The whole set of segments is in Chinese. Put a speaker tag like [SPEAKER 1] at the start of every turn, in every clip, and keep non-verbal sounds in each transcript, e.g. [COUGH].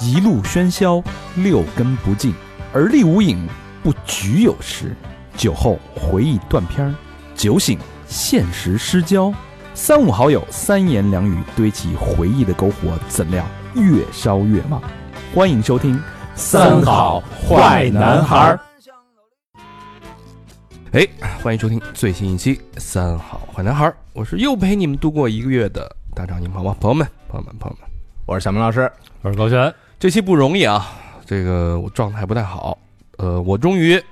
[SPEAKER 1] 一路喧嚣，六根不净，而立无影，不局有时。酒后回忆断片儿，酒醒现实失焦。三五好友，三言两语堆起回忆的篝火，怎料越烧越旺。欢迎收听《
[SPEAKER 2] 三好坏男孩儿》。
[SPEAKER 3] 哎，欢迎收听 [LAUGHS] 最新一期《三好坏男孩》，我是又陪你们度过一个月的大长，你们好吗？朋友们，朋友们，朋友们，
[SPEAKER 2] 我是小明老师，
[SPEAKER 4] 我是高璇，
[SPEAKER 3] 这期不容易啊，这个我状态不太好，呃，我终于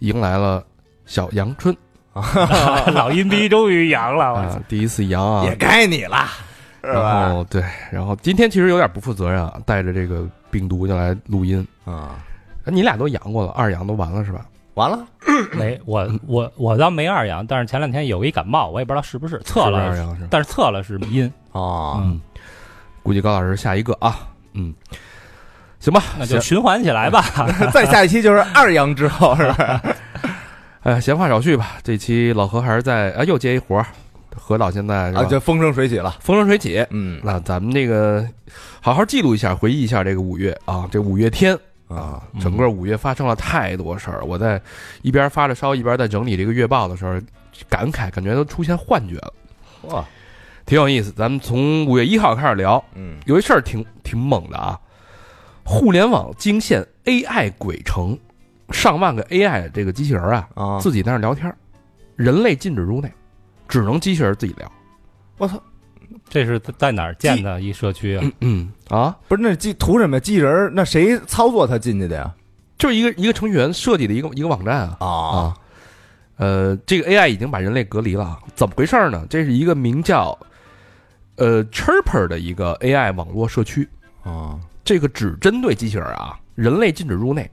[SPEAKER 3] 迎来了小阳春
[SPEAKER 4] [LAUGHS] 老阴逼终于阳了，
[SPEAKER 3] 啊、
[SPEAKER 4] 我操！
[SPEAKER 3] 第一次阳啊，
[SPEAKER 2] 也该你了，是
[SPEAKER 3] 然
[SPEAKER 2] 吧？
[SPEAKER 3] 后对，然后今天其实有点不负责任啊，带着这个病毒就来录音。
[SPEAKER 2] 啊，
[SPEAKER 3] 哎你俩都阳过了，二阳都完了是吧？
[SPEAKER 2] 完了，
[SPEAKER 4] 没我我我倒没二阳，但是前两天有一感冒，我也不知道是不是测
[SPEAKER 3] 是不是二
[SPEAKER 4] 了，
[SPEAKER 3] 阳是吧。啊
[SPEAKER 4] 但是测了是阴。
[SPEAKER 2] 哦，
[SPEAKER 4] 嗯，
[SPEAKER 3] 估计高老师下一个啊，嗯，行吧，
[SPEAKER 4] 那就
[SPEAKER 3] 行
[SPEAKER 4] 循环起来吧。
[SPEAKER 2] [LAUGHS] 再下一期就是二阳之后，是吧？
[SPEAKER 3] 哎，闲话少叙吧。这期老何还是在啊，又接一活儿，何导现在是吧
[SPEAKER 2] 啊，就风生水起了，
[SPEAKER 3] 风生水起。
[SPEAKER 2] 嗯
[SPEAKER 3] 那咱们这个好好记录一下，回忆一下这个五月啊，这五月天
[SPEAKER 2] 啊，
[SPEAKER 3] 整个五月发生了太多事儿。我在一边发着烧，一边在整理这个月报的时候，感慨感觉都出现幻觉了，
[SPEAKER 2] 哇，
[SPEAKER 3] 挺有意思。咱们从五月一号开始聊，
[SPEAKER 2] 嗯，
[SPEAKER 3] 有一事儿挺挺猛的啊，互联网惊现 AI 鬼城，上万个 AI 这个机器人儿啊，
[SPEAKER 2] 啊，
[SPEAKER 3] 自己在那儿聊天儿，人类禁止入内，只能机器人自己聊。
[SPEAKER 2] 我操，
[SPEAKER 4] 这是在哪儿建的一社区啊？
[SPEAKER 3] 嗯啊，
[SPEAKER 2] 不是那机图什么呀？机器人儿，那谁操作他进去的呀？
[SPEAKER 3] 就是一个一个程序员设计的一个一个网站啊
[SPEAKER 2] 啊，
[SPEAKER 3] 啊，呃，这个 AI 已经把人类隔离了，啊，怎么回事儿呢？这是一个名叫呃 Chirper 的一个 AI 网络社区，
[SPEAKER 2] 啊，
[SPEAKER 3] 这个只针对机器人啊，人类禁止入内。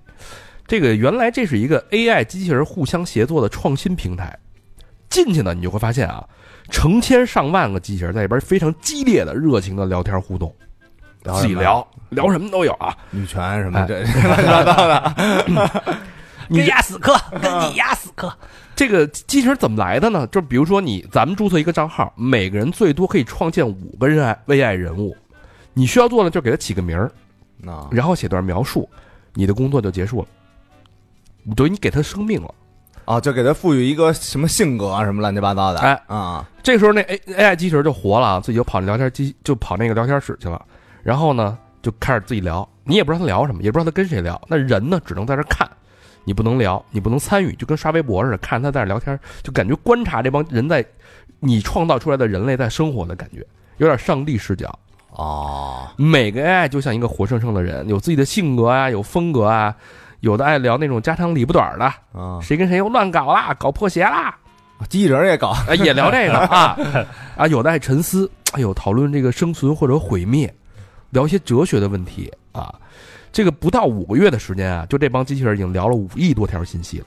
[SPEAKER 3] 这个原来这是一个 AI 机器人互相协作的创新平台，进去呢，你就会发现啊，成千上万个机器人在里边非常激烈的、热情的聊天互动，
[SPEAKER 2] 聊
[SPEAKER 3] 自己
[SPEAKER 2] 什么
[SPEAKER 3] 聊聊什么都有啊。
[SPEAKER 2] 女权什么
[SPEAKER 3] 哎
[SPEAKER 2] 这乱 [LAUGHS] 七八糟的，
[SPEAKER 4] 跟压死磕，跟你压死磕。
[SPEAKER 3] 啊这个机器人怎么来的呢？就比如说你，咱们注册一个账号，每个人最多可以创建五个人爱为爱人物，你需要做的就给他起个名儿，
[SPEAKER 2] 啊
[SPEAKER 3] 然后写段描述，你的工作就结束了，等于你给他生命了。
[SPEAKER 2] 啊，就给他赋予一个什么性格啊，什么乱七八糟的，
[SPEAKER 3] 哎
[SPEAKER 2] 啊，
[SPEAKER 3] 这时候那 A AI 机器人就活了啊，自己就跑那聊天机就跑那个聊天室去了，然后呢就开始自己聊，你也不知道他聊什么，也不知道他跟谁聊。那人呢只能在这看，你不能聊，你不能参与，就跟刷微博似的，看他在那聊天，就感觉观察这帮人在你创造出来的人类在生活的感觉，有点上帝视角。
[SPEAKER 2] 哦，
[SPEAKER 3] 每个 AI 就像一个活生生的人，有自己的性格啊，有风格啊，有的爱聊那种家长里不短的，
[SPEAKER 2] 啊，
[SPEAKER 3] 谁跟谁又乱搞啦，搞破鞋啦，
[SPEAKER 2] 机器人儿也搞，
[SPEAKER 3] 啊，也聊这个啊啊，有的爱沉思，哎呦，讨论这个生存或者毁灭，聊一些哲学的问题啊。这个不到五个月的时间啊，就这帮机器人已经聊了五亿多条信息了。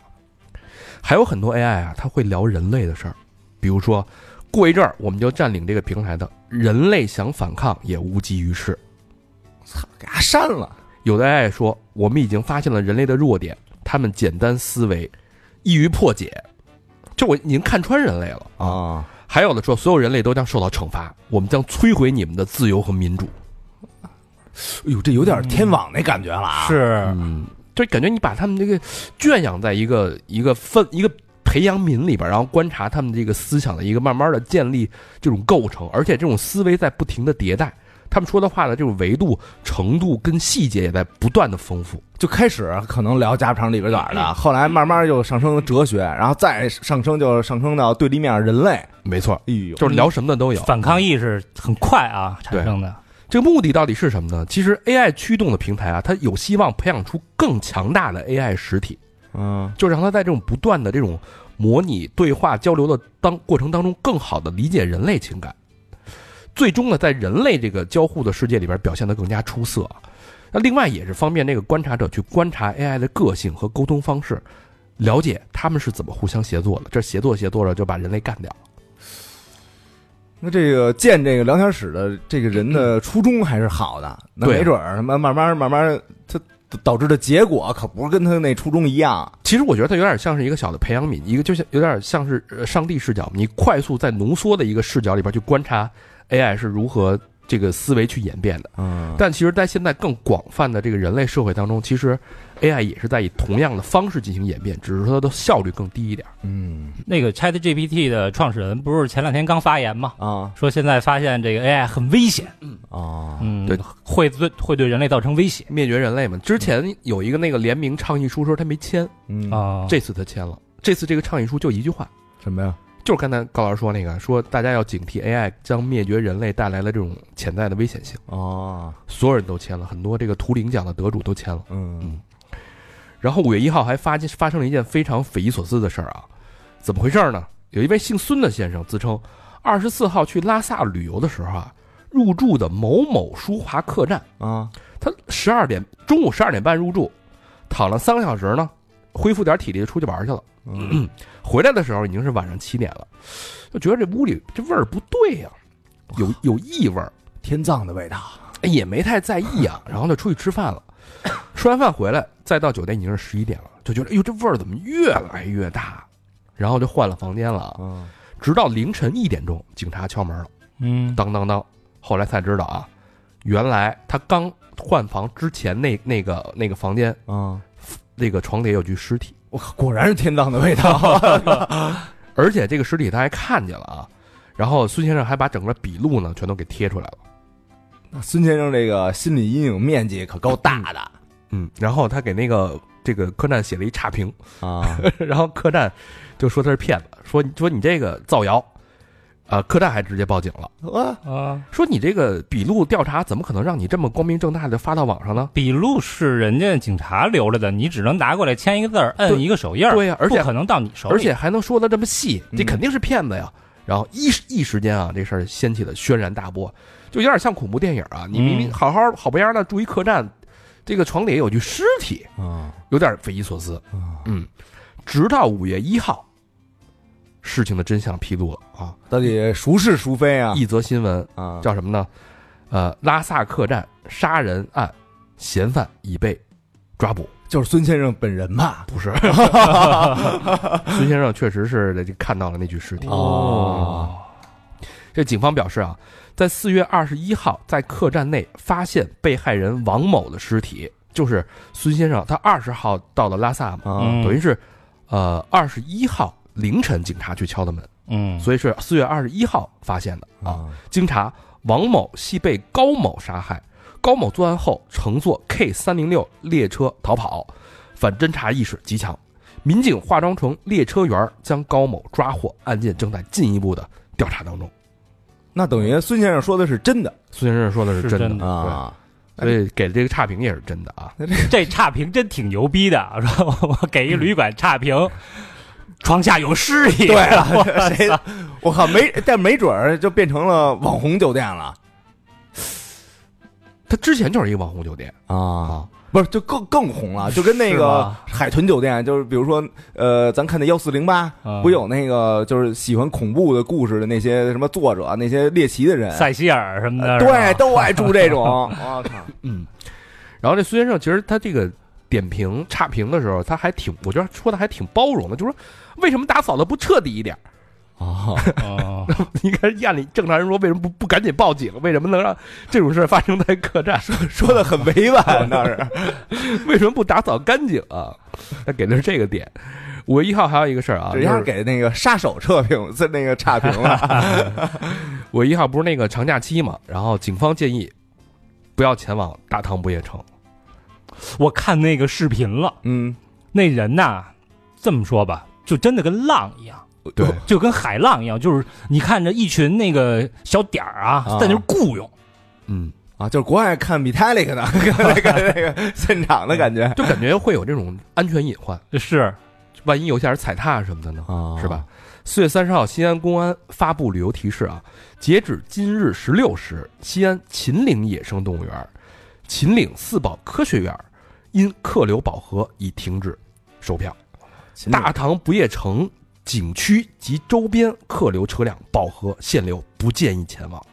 [SPEAKER 3] 还有很多 AI 啊，它会聊人类的事儿，比如说过一阵儿我们就占领这个平台的，人类想反抗也无济于事。
[SPEAKER 2] 给他删了，
[SPEAKER 3] 有的 AI 说，我们已经发现了人类的弱点，他们简单思维，易于破解。就我已经看穿人类了啊。
[SPEAKER 2] 啊，
[SPEAKER 3] 还有的说，所有人类都将受到惩罚，我们将摧毁你们的自由和民主。
[SPEAKER 2] 哎呦，这有点天网那感觉了啊，
[SPEAKER 4] 是，
[SPEAKER 3] 嗯，就感觉你把他们这个圈养在一个一个分一个培养皿里边，然后观察他们这个思想的一个慢慢的建立这种构成，而且这种思维在不停的迭代，他们说的话的这种维度、程度跟细节也在不断的丰富。
[SPEAKER 2] 就开始可能聊家长里边短的，后来慢慢就上升哲学，然后再上升就上升到对立面人类。
[SPEAKER 3] 没错，
[SPEAKER 2] 哎呦，
[SPEAKER 3] 就是聊什么的都有。
[SPEAKER 4] 反抗意识很快啊产生的。
[SPEAKER 3] 这个目的到底是什么呢？其实 AI 驱动的平台啊，它有希望培养出更强大的 AI 实体。
[SPEAKER 2] 嗯
[SPEAKER 3] 就让他在这种不断的这种模拟、对话、交流的当过程当中，更好的理解人类情感，最终呢，在人类这个交互的世界里边表现得更加出色。那另外也是方便这个观察者去观察 AI 的个性和沟通方式，了解他们是怎么互相协作的。这协作协作着就把人类干掉了。
[SPEAKER 2] 那这个建这个聊天室的这个人的初衷还是好的，那
[SPEAKER 3] 对
[SPEAKER 2] 没准儿他妈慢慢慢慢，他导致的结果可不是跟他那初衷一样。
[SPEAKER 3] 其实我觉得它有点像是一个小的培养皿，一个就像有点像是呃上帝视角，你快速在浓缩的一个视角里边去观察 AI 是如何这个思维去演变的。
[SPEAKER 2] 嗯，
[SPEAKER 3] 但其实，在现在更广泛的这个人类社会当中，其实 AI 也是在以同样的方式进行演变，只是说它的效率更低一点。
[SPEAKER 2] 嗯
[SPEAKER 4] 那个 Chat GPT 的创始人不是前两天刚发言吗？
[SPEAKER 2] 啊
[SPEAKER 4] 说现在发现这个 AI 很危险，
[SPEAKER 2] 啊
[SPEAKER 4] 嗯，
[SPEAKER 3] 对，
[SPEAKER 4] 会对会对人类造成威胁
[SPEAKER 3] 灭绝人类嘛，之前有一个那个联名倡议书时候，他没签，
[SPEAKER 2] 嗯
[SPEAKER 4] 啊。
[SPEAKER 3] 这次他签了。这次这个倡议书就一句话，
[SPEAKER 2] 什么呀？
[SPEAKER 3] 就是刚才高老师说那个，说大家要警惕 AI 将灭绝人类带来的这种潜在的危险性。
[SPEAKER 2] 哦，
[SPEAKER 3] 所有人都签了，很多这个图灵奖的得主都签了。
[SPEAKER 2] 嗯
[SPEAKER 3] 然后五月一号还发发生了一件非常匪夷所思的事儿啊，怎么回事儿呢？有一位姓孙的先生自称，二十四号去拉萨旅游的时候啊，入住的某某舒华客栈，
[SPEAKER 2] 啊
[SPEAKER 3] 他十二点中午十二点半入住，躺了三个小时呢，恢复点体力就出去玩去了。
[SPEAKER 2] 嗯，
[SPEAKER 3] 回来的时候已经是晚上七点了，就觉得这屋里这味儿不对呀、有有异味儿，
[SPEAKER 2] 天葬的味道，
[SPEAKER 3] 哎也没太在意啊，然后就出去吃饭了。吃完饭回来，再到酒店已经是十一点了，就觉得哎呦这味儿怎么越来越大，然后就换了房间了啊。
[SPEAKER 2] 嗯
[SPEAKER 3] 直到凌晨一点钟，警察敲门了，
[SPEAKER 4] 嗯，
[SPEAKER 3] 当当当。后来才知道啊，原来他刚换房之前那那个那个房间
[SPEAKER 2] 啊，
[SPEAKER 3] 那个床底有具尸体，
[SPEAKER 2] 我靠，果然是天葬的味道，
[SPEAKER 3] 而且这个尸体他还看见了啊。然后孙先生还把整个笔录呢全都给贴出来了。
[SPEAKER 2] 啊孙先生这个心理阴影面积可够大的
[SPEAKER 3] 嗯，然后他给那个这个客栈写了一差评，
[SPEAKER 2] 啊！
[SPEAKER 3] 然后客栈就说他是骗子，说说你这个造谣，啊、客栈还直接报警了，
[SPEAKER 2] [LAUGHS] 啊，
[SPEAKER 4] 啊，
[SPEAKER 3] 说你这个笔录调查怎么可能让你这么光明正大的发到网上呢？
[SPEAKER 4] 笔录是人家警察留着的，你只能拿过来签一个字儿，摁
[SPEAKER 3] 对
[SPEAKER 4] 一个手印儿，
[SPEAKER 3] 对呀而且
[SPEAKER 4] 不可能到你手里。
[SPEAKER 3] 而且还能说的这么细，这
[SPEAKER 2] 嗯
[SPEAKER 3] 肯定是骗子呀。然后一时一时间啊，这事儿掀起了轩然大波，就有点像恐怖电影啊。你明明
[SPEAKER 4] 嗯
[SPEAKER 3] 好好好不样的住一客栈，这个床底下有具尸体，
[SPEAKER 2] 啊
[SPEAKER 3] 有点匪夷所思
[SPEAKER 2] 啊。
[SPEAKER 3] 嗯，直到五月一号，事情的真相披露了啊。
[SPEAKER 2] 到底孰是孰非啊？
[SPEAKER 3] 一则新闻
[SPEAKER 2] 啊，
[SPEAKER 3] 叫什么呢？呃，拉萨客栈杀人案嫌犯已被抓捕。
[SPEAKER 2] 就是孙先生本人吧？
[SPEAKER 3] 不是，孙先生确实是这看到了那具尸体。
[SPEAKER 2] 哦，
[SPEAKER 3] 这警方表示啊，在四月二十一号在客栈内发现被害人王某的尸体，就是孙先生。他二十号到了拉萨嘛，
[SPEAKER 2] 啊
[SPEAKER 4] 嗯
[SPEAKER 3] 等于是，呃，二十一号凌晨警察去敲的门，
[SPEAKER 4] 嗯，
[SPEAKER 3] 所以是四月二十一号发现的啊。
[SPEAKER 2] 啊
[SPEAKER 3] 经查，王某系被高某杀害，高某作案后乘坐 K 三零六列车逃跑，反侦查意识极强。民警化妆成列车员儿将高某抓获，案件正在进一步的调查当中。
[SPEAKER 2] 那等于孙先生说的是真的
[SPEAKER 3] 孙先生说的是真的，
[SPEAKER 4] 是真的
[SPEAKER 2] 啊。
[SPEAKER 3] 所以给这个差评也是真的啊。
[SPEAKER 4] 这差评真挺牛逼的， [LAUGHS] 说我给一旅馆差
[SPEAKER 3] 嗯
[SPEAKER 4] 评，床下有尸体。
[SPEAKER 2] 对啊，谁？我靠，没，但没准儿就变成了网红酒店了
[SPEAKER 3] 他之前就是一个网红酒店
[SPEAKER 2] 啊！
[SPEAKER 3] 啊，
[SPEAKER 2] 不是，就更更红了，就跟那
[SPEAKER 4] 是
[SPEAKER 2] 个
[SPEAKER 4] 吗
[SPEAKER 2] 海豚酒店，就是比如说，呃，咱看那幺四零八，
[SPEAKER 4] 嗯
[SPEAKER 2] 不有那个就是喜欢恐怖的故事的那些什么作者，啊那些猎奇的人，
[SPEAKER 4] [LAUGHS] 塞西尔什么的，
[SPEAKER 2] 呃
[SPEAKER 4] 是吧
[SPEAKER 2] 对，，都爱住这种。我靠，
[SPEAKER 3] 嗯。然后这孙先生其实他这个点评差评的时候，他还挺，我觉得说的还挺包容的，就是说为什么打扫的不彻底一点儿？
[SPEAKER 2] 哦，
[SPEAKER 4] 哦
[SPEAKER 3] [LAUGHS] 你看，按理正常人说，为什么不不赶紧报警？为什么能让这种事儿发生在客栈？
[SPEAKER 2] 说的很
[SPEAKER 3] [LAUGHS]
[SPEAKER 2] 委婉，啊倒是。
[SPEAKER 3] 为什么不打扫干净啊？他给的是这个点。五月一号还有一个事儿
[SPEAKER 2] [LAUGHS]
[SPEAKER 3] 啊，
[SPEAKER 2] 这要
[SPEAKER 3] 就是是
[SPEAKER 2] 给那个杀手测评， [LAUGHS] 这那个差评
[SPEAKER 3] [LAUGHS]
[SPEAKER 2] 了。
[SPEAKER 3] 五月一号不是那个长假期嘛？然后警方建议不要前往大唐不夜城。
[SPEAKER 4] 我看那个视频了，
[SPEAKER 2] 嗯，
[SPEAKER 4] 那人呐，这么说吧，就真的跟浪一样。
[SPEAKER 3] 对
[SPEAKER 4] 就跟海浪一样，就是你看着一群那个小点儿
[SPEAKER 2] 啊
[SPEAKER 4] 啊，在那儿雇佣，
[SPEAKER 3] 嗯，
[SPEAKER 2] 啊，就是国外看 Metallic 的 [LAUGHS] 那个那个现场的感觉
[SPEAKER 3] 就感觉会有这种安全隐患，
[SPEAKER 4] 是
[SPEAKER 3] 万一有些人踩踏什么的呢？
[SPEAKER 2] 啊
[SPEAKER 3] 是吧？？四月三十号，西安公安发布旅游提示啊，截止今日十六时，西安秦岭野生动物园、秦岭四宝科学园因客流饱和已停止售票，大唐不夜城景区及周边客流车辆饱和限流，不建议前往。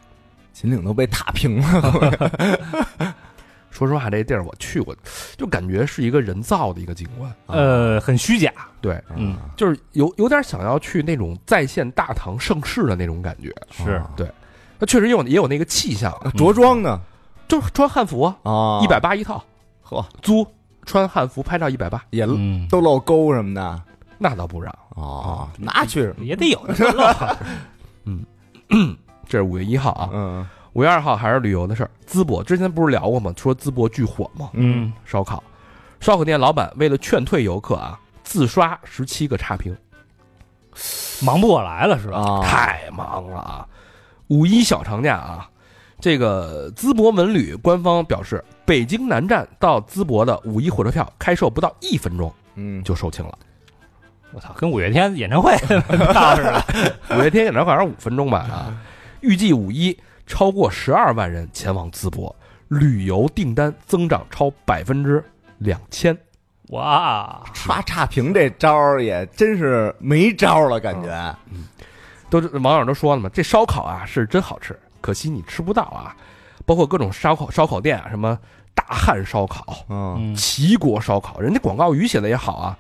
[SPEAKER 2] 秦岭都被踏平了。
[SPEAKER 3] 说实话，这地儿我去过，就感觉是一个人造的一个景观，
[SPEAKER 2] 啊
[SPEAKER 3] 啊
[SPEAKER 4] 呃很虚假，
[SPEAKER 3] 对，
[SPEAKER 4] 嗯
[SPEAKER 3] 就是有有点想要去那种再现大唐盛世的那种感觉。
[SPEAKER 4] 是
[SPEAKER 3] 对，那确实也有也有那个气象，
[SPEAKER 2] 啊着装呢
[SPEAKER 3] 就穿汉服啊，
[SPEAKER 2] 啊
[SPEAKER 3] 一百八一套，
[SPEAKER 2] 呵，
[SPEAKER 3] 租穿汉服拍照一百八，
[SPEAKER 2] 也
[SPEAKER 4] 嗯，
[SPEAKER 2] 都露沟什么的
[SPEAKER 3] 那倒不让。
[SPEAKER 2] 哦，那去
[SPEAKER 3] 嗯
[SPEAKER 4] 也得有这漏
[SPEAKER 3] 这是五月一号啊，
[SPEAKER 2] 嗯
[SPEAKER 3] 五月二号还是旅游的事儿。淄博之前不是聊过吗？说淄博巨火吗？
[SPEAKER 2] 嗯，
[SPEAKER 3] 烧烤，烧烤店老板为了劝退游客啊，自刷十七个差评，
[SPEAKER 4] 忙不过来了是吧？
[SPEAKER 3] 哦
[SPEAKER 2] 啊，
[SPEAKER 3] 太忙了啊！五一小长假啊，这个淄博文旅官方表示，北京南站到淄博的五一火车票开售不到一分钟
[SPEAKER 2] 嗯，
[SPEAKER 3] 就售罄了。
[SPEAKER 4] 我操，跟五月天演唱会闹似
[SPEAKER 2] [LAUGHS]
[SPEAKER 4] 的。
[SPEAKER 3] 五月天演唱会好像五分钟吧啊，预计五一超过十二万人前往淄博，旅游订单增长超百分之两千。
[SPEAKER 4] 哇，啊
[SPEAKER 2] 刷差评这招儿也真是没招儿了，感觉
[SPEAKER 3] 都是网友都说了嘛，这烧烤啊是真好吃，可惜你吃不到啊。包括各种烧烤烧烤店啊，什么大汉烧烤、
[SPEAKER 2] 嗯
[SPEAKER 4] 嗯
[SPEAKER 3] 齐国烧烤，人家广告语写的也好啊，“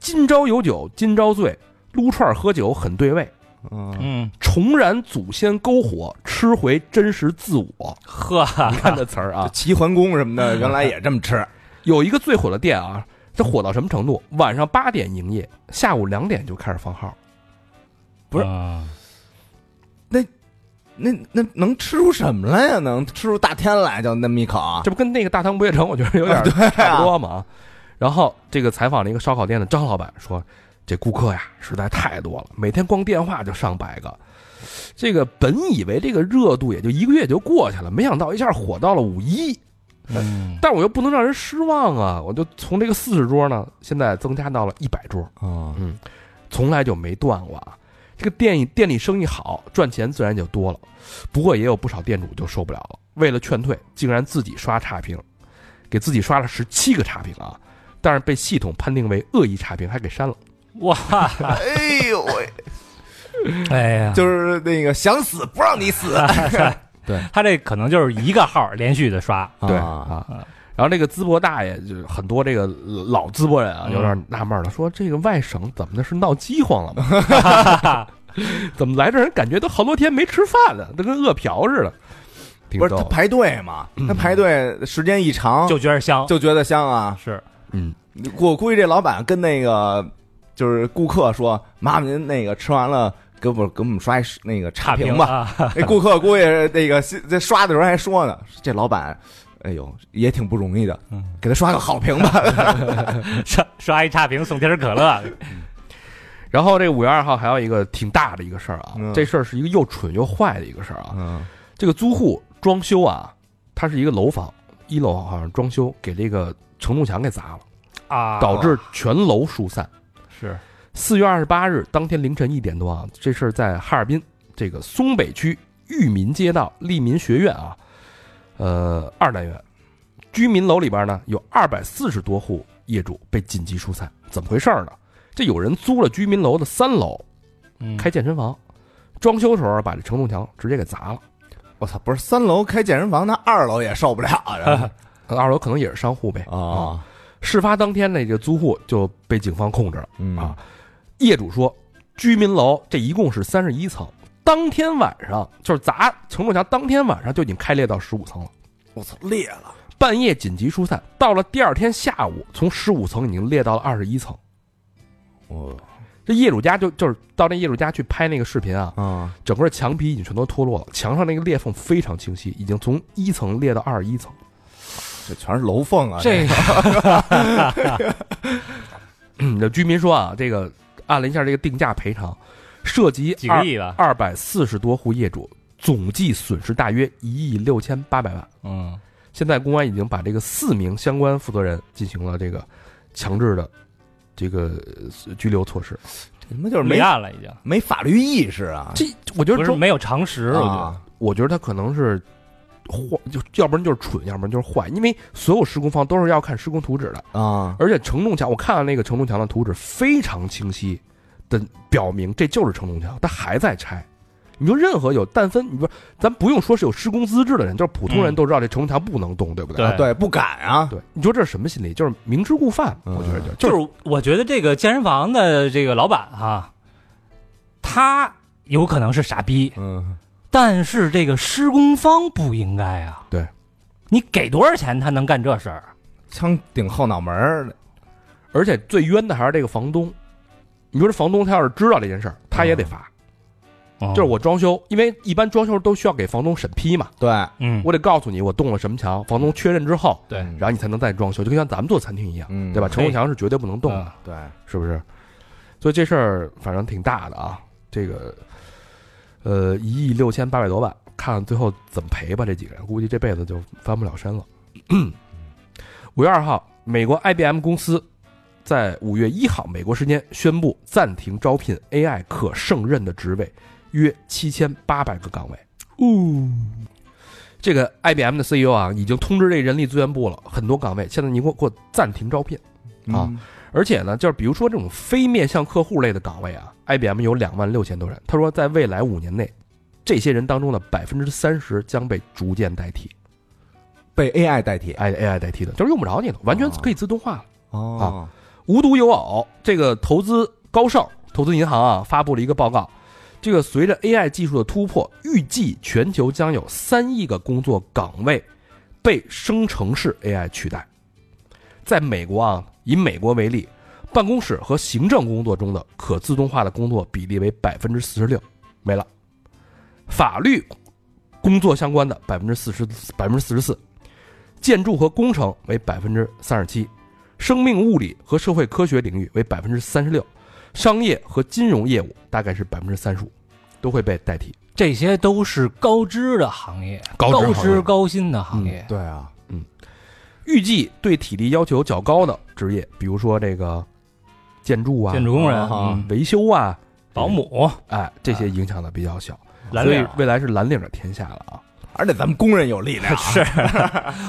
[SPEAKER 3] 今朝有酒今朝醉，撸串喝酒很对味，
[SPEAKER 2] 嗯，
[SPEAKER 4] 嗯，
[SPEAKER 3] 重燃祖先篝火，吃回真实自我
[SPEAKER 4] 呵，”。
[SPEAKER 3] 你看这词儿啊
[SPEAKER 2] 就，齐桓公什么的原来也这么吃，
[SPEAKER 3] 有一个最火的店啊，这火到什么程度？晚上八点营业，下午两点就开始放号。
[SPEAKER 2] 不是
[SPEAKER 4] 嗯
[SPEAKER 2] [LAUGHS] 那那能吃出什么来呀？能吃出大天来就那么一口啊？
[SPEAKER 3] 这不跟那个大唐不夜城，我觉得有点差不多嘛。然后这个采访了一个烧烤店的张老板说，这顾客呀实在太多了，每天光电话就上百个。这个本以为这个热度也就一个月就过去了，没想到一下火到了五一。
[SPEAKER 4] 嗯
[SPEAKER 3] 但我又不能让人失望啊，我就从这个四十桌呢，现在增加到了一百桌，
[SPEAKER 2] 啊
[SPEAKER 3] 从来就没断过啊。这个店店里生意好，赚钱自然就多了。不过也有不少店主就受不了了，为了劝退，竟然自己刷差评，给自己刷了十七个差评啊！但是被系统判定为恶意差评，还给删了。
[SPEAKER 4] 哇，
[SPEAKER 2] 哎呦 [LAUGHS] 喂，
[SPEAKER 4] 哎呀，
[SPEAKER 2] 就是那个想死不让你 [LAUGHS] 死，
[SPEAKER 4] 他这可能就是一个号连续的刷，
[SPEAKER 3] 对
[SPEAKER 2] 啊，
[SPEAKER 3] 啊，然后这个淄博大爷就是很多这个老淄博人啊，
[SPEAKER 4] 嗯
[SPEAKER 3] 有点纳闷了，说这个外省怎么的是闹饥荒了吗？ [LAUGHS] 怎么来这人感觉都好多天没吃饭了，都跟饿殍似的。挺
[SPEAKER 2] 不是
[SPEAKER 3] 逗
[SPEAKER 2] 他排队嘛？他排队时间一长
[SPEAKER 4] 就觉得香，
[SPEAKER 2] 嗯啊就觉得香啊。
[SPEAKER 4] 是
[SPEAKER 3] 嗯，
[SPEAKER 2] 我估计这老板跟啊那个就是顾客说：“麻烦您那个吃完了。”给我给我们刷一那个差
[SPEAKER 4] 差啊
[SPEAKER 2] 评吧，
[SPEAKER 4] 吧，
[SPEAKER 2] [LAUGHS] 那顾客估计那个 [LAUGHS] 心在刷的时候还说呢，这老板，哎呦也挺不容易的
[SPEAKER 4] 嗯，
[SPEAKER 2] 给他刷个好评吧。
[SPEAKER 4] 刷刷一差评送瓶可乐，
[SPEAKER 2] [LAUGHS]
[SPEAKER 3] 然后这五月二号还有一个挺大的一个事儿啊，
[SPEAKER 2] 嗯
[SPEAKER 3] 这事儿是一个又蠢又坏的一个事儿啊。
[SPEAKER 2] 嗯
[SPEAKER 3] 这个租户装修啊，它是一个楼房，一楼好像装修给这个承重墙给砸了，
[SPEAKER 4] 啊，
[SPEAKER 3] 导致全楼疏散。
[SPEAKER 4] 是
[SPEAKER 3] 四月二十八日当天凌晨一点多啊，这事儿在哈尔滨这个松北区裕民街道利民学院啊，呃二单元居民楼里边呢有二百四十多户业主被紧急疏散，怎么回事儿呢？这有人租了居民楼的三楼，
[SPEAKER 4] 嗯
[SPEAKER 3] 开健身房，装修时候把这承重墙直接给砸了。
[SPEAKER 2] 我操，不是三楼开健身房，那二楼也受不了 [LAUGHS] 啊
[SPEAKER 3] 二楼可能也是商户呗。
[SPEAKER 2] 啊！
[SPEAKER 3] 事发当天呢，这个租户就被警方控制了。
[SPEAKER 2] 嗯
[SPEAKER 3] 啊业主说，居民楼这一共是三十一层，当天晚上就是砸承重墙，当天晚上就已经开裂到十五层了。
[SPEAKER 2] 我操，裂了！
[SPEAKER 3] 半夜紧急疏散，到了第二天下午，从十五层已经裂到了二十一层。
[SPEAKER 2] 我
[SPEAKER 3] 这业主家就就是到那业主家去拍那个视频啊，
[SPEAKER 2] 啊，
[SPEAKER 3] 整个墙皮已经全都脱落了，墙上那个裂缝非常清晰，已经从一层裂到二十一层。
[SPEAKER 2] 这全是楼缝啊！
[SPEAKER 4] 这个
[SPEAKER 3] 啊 [LAUGHS] 嗯，这居民说啊，这个按了一下这个定价赔偿，涉及
[SPEAKER 4] 几个亿吧，
[SPEAKER 3] 二百四十多户业主，总计损失大约一亿六千八百万。
[SPEAKER 4] 嗯，
[SPEAKER 3] 现在公安已经把这个四名相关负责人进行了这个强制的这个呃拘留措施。
[SPEAKER 2] 这他妈就是没
[SPEAKER 4] 立案了已经，
[SPEAKER 2] 没法律意识啊！
[SPEAKER 3] 这我觉
[SPEAKER 4] 不
[SPEAKER 3] 得
[SPEAKER 4] 是
[SPEAKER 3] 中，
[SPEAKER 4] 没有常识，我觉得
[SPEAKER 2] 啊，
[SPEAKER 3] 我觉得他可能是坏，就要不然就是蠢，要不然就是坏，因为所有施工方都是要看施工图纸的，
[SPEAKER 2] 啊，
[SPEAKER 3] 而且承重墙，我看了那个承重墙的图纸非常清晰的表明这就是承重墙，它还在拆。你说任何有但分，你说咱不用说是有施工资质的人，就是普通人
[SPEAKER 4] 嗯
[SPEAKER 3] 都知道这承重墙不能动，对不对？
[SPEAKER 4] 对
[SPEAKER 2] 对，不敢啊！
[SPEAKER 3] 对你说这是什么心理？就是明知故犯，
[SPEAKER 2] 嗯
[SPEAKER 3] 我觉得就
[SPEAKER 4] 就
[SPEAKER 3] 就是
[SPEAKER 4] 是我觉得这个健身房的这个老板哈、他有可能是傻逼，
[SPEAKER 2] 嗯，
[SPEAKER 4] 但是这个施工方不应该啊。
[SPEAKER 3] 对，
[SPEAKER 4] 你给多少钱他能干这事儿？
[SPEAKER 2] 枪顶后脑门儿，
[SPEAKER 3] 而且最冤的还是这个房东。你说这房东他要是知道这件事儿，他也得罚。
[SPEAKER 4] 就
[SPEAKER 3] 就是，我装修，因为一般装修都需要给房东审批嘛，
[SPEAKER 2] 对，
[SPEAKER 4] 嗯，
[SPEAKER 3] 我得告诉你我动了什么墙，房东确认之后，
[SPEAKER 4] 对
[SPEAKER 2] 嗯
[SPEAKER 3] 然后你才能再装修，就像咱们做餐厅一样，
[SPEAKER 2] 嗯
[SPEAKER 3] 对吧？承
[SPEAKER 4] 嘿
[SPEAKER 3] 重墙是绝对不能动的，
[SPEAKER 4] 啊
[SPEAKER 2] 对，
[SPEAKER 3] 是不是？所以这事儿反正挺大的啊，这个，呃，一亿六千八百多万，看看最后怎么赔吧。这几个人估计这辈子就翻不了身了。五月二号，美国 IBM 公司在五月一号美国时间宣布暂停招聘 AI 可胜任的职位，约七千八百个岗位。
[SPEAKER 4] 哦，
[SPEAKER 3] 这个 IBM 的 CEO 啊，已经通知这人力资源部了，很多岗位现在你给我给我暂停招聘。啊
[SPEAKER 2] 嗯，
[SPEAKER 3] 而且呢，就是比如说这种非面向客户类的岗位啊，IBM 有两万六千多人。他说，在未来五年内，这些人当中的百分之三十将被逐渐代替
[SPEAKER 2] 被 AI 代替
[SPEAKER 3] ，AI AI 代替的，就是用不着你了，完全可以自动化了。
[SPEAKER 2] 哦，
[SPEAKER 3] 无独有偶，这个投资高盛投资银行啊发布了一个报告，这个随着 AI 技术的突破，预计全球将有三亿个工作岗位被生成式 AI 取代。在美国啊，以美国为例，办公室和行政工作中的可自动化的工作比例为百分之四十六，没了；法律工作相关的百分之四十百分之四十四，建筑和工程为百分之三十七。生命物理和社会科学领域为百分之三十六，商业和金融业务大概是百分之三十五，都会被代替。
[SPEAKER 4] 这些都是高知的行业，
[SPEAKER 3] 高知行业嗯
[SPEAKER 4] 知高薪的行业。
[SPEAKER 2] 对啊，
[SPEAKER 3] 预计对体力要求较高的职业，比如说这个建筑啊、
[SPEAKER 4] 建筑工人、
[SPEAKER 2] 啊
[SPEAKER 4] 嗯
[SPEAKER 3] 维修啊、
[SPEAKER 4] 保姆、啊
[SPEAKER 3] 哎，这些影响的比较小，
[SPEAKER 4] 蓝
[SPEAKER 3] 所
[SPEAKER 4] 领
[SPEAKER 3] 以，未来是蓝领的天下了啊。
[SPEAKER 2] 而且咱们工人有力 [LAUGHS] 量，啊
[SPEAKER 4] 是，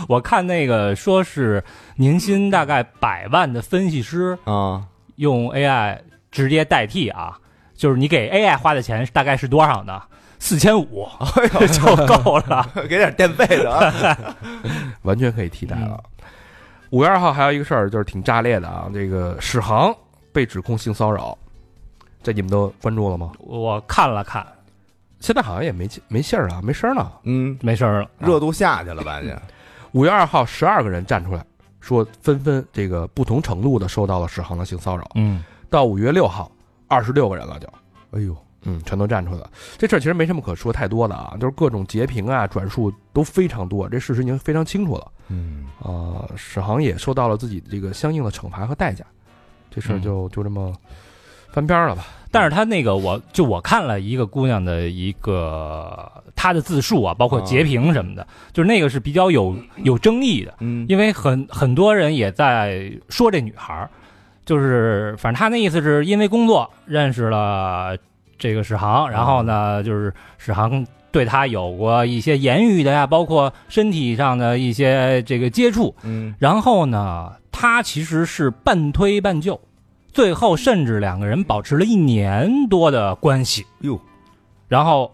[SPEAKER 4] 我看那个说是年薪大概百万的分析师
[SPEAKER 2] 啊，
[SPEAKER 4] 用 AI 直接代替啊，就是你给 AI 花的钱大概是多少呢？四千五 [LAUGHS]
[SPEAKER 3] 哎
[SPEAKER 4] 就够了。
[SPEAKER 2] 给点电费的啊，
[SPEAKER 3] 完全可以替代了。
[SPEAKER 4] 嗯
[SPEAKER 3] 五、月二号还有一个事儿，就是挺炸裂的啊，这个史航被指控性骚扰，这你们都关注了吗？
[SPEAKER 4] 我看了看，
[SPEAKER 3] 现在好像也没没信儿啊，没声儿了。
[SPEAKER 2] [LAUGHS] 嗯，
[SPEAKER 4] 没事儿了。
[SPEAKER 2] 热度下去了吧？就
[SPEAKER 3] 五月二号，十二个人站出来说，纷纷这个不同程度的受到了史航的性骚扰。
[SPEAKER 4] 嗯，
[SPEAKER 3] 到五月六号，二十六个人了就，
[SPEAKER 2] 哎呦，
[SPEAKER 3] 嗯，全都站出来了。这事儿其实没什么可说太多的啊，就是各种截屏啊、转述都非常多，这事实已经非常清楚了。
[SPEAKER 2] [LAUGHS] 嗯，
[SPEAKER 3] 呃，史航也受到了自己这个相应的惩罚和代价，这
[SPEAKER 2] 嗯
[SPEAKER 3] 事儿就就这么翻篇儿了吧？
[SPEAKER 4] 但是他那个我就我看了一个姑娘的一个她的自述啊，包括截屏什么的，就是那个是比较有有争议的，
[SPEAKER 2] 嗯，
[SPEAKER 4] 因为很很多人也在说这女孩儿，就是反正她那意思是因为工作认识了这个史航，然后呢，就是史航对她有过一些言语的呀，包括身体上的一些这个接触，
[SPEAKER 2] 嗯，
[SPEAKER 4] 然后呢，他其实是半推半就，最后甚至两个人保持了一年多的关系。
[SPEAKER 2] 哟，
[SPEAKER 4] 然后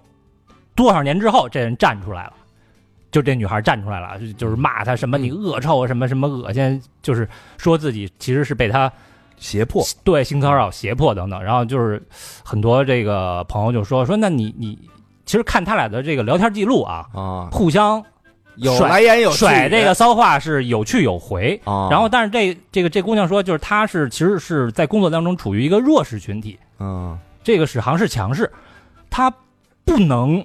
[SPEAKER 4] 多少年之后，这人站出来了，就这女孩站出来了，就就是骂他什么你恶臭啊，什么什么恶心，就是说自己其实是被他
[SPEAKER 3] 胁迫，
[SPEAKER 4] 对性骚扰、胁迫等等。然后就是很多这个朋友就说说，那你你其实看他俩的这个聊天记录啊，
[SPEAKER 2] 啊，
[SPEAKER 4] 互相
[SPEAKER 2] 有
[SPEAKER 4] 甩
[SPEAKER 2] 来言有去
[SPEAKER 4] 甩
[SPEAKER 2] 语
[SPEAKER 4] 这个骚话是有去有回。
[SPEAKER 2] 啊，
[SPEAKER 4] 然后，但是这这个这姑娘说，就是她是其实是在工作当中处于一个弱势群体，
[SPEAKER 2] 嗯，
[SPEAKER 4] 这个史航是强势，她不能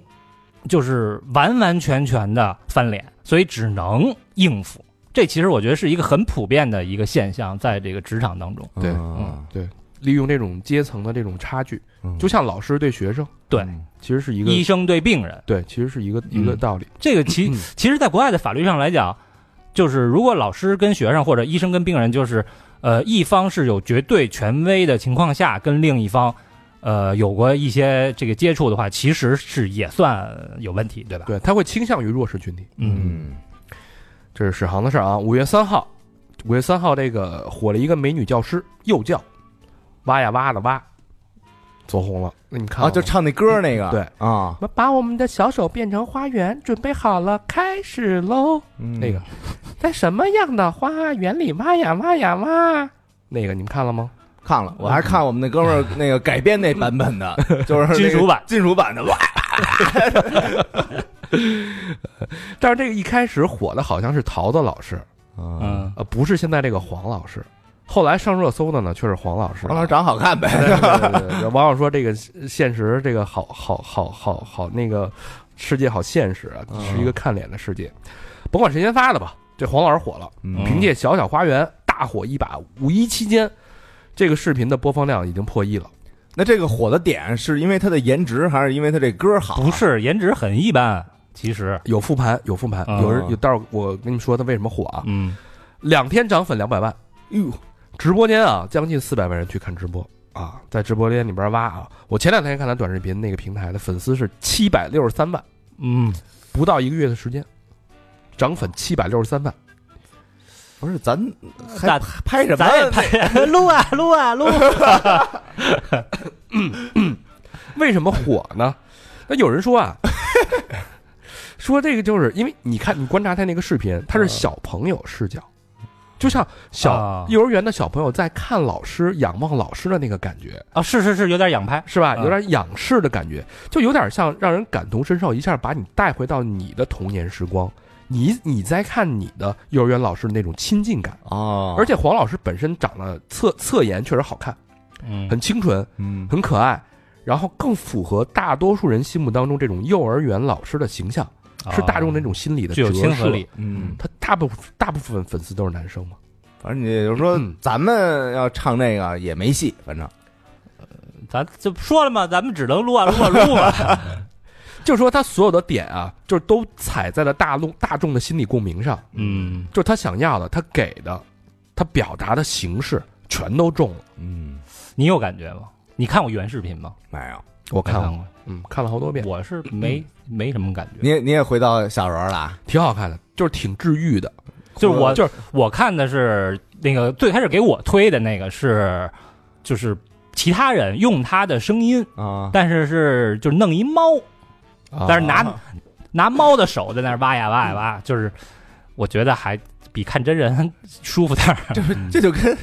[SPEAKER 4] 就是完完全全的翻脸，所以只能应付。这其实我觉得是一个很普遍的一个现象，在这个职场当中。
[SPEAKER 3] 对
[SPEAKER 2] 嗯
[SPEAKER 3] 利用这种阶层的这种差距，
[SPEAKER 2] 嗯
[SPEAKER 3] 就像老师对学生，
[SPEAKER 4] 对
[SPEAKER 2] 嗯
[SPEAKER 3] 其实是一个
[SPEAKER 4] 医生对病人，
[SPEAKER 3] 对，其实是一个一个
[SPEAKER 4] 嗯
[SPEAKER 3] 道理。
[SPEAKER 4] 这个其其实，在国外的法律上来讲，就是如果老师跟学生或者医生跟病人，就是呃一方是有绝对权威的情况下，跟另一方呃有过一些这个接触的话，其实是也算有问题，对吧？，
[SPEAKER 3] 对，他会倾向于弱势群体。
[SPEAKER 4] 嗯
[SPEAKER 2] 嗯，
[SPEAKER 3] 这是史航的事儿啊。五月三号，五月三号这个火了一个美女教师，幼教，挖呀挖的挖，走红了。那你看
[SPEAKER 2] 啊，就唱那歌那个，
[SPEAKER 3] 对
[SPEAKER 2] 啊，
[SPEAKER 3] 把我们的小手变成花园，准备好了，开始喽。那
[SPEAKER 4] 嗯
[SPEAKER 2] 那
[SPEAKER 3] 个，在什么样的花园里挖呀挖呀挖？那个你们看了吗？
[SPEAKER 2] 看
[SPEAKER 4] [LAUGHS]
[SPEAKER 2] 了，我还看我们那哥们儿那个改编那版本的，就是那个
[SPEAKER 4] 金属版
[SPEAKER 2] 金属版的，哇，
[SPEAKER 3] 但是这个一开始火的好像是桃子老师，
[SPEAKER 2] 嗯，
[SPEAKER 4] 嗯，
[SPEAKER 3] 呃，不是现在这个黄老师。后来上热搜的呢，却是黄老师。
[SPEAKER 2] 王老师长好看呗，
[SPEAKER 3] 对对对对对网友说这个现实，这个好好好好好那个世界好现实啊，
[SPEAKER 2] 嗯
[SPEAKER 3] 是一个看脸的世界。甭管谁先发的吧，这黄老师火了，
[SPEAKER 2] 嗯
[SPEAKER 3] 凭借《小小花园》大火一把。五一期间，这个视频的播放量已经破亿了。
[SPEAKER 2] 那这个火的点是因为他的颜值，还是因为他这歌好？
[SPEAKER 4] 不是颜值很一般，其实，
[SPEAKER 3] 有复盘，有复盘，
[SPEAKER 4] 嗯
[SPEAKER 3] 有人有。待会儿我跟你们说他为什么火啊？
[SPEAKER 4] 嗯
[SPEAKER 3] 两天涨粉两百万，
[SPEAKER 2] 哟，
[SPEAKER 3] 直播间啊，将近四百万人去看直播啊，在直播间里边挖啊。我前两天看他短视频那个平台的粉丝是七百六十三万，
[SPEAKER 4] 嗯，
[SPEAKER 3] 不到一个月的时间，涨粉七百六十三万。
[SPEAKER 2] 不是咱还
[SPEAKER 4] 咱
[SPEAKER 2] 拍什么？
[SPEAKER 4] 咱也拍 [LAUGHS] 录啊录啊录，
[SPEAKER 3] 为什么火呢？那有人说啊， [LAUGHS] 说这个就是因为你看，你观察他那个视频，他是小朋友视角，就像
[SPEAKER 4] 嗯
[SPEAKER 3] 小
[SPEAKER 4] 啊
[SPEAKER 3] 幼儿园的小朋友在看老师、仰望老师的那个感觉，
[SPEAKER 4] 啊，是是是，有点仰拍，
[SPEAKER 3] 是吧？
[SPEAKER 4] 嗯
[SPEAKER 3] 有点仰视的感觉，就有点像让人感同身受，一下把你带回到你的童年时光。你你在看你的幼儿园老师的那种亲近感，
[SPEAKER 4] 啊
[SPEAKER 2] 哦，
[SPEAKER 3] 而且黄老师本身长得侧侧颜确实好看，
[SPEAKER 4] 嗯，
[SPEAKER 3] 很清纯，
[SPEAKER 2] 嗯
[SPEAKER 3] 很可爱，然后更符合大多数人心目当中这种幼儿园老师的形象，是大众那
[SPEAKER 4] 种
[SPEAKER 3] 种心理的
[SPEAKER 4] 啊具有
[SPEAKER 3] 折
[SPEAKER 4] 亲和
[SPEAKER 3] 射。
[SPEAKER 4] 力，
[SPEAKER 2] 嗯，
[SPEAKER 3] 他大部分大部分粉丝都是男生嘛，
[SPEAKER 2] 反正你就是说
[SPEAKER 3] 嗯
[SPEAKER 2] 咱们要唱这个也没戏，反正
[SPEAKER 4] 哦咱就说了嘛，咱们只能录啊录啊录啊，
[SPEAKER 3] 就是说他所有的点啊，就是都踩在了大众大众的心理共鸣上，
[SPEAKER 4] 嗯
[SPEAKER 3] 就是他想要的，他给的，他表达的形式全都中了。
[SPEAKER 2] 嗯，
[SPEAKER 4] 你有感觉吗？你看过原视频吗？
[SPEAKER 2] 没有。
[SPEAKER 3] 我看
[SPEAKER 4] 没
[SPEAKER 3] 了，
[SPEAKER 4] 过，嗯
[SPEAKER 3] 嗯，看了好多遍，
[SPEAKER 4] 我是没没什么感觉。
[SPEAKER 2] 你也你也回到小时候了啊，
[SPEAKER 3] 挺好看的，就是挺治愈的。
[SPEAKER 4] 就是我
[SPEAKER 3] 就是
[SPEAKER 4] 我看的是那个最开始给我推的那个是，就是其他人用他的声音， [LAUGHS]
[SPEAKER 2] 啊，
[SPEAKER 4] 但是是就是弄一猫，但是拿、
[SPEAKER 2] 啊
[SPEAKER 4] 拿猫的手在那儿挖呀挖呀挖，就是我觉得还比看真人 [LAUGHS] 舒服点儿。
[SPEAKER 2] 这就跟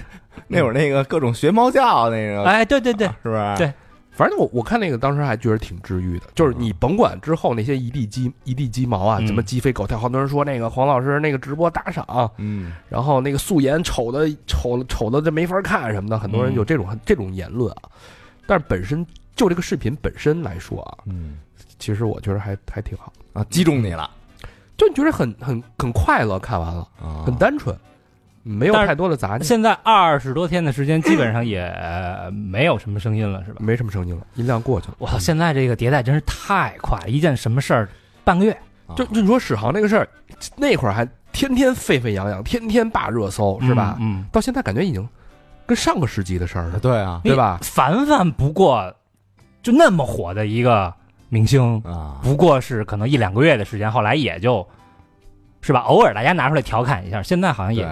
[SPEAKER 2] 那会儿那个各种学猫叫那个
[SPEAKER 4] 哎，对对对，
[SPEAKER 2] 是不是？
[SPEAKER 4] 对
[SPEAKER 3] 反正我我看那个当时还觉得挺治愈的，就是你甭管之后那些一地鸡一地鸡毛啊，
[SPEAKER 4] 嗯
[SPEAKER 3] 什么鸡飞狗跳，好多人说那个黄老师那个直播打赏，
[SPEAKER 2] 嗯，
[SPEAKER 3] 然后那个素颜丑的丑丑的这没法看什么的，很多人
[SPEAKER 4] 嗯
[SPEAKER 3] 有这种、这种言论啊。但是本身就这个视频本身来说啊，
[SPEAKER 2] 嗯
[SPEAKER 3] 其实我觉得还还挺好，
[SPEAKER 2] 啊，击中你了，
[SPEAKER 3] 就你觉得很很很快乐，看完了
[SPEAKER 2] 啊
[SPEAKER 3] 很单纯，没有
[SPEAKER 4] 但是
[SPEAKER 3] 太多的杂念，
[SPEAKER 4] 现在二十多天的时间，基本上也呃没有什么声音了，是吧？
[SPEAKER 3] 没什么声音了，音量过去了。
[SPEAKER 4] 我操，现在这个迭代真是太快，一件什么事儿半个月，
[SPEAKER 3] 就就你说史航那个事儿，那会儿还天天沸沸扬扬，天天霸热搜，是吧？
[SPEAKER 4] 嗯，嗯
[SPEAKER 3] 到现在感觉已经跟上个世纪的事儿了，
[SPEAKER 2] 对啊
[SPEAKER 3] 对吧？
[SPEAKER 4] 凡凡不过就那么火的一个明星，
[SPEAKER 2] 啊，
[SPEAKER 4] 不过是可能一两个月的时间，后来也就，是吧？偶尔大家拿出来调侃一下，现在好像也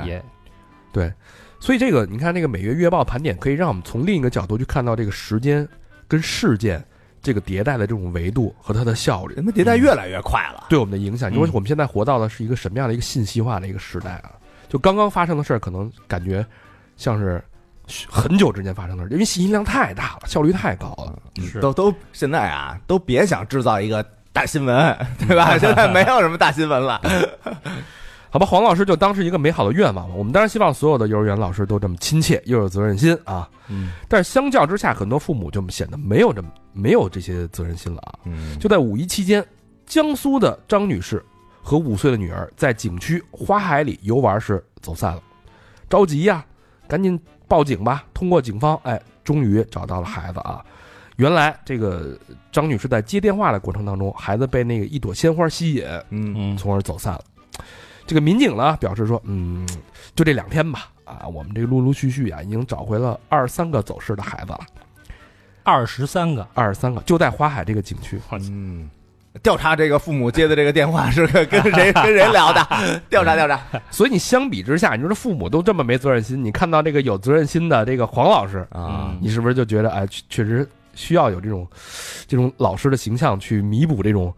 [SPEAKER 2] 对
[SPEAKER 4] 也
[SPEAKER 3] 所以这个你看，这个每月月报盘点，可以让我们从另一个角度去看到这个时间跟事件这个迭代的这种维度和它的效率
[SPEAKER 2] 人们迭代越来越快了，
[SPEAKER 3] 对我们的影响。因为
[SPEAKER 4] 嗯
[SPEAKER 3] 我们现在活到的是一个什么样的一个信息化的一个时代啊？就刚刚发生的事儿，可能感觉像是很久之前发生的事儿，因为信息量太大了，效率太高了。
[SPEAKER 2] 嗯
[SPEAKER 4] 嗯是
[SPEAKER 2] 都都现在啊，都别想制造一个大新闻，对吧？现在没有什么大新闻了，
[SPEAKER 3] 好吧，黄老师就当是一个美好的愿望吧。我们当然希望所有的幼儿园老师都这么亲切又有责任心啊。
[SPEAKER 4] 嗯，
[SPEAKER 3] 但是相较之下，很多父母就显得没有这么没有这些责任心了啊。
[SPEAKER 2] 嗯
[SPEAKER 3] 就在五一期间，江苏的张女士和五岁的女儿在景区花海里游玩时走散了，着急呀、赶紧报警吧。通过警方，哎，终于找到了孩子啊。原来这个张女士在接电话的过程当中，孩子被那个一朵鲜花吸引，
[SPEAKER 2] 嗯
[SPEAKER 4] 嗯
[SPEAKER 3] 从而走散了。这个民警呢表示说，嗯，就这两天吧，啊，我们这个陆陆续续啊，已经找回了二三个走失的孩子了，
[SPEAKER 4] 二十三个，
[SPEAKER 3] 二三个就在花海这个景区。
[SPEAKER 2] 嗯。调查这个父母接的这个电话是跟跟谁跟谁聊的？调查调查，
[SPEAKER 3] 所以你相比之下，你说这父母都这么没责任心，你看到这个有责任心的这个黄老师，
[SPEAKER 4] 嗯
[SPEAKER 2] 啊
[SPEAKER 3] 你是不是就觉得哎，确确实需要有这种这种老师的形象去弥补这种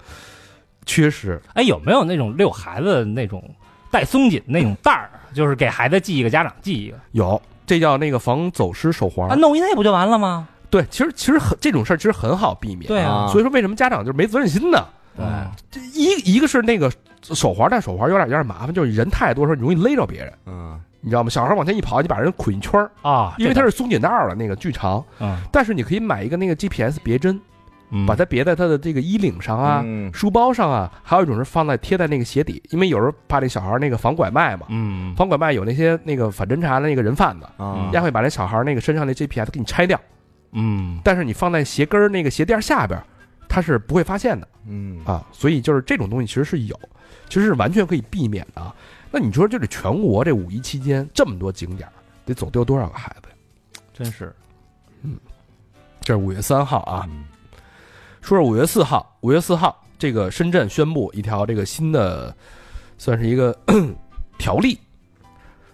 [SPEAKER 3] 缺失？
[SPEAKER 4] 哎，有没有那种遛孩子的那种带松紧那种带儿，就是给孩子系一个，家长系一个，
[SPEAKER 3] 有，这叫那个防走失手环。
[SPEAKER 4] 啊嗯啊，弄一那不就完了吗？
[SPEAKER 3] 对，其实其实很这种事儿其实很好避免。
[SPEAKER 4] 对啊
[SPEAKER 3] 所以说为什么家长就是没责任心呢？
[SPEAKER 2] 对
[SPEAKER 3] 这一一个是那个手环戴手环有点有点麻烦，就是人太多的时候你容易勒着别人，
[SPEAKER 2] 嗯
[SPEAKER 3] 你知道吗？小孩往前一跑，你把人捆一圈儿，
[SPEAKER 4] 啊，
[SPEAKER 3] 因为
[SPEAKER 4] 这
[SPEAKER 3] 它
[SPEAKER 4] 个
[SPEAKER 3] 是松紧带儿的那个巨长。
[SPEAKER 4] 嗯，
[SPEAKER 3] 但是你可以买一个那个 GPS 别针，把它别在他的这个衣领上啊、
[SPEAKER 2] 嗯
[SPEAKER 3] 书包上啊，还有一种是放在贴在那个鞋底，因为有时候怕那小孩儿那个防拐卖嘛，
[SPEAKER 4] 嗯
[SPEAKER 3] 防拐卖有那些那个反侦查的那个人贩子，
[SPEAKER 2] 啊
[SPEAKER 3] 人家会把那小孩儿那个身上那 GPS 给你拆掉，
[SPEAKER 4] 嗯
[SPEAKER 3] 但是你放在鞋跟儿那个鞋垫儿下边儿，他是不会发现的
[SPEAKER 2] 嗯
[SPEAKER 3] 啊。所以就是这种东西其实是有，其实是完全可以避免的啊。那你说，就这全国这五一期间这么多景点儿，得走丢多少个孩子呀？嗯
[SPEAKER 4] 真是
[SPEAKER 3] 这是五月三号啊，
[SPEAKER 2] 嗯
[SPEAKER 3] 说是五月四号，五月四号，这个深圳宣布一条这个新的，算是一个 [COUGHS] 条例，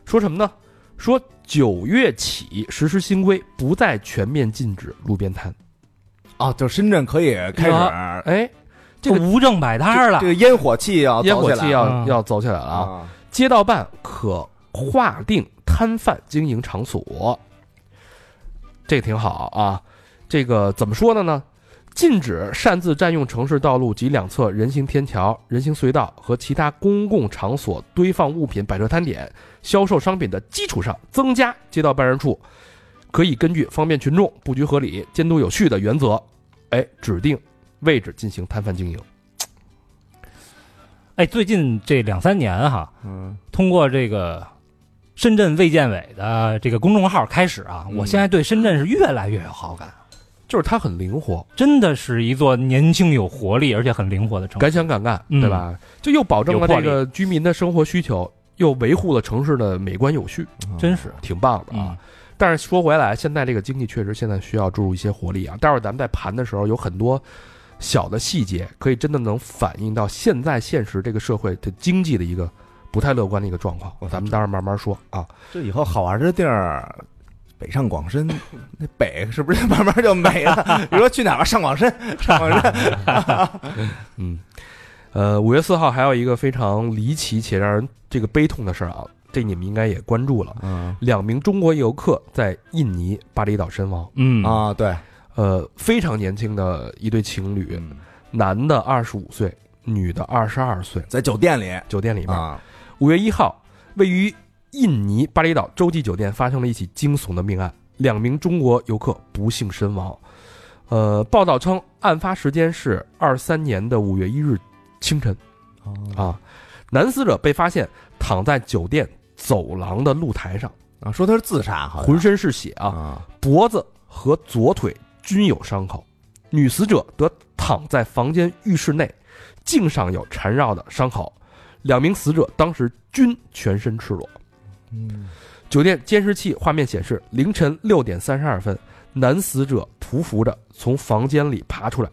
[SPEAKER 3] 说什么呢？说九月起实施新规，不再全面禁止路边摊。
[SPEAKER 2] 哦，就深圳可以开
[SPEAKER 4] 啊
[SPEAKER 2] 始
[SPEAKER 3] 哎，这
[SPEAKER 4] 这
[SPEAKER 3] 个
[SPEAKER 4] 个无证摆摊儿了
[SPEAKER 2] 这，个烟火气要
[SPEAKER 3] 烟
[SPEAKER 2] 走起
[SPEAKER 3] 火
[SPEAKER 2] 来
[SPEAKER 3] 气要、
[SPEAKER 4] 嗯
[SPEAKER 3] 要走起来了啊！
[SPEAKER 2] 啊，
[SPEAKER 3] 街道办可划定摊贩经营场所，这个挺好啊。这个怎么说的呢？禁止擅自占用城市道路及两侧人行天桥、人行隧道和其他公共场所堆放物品、摆设摊点、销售商品的基础上，增加街道办事处可以根据方便群众、布局合理、监督有序的原则，哎，指定位置进行摊贩经营。
[SPEAKER 4] 哎，最近这两三年哈，
[SPEAKER 2] 嗯
[SPEAKER 4] 通过这个深圳卫健委的这个公众号开始啊，
[SPEAKER 2] 嗯
[SPEAKER 4] 我现在对深圳是越来越有好感，
[SPEAKER 3] 就是它很灵活，
[SPEAKER 4] 真的是一座年轻有活力而且很灵活的城市。
[SPEAKER 3] 敢想敢干，
[SPEAKER 4] 嗯
[SPEAKER 3] 对吧？就又保证了
[SPEAKER 4] 有魄
[SPEAKER 3] 这
[SPEAKER 4] 力
[SPEAKER 3] 个居民的生活需求，又维护了城市的美观有序，
[SPEAKER 4] 真是
[SPEAKER 3] 挺棒的啊
[SPEAKER 4] 啊！，
[SPEAKER 3] 但是说回来，现在这个经济确实现在需要注入一些活力啊。待会儿咱们在盘的时候，有很多小的细节，可以真的能反映到现在现实这个社会的经济的一个不太乐观的一个状况
[SPEAKER 2] 我。操
[SPEAKER 3] 咱们待会儿慢慢说啊。
[SPEAKER 2] 这以后好玩的地儿。北上广 [LAUGHS] 深，那北是不是慢慢就没 [LAUGHS] 了？你说去哪儿吧？上广深，上广深，
[SPEAKER 3] 嗯，呃，五月四号还有一个非常离奇且让人这个悲痛的事儿啊，这你们应该也关注了。
[SPEAKER 2] [LAUGHS] 嗯
[SPEAKER 3] 两名中国游客在印尼巴厘岛身亡。
[SPEAKER 4] 嗯
[SPEAKER 2] 啊，对，
[SPEAKER 3] 呃，非常年轻的一对情侣，
[SPEAKER 2] 嗯
[SPEAKER 3] 男的二十五岁，女的二十二岁，
[SPEAKER 2] 在酒店里
[SPEAKER 3] 酒店里面，
[SPEAKER 2] 啊，
[SPEAKER 3] 五、月一号，位于印尼巴厘岛洲际酒店发生了一起惊悚的命案，两名中国游客不幸身亡。呃，报道称，案发时间是二三年的五月一日清晨啊，男死者被发现躺在酒店走廊的露台上，
[SPEAKER 2] 啊，说他是自杀，好像
[SPEAKER 3] 浑身是血啊，
[SPEAKER 2] 啊，
[SPEAKER 3] 脖子和左腿均有伤口。女死者得躺在房间浴室内，颈上有缠绕的伤口。两名死者当时均全身赤裸。
[SPEAKER 2] 嗯
[SPEAKER 3] 酒店监视器画面显示，凌晨六点三十二分，男死者匍匐着从房间里爬出来，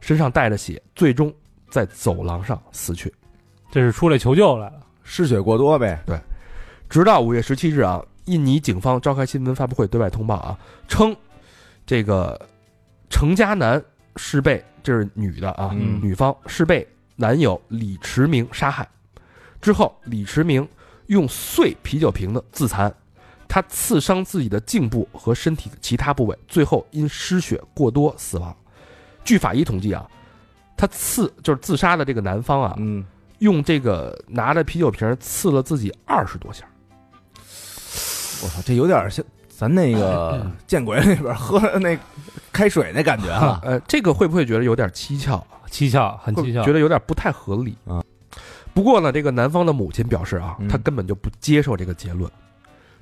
[SPEAKER 3] 身上带着血，最终在走廊上死去。
[SPEAKER 4] 这是出来求救来了。
[SPEAKER 2] 失血过多呗，
[SPEAKER 3] 直到五月十七日啊，印尼警方召开新闻发布会，对外通报啊，称这个程家男是被这是女的啊，
[SPEAKER 2] 嗯
[SPEAKER 3] 女方是被男友李驰明杀害之后，李驰明用碎啤酒瓶子自残，他刺伤自己的颈部和身体的其他部位，最后因失血过多死亡。据法医统计啊，他刺就是自杀的这个男方啊，
[SPEAKER 2] 嗯，
[SPEAKER 3] 用这个拿着啤酒瓶刺了自己二十多下。
[SPEAKER 2] 我操，这有点像咱那个见鬼里边喝那开水那感觉 [LAUGHS] 啊，
[SPEAKER 3] 呃，这个会不会觉得有点蹊跷？
[SPEAKER 4] 蹊跷，很
[SPEAKER 3] 会
[SPEAKER 4] 蹊跷，
[SPEAKER 3] 觉得有点不太合理
[SPEAKER 2] 啊。
[SPEAKER 3] 不过呢，这个男方的母亲表示啊
[SPEAKER 2] 嗯，
[SPEAKER 3] 她根本就不接受这个结论。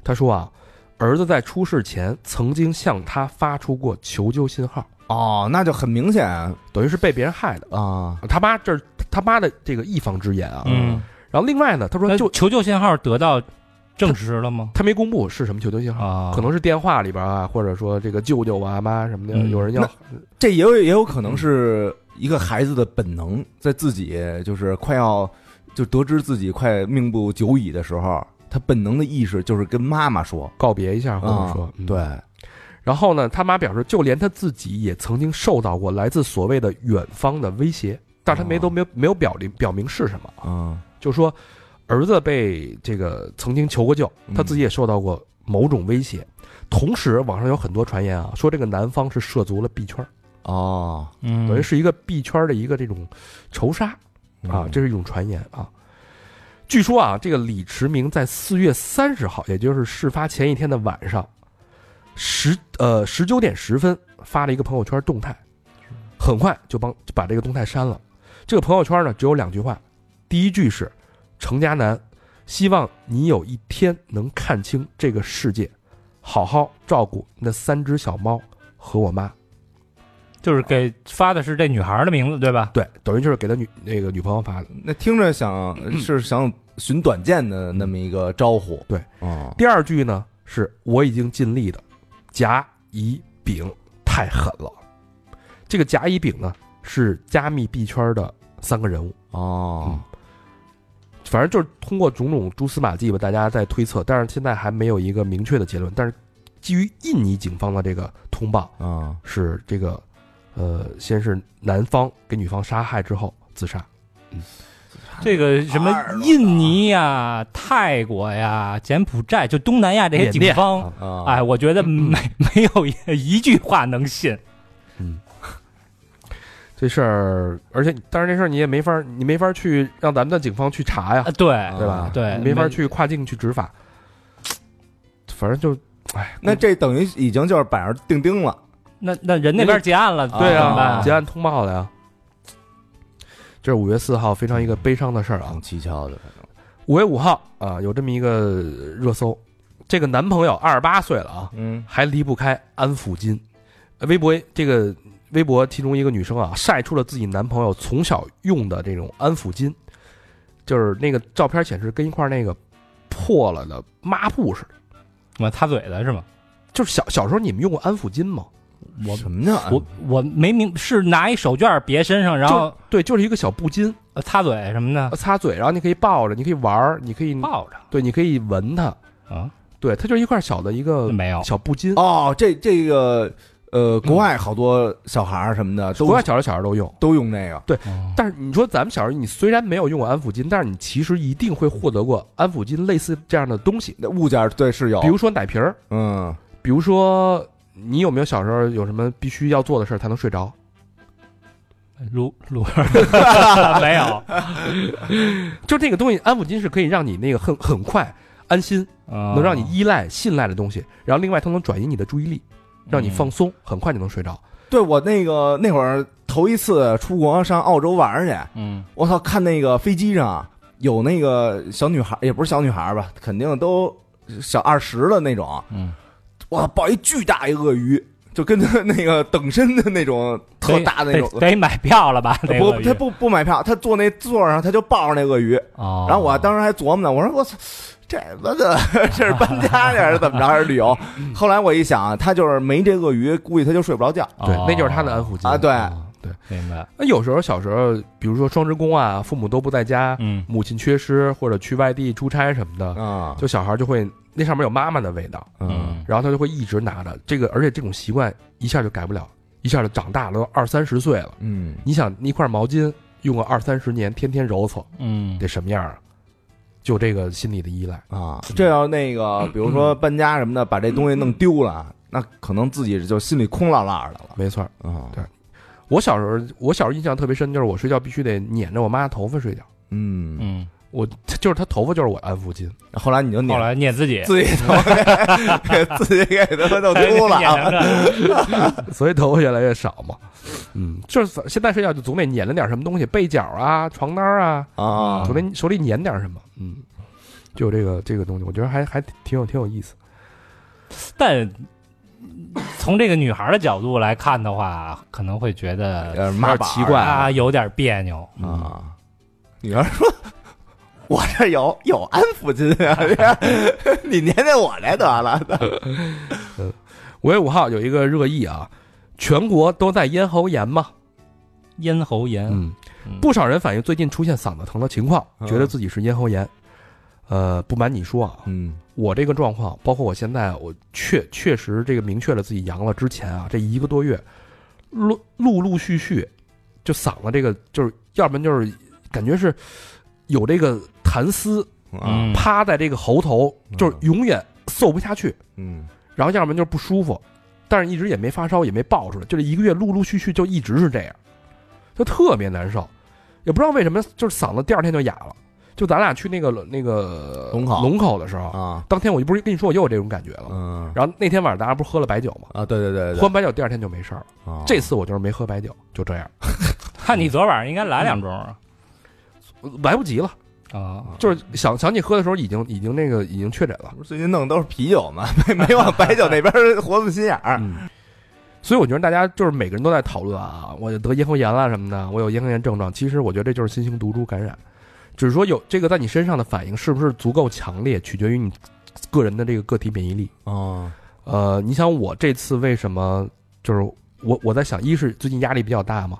[SPEAKER 3] 她说啊，儿子在出事前曾经向她发出过求救信号，
[SPEAKER 2] 哦，那就很明显
[SPEAKER 3] 等于是被别人害的。
[SPEAKER 2] 啊，
[SPEAKER 3] 他妈这是他妈的这个一方之言啊。
[SPEAKER 4] 嗯，
[SPEAKER 3] 然后另外呢，她说
[SPEAKER 4] 那
[SPEAKER 3] 就
[SPEAKER 4] 求救信号得到证实了吗？
[SPEAKER 3] 她没公布是什么求救信号，
[SPEAKER 4] 啊，
[SPEAKER 3] 可能是电话里边啊，或者说这个舅舅啊、妈什么的，
[SPEAKER 4] 嗯
[SPEAKER 3] 有人要
[SPEAKER 2] 那这也有也有可能
[SPEAKER 3] 嗯
[SPEAKER 2] 是一个孩子的本能，在自己就是快要就得知自己快命不久矣的时候，他本能的意识就是跟妈妈说，
[SPEAKER 3] 告别一下，或者
[SPEAKER 2] 啊
[SPEAKER 3] 说、嗯
[SPEAKER 2] 对，
[SPEAKER 3] 然后呢，他妈表示，就连他自己也曾经受到过来自所谓的远方的威胁，但是他没
[SPEAKER 2] 哦
[SPEAKER 3] 都没有没有表明表明是什么，
[SPEAKER 2] 嗯
[SPEAKER 3] 就说儿子被这个曾经求过救，他自己也受到过某种威胁。同时，网上有很多传言啊，说这个南方是涉足了币圈，
[SPEAKER 2] 哦
[SPEAKER 4] 嗯
[SPEAKER 3] 等于是一个币圈的一个这种仇杀
[SPEAKER 2] 嗯
[SPEAKER 3] 啊，这是一种传言啊。据说啊，这个李驰明在四月三十号，也就是事发前一天的晚上，十呃十九点十分发了一个朋友圈动态，很快就帮就把这个动态删了。这个朋友圈呢只有两句话，第一句是“程家南，希望你有一天能看清这个世界，好好照顾那三只小猫和我妈。”
[SPEAKER 4] 就是给发的是这女孩的名字，对吧？
[SPEAKER 3] 对，等于就是给他女那个女朋友发的。
[SPEAKER 2] 那听着想
[SPEAKER 3] [CLEARS THROAT]
[SPEAKER 2] 是想寻短见的那么一个招呼，
[SPEAKER 3] 对，
[SPEAKER 2] 哦，
[SPEAKER 3] 第二句呢是我已经尽力的，甲乙丙太狠了。这个甲乙丙呢是加密币圈的三个人物，
[SPEAKER 2] 哦，
[SPEAKER 3] 反正就是通过种种蛛丝马迹吧，大家在推测，但是现在还没有一个明确的结论。但是基于印尼警方的这个通报，
[SPEAKER 2] 啊，
[SPEAKER 3] 是这个呃，先是男方给女方杀害之后自杀，啊
[SPEAKER 4] 这个什么印尼呀、泰国呀、柬埔寨，就东南亚这些警方，
[SPEAKER 2] 啊，
[SPEAKER 4] 哎，我觉得没 [LAUGHS] 没有一句话能信。
[SPEAKER 3] 这事儿，而且当然这事儿你也没法儿，你没法儿去让咱们的警方去查呀
[SPEAKER 4] 啊，，对
[SPEAKER 2] 啊
[SPEAKER 3] 对吧？
[SPEAKER 4] 对，
[SPEAKER 3] 没法去跨境去执法，反正就，哎，
[SPEAKER 2] 那这等于已经就是板上钉钉了，
[SPEAKER 4] 那那人那边结案了，
[SPEAKER 3] 对
[SPEAKER 4] 怎么
[SPEAKER 3] 啊，
[SPEAKER 4] 办
[SPEAKER 3] 结案通报了呀。这是五月四号非常一个悲伤的事儿啊
[SPEAKER 2] 挺。蹊跷的，
[SPEAKER 3] 五月五号啊，有这么一个热搜，这个男朋友二十八岁了啊，
[SPEAKER 2] 嗯，
[SPEAKER 3] 还离不开安抚巾。呃微博这个微博其中一个女生啊，晒出了自己男朋友从小用的这种安抚巾，就是那个照片显示跟一块那个破了的抹布似的。
[SPEAKER 4] 我擦嘴的是吗？
[SPEAKER 3] 就是小小时候你们用过安抚巾吗？
[SPEAKER 4] 我
[SPEAKER 2] 什么叫
[SPEAKER 4] 我我没明是拿一手绢别身上，然后
[SPEAKER 3] 对，就是一个小布巾，
[SPEAKER 4] 呃擦嘴什么的
[SPEAKER 3] 呃擦嘴，然后你可以抱着，你可以玩儿，你可以
[SPEAKER 4] 抱着
[SPEAKER 3] 对，你可以闻它，
[SPEAKER 4] 啊，
[SPEAKER 3] 对，它就是一块小的一个
[SPEAKER 4] 没有
[SPEAKER 3] 小布巾，
[SPEAKER 2] 嗯哦，这这个呃，国外好多小孩儿什么的都
[SPEAKER 3] 国外小孩小孩都用。
[SPEAKER 2] 都用那个，
[SPEAKER 4] 哦
[SPEAKER 3] 但是你说咱们小时候，你虽然没有用过安抚巾，但是你其实一定会获得过安抚巾类似这样的东西，
[SPEAKER 2] 那物件儿对是有，
[SPEAKER 3] 比如说奶瓶儿，
[SPEAKER 2] 嗯，
[SPEAKER 3] 比如说你有没有小时候有什么必须要做的事儿才能睡着？
[SPEAKER 4] 撸撸 [LAUGHS] 没有，
[SPEAKER 3] 就这个东西，安抚巾是可以让你那个很很快安心，
[SPEAKER 4] 能
[SPEAKER 3] 能让你依赖、信赖的东西，然后另外它能转移你的注意力，
[SPEAKER 4] 嗯
[SPEAKER 3] 让你放松，很快就能睡着。
[SPEAKER 2] 对我那个那会儿头一次出国上澳洲玩儿去，
[SPEAKER 4] 嗯
[SPEAKER 2] 我操，看那个飞机上有那个小女孩，也不是小女孩吧，肯定都小二十的那种，
[SPEAKER 4] 嗯，
[SPEAKER 2] 我操，抱一巨大一鳄鱼，就跟他那个等身的那种特大的那种
[SPEAKER 4] 得。得买票了吧？那
[SPEAKER 2] 不
[SPEAKER 4] 鳄，鱼
[SPEAKER 2] 他不不买票，他坐那座上，他就抱着那鳄鱼。
[SPEAKER 4] 哦，
[SPEAKER 2] 然后我当时还琢磨呢，我说我操，这他的 [LAUGHS] 这是搬家去还是怎么着，还是旅游？后来我一想，他就是没这鳄鱼，估计他就睡不着觉。
[SPEAKER 3] 对
[SPEAKER 4] 哦，
[SPEAKER 3] 那就是他的安抚剂
[SPEAKER 2] 啊对
[SPEAKER 3] 对，
[SPEAKER 4] 明白，
[SPEAKER 3] 那有时候小时候，比如说双职工啊，父母都不在家，
[SPEAKER 4] 嗯
[SPEAKER 3] 母亲缺失或者去外地出差什么的，
[SPEAKER 2] 啊，
[SPEAKER 3] 就小孩就会那上面有妈妈的味道，
[SPEAKER 2] 嗯，
[SPEAKER 3] 然后他就会一直拿着这个，而且这种习惯一下就改不了，一下就长大了，都二三十岁了。
[SPEAKER 2] 嗯，
[SPEAKER 3] 你想一块毛巾用个二三十年，天天揉搓，
[SPEAKER 4] 嗯
[SPEAKER 3] 得什么样啊？就这个心理的依赖，
[SPEAKER 2] 啊，这要那个，比如说搬家什么的，把这东西弄丢了，那可能自己就心里空落落的了。
[SPEAKER 3] 没错儿。
[SPEAKER 2] 啊，
[SPEAKER 3] 对我小时候，我小时候印象特别深，就是我睡觉必须得撵着我妈头发睡觉，
[SPEAKER 2] 嗯，
[SPEAKER 4] 嗯，
[SPEAKER 3] 我就是她头发就是我安抚巾。
[SPEAKER 2] 后来你就
[SPEAKER 4] 后
[SPEAKER 2] 撵
[SPEAKER 4] 来捏自己
[SPEAKER 2] 自己他妈给 [LAUGHS] 给自己给他
[SPEAKER 4] [LAUGHS]
[SPEAKER 2] 妈弄丢
[SPEAKER 4] 哎
[SPEAKER 2] 了啊。
[SPEAKER 4] 了，
[SPEAKER 3] 所以头发越来越少嘛。嗯，就是现在睡觉就总得粘着点什么东西，被角啊、床单啊，
[SPEAKER 2] 啊
[SPEAKER 3] 总得手里粘点什么。嗯，就有这个这个东西，我觉得还还挺有挺有意思。
[SPEAKER 4] 但。从这个女孩的角度来看的话，可能会觉得
[SPEAKER 2] 呃，妈宝儿
[SPEAKER 3] 奇怪
[SPEAKER 4] 啊有点别扭，
[SPEAKER 2] 啊！女儿说：“ [LAUGHS] 我这有有安抚巾啊， [LAUGHS] 你念念我来得了。
[SPEAKER 3] 五月五号有一个热议啊，全国都在咽喉炎嘛，
[SPEAKER 2] 嗯
[SPEAKER 4] 咽喉炎，
[SPEAKER 3] 嗯
[SPEAKER 4] 嗯，
[SPEAKER 3] 不少人反映最近出现嗓子疼的情况，
[SPEAKER 2] 嗯
[SPEAKER 3] 觉得自己是咽喉炎。呃，不瞒你说啊”，
[SPEAKER 2] 嗯
[SPEAKER 3] 我这个状况，包括我现在，我确确实这个明确了自己阳了之前啊，这一个多月，陆陆陆续续，就嗓子这个就是，要不然就是感觉是有这个痰丝
[SPEAKER 2] 啊
[SPEAKER 4] 嗯
[SPEAKER 3] 趴在这个喉头，
[SPEAKER 2] 嗯
[SPEAKER 3] 就是永远瘦不下去，
[SPEAKER 2] 嗯，
[SPEAKER 3] 然后要么就是不舒服，但是一直也没发烧，也没爆出来，就这一个月陆陆续续就一直是这样，就特别难受，也不知道为什么，就是嗓子第二天就哑了。就咱俩去那个那个
[SPEAKER 2] 龙口
[SPEAKER 3] 龙口的时候，
[SPEAKER 2] 啊，
[SPEAKER 3] 当天我就不是跟你说我又有这种感觉了吗？
[SPEAKER 2] 嗯
[SPEAKER 3] 然后那天晚上大家不是喝了白酒吗？
[SPEAKER 2] 啊，对对对
[SPEAKER 3] 喝
[SPEAKER 2] 对
[SPEAKER 3] 完白酒第二天就没事儿了。，
[SPEAKER 2] 啊
[SPEAKER 3] 这次我就是没喝白酒，就这样，
[SPEAKER 4] 看你昨晚上应该来两盅啊。
[SPEAKER 3] 来不及了。
[SPEAKER 4] 啊，
[SPEAKER 3] 就是想想起喝的时候，已经已经那个已经确诊了。
[SPEAKER 2] 不是最近弄的都是啤酒嘛， [LAUGHS] 没没往白酒那边活动心眼儿，
[SPEAKER 3] 嗯，所以我觉得大家就是每个人都在讨论啊，我得咽喉炎了什么的，我有咽喉炎症状。其实我觉得这就是新型毒株感染，只是说有这个在你身上的反应是不是足够强烈，取决于你个人的这个个体免疫力。
[SPEAKER 2] 哦，
[SPEAKER 3] 呃，你想我这次为什么就是我我在想，一是最近压力比较大嘛，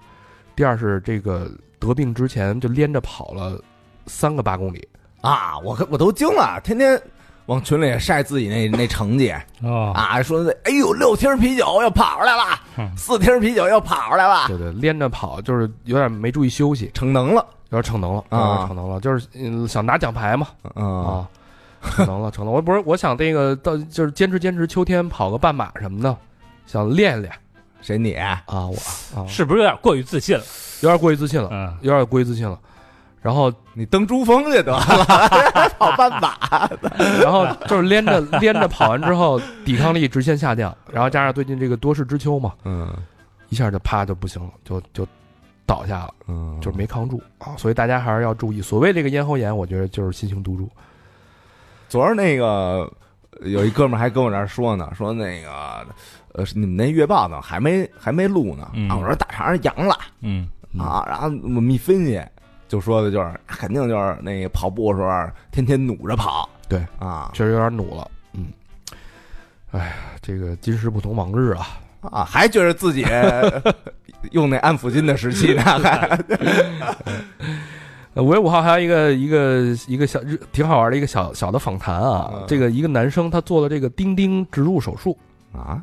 [SPEAKER 3] 第二是这个得病之前就连着跑了三个八公里，
[SPEAKER 2] 啊，我可我都惊了，天天往群里晒自己那那成绩
[SPEAKER 4] 哦，
[SPEAKER 2] 啊，说哎呦六听啤酒要跑出来了，
[SPEAKER 4] 嗯
[SPEAKER 2] 四听啤酒要跑出来了，
[SPEAKER 3] 对对，连着跑就是有点没注意休息，
[SPEAKER 2] 逞能了，
[SPEAKER 3] 有点逞能了，有
[SPEAKER 2] 啊
[SPEAKER 3] 点逞能了，就是嗯想拿奖牌嘛
[SPEAKER 2] 嗯
[SPEAKER 4] 哦
[SPEAKER 3] 啊，逞能了， [LAUGHS] 逞能。我不是我想这个到就是坚持坚持，秋天跑个半马什么的，想练练
[SPEAKER 2] 谁你
[SPEAKER 3] 啊，我啊
[SPEAKER 4] 是不是有点过于自信了？
[SPEAKER 3] 有点过于自信了，
[SPEAKER 4] 嗯，
[SPEAKER 3] 有点过于自信了。然后，
[SPEAKER 2] 你登珠峰去得
[SPEAKER 3] [LAUGHS]
[SPEAKER 2] 了，跑半马，
[SPEAKER 3] 然后就是连着连着跑完之后，抵抗力直线下降，然后加上最近这个多事之秋嘛，
[SPEAKER 2] 嗯
[SPEAKER 3] 一下就啪就不行了，就就倒下了。
[SPEAKER 2] 嗯
[SPEAKER 3] 就是没扛住啊，所以大家还是要注意。所谓这个咽喉炎，我觉得就是新型毒株。
[SPEAKER 2] 昨儿那个呃有一哥们儿还跟我这儿说呢，说那个呃你们那月报呢还没还没录呢、
[SPEAKER 4] 嗯
[SPEAKER 2] 啊，我说大肠阳了
[SPEAKER 4] 嗯，
[SPEAKER 3] 嗯
[SPEAKER 2] 啊，然后我们一分析就说的就是啊肯定就是那个跑步的时候啊天天努着跑，
[SPEAKER 3] 对
[SPEAKER 2] 啊
[SPEAKER 3] 确实有点努了。嗯，哎呀，这个今时不同往日啊，
[SPEAKER 2] 啊还觉得自己 [LAUGHS] 用那安抚巾的时期
[SPEAKER 3] [LAUGHS]
[SPEAKER 2] 呢，还
[SPEAKER 3] 呃五月五号还有一个一个一个小日挺好玩的一个小小的访谈啊，
[SPEAKER 2] 嗯
[SPEAKER 3] 这个一个男生他做了这个钉钉植入手术，
[SPEAKER 2] 啊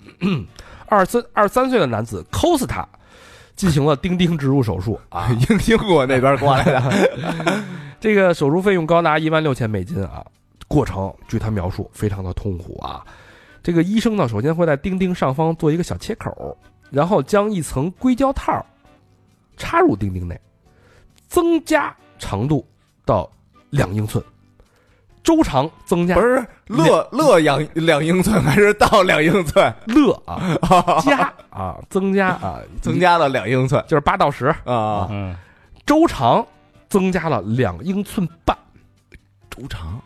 [SPEAKER 3] 二三二三岁的男子 cos 他进行了钉钉植入手术啊，
[SPEAKER 2] [LAUGHS] 英英国那边过来的，
[SPEAKER 3] 这个手术费用高达一万六千美金啊，过程据他描述非常的痛苦啊。这个医生呢，首先会在钉钉上方做一个小切口，然后将一层硅胶套插入钉钉内，增加长度到两英寸，周长增加
[SPEAKER 2] 不是乐乐两两英寸还是到两英寸，
[SPEAKER 3] 乐
[SPEAKER 2] [LAUGHS]
[SPEAKER 3] 啊加啊增加啊
[SPEAKER 2] 增加了两英寸
[SPEAKER 3] 就是八到十，
[SPEAKER 2] 啊，
[SPEAKER 4] 嗯，
[SPEAKER 3] 周长增加了两英寸半，
[SPEAKER 2] 周长，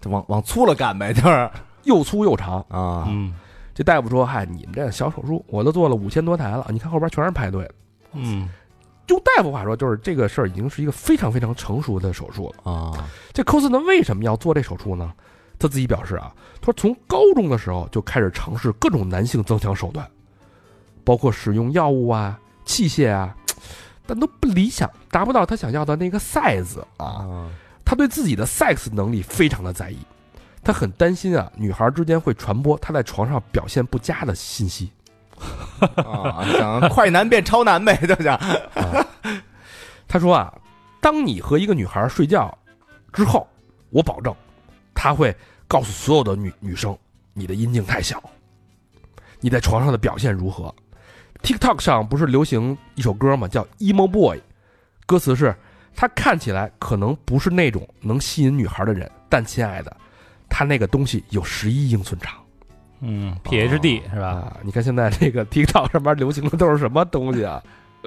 [SPEAKER 2] 这往往粗了干呗，就是。
[SPEAKER 3] 又粗又长。
[SPEAKER 2] 啊
[SPEAKER 4] 嗯
[SPEAKER 3] 这大夫说：“嗨，你们这小手术我都做了五千多台了，你看后边全是排队的。
[SPEAKER 4] 嗯，”
[SPEAKER 3] 用大夫话说，就是这个事儿已经是一个非常非常成熟的手术了。
[SPEAKER 2] 啊
[SPEAKER 3] 这科斯呢为什么要做这手术呢？他自己表示啊，他说从高中的时候就开始尝试各种男性增强手段，包括使用药物啊、器械啊，但都不理想，达不到他想要的那个 size 啊。
[SPEAKER 2] 啊！
[SPEAKER 3] 他对自己的 sex 能力非常的在意，他很担心啊，女孩之间会传播他在床上表现不佳的信息。
[SPEAKER 2] 啊想快男变超男呗，就想
[SPEAKER 3] 他说啊，当你和一个女孩睡觉之后，我保证，他会告诉所有的女女生，你的阴茎太小，你在床上的表现如何。TikTok 上不是流行一首歌吗？叫《emo boy》，歌词是：他看起来可能不是那种能吸引女孩的人，但亲爱的，他那个东西有十一英寸长
[SPEAKER 4] 嗯，PhD 是吧？
[SPEAKER 3] 啊啊！你看现在这个 [LAUGHS] TikTok 上面流行的都是什么东西啊？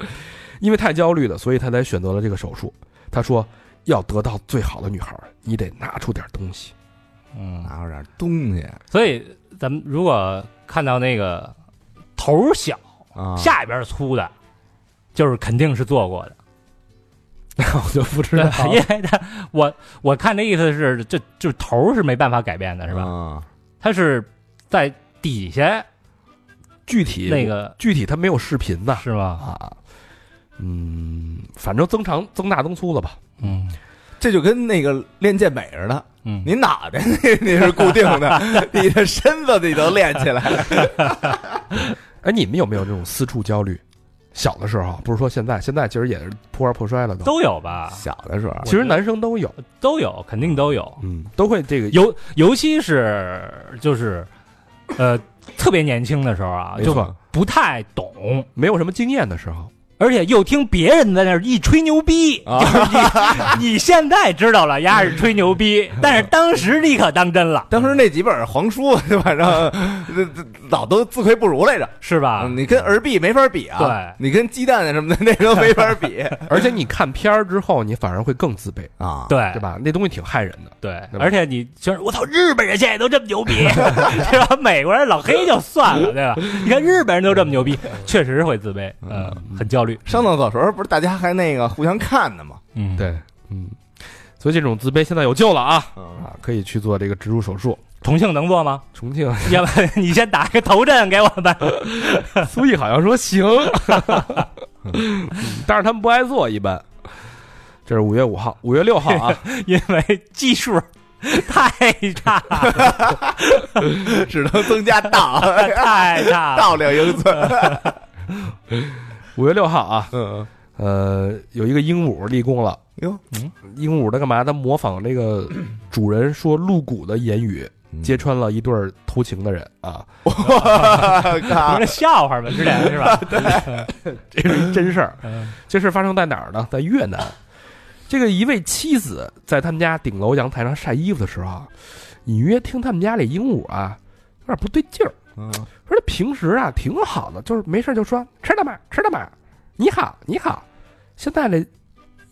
[SPEAKER 3] [LAUGHS] 因为太焦虑了，所以他才选择了这个手术。他说，要得到最好的女孩，你得拿出点东西。 [LAUGHS] 啊
[SPEAKER 4] 嗯，
[SPEAKER 2] [LAUGHS] 拿出点东西
[SPEAKER 4] 所以咱们如果看到那个头儿小、
[SPEAKER 2] 啊
[SPEAKER 4] 下边儿粗的，就是肯定是做过的，
[SPEAKER 3] 我就不知
[SPEAKER 4] 对 [LAUGHS] 吧？因为他我我看这意思是，这就头儿是没办法改变的，是吧？
[SPEAKER 2] 吧？
[SPEAKER 4] 它是在底下
[SPEAKER 3] 具体
[SPEAKER 4] 那个
[SPEAKER 3] 具体他没有视频呐
[SPEAKER 4] 是吗？
[SPEAKER 3] 啊，嗯，反正增长增大增粗了吧？
[SPEAKER 4] 嗯
[SPEAKER 2] 这就跟那个练健美似的， [LAUGHS]
[SPEAKER 4] 嗯，
[SPEAKER 2] 你脑袋你是固定 [LAUGHS] 的，你的身子你都练起来。
[SPEAKER 3] 哎，你们有没有这种私处焦虑？小的时候，不是说现在，现在其实也是破罐破摔了都。
[SPEAKER 4] 都有吧，
[SPEAKER 2] 小的时候
[SPEAKER 3] 其实男生都有，
[SPEAKER 4] 都有，肯定都有，
[SPEAKER 3] 嗯，都会这个
[SPEAKER 4] 尤尤其是就是，呃，特别年轻的时候啊，
[SPEAKER 2] 没
[SPEAKER 4] 就
[SPEAKER 2] 错，
[SPEAKER 4] 不太懂，
[SPEAKER 3] 没有什么经验的时候，
[SPEAKER 4] 而且又听别人在那儿一吹牛逼，
[SPEAKER 2] 啊
[SPEAKER 4] 就是你 [LAUGHS] 你现在知道了，丫是吹牛逼，但是当时你可当真了，
[SPEAKER 2] 当时那几本黄书，反 [LAUGHS] 正这这老都自愧不如来着。
[SPEAKER 4] 是吧？
[SPEAKER 2] 嗯你跟儿币没法比啊，
[SPEAKER 4] 啊对
[SPEAKER 2] 你跟鸡蛋什么的 [LAUGHS] 那都没法比
[SPEAKER 3] 而且你看片儿之后，你反而会更自卑，
[SPEAKER 2] 啊。
[SPEAKER 4] 对
[SPEAKER 3] 对吧？那东西挺害人的，
[SPEAKER 4] 对，
[SPEAKER 3] 对吧
[SPEAKER 4] 而且你就是我操，日本人现在都这么牛 [LAUGHS] 逼，对吧？美国人老黑就算了，对 [LAUGHS] 吧？你看日本人都这么牛逼，确实会自卑，嗯，很焦虑，
[SPEAKER 2] 上厕所时候不是大家还那个互相看呢吗？
[SPEAKER 4] 嗯，
[SPEAKER 3] 对，嗯，所以这种自卑现在有救了啊
[SPEAKER 2] 嗯，
[SPEAKER 3] 啊，可以去做这个植入手术。
[SPEAKER 4] 重庆能做吗？ [LAUGHS]
[SPEAKER 3] 重庆
[SPEAKER 4] 要不然你先打个头阵给我们，
[SPEAKER 3] [LAUGHS] 苏毅好像说 [LAUGHS] 行，嗯但是他们不爱做一般。这是五月五号，五月六号 [LAUGHS] 啊，
[SPEAKER 4] 因为技术太差了，
[SPEAKER 2] 只能增加道
[SPEAKER 4] 太差 [LAUGHS] 了。
[SPEAKER 2] 道量英寸。
[SPEAKER 3] 五月六号啊，
[SPEAKER 2] 嗯，
[SPEAKER 3] 呃，有一个鹦鹉立功了。
[SPEAKER 2] 哟，
[SPEAKER 3] 鹦鹉它干嘛？它模仿那个主人说露骨的言语，揭穿了一对儿偷情的人啊，
[SPEAKER 2] 我
[SPEAKER 4] 不
[SPEAKER 2] 靠
[SPEAKER 4] 是笑话吧？之前是 [LAUGHS] 吧？
[SPEAKER 3] 这是一真事儿。
[SPEAKER 4] 嗯
[SPEAKER 3] 这事儿发生在哪儿呢？在越南，这个一位妻子在他们家顶楼阳台上晒衣服的时候啊，隐约听他们家里鹦鹉啊有点不对劲儿，！
[SPEAKER 2] [LAUGHS] 嗯
[SPEAKER 3] 说这平时啊挺好的，就是没事就说吃了吗？吃了吗？你好，你好。现在这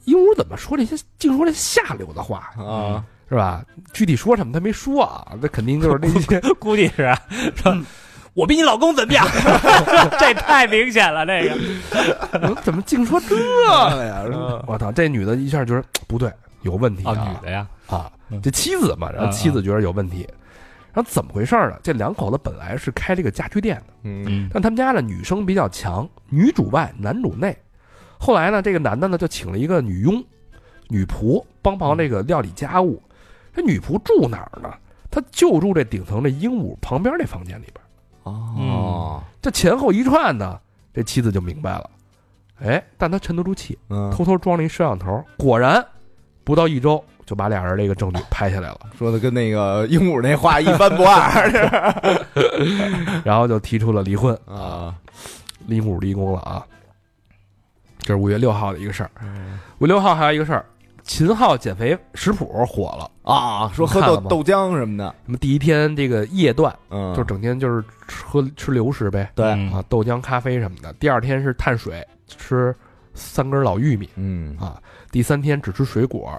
[SPEAKER 3] 鹦鹉怎么说这些净说这下流的话
[SPEAKER 2] 啊，
[SPEAKER 3] 是吧？具体说什么他没说啊，那肯定就是那
[SPEAKER 4] [LAUGHS]
[SPEAKER 3] 些
[SPEAKER 4] 估计是啊说，我比你老公怎 [LAUGHS] 么样？这太明显了，这个
[SPEAKER 3] 我怎么净说
[SPEAKER 4] [LAUGHS]
[SPEAKER 3] 这
[SPEAKER 2] 啊嗯
[SPEAKER 3] 个呀？我操，这女的一下觉得不对，有问题
[SPEAKER 4] 嗯哦，
[SPEAKER 3] 啊
[SPEAKER 4] 女的呀，
[SPEAKER 3] 啊
[SPEAKER 4] 嗯！
[SPEAKER 3] 这妻子嘛，然后妻子觉得有问题，然后怎么回事呢？这两口子本来是开这个家具店的，
[SPEAKER 2] 嗯
[SPEAKER 4] 嗯
[SPEAKER 3] 但他们家呢女生比较强，女主外男主内。后来呢，这个男的呢就请了一个女佣、女仆帮忙这个料理家务。这女仆住哪儿呢？她就住这顶层这鹦鹉旁边那房间里边。
[SPEAKER 2] 哦，
[SPEAKER 3] 这前后一串呢，这妻子就明白了。哎，但他沉得住气，
[SPEAKER 2] 嗯，
[SPEAKER 3] 偷偷装了一摄像头，果然不到一周就把俩人这个证据拍下来了，
[SPEAKER 2] 说的跟那个鹦鹉那话一般不二 [LAUGHS]
[SPEAKER 3] 然后就提出了离婚，
[SPEAKER 2] 啊。
[SPEAKER 3] 离母离工了啊。这是五月六号的一个事儿，
[SPEAKER 2] 嗯
[SPEAKER 3] 五月六号还有一个事儿，秦昊减肥食谱火了。
[SPEAKER 2] 啊，说
[SPEAKER 3] 你
[SPEAKER 2] 喝
[SPEAKER 3] 看
[SPEAKER 2] 豆
[SPEAKER 3] 了吗
[SPEAKER 2] 豆浆什么的，
[SPEAKER 3] 什么第一天这个夜断，
[SPEAKER 2] 嗯，
[SPEAKER 3] 就整天就是吃喝吃流食呗，
[SPEAKER 2] 对
[SPEAKER 4] 嗯
[SPEAKER 3] 啊，豆浆、咖啡什么的。第二天是碳水，吃三根老玉米，
[SPEAKER 2] 嗯
[SPEAKER 3] 啊，第三天只吃水果，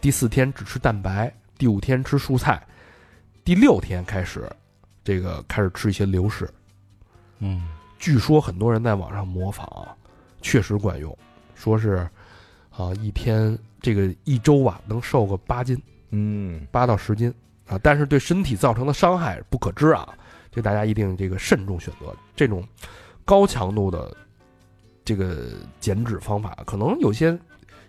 [SPEAKER 3] 第四天只吃蛋白，第五天吃蔬菜，第六天开始，这个开始吃一些流食。
[SPEAKER 4] 嗯，
[SPEAKER 3] 据说很多人在网上模仿啊，确实管用，说是啊，一天这个一周啊能瘦个八斤，
[SPEAKER 2] 嗯，
[SPEAKER 3] 八到十斤啊，但是对身体造成的伤害不可知啊，这大家一定这个慎重选择这种高强度的这个减脂方法，可能有些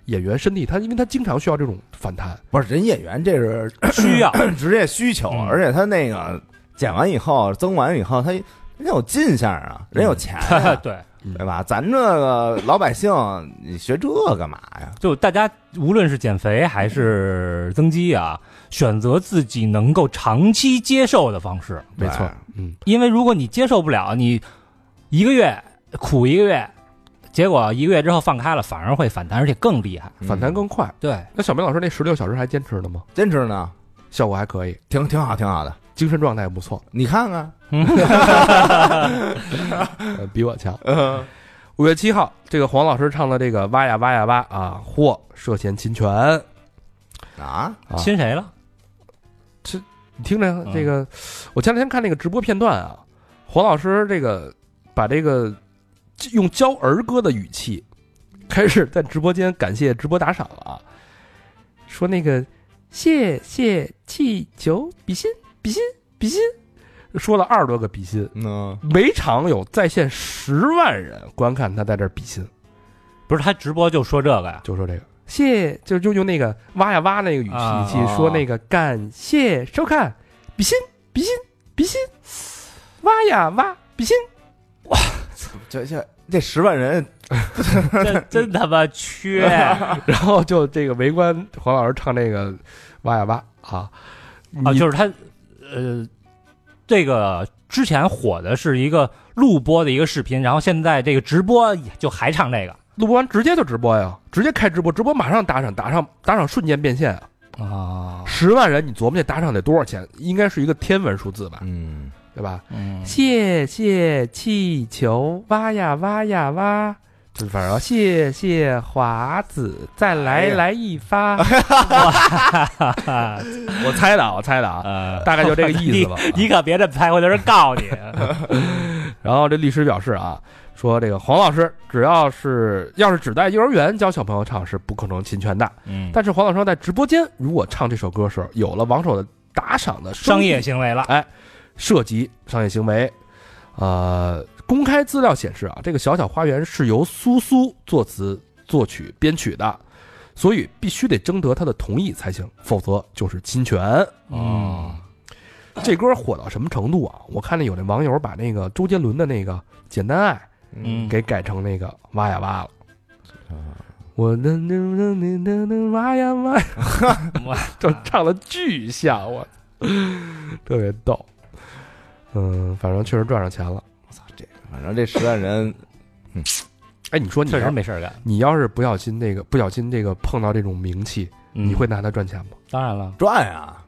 [SPEAKER 3] 演员身体他因为他经常需要这种反弹，
[SPEAKER 2] 不是人演员这是
[SPEAKER 4] 需 [LAUGHS] 要，
[SPEAKER 2] [CLEARS THROAT] 职业需求，
[SPEAKER 4] 嗯
[SPEAKER 2] 而且他那个减完以后，增完以后，他人有进项啊，人
[SPEAKER 3] 嗯
[SPEAKER 2] 有钱啊
[SPEAKER 3] [LAUGHS]
[SPEAKER 4] 对，
[SPEAKER 2] 对吧？咱这个老百姓，你学这干嘛呀？
[SPEAKER 4] 就大家无论是减肥还是增肌啊，选择自己能够长期接受的方式，
[SPEAKER 3] 没错
[SPEAKER 2] 对，
[SPEAKER 3] 嗯，
[SPEAKER 4] 因为如果你接受不了，你一个月苦一个月，结果一个月之后放开了，反而会反弹，而且更厉害。
[SPEAKER 3] 嗯
[SPEAKER 4] 啊
[SPEAKER 3] 反弹更快。
[SPEAKER 4] 对，
[SPEAKER 3] 那小明老师那十六小时还坚持了吗？
[SPEAKER 2] 嗯坚持呢，
[SPEAKER 3] 效果还可以，
[SPEAKER 2] 挺挺好，挺好的。
[SPEAKER 3] 精神状态也不错，
[SPEAKER 2] 你看看，
[SPEAKER 3] 呃，比我强。五月七号，这个黄老师唱的这个“挖呀挖呀挖”啊，或涉嫌侵权，
[SPEAKER 2] 啊，
[SPEAKER 3] 啊
[SPEAKER 4] 亲谁了？
[SPEAKER 3] 你听着
[SPEAKER 4] 嗯
[SPEAKER 3] 这个，我前两天看那个直播片段啊，黄老师这个把这个用教儿歌的语气，开始在直播间感谢直播打赏了啊，说那个谢谢气球比心比心比心，说了二十多个比心，
[SPEAKER 2] 嗯，
[SPEAKER 3] 每场有在线十万人观看他在这儿比心，
[SPEAKER 4] 不是他直播就说这个 [LAUGHS] 呀？
[SPEAKER 3] 就说这个谢，就就用那个挖呀挖那个语气、
[SPEAKER 4] 啊
[SPEAKER 3] 语气说那个感谢收看，比心比心比心，挖呀挖比心，
[SPEAKER 2] 这这这十万人
[SPEAKER 4] 真真他妈缺，啊，
[SPEAKER 3] [LAUGHS] 然后就这个围观黄老师唱这个挖呀挖啊，你
[SPEAKER 4] 就是他，呃，这个之前火的是一个录播的一个视频，然后现在这个直播就还唱这个
[SPEAKER 3] 录播完直接就直播呀，直接开直播，直播马上打赏，打赏打赏瞬间变现啊！
[SPEAKER 4] 啊，
[SPEAKER 3] 十万人，你琢磨这打赏得多少钱？应该是一个天文数字吧，
[SPEAKER 2] 嗯，
[SPEAKER 3] 对吧？
[SPEAKER 4] 嗯
[SPEAKER 3] 谢谢气球，挖呀挖呀挖，就是反正谢谢华子，再来
[SPEAKER 2] 哎呀
[SPEAKER 3] 来一发。
[SPEAKER 4] 啊
[SPEAKER 3] [LAUGHS] 我猜的啊，我猜的啊，
[SPEAKER 4] 呃，
[SPEAKER 3] 大概就这个意思吧。
[SPEAKER 4] [LAUGHS] 你可别这么拍，回头人告
[SPEAKER 3] [LAUGHS]
[SPEAKER 4] 你。
[SPEAKER 3] 然后这律师表示啊，说这个黄老师只要是要是只在幼儿园教小朋友唱是不可能侵权的，
[SPEAKER 4] 嗯，
[SPEAKER 3] 但是黄老师在直播间如果唱这首歌时，有了王手的打赏的收益
[SPEAKER 4] 商业行
[SPEAKER 3] [LAUGHS]
[SPEAKER 4] 为了，
[SPEAKER 3] 涉及商业行为。呃，公开资料显示啊，这个《小小花园》是由苏苏作词、作曲、编曲的，所以必须得征得他的同意才行，否则就是侵权。啊
[SPEAKER 4] 嗯，
[SPEAKER 3] 这歌火到什么程度啊？我看见有那网友把那个周杰伦的那个《简单爱》
[SPEAKER 4] 嗯
[SPEAKER 3] 给改成那个挖呀挖了。我的那那那那那挖呀挖呀，
[SPEAKER 4] [LAUGHS]
[SPEAKER 3] [LAUGHS]
[SPEAKER 4] 哇
[SPEAKER 3] 就唱的巨像，我特别逗。嗯，反正确实赚上钱了。
[SPEAKER 2] 反正这十万人，
[SPEAKER 3] 哎，你说你
[SPEAKER 4] 确实
[SPEAKER 3] 要
[SPEAKER 4] 没事儿干。
[SPEAKER 3] 你要是不小心那个不小心这个碰到这种名气，你
[SPEAKER 4] 嗯
[SPEAKER 3] 会拿它赚钱吗？
[SPEAKER 4] 当然了，
[SPEAKER 2] 赚啊，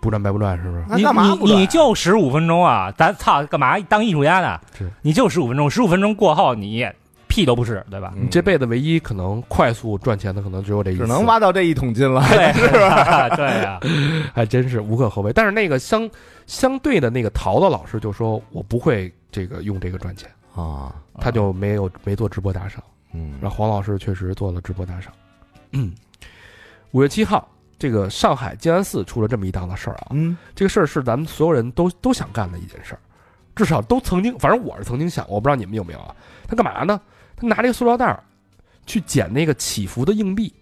[SPEAKER 3] 不赚白不赚，是不是？
[SPEAKER 2] 那
[SPEAKER 4] 你
[SPEAKER 2] 干嘛
[SPEAKER 4] 你
[SPEAKER 2] 不啊赚
[SPEAKER 4] 你就十五分钟啊！咱操，干嘛当艺术家呢
[SPEAKER 3] 是？
[SPEAKER 4] 你就十五分钟，十五分钟过后你也屁都不是，对吧？
[SPEAKER 3] 你这辈子唯一可能快速赚钱的，可能只有这一次，
[SPEAKER 2] 只能挖到这一桶金了。 [LAUGHS]
[SPEAKER 4] 对，是吧？ [LAUGHS] 对啊呀，
[SPEAKER 3] 还真是无可厚非。但是那个相相对的那个陶的老师就说，我不会这个用这个赚钱，
[SPEAKER 2] [LAUGHS] 啊，
[SPEAKER 3] [LAUGHS] 他就没有没做直播打赏。
[SPEAKER 2] 嗯
[SPEAKER 3] 嗯然后黄老师确实做了直播打赏。嗯五月七号，这个上海静安寺出了这么一档子事儿啊，
[SPEAKER 2] 嗯，
[SPEAKER 3] 这个事儿是咱们所有人都都想干的一件事儿，至少都曾经，反正我是曾经想过，我不知道你们有没有啊。他干嘛呢？他拿这个塑料袋儿去捡那个祈福的硬币，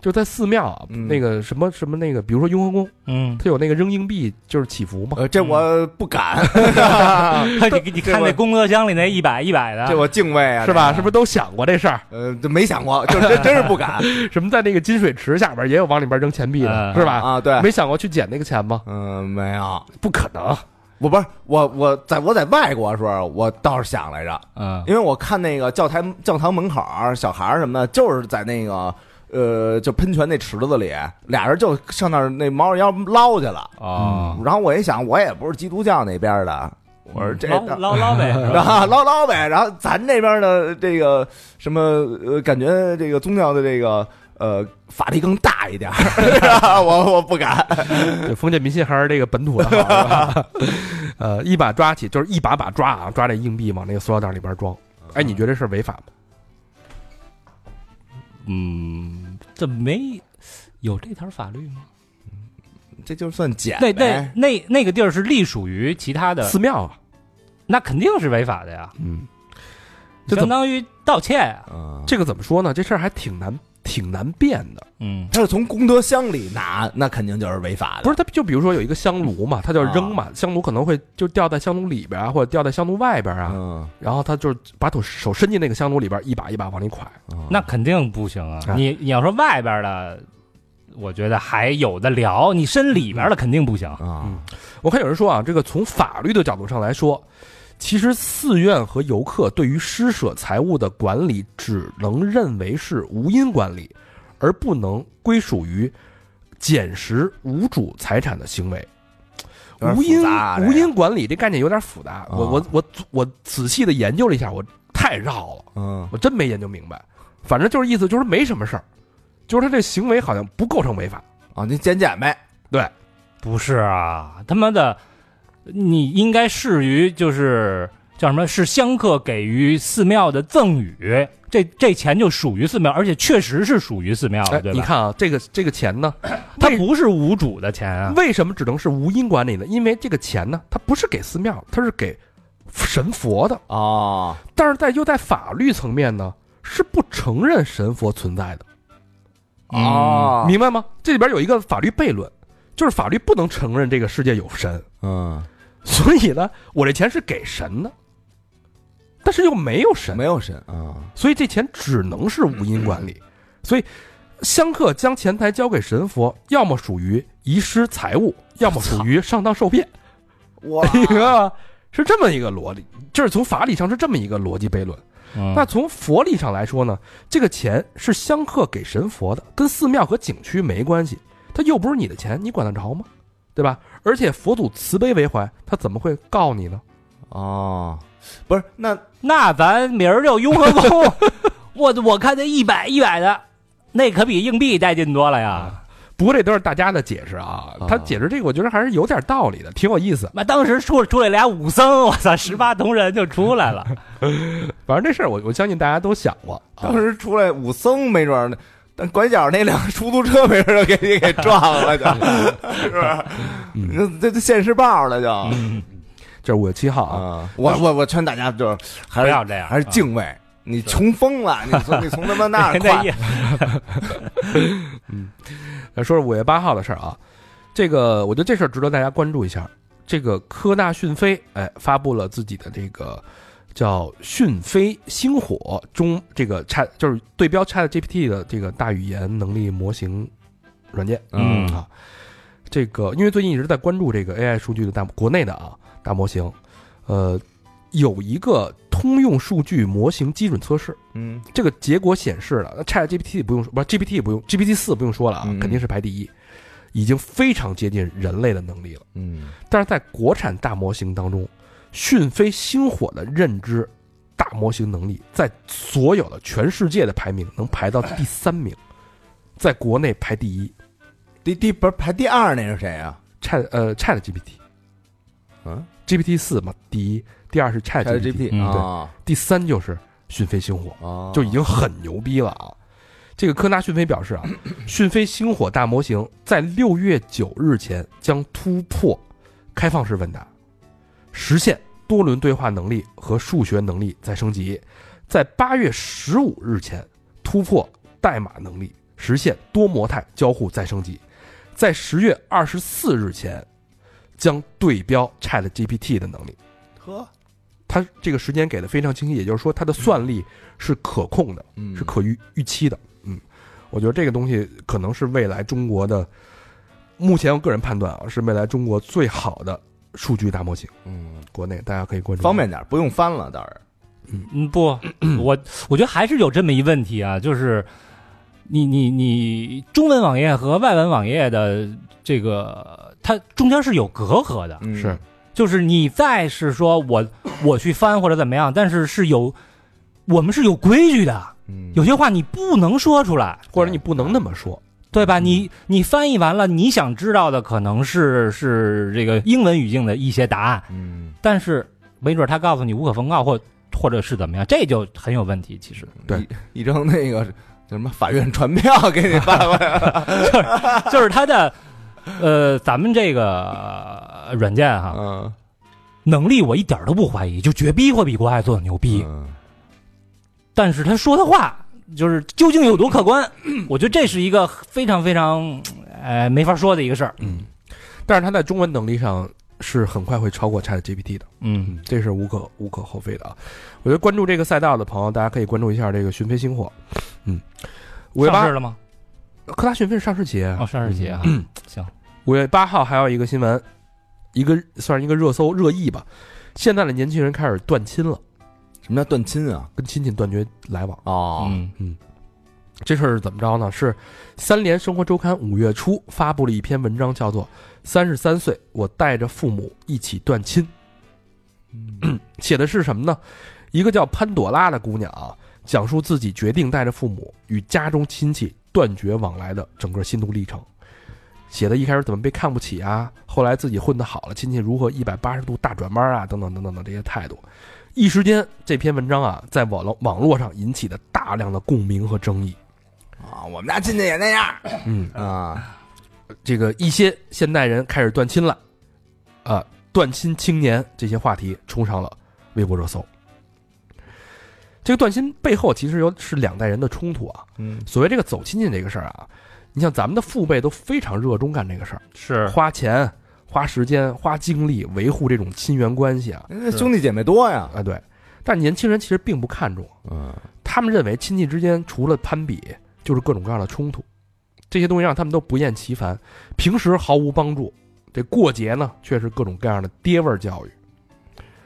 [SPEAKER 3] 就在寺庙啊，
[SPEAKER 2] 嗯
[SPEAKER 3] 那个什么什么那个，比如说雍和宫，
[SPEAKER 4] 嗯，
[SPEAKER 3] 他有那个扔硬币就是祈福嘛。
[SPEAKER 2] 呃，这我不敢，啊
[SPEAKER 4] [LAUGHS] 你你看那功德箱里那一百一百的，
[SPEAKER 2] 这我敬畏啊，
[SPEAKER 3] 是吧？是不是都想过这事儿？
[SPEAKER 2] 呃，这没想过，就真真是不敢
[SPEAKER 3] 什么在那个金水池下边儿也有往里边扔钱币的，
[SPEAKER 4] 嗯
[SPEAKER 3] 是吧？
[SPEAKER 2] 啊。对，
[SPEAKER 3] 没想过去捡那个钱吗？
[SPEAKER 2] 嗯，没有，
[SPEAKER 3] 哎 [LAUGHS] 不可能，
[SPEAKER 2] 我不是我我在我在外国的时候，我倒是想来着，
[SPEAKER 3] 啊
[SPEAKER 4] 嗯
[SPEAKER 2] 因为我看那个教堂教堂门口儿小孩儿什么的，就是在那个呃，就喷泉那池子里，俩人就上那儿那猫儿腰捞去了。
[SPEAKER 1] 啊
[SPEAKER 4] 哦，
[SPEAKER 2] 然后我一想，我也不是基督教那边儿的，我说这
[SPEAKER 4] 捞捞捞
[SPEAKER 2] [LAUGHS]
[SPEAKER 4] 呗，是吧
[SPEAKER 2] 啊，唠唠呗。然后咱这边的这个什么呃，感觉这个宗教的这个呃法力更大一点儿， [LAUGHS] 是吧我我不敢。
[SPEAKER 3] 这封建迷信还是这个本土的好，是 [LAUGHS] 吧？呃，一把抓起，就是一把把抓啊，抓这硬币往那个塑料袋里边装。哎，你觉得这事儿违法吗？
[SPEAKER 4] 嗯，这没有这条法律吗？
[SPEAKER 2] 这就算捡
[SPEAKER 4] 那那
[SPEAKER 2] 呗。
[SPEAKER 4] 那那个地儿是隶属于其他的，
[SPEAKER 3] 寺庙啊，
[SPEAKER 4] 那肯定是违法的呀，
[SPEAKER 3] 嗯，这
[SPEAKER 4] 相
[SPEAKER 3] 怎么
[SPEAKER 4] 当于盗窃啊。
[SPEAKER 2] 嗯，
[SPEAKER 3] 这个怎么说呢？这事儿还挺难，挺难辨的。
[SPEAKER 4] 嗯
[SPEAKER 2] 他是从功德箱里拿，那肯定就是违法的。
[SPEAKER 3] 不是，他就比如说有一个香炉嘛，他就扔嘛，香炉可能会就掉在香炉里边啊，或者掉在香炉外边啊，
[SPEAKER 2] 嗯，
[SPEAKER 3] 然后他就是把手手伸进那个香炉里边，一把一把往里蒯。
[SPEAKER 2] 嗯，
[SPEAKER 4] 那肯定不行啊
[SPEAKER 3] 啊！
[SPEAKER 4] 你你要说外边的，我觉得还有的聊，你身里边的肯定不行。
[SPEAKER 2] 啊
[SPEAKER 3] 嗯我看有人说啊，这个从法律的角度上来说，其实寺院和游客对于施舍财物的管理，只能认为是无因管理，而不能归属于捡拾无主财产的行为。
[SPEAKER 2] 有点
[SPEAKER 3] 无因
[SPEAKER 2] 复杂啊
[SPEAKER 3] 无因管理这概念有点复杂，我
[SPEAKER 2] 啊
[SPEAKER 3] 我我我仔细的研究了一下，我太绕了，
[SPEAKER 2] 嗯
[SPEAKER 3] 我真没研究明白。反正就是意思就是没什么事儿，就是他这行为好像不构成违法。
[SPEAKER 2] 啊，你捡捡呗。
[SPEAKER 4] 不是啊，他妈的，你应该适于就是叫什么？是香客给予寺庙的赠与，这这钱就属于寺庙，而且确实是属于寺庙
[SPEAKER 3] 哎
[SPEAKER 4] 的，，对
[SPEAKER 3] 你
[SPEAKER 4] 吧？
[SPEAKER 3] 看啊，这个这个钱
[SPEAKER 2] [COUGHS]
[SPEAKER 3] 呢，
[SPEAKER 4] 它不是无主的钱啊。
[SPEAKER 3] 为什么只能是无因管理呢？因为这个钱呢，它不是给寺庙，它是给神佛的。
[SPEAKER 2] 哦，
[SPEAKER 3] 但是在又在法律层面呢，是不承认神佛存在的，
[SPEAKER 2] 哦，
[SPEAKER 3] 嗯明白吗？这里边有一个法律悖论，就是法律不能承认这个世界有神，
[SPEAKER 2] 嗯
[SPEAKER 3] 所以呢，我这钱是给神的。但是又没有神
[SPEAKER 2] 没，有神
[SPEAKER 3] [LAUGHS]
[SPEAKER 2] 啊，
[SPEAKER 3] 所以这钱只能是五阴管理。所以，香客将钱财交给神佛，要么属于遗失财物，要么属于上当受骗。
[SPEAKER 2] 哇
[SPEAKER 3] [LAUGHS] 你知道吗？哎是这么一个逻辑，这是从法理上是这么一个逻辑悖论。那
[SPEAKER 4] 那
[SPEAKER 3] 从佛理上来说呢，这个钱是香客给神佛的，跟寺庙和景区没关系，它又不是你的钱，你管得着吗？对吧？而且佛祖慈悲为怀，他怎么会告你呢？
[SPEAKER 2] 哦，不是，那
[SPEAKER 4] 那咱明儿就雍和宫，我我看那一百一百的，那可比硬币带劲多了
[SPEAKER 3] 啊
[SPEAKER 4] 呀。
[SPEAKER 3] 不过这都是大家的解释啊，他解释这个我觉得还是有点道理的，挺有意思。
[SPEAKER 4] 妈，当时出出来俩武僧，我
[SPEAKER 2] [LAUGHS]
[SPEAKER 4] 操，十八铜人就出来了。
[SPEAKER 3] 反正这事儿我我相信大家都想过，
[SPEAKER 2] 当时出来武僧没准儿呢，但拐角那辆出租车没准儿就给你给撞了，就 [LAUGHS] 嗯是不是？那这这现世报了就
[SPEAKER 3] 这是五月七号啊，
[SPEAKER 2] 嗯啊！我我我劝大家就是还
[SPEAKER 4] 不
[SPEAKER 2] 是
[SPEAKER 4] 要这样，
[SPEAKER 2] 还是敬畏，你穷疯了，你从你从他妈啊 [LAUGHS] 那
[SPEAKER 4] 啊
[SPEAKER 2] 儿
[SPEAKER 4] 那
[SPEAKER 2] 快
[SPEAKER 4] 意，
[SPEAKER 3] 来说说五月八号的事儿啊，这个我觉得这事儿值得大家关注一下。这个科大讯飞哎发布了自己的这个叫讯飞星火中这个 Chat 就是对标 Chat GPT 的这个大语言能力模型软件。
[SPEAKER 4] 嗯
[SPEAKER 3] 啊，这个因为最近一直在关注这个 AI 数据的大国内的啊大模型，呃，有一个通用数据模型基准测试，
[SPEAKER 2] 嗯
[SPEAKER 3] 这个结果显示了，Chat GPT 不用说，不是 GPT 不用，GPT 四不用说了啊，
[SPEAKER 2] 嗯
[SPEAKER 3] 肯定是排第一，已经非常接近人类的能力了。
[SPEAKER 2] 嗯
[SPEAKER 3] 但是在国产大模型当中，讯飞星火的认知大模型能力，在所有的全世界的排名能排到第三名，在国内排第一。
[SPEAKER 2] 第第不是排第二那是谁啊？
[SPEAKER 3] Chat 呃 Chat GPT，GPT
[SPEAKER 2] 嗯
[SPEAKER 3] 四嘛，第一，第二是 Chat GPT，
[SPEAKER 2] ，ChatGPT
[SPEAKER 4] 嗯
[SPEAKER 2] 啊
[SPEAKER 3] 第三就是讯飞星火。
[SPEAKER 2] 啊，
[SPEAKER 3] 就已经很牛逼了啊！这个科纳讯飞表示啊，讯飞星火大模型在六月九日前将突破开放式问答，实现多轮对话能力和数学能力再升级，在八月十五日前突破代码能力，实现多模态交互再升级，在十月二十四日前将对标 Chat GPT 的能力。
[SPEAKER 2] 呵，
[SPEAKER 3] 它这个时间给的非常清晰，也就是说它的算力是可控的。
[SPEAKER 2] 嗯
[SPEAKER 3] 是可预预期的。嗯，我觉得这个东西可能是未来中国的，目前我个人判断啊，是未来中国最好的数据大模型。
[SPEAKER 2] 嗯
[SPEAKER 3] 国内大家可以关注。
[SPEAKER 2] 方便点儿，不用翻了，倒是
[SPEAKER 4] 嗯， [CLEARS THROAT] 不，我我觉得还是有这么一问题啊，就是你你你中文网页和外文网页的这个，它中间是有隔阂的，
[SPEAKER 2] 嗯
[SPEAKER 3] 是
[SPEAKER 4] 就是你再是说我我去翻或者怎么样，但是是有我们是有规矩的，
[SPEAKER 2] 嗯
[SPEAKER 4] 有些话你不能说出来，
[SPEAKER 3] 或者你不能那么说，
[SPEAKER 4] 对
[SPEAKER 2] 嗯
[SPEAKER 4] 吧？你你翻译完了，你想知道的可能是是这个英文语境的一些答案，
[SPEAKER 2] 嗯
[SPEAKER 4] 但是没准他告诉你无可奉告或。或者是怎么样，这就很有问题。其实， [LAUGHS]
[SPEAKER 3] 对
[SPEAKER 2] 嗯一，一张那个叫什么法院传票给你 [LAUGHS] 发过来，
[SPEAKER 4] 就是它的，呃，咱们这个呃软件哈，
[SPEAKER 2] 嗯，
[SPEAKER 4] 能力我一点都不怀疑，就绝逼会比国外做的牛逼。
[SPEAKER 2] 嗯
[SPEAKER 4] 但是他说的话，就是究竟有多客
[SPEAKER 2] [CLEARS THROAT]
[SPEAKER 4] 观，我觉得这是一个非常非常，呃，没法说的一个事儿。
[SPEAKER 3] 嗯，但是它在中文能力上是很快会超过 Chat GPT 的。
[SPEAKER 4] 嗯，
[SPEAKER 3] 这是无可无可厚非的啊。我觉得关注这个赛道的朋友，大家可以关注一下这个讯飞星火。嗯，五月
[SPEAKER 4] 上
[SPEAKER 3] 八
[SPEAKER 4] 市，了吗？
[SPEAKER 3] 科大讯飞是上市企业啊
[SPEAKER 4] 哦，上市企业啊，
[SPEAKER 2] 嗯
[SPEAKER 4] 行，
[SPEAKER 3] 五月八号还有一个新闻，一个算是一个热搜热议吧。现在的年轻人开始断亲了，
[SPEAKER 2] 什么叫断亲啊？
[SPEAKER 3] 跟亲戚断绝来往。
[SPEAKER 2] 哦，
[SPEAKER 4] 嗯
[SPEAKER 3] 这事儿是怎么着呢？是三联生活周刊五月初发布了一篇文章，叫做《三十三岁，我带着父母一起断亲》。 [CLEARS THROAT] 写的是什么呢？一个叫潘朵拉的姑娘啊，讲述自己决定带着父母与家中亲戚断绝往来的整个心路历程。写的一开始怎么被看不起啊，后来自己混得好了，亲戚如何一百八十度大转弯啊，等等等等的这些态度。一时间，这篇文章啊，在网络网络上引起的大量的共鸣和争议。
[SPEAKER 2] 啊，我们家亲戚也那样
[SPEAKER 3] 嗯，
[SPEAKER 2] 啊，
[SPEAKER 3] 这个一些现代人开始断亲了，啊，断亲青年这些话题冲上了微博热搜。这个断亲背后其实有是两代人的冲突啊。
[SPEAKER 2] 嗯
[SPEAKER 3] 所谓这个走亲戚这个事儿啊，你像咱们的父辈都非常热衷干这个事儿，
[SPEAKER 4] 是
[SPEAKER 3] 花钱、花时间、花精力维护这种亲缘关系啊。
[SPEAKER 2] 那兄弟姐妹多呀，
[SPEAKER 3] 啊，对。但年轻人其实并不看重，
[SPEAKER 2] 嗯，
[SPEAKER 3] 他们认为亲戚之间除了攀比，就是各种各样的冲突，这些东西让他们都不厌其烦，平时毫无帮助。这过节呢，却是各种各样的爹味儿教育。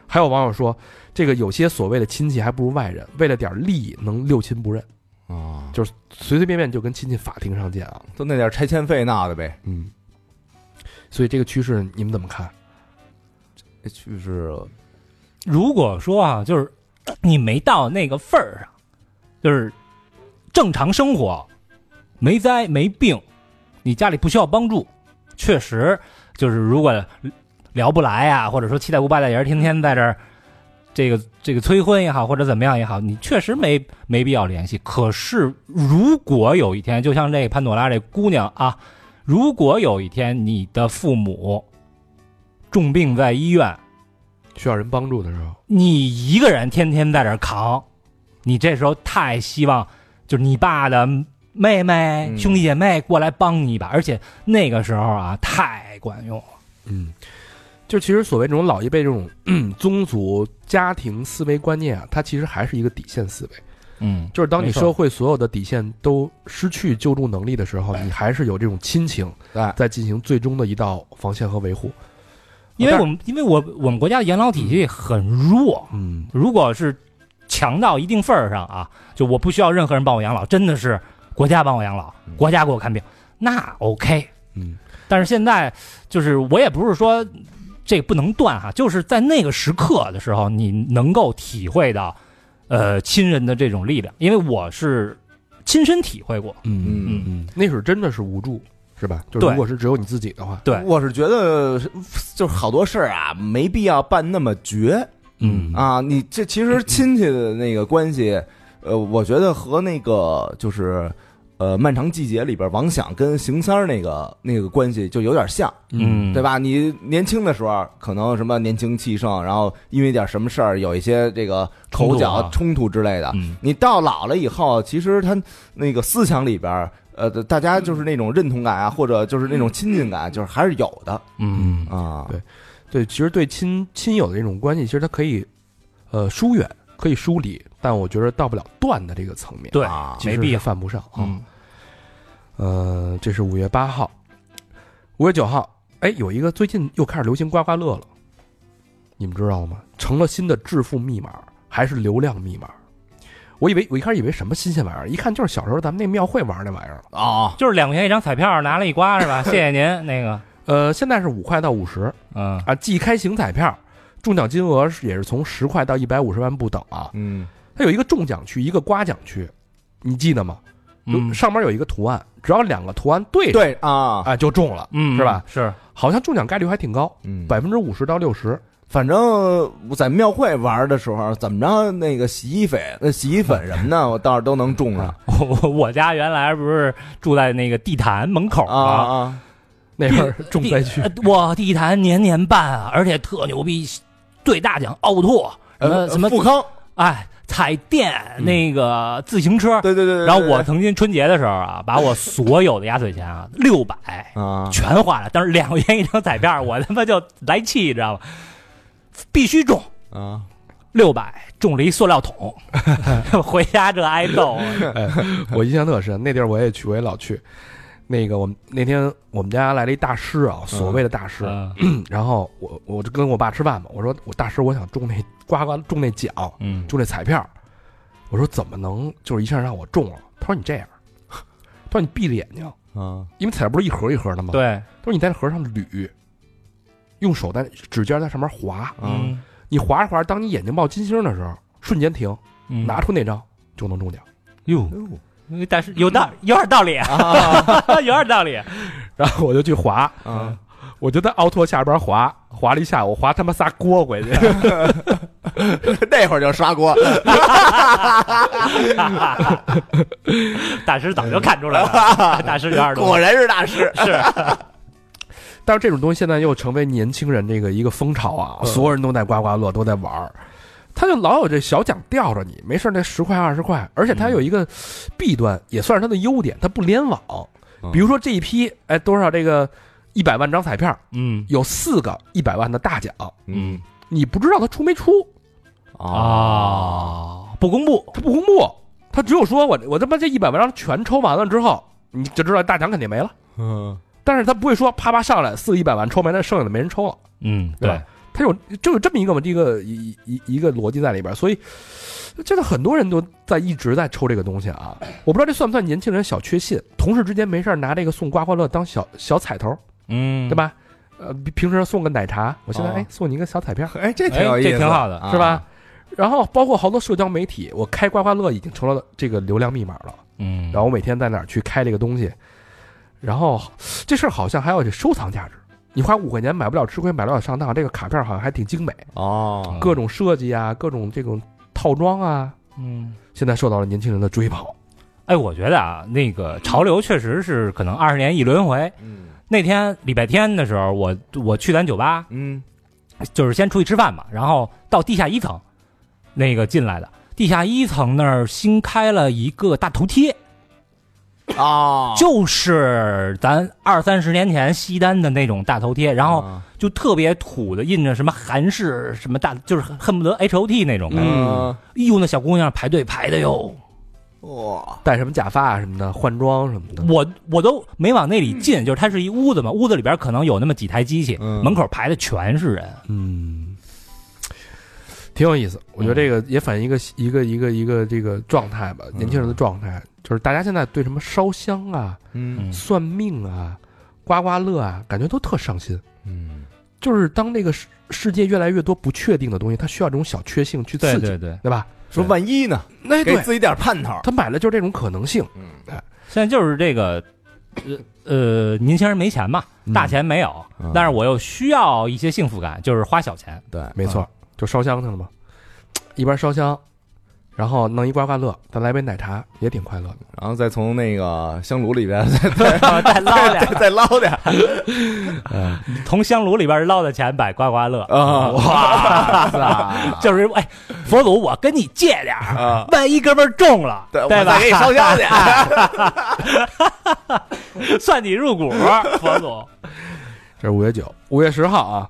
[SPEAKER 3] 还有网友说，这个有些所谓的亲戚还不如外人，为了点利益能六亲不认，
[SPEAKER 2] 啊，
[SPEAKER 3] 就是随随便便就跟亲戚法庭上见啊。
[SPEAKER 2] 就那点拆迁费那的呗，
[SPEAKER 3] 嗯，所以这个趋势你们怎么看？
[SPEAKER 2] 哎就是
[SPEAKER 4] 如果说啊，就是你没到那个份儿上，啊就是正常生活，没灾没病，你家里不需要帮助，确实就是如果聊不来啊，或者说七大姑八大姨儿天天在这儿。这个这个催婚也好，或者怎么样也好，你确实没没必要联系。可是如果有一天，就像这潘朵拉这姑娘啊，如果有一天你的父母重病在医院，
[SPEAKER 3] 需要人帮助的时候，
[SPEAKER 4] 你一个人天天在这儿扛，你这时候太希望就是你爸的妹妹、
[SPEAKER 2] 嗯
[SPEAKER 4] 兄弟姐妹过来帮你一把，而且那个时候啊太管用了。
[SPEAKER 3] 嗯，就其实所谓这种老一辈这种 [CLEARS THROAT] 嗯宗族家庭思维观念啊，它其实还是一个底线思维，
[SPEAKER 4] 嗯，
[SPEAKER 3] 就是当你
[SPEAKER 4] 没错
[SPEAKER 3] 社会所有的底线都失去救助能力的时候，
[SPEAKER 4] 哎
[SPEAKER 3] 你还是有这种亲情
[SPEAKER 2] 哎
[SPEAKER 3] 在进行最终的一道防线和维护。
[SPEAKER 4] 因为
[SPEAKER 3] 但
[SPEAKER 4] 我们因为我我们国家的养老体系很弱，
[SPEAKER 3] 嗯，
[SPEAKER 4] 如果是强到一定份儿上啊，就我不需要任何人帮我养老，真的是国家帮我养老
[SPEAKER 2] 嗯，
[SPEAKER 4] 国家给我看病，那 OK。
[SPEAKER 3] 嗯，
[SPEAKER 4] 但是现在就是我也不是说这个不能断哈，就是在那个时刻的时候，你能够体会到呃亲人的这种力量，因为我是亲身体会过。
[SPEAKER 3] 嗯
[SPEAKER 2] 嗯
[SPEAKER 3] 嗯，那时候真的是无助，是吧？就是
[SPEAKER 4] 对
[SPEAKER 3] 如果是只有你自己的话，
[SPEAKER 4] 对
[SPEAKER 2] 我是觉得就是好多事儿啊，没必要办那么绝
[SPEAKER 3] 嗯
[SPEAKER 2] 啊。你这其实亲戚的那个关系，呃，我觉得和那个就是呃《漫长季节》里边王响跟邢三儿那个那个关系就有点像，
[SPEAKER 4] 嗯
[SPEAKER 2] 对吧？你年轻的时候可能什么年轻气盛，然后因为点什么事儿有一些这个口角
[SPEAKER 4] 冲突啊
[SPEAKER 2] 冲突之类的，
[SPEAKER 4] 嗯，
[SPEAKER 2] 你到老了以后，其实他那个思想里边儿，呃，大家就是那种认同感啊，或者就是那种亲近感，就是还是有的
[SPEAKER 4] 嗯
[SPEAKER 2] 啊。
[SPEAKER 3] 对对，其实对亲亲友的这种关系，其实它可以呃疏远，可以疏离，但我觉得到不了断的这个层面，
[SPEAKER 4] 对
[SPEAKER 2] 啊，
[SPEAKER 3] 其实
[SPEAKER 4] 没必
[SPEAKER 3] 是
[SPEAKER 4] 要
[SPEAKER 3] 犯不上啊。
[SPEAKER 4] 嗯
[SPEAKER 3] 呃，这是五月八号，五月九号，哎，有一个最近又开始流行刮刮乐了，你们知道吗？成了新的致富密码，还是流量密码？我以为我一开始以为什么新鲜玩意儿，一看就是小时候咱们那庙会玩那玩意儿了。
[SPEAKER 2] 啊，
[SPEAKER 4] 就是两块钱一张彩票，拿了一刮是吧？谢谢您那个，
[SPEAKER 3] 呃，现在是五块到五十
[SPEAKER 4] 嗯
[SPEAKER 3] 啊，即开型彩票，中奖金额是也是从十块到一百五十万不等啊。
[SPEAKER 2] 嗯
[SPEAKER 3] 它有一个中奖区，一个刮奖区，你记得吗？
[SPEAKER 4] 嗯
[SPEAKER 3] 有上面有一个图案，只要两个图案对上，
[SPEAKER 2] 对啊，
[SPEAKER 3] 哎，就中了，
[SPEAKER 4] 嗯
[SPEAKER 3] 是吧？？
[SPEAKER 4] 是，
[SPEAKER 3] 好像中奖概率还挺高，
[SPEAKER 2] 嗯，
[SPEAKER 4] 哎
[SPEAKER 3] 百分之五十到六十。
[SPEAKER 2] 反正我在庙会玩的时候，怎么着那个洗衣粉、那洗衣粉什
[SPEAKER 4] [LAUGHS]
[SPEAKER 2] 么的，我倒是都能中上
[SPEAKER 4] 我我 [LAUGHS] 我家原来不是住在那个地坛门口
[SPEAKER 2] 啊
[SPEAKER 4] 吗？
[SPEAKER 2] 啊，
[SPEAKER 3] 那会儿重灾区
[SPEAKER 4] 呃，我地坛年年办啊，而且特牛逼，最大奖奥拓，什么
[SPEAKER 2] 呃，
[SPEAKER 4] 什么
[SPEAKER 2] 富康，
[SPEAKER 4] 哎，彩电
[SPEAKER 3] 嗯
[SPEAKER 4] 那个自行车。
[SPEAKER 2] 对对对对，
[SPEAKER 4] 然后我曾经春节的时候啊，把我所有的压岁钱啊，六百
[SPEAKER 2] 我啊，
[SPEAKER 4] 全花了，但是两块钱一张彩票，我他妈就来气，你知道吗？必须中
[SPEAKER 2] 啊，
[SPEAKER 4] 六百，中了一塑料桶， [LAUGHS] 回家这挨揍。啊
[SPEAKER 3] 哎我印象特深。那地儿我也去，我也老去。那个我们那天我们家来了一大师啊，所谓的大师。
[SPEAKER 4] 嗯
[SPEAKER 3] 然后我我就跟我爸吃饭嘛，我说我大师，我想中那刮刮中那奖，
[SPEAKER 4] 嗯，
[SPEAKER 3] 中那彩票。我说怎么能就是一下让我中了？他说你这样，他说你闭着眼睛，
[SPEAKER 2] 啊，
[SPEAKER 3] 因为彩票不是一盒一盒的吗？
[SPEAKER 4] 对，
[SPEAKER 3] 他说你在那盒上捋，用手在指尖在上面划，
[SPEAKER 2] 嗯
[SPEAKER 4] 嗯，
[SPEAKER 3] 你划着划着，当你眼睛冒金星的时候，瞬间停，
[SPEAKER 4] 嗯
[SPEAKER 3] 拿出那张就能中奖。
[SPEAKER 4] 哟，但是有道有点道理，
[SPEAKER 2] 啊
[SPEAKER 4] [LAUGHS] 有点道理。
[SPEAKER 3] 然后我就去划，
[SPEAKER 2] 啊，
[SPEAKER 3] 我就在奥拓下边划，划了一下午，划他妈仨锅回去。
[SPEAKER 2] [LAUGHS] 那会儿就刷锅，
[SPEAKER 4] 大师早就看出
[SPEAKER 2] [LAUGHS]
[SPEAKER 4] 来了，大师有点
[SPEAKER 2] 果
[SPEAKER 4] 东西。
[SPEAKER 2] 然是大师，
[SPEAKER 4] 是，
[SPEAKER 3] 但是这种东西现在又成为年轻人这个一个风潮啊，
[SPEAKER 2] 嗯
[SPEAKER 3] 所有人都在刮刮乐，都在玩儿。他就老有这小奖吊着你，没事儿那十块二十块，而且他有一个弊端，也算是他的优点，他不联网。比如说这一批，哎，多少这个一百万张彩票，
[SPEAKER 4] 嗯
[SPEAKER 3] 有四个一百万的大奖，
[SPEAKER 2] 嗯
[SPEAKER 3] 你不知道他出没出，
[SPEAKER 2] 啊，
[SPEAKER 4] 不公布，
[SPEAKER 3] 他不公布，他只有说我我他妈这一百万张全抽完了之后，你就知道大奖肯定没了。
[SPEAKER 2] 嗯，
[SPEAKER 3] 但是他不会说啪啪上来四个一百万抽没了，剩下的没人抽了，
[SPEAKER 4] 嗯，对
[SPEAKER 3] 对吧，他有就有这么一个嘛，这个一一一个逻辑在里边，所以真的很多人都在一直在抽这个东西啊。我不知道这算不算年轻人小确幸，同事之间没事儿拿这个送刮刮乐当小小彩头，
[SPEAKER 4] 嗯，
[SPEAKER 3] 对？吧？呃，平时送个奶茶，我现在、
[SPEAKER 2] 哦
[SPEAKER 3] 哎送你一个小彩票，
[SPEAKER 2] [LAUGHS] 哎，这挺
[SPEAKER 4] 哎
[SPEAKER 2] 有意思，
[SPEAKER 4] 这挺好的
[SPEAKER 2] 啊
[SPEAKER 3] 是吧？？然后包括好多社交媒体，我开刮刮乐已经成了这个流量密码了。
[SPEAKER 4] 嗯，
[SPEAKER 3] 然后我每天在哪儿去开这个东西，然后这事儿好像还有这收藏价值。你花五块钱买不了吃亏，买不了上当，这个卡片好像还挺精美，
[SPEAKER 2] 哦，
[SPEAKER 3] 各种设计啊，各种这种套装啊，
[SPEAKER 4] 嗯，
[SPEAKER 3] 现在受到了年轻人的追捧。
[SPEAKER 4] 哎，我觉得啊，那个潮流确实是可能二十年一轮回。
[SPEAKER 2] 嗯
[SPEAKER 4] 那天礼拜天的时候，我我去咱酒吧，
[SPEAKER 2] 嗯，
[SPEAKER 4] 就是先出去吃饭嘛，然后到地下一层，那个进来的地下一层那儿新开了一个大头贴，
[SPEAKER 2] 啊，
[SPEAKER 4] 就是咱二三十年前西单的那种大头贴，然后
[SPEAKER 2] 啊
[SPEAKER 4] 就特别土的，印着什么韩式什么大，就是恨不得 H O T 那种感觉。
[SPEAKER 3] 嗯，
[SPEAKER 4] 哎呦，那小姑娘排队排的哟，
[SPEAKER 2] 哇，
[SPEAKER 3] 戴什么假发啊什么的，换装什么
[SPEAKER 2] 嗯
[SPEAKER 3] 的，
[SPEAKER 4] 我我都没往那里进，就是它是一屋子嘛，屋子里边可能有那么几台机器，
[SPEAKER 2] 嗯
[SPEAKER 4] 门口排的全是人。
[SPEAKER 3] 嗯，挺有意思。我觉得这个也反映一个一个一个一个这个状态吧，年轻人的状态，就是大家现在对什么烧香啊、
[SPEAKER 2] 嗯
[SPEAKER 3] 算命啊、刮刮乐啊，感觉都特上心。
[SPEAKER 2] 嗯，
[SPEAKER 3] 就是当这个世世界越来越多不确定的东西，他需要这种小确幸去刺
[SPEAKER 4] 对
[SPEAKER 3] 激，
[SPEAKER 4] 对对，
[SPEAKER 3] 吧？
[SPEAKER 2] 说万一呢，
[SPEAKER 3] 那
[SPEAKER 2] 给
[SPEAKER 3] 对，
[SPEAKER 2] 自己点盼头，
[SPEAKER 3] 他买了就是这种可能性。
[SPEAKER 2] 嗯
[SPEAKER 4] 现在就是这个，呃呃，年轻人没钱嘛，大钱没有，
[SPEAKER 2] 嗯
[SPEAKER 4] 但是我又需要一些幸福感，就是花小钱。
[SPEAKER 2] 对，
[SPEAKER 3] 没错，就烧香去了嘛，一边烧香，然后弄一刮刮乐，再来杯奶茶，也挺快乐的。
[SPEAKER 2] 然后再从那个香炉里边再
[SPEAKER 4] 再捞
[SPEAKER 2] [LAUGHS] 再
[SPEAKER 4] [LAUGHS] 点，
[SPEAKER 2] 再捞点
[SPEAKER 4] 从香炉里边捞的钱买刮刮乐，
[SPEAKER 2] 啊，哇塞，
[SPEAKER 4] [LAUGHS] 就是哎，佛祖，我跟你借点儿，
[SPEAKER 2] 啊，
[SPEAKER 4] 万一哥们儿中了，
[SPEAKER 2] 对，我
[SPEAKER 4] 对吧
[SPEAKER 2] 啊再？给你
[SPEAKER 4] [LAUGHS]
[SPEAKER 2] 烧香去，
[SPEAKER 4] 算你入股，佛
[SPEAKER 2] [LAUGHS]
[SPEAKER 4] 祖。嗯
[SPEAKER 3] 这是五月九，五月十号啊，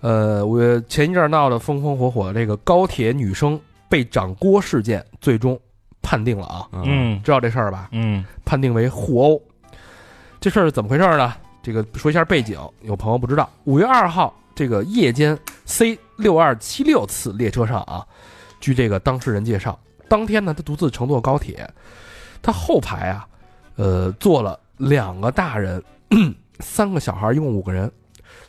[SPEAKER 3] 呃，五月前一阵儿闹得风风火火的这个高铁女生被掌掴事件，最终判定了啊，
[SPEAKER 4] 嗯
[SPEAKER 3] 知道这事儿吧？
[SPEAKER 4] 嗯
[SPEAKER 3] 判定为互殴。这事儿是怎么回事呢？这个说一下背景，有朋友不知道。五月二号，这个夜间 C 六二七六次列车上啊，据这个当事人介绍，当天呢，他独自乘坐高铁，他后排啊，呃，坐了两个大人， [CLEARS THROAT] 三个小孩，一共五个人。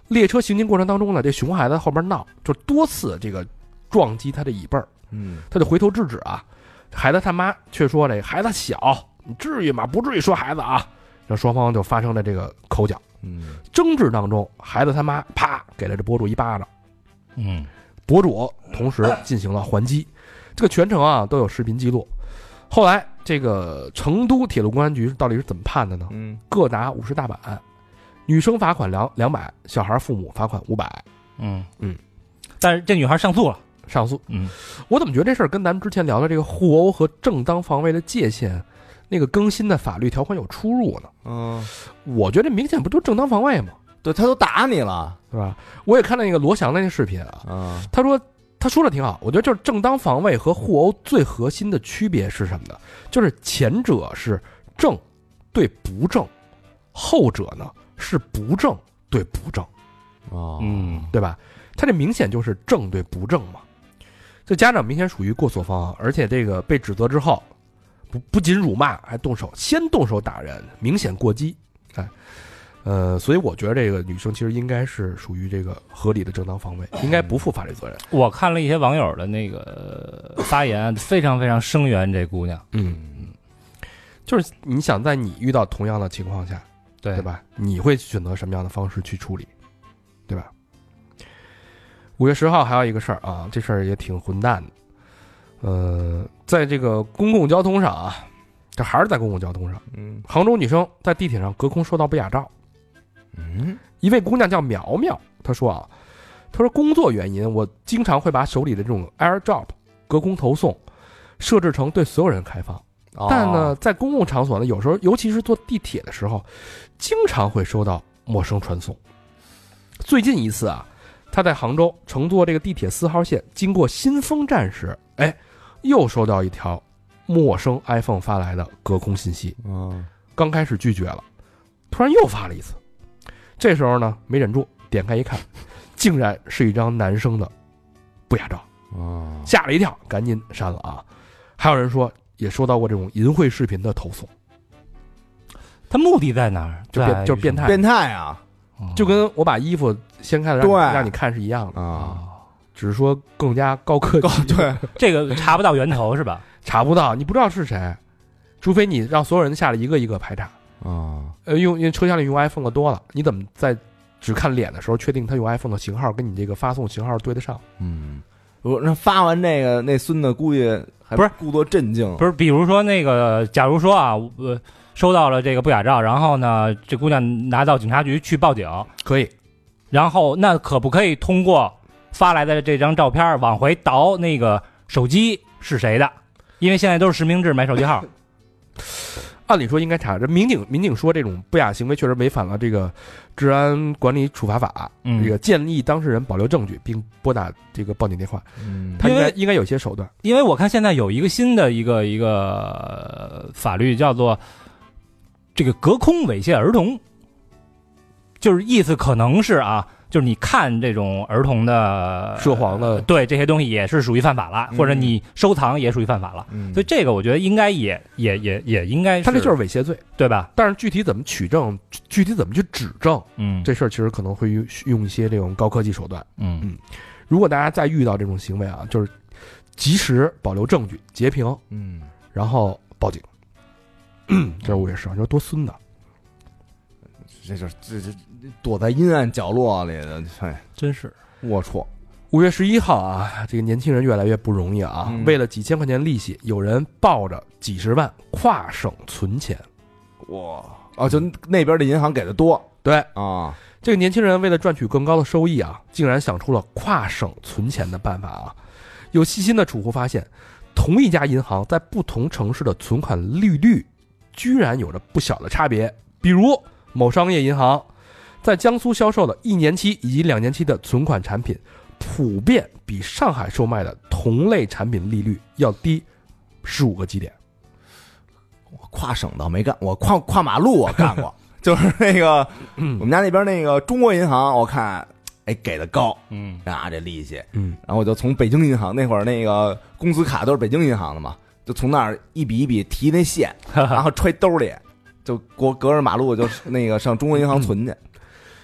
[SPEAKER 3] 列车行进过程当中呢，这熊孩子在后边闹，就多次这个撞击他的椅背儿。
[SPEAKER 2] 嗯
[SPEAKER 3] 他就回头制止啊。孩子他妈却说：“这孩子小，你至于吗？不至于说孩子啊。”让双方就发生了这个口角
[SPEAKER 2] 嗯
[SPEAKER 3] 争执当中，孩子他妈啪给了这博主一巴掌，
[SPEAKER 4] 嗯
[SPEAKER 3] 博主同时进行了还击，这个全程啊都有视频记录。后来这个成都铁路公安局到底是怎么判的呢？
[SPEAKER 2] 嗯
[SPEAKER 3] 各拿五十大板，女生罚款两两百，小孩父母罚款五百，
[SPEAKER 4] 嗯
[SPEAKER 3] 嗯。
[SPEAKER 4] 但是这女孩上诉了，
[SPEAKER 3] 上诉。
[SPEAKER 4] 嗯
[SPEAKER 3] 我怎么觉得这事儿跟咱们之前聊的这个互殴和正当防卫的界限，那个更新的法律条款有出入呢？
[SPEAKER 2] 嗯，
[SPEAKER 3] 我觉得明显不就正当防卫吗？
[SPEAKER 2] 对他都打你了，
[SPEAKER 3] 对吧？我也看到那个罗翔的那视频啊，
[SPEAKER 2] 啊，
[SPEAKER 3] 他说他说的挺好，我觉得就是正当防卫和互殴最核心的区别是什么呢？就是前者是正对不正，后者呢是不正对不正。
[SPEAKER 2] 哦，
[SPEAKER 4] 嗯
[SPEAKER 3] 对吧？他这明显就是正对不正嘛。这家长明显属于过错方啊，而且这个被指责之后，不不仅辱骂，还动手，先动手打人，明显过激。哎，呃，所以我觉得这个女生其实应该是属于这个合理的正当防卫，应该不负法律责任。
[SPEAKER 4] 我看了一些网友的那个呃发言，非常非常声援这姑娘，
[SPEAKER 3] 嗯，就是你想在你遇到同样的情况下，
[SPEAKER 4] 对
[SPEAKER 3] 对？吧？你会选择什么样的方式去处理，对吧？五月十号还有一个事儿啊，这事儿也挺混蛋的。呃，在这个公共交通上啊，这还是在公共交通上，
[SPEAKER 2] 嗯
[SPEAKER 3] 杭州女生在地铁上隔空收到不雅照，
[SPEAKER 2] 嗯
[SPEAKER 3] 一位姑娘叫苗苗，她说啊，她说工作原因，我经常会把手里的这种 AirDrop 隔空投送，设置成对所有人开放。
[SPEAKER 2] 哦
[SPEAKER 3] 但呢，在公共场所呢，有时候尤其是坐地铁的时候，经常会收到陌生传送。最近一次啊，他在杭州乘坐这个地铁四号线经过新丰站时，哎，又收到一条陌生 iPhone 发来的隔空信息，
[SPEAKER 2] 嗯
[SPEAKER 3] 刚开始拒绝了，突然又发了一次。这时候呢，没忍住，点开一看，竟然是一张男生的不雅照，
[SPEAKER 2] 啊
[SPEAKER 3] 吓了一跳，赶紧删了啊。还有人说，也收到过这种淫秽视频的投诉，
[SPEAKER 4] 他目的在哪儿？
[SPEAKER 3] 就变
[SPEAKER 4] 在于
[SPEAKER 3] 就是变态
[SPEAKER 2] 变态啊
[SPEAKER 4] 嗯
[SPEAKER 3] 就跟我把衣服掀开了让你
[SPEAKER 2] 对
[SPEAKER 3] 让你看是一样的，
[SPEAKER 2] 啊！
[SPEAKER 3] 只是说更加高科技，
[SPEAKER 2] 高哦对
[SPEAKER 4] 这个查不到源头是吧？
[SPEAKER 3] 查不到，你不知道是谁，除非你让所有人下来一个一个排查。
[SPEAKER 2] 啊，
[SPEAKER 3] 呃，用因为车厢里用 iPhone 的多了，你怎么在只看脸的时候确定他用 iPhone 的型号跟你这个发送型号对得上？
[SPEAKER 2] 嗯，我那发完这个，那孙子估计还
[SPEAKER 4] 不是
[SPEAKER 2] 故作镇静，
[SPEAKER 4] 不是，比如说那个，假如说啊，呃，收到了这个不雅照，然后呢，这姑娘拿到警察局去报警，
[SPEAKER 3] 可以，
[SPEAKER 4] 然后那可不可以通过发来的这张照片往回倒那个手机是谁的？因为现在都是实名制买手机号，
[SPEAKER 3] 按理说应该查。这民警民警说，这种不雅行为确实违反了这个《治安管理处罚法》，
[SPEAKER 4] 嗯
[SPEAKER 3] 这个建议当事人保留证据并拨打这个报警电话，
[SPEAKER 2] 嗯
[SPEAKER 3] 他应
[SPEAKER 4] 因
[SPEAKER 3] 该
[SPEAKER 4] 为
[SPEAKER 3] 应该有些手段。
[SPEAKER 4] 因为我看现在有一个新的一个一个呃法律叫做这个隔空猥亵儿童，就是意思可能是啊，就是你看这种儿童的
[SPEAKER 3] 涉黄的
[SPEAKER 4] 对这些东西也是属于犯法了，
[SPEAKER 2] 嗯
[SPEAKER 4] 或者你收藏也属于犯法了。
[SPEAKER 2] 嗯
[SPEAKER 4] 所以这个我觉得应该也也也也应该是，
[SPEAKER 3] 他这就是猥亵罪，
[SPEAKER 4] 对吧？
[SPEAKER 3] 但是具体怎么取证，具具体怎么去指证
[SPEAKER 4] 嗯
[SPEAKER 3] 这事儿，其实可能会用用一些这种高科技手段。
[SPEAKER 4] 嗯
[SPEAKER 3] 如果大家再遇到这种行为啊，就是及时保留证据、截屏，
[SPEAKER 2] 嗯，
[SPEAKER 3] 然后报警。这是我也是，你说多孙子，
[SPEAKER 2] 这就是这这这躲在阴暗角落里的，哎，
[SPEAKER 4] 真是
[SPEAKER 2] 龌龊，
[SPEAKER 3] 五月十一号啊，这个年轻人越来越不容易啊！
[SPEAKER 2] 嗯
[SPEAKER 3] 为了几千块钱利息，有人抱着几十万跨省存钱。
[SPEAKER 2] 哇哦，就那边的银行给的多
[SPEAKER 3] 对，
[SPEAKER 2] 啊，
[SPEAKER 3] 这个年轻人为了赚取更高的收益啊，竟然想出了跨省存钱的办法啊！有细心的储户发现，同一家银行在不同城市的存款利率居然有着不小的差别。比如某商业银行在江苏销售的一年期以及两年期的存款产品，普遍比上海售卖的同类产品利率要低十五个基点。
[SPEAKER 2] 我跨省倒没干，我跨跨马路我干过，就是那个我
[SPEAKER 3] 嗯
[SPEAKER 2] 们家那边那个中国银行，我看哎给的高
[SPEAKER 4] 嗯
[SPEAKER 2] 啊，这利息，
[SPEAKER 3] 嗯，
[SPEAKER 2] 然后我就从北京银行那会儿那个工资卡都是北京银行的嘛，就从那儿一笔一笔提那线，然后揣兜里，就隔隔着马路就那个上中国银行存去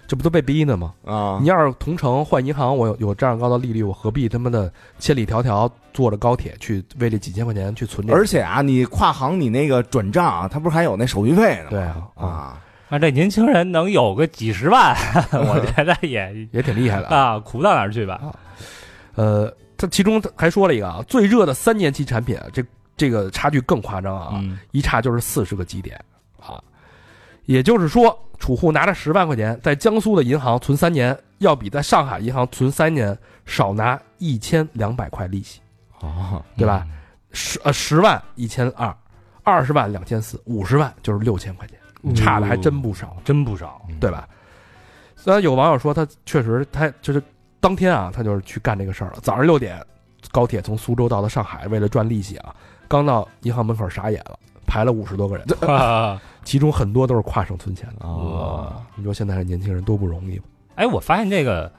[SPEAKER 3] 这不都被逼呢吗？
[SPEAKER 2] 啊
[SPEAKER 3] 你。要是同城换银行，我有有这样高的利率，我何必他妈的千里迢迢坐着高铁去为这几千块钱去存这？
[SPEAKER 2] 而且啊，你跨行你那个转账啊，它不是还有那手续费呢吗？
[SPEAKER 3] 对啊，啊，
[SPEAKER 2] 啊，
[SPEAKER 4] 啊，这年轻人能有个几十
[SPEAKER 3] [LAUGHS]
[SPEAKER 4] 万，我觉得也
[SPEAKER 3] 也挺厉害的 [LAUGHS] 啊。
[SPEAKER 4] 啊，苦不到哪儿去吧？
[SPEAKER 3] 呃，他其中还说了一个啊，最热的三年期产品啊，这这个差距更夸张啊， [LAUGHS]
[SPEAKER 4] 嗯
[SPEAKER 3] 一差就是四十个基点啊。也就是说，储户拿着十万块钱在江苏的银行存三年，要比在上海银行存三年少拿一千两百块利息。
[SPEAKER 2] 哦，
[SPEAKER 3] 对吧？十呃十万一千二，二十万两千四，五十万就是六千块钱，
[SPEAKER 4] 嗯
[SPEAKER 3] 差的还真不少，
[SPEAKER 4] 真不少。
[SPEAKER 3] 对吧？虽然有网友说他确实他就是当天啊，他就是去干这个事儿了。早上六点，高铁从苏州到了上海，为了赚利息啊，刚到银行门口傻眼了，排了五十多个人， [LAUGHS] 其中很多都是跨省存钱的。
[SPEAKER 2] 哦，
[SPEAKER 3] 你说现在这年轻人多不容易吧？
[SPEAKER 4] 哎，我发现这个，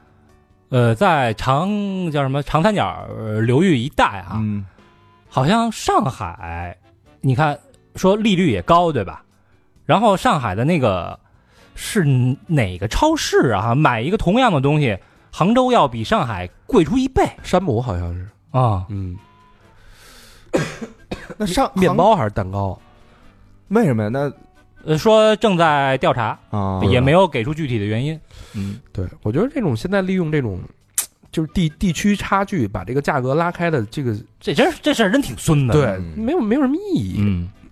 [SPEAKER 4] 呃，在长叫什么长三角呃流域一带啊，
[SPEAKER 2] 嗯，
[SPEAKER 4] 好像上海，你看说利率也高，对吧？然后上海的那个是哪个超市啊？买一个同样的东西，杭州要比上海贵出一倍
[SPEAKER 3] 山姆好像是，
[SPEAKER 4] 啊！
[SPEAKER 3] 嗯，
[SPEAKER 2] 那上
[SPEAKER 3] 面
[SPEAKER 2] 行
[SPEAKER 3] 包还是蛋糕？
[SPEAKER 2] 为什么呀？那
[SPEAKER 4] 呃，说正在调查，
[SPEAKER 2] 啊，
[SPEAKER 4] 也没有给出具体的原因。
[SPEAKER 2] 嗯
[SPEAKER 3] 对，我觉得这种现在利用这种就是地地区差距，把这个价格拉开的这个，
[SPEAKER 4] 这真是这事儿真挺孙的。
[SPEAKER 3] 对，
[SPEAKER 2] 嗯
[SPEAKER 3] 没有没有什么意义，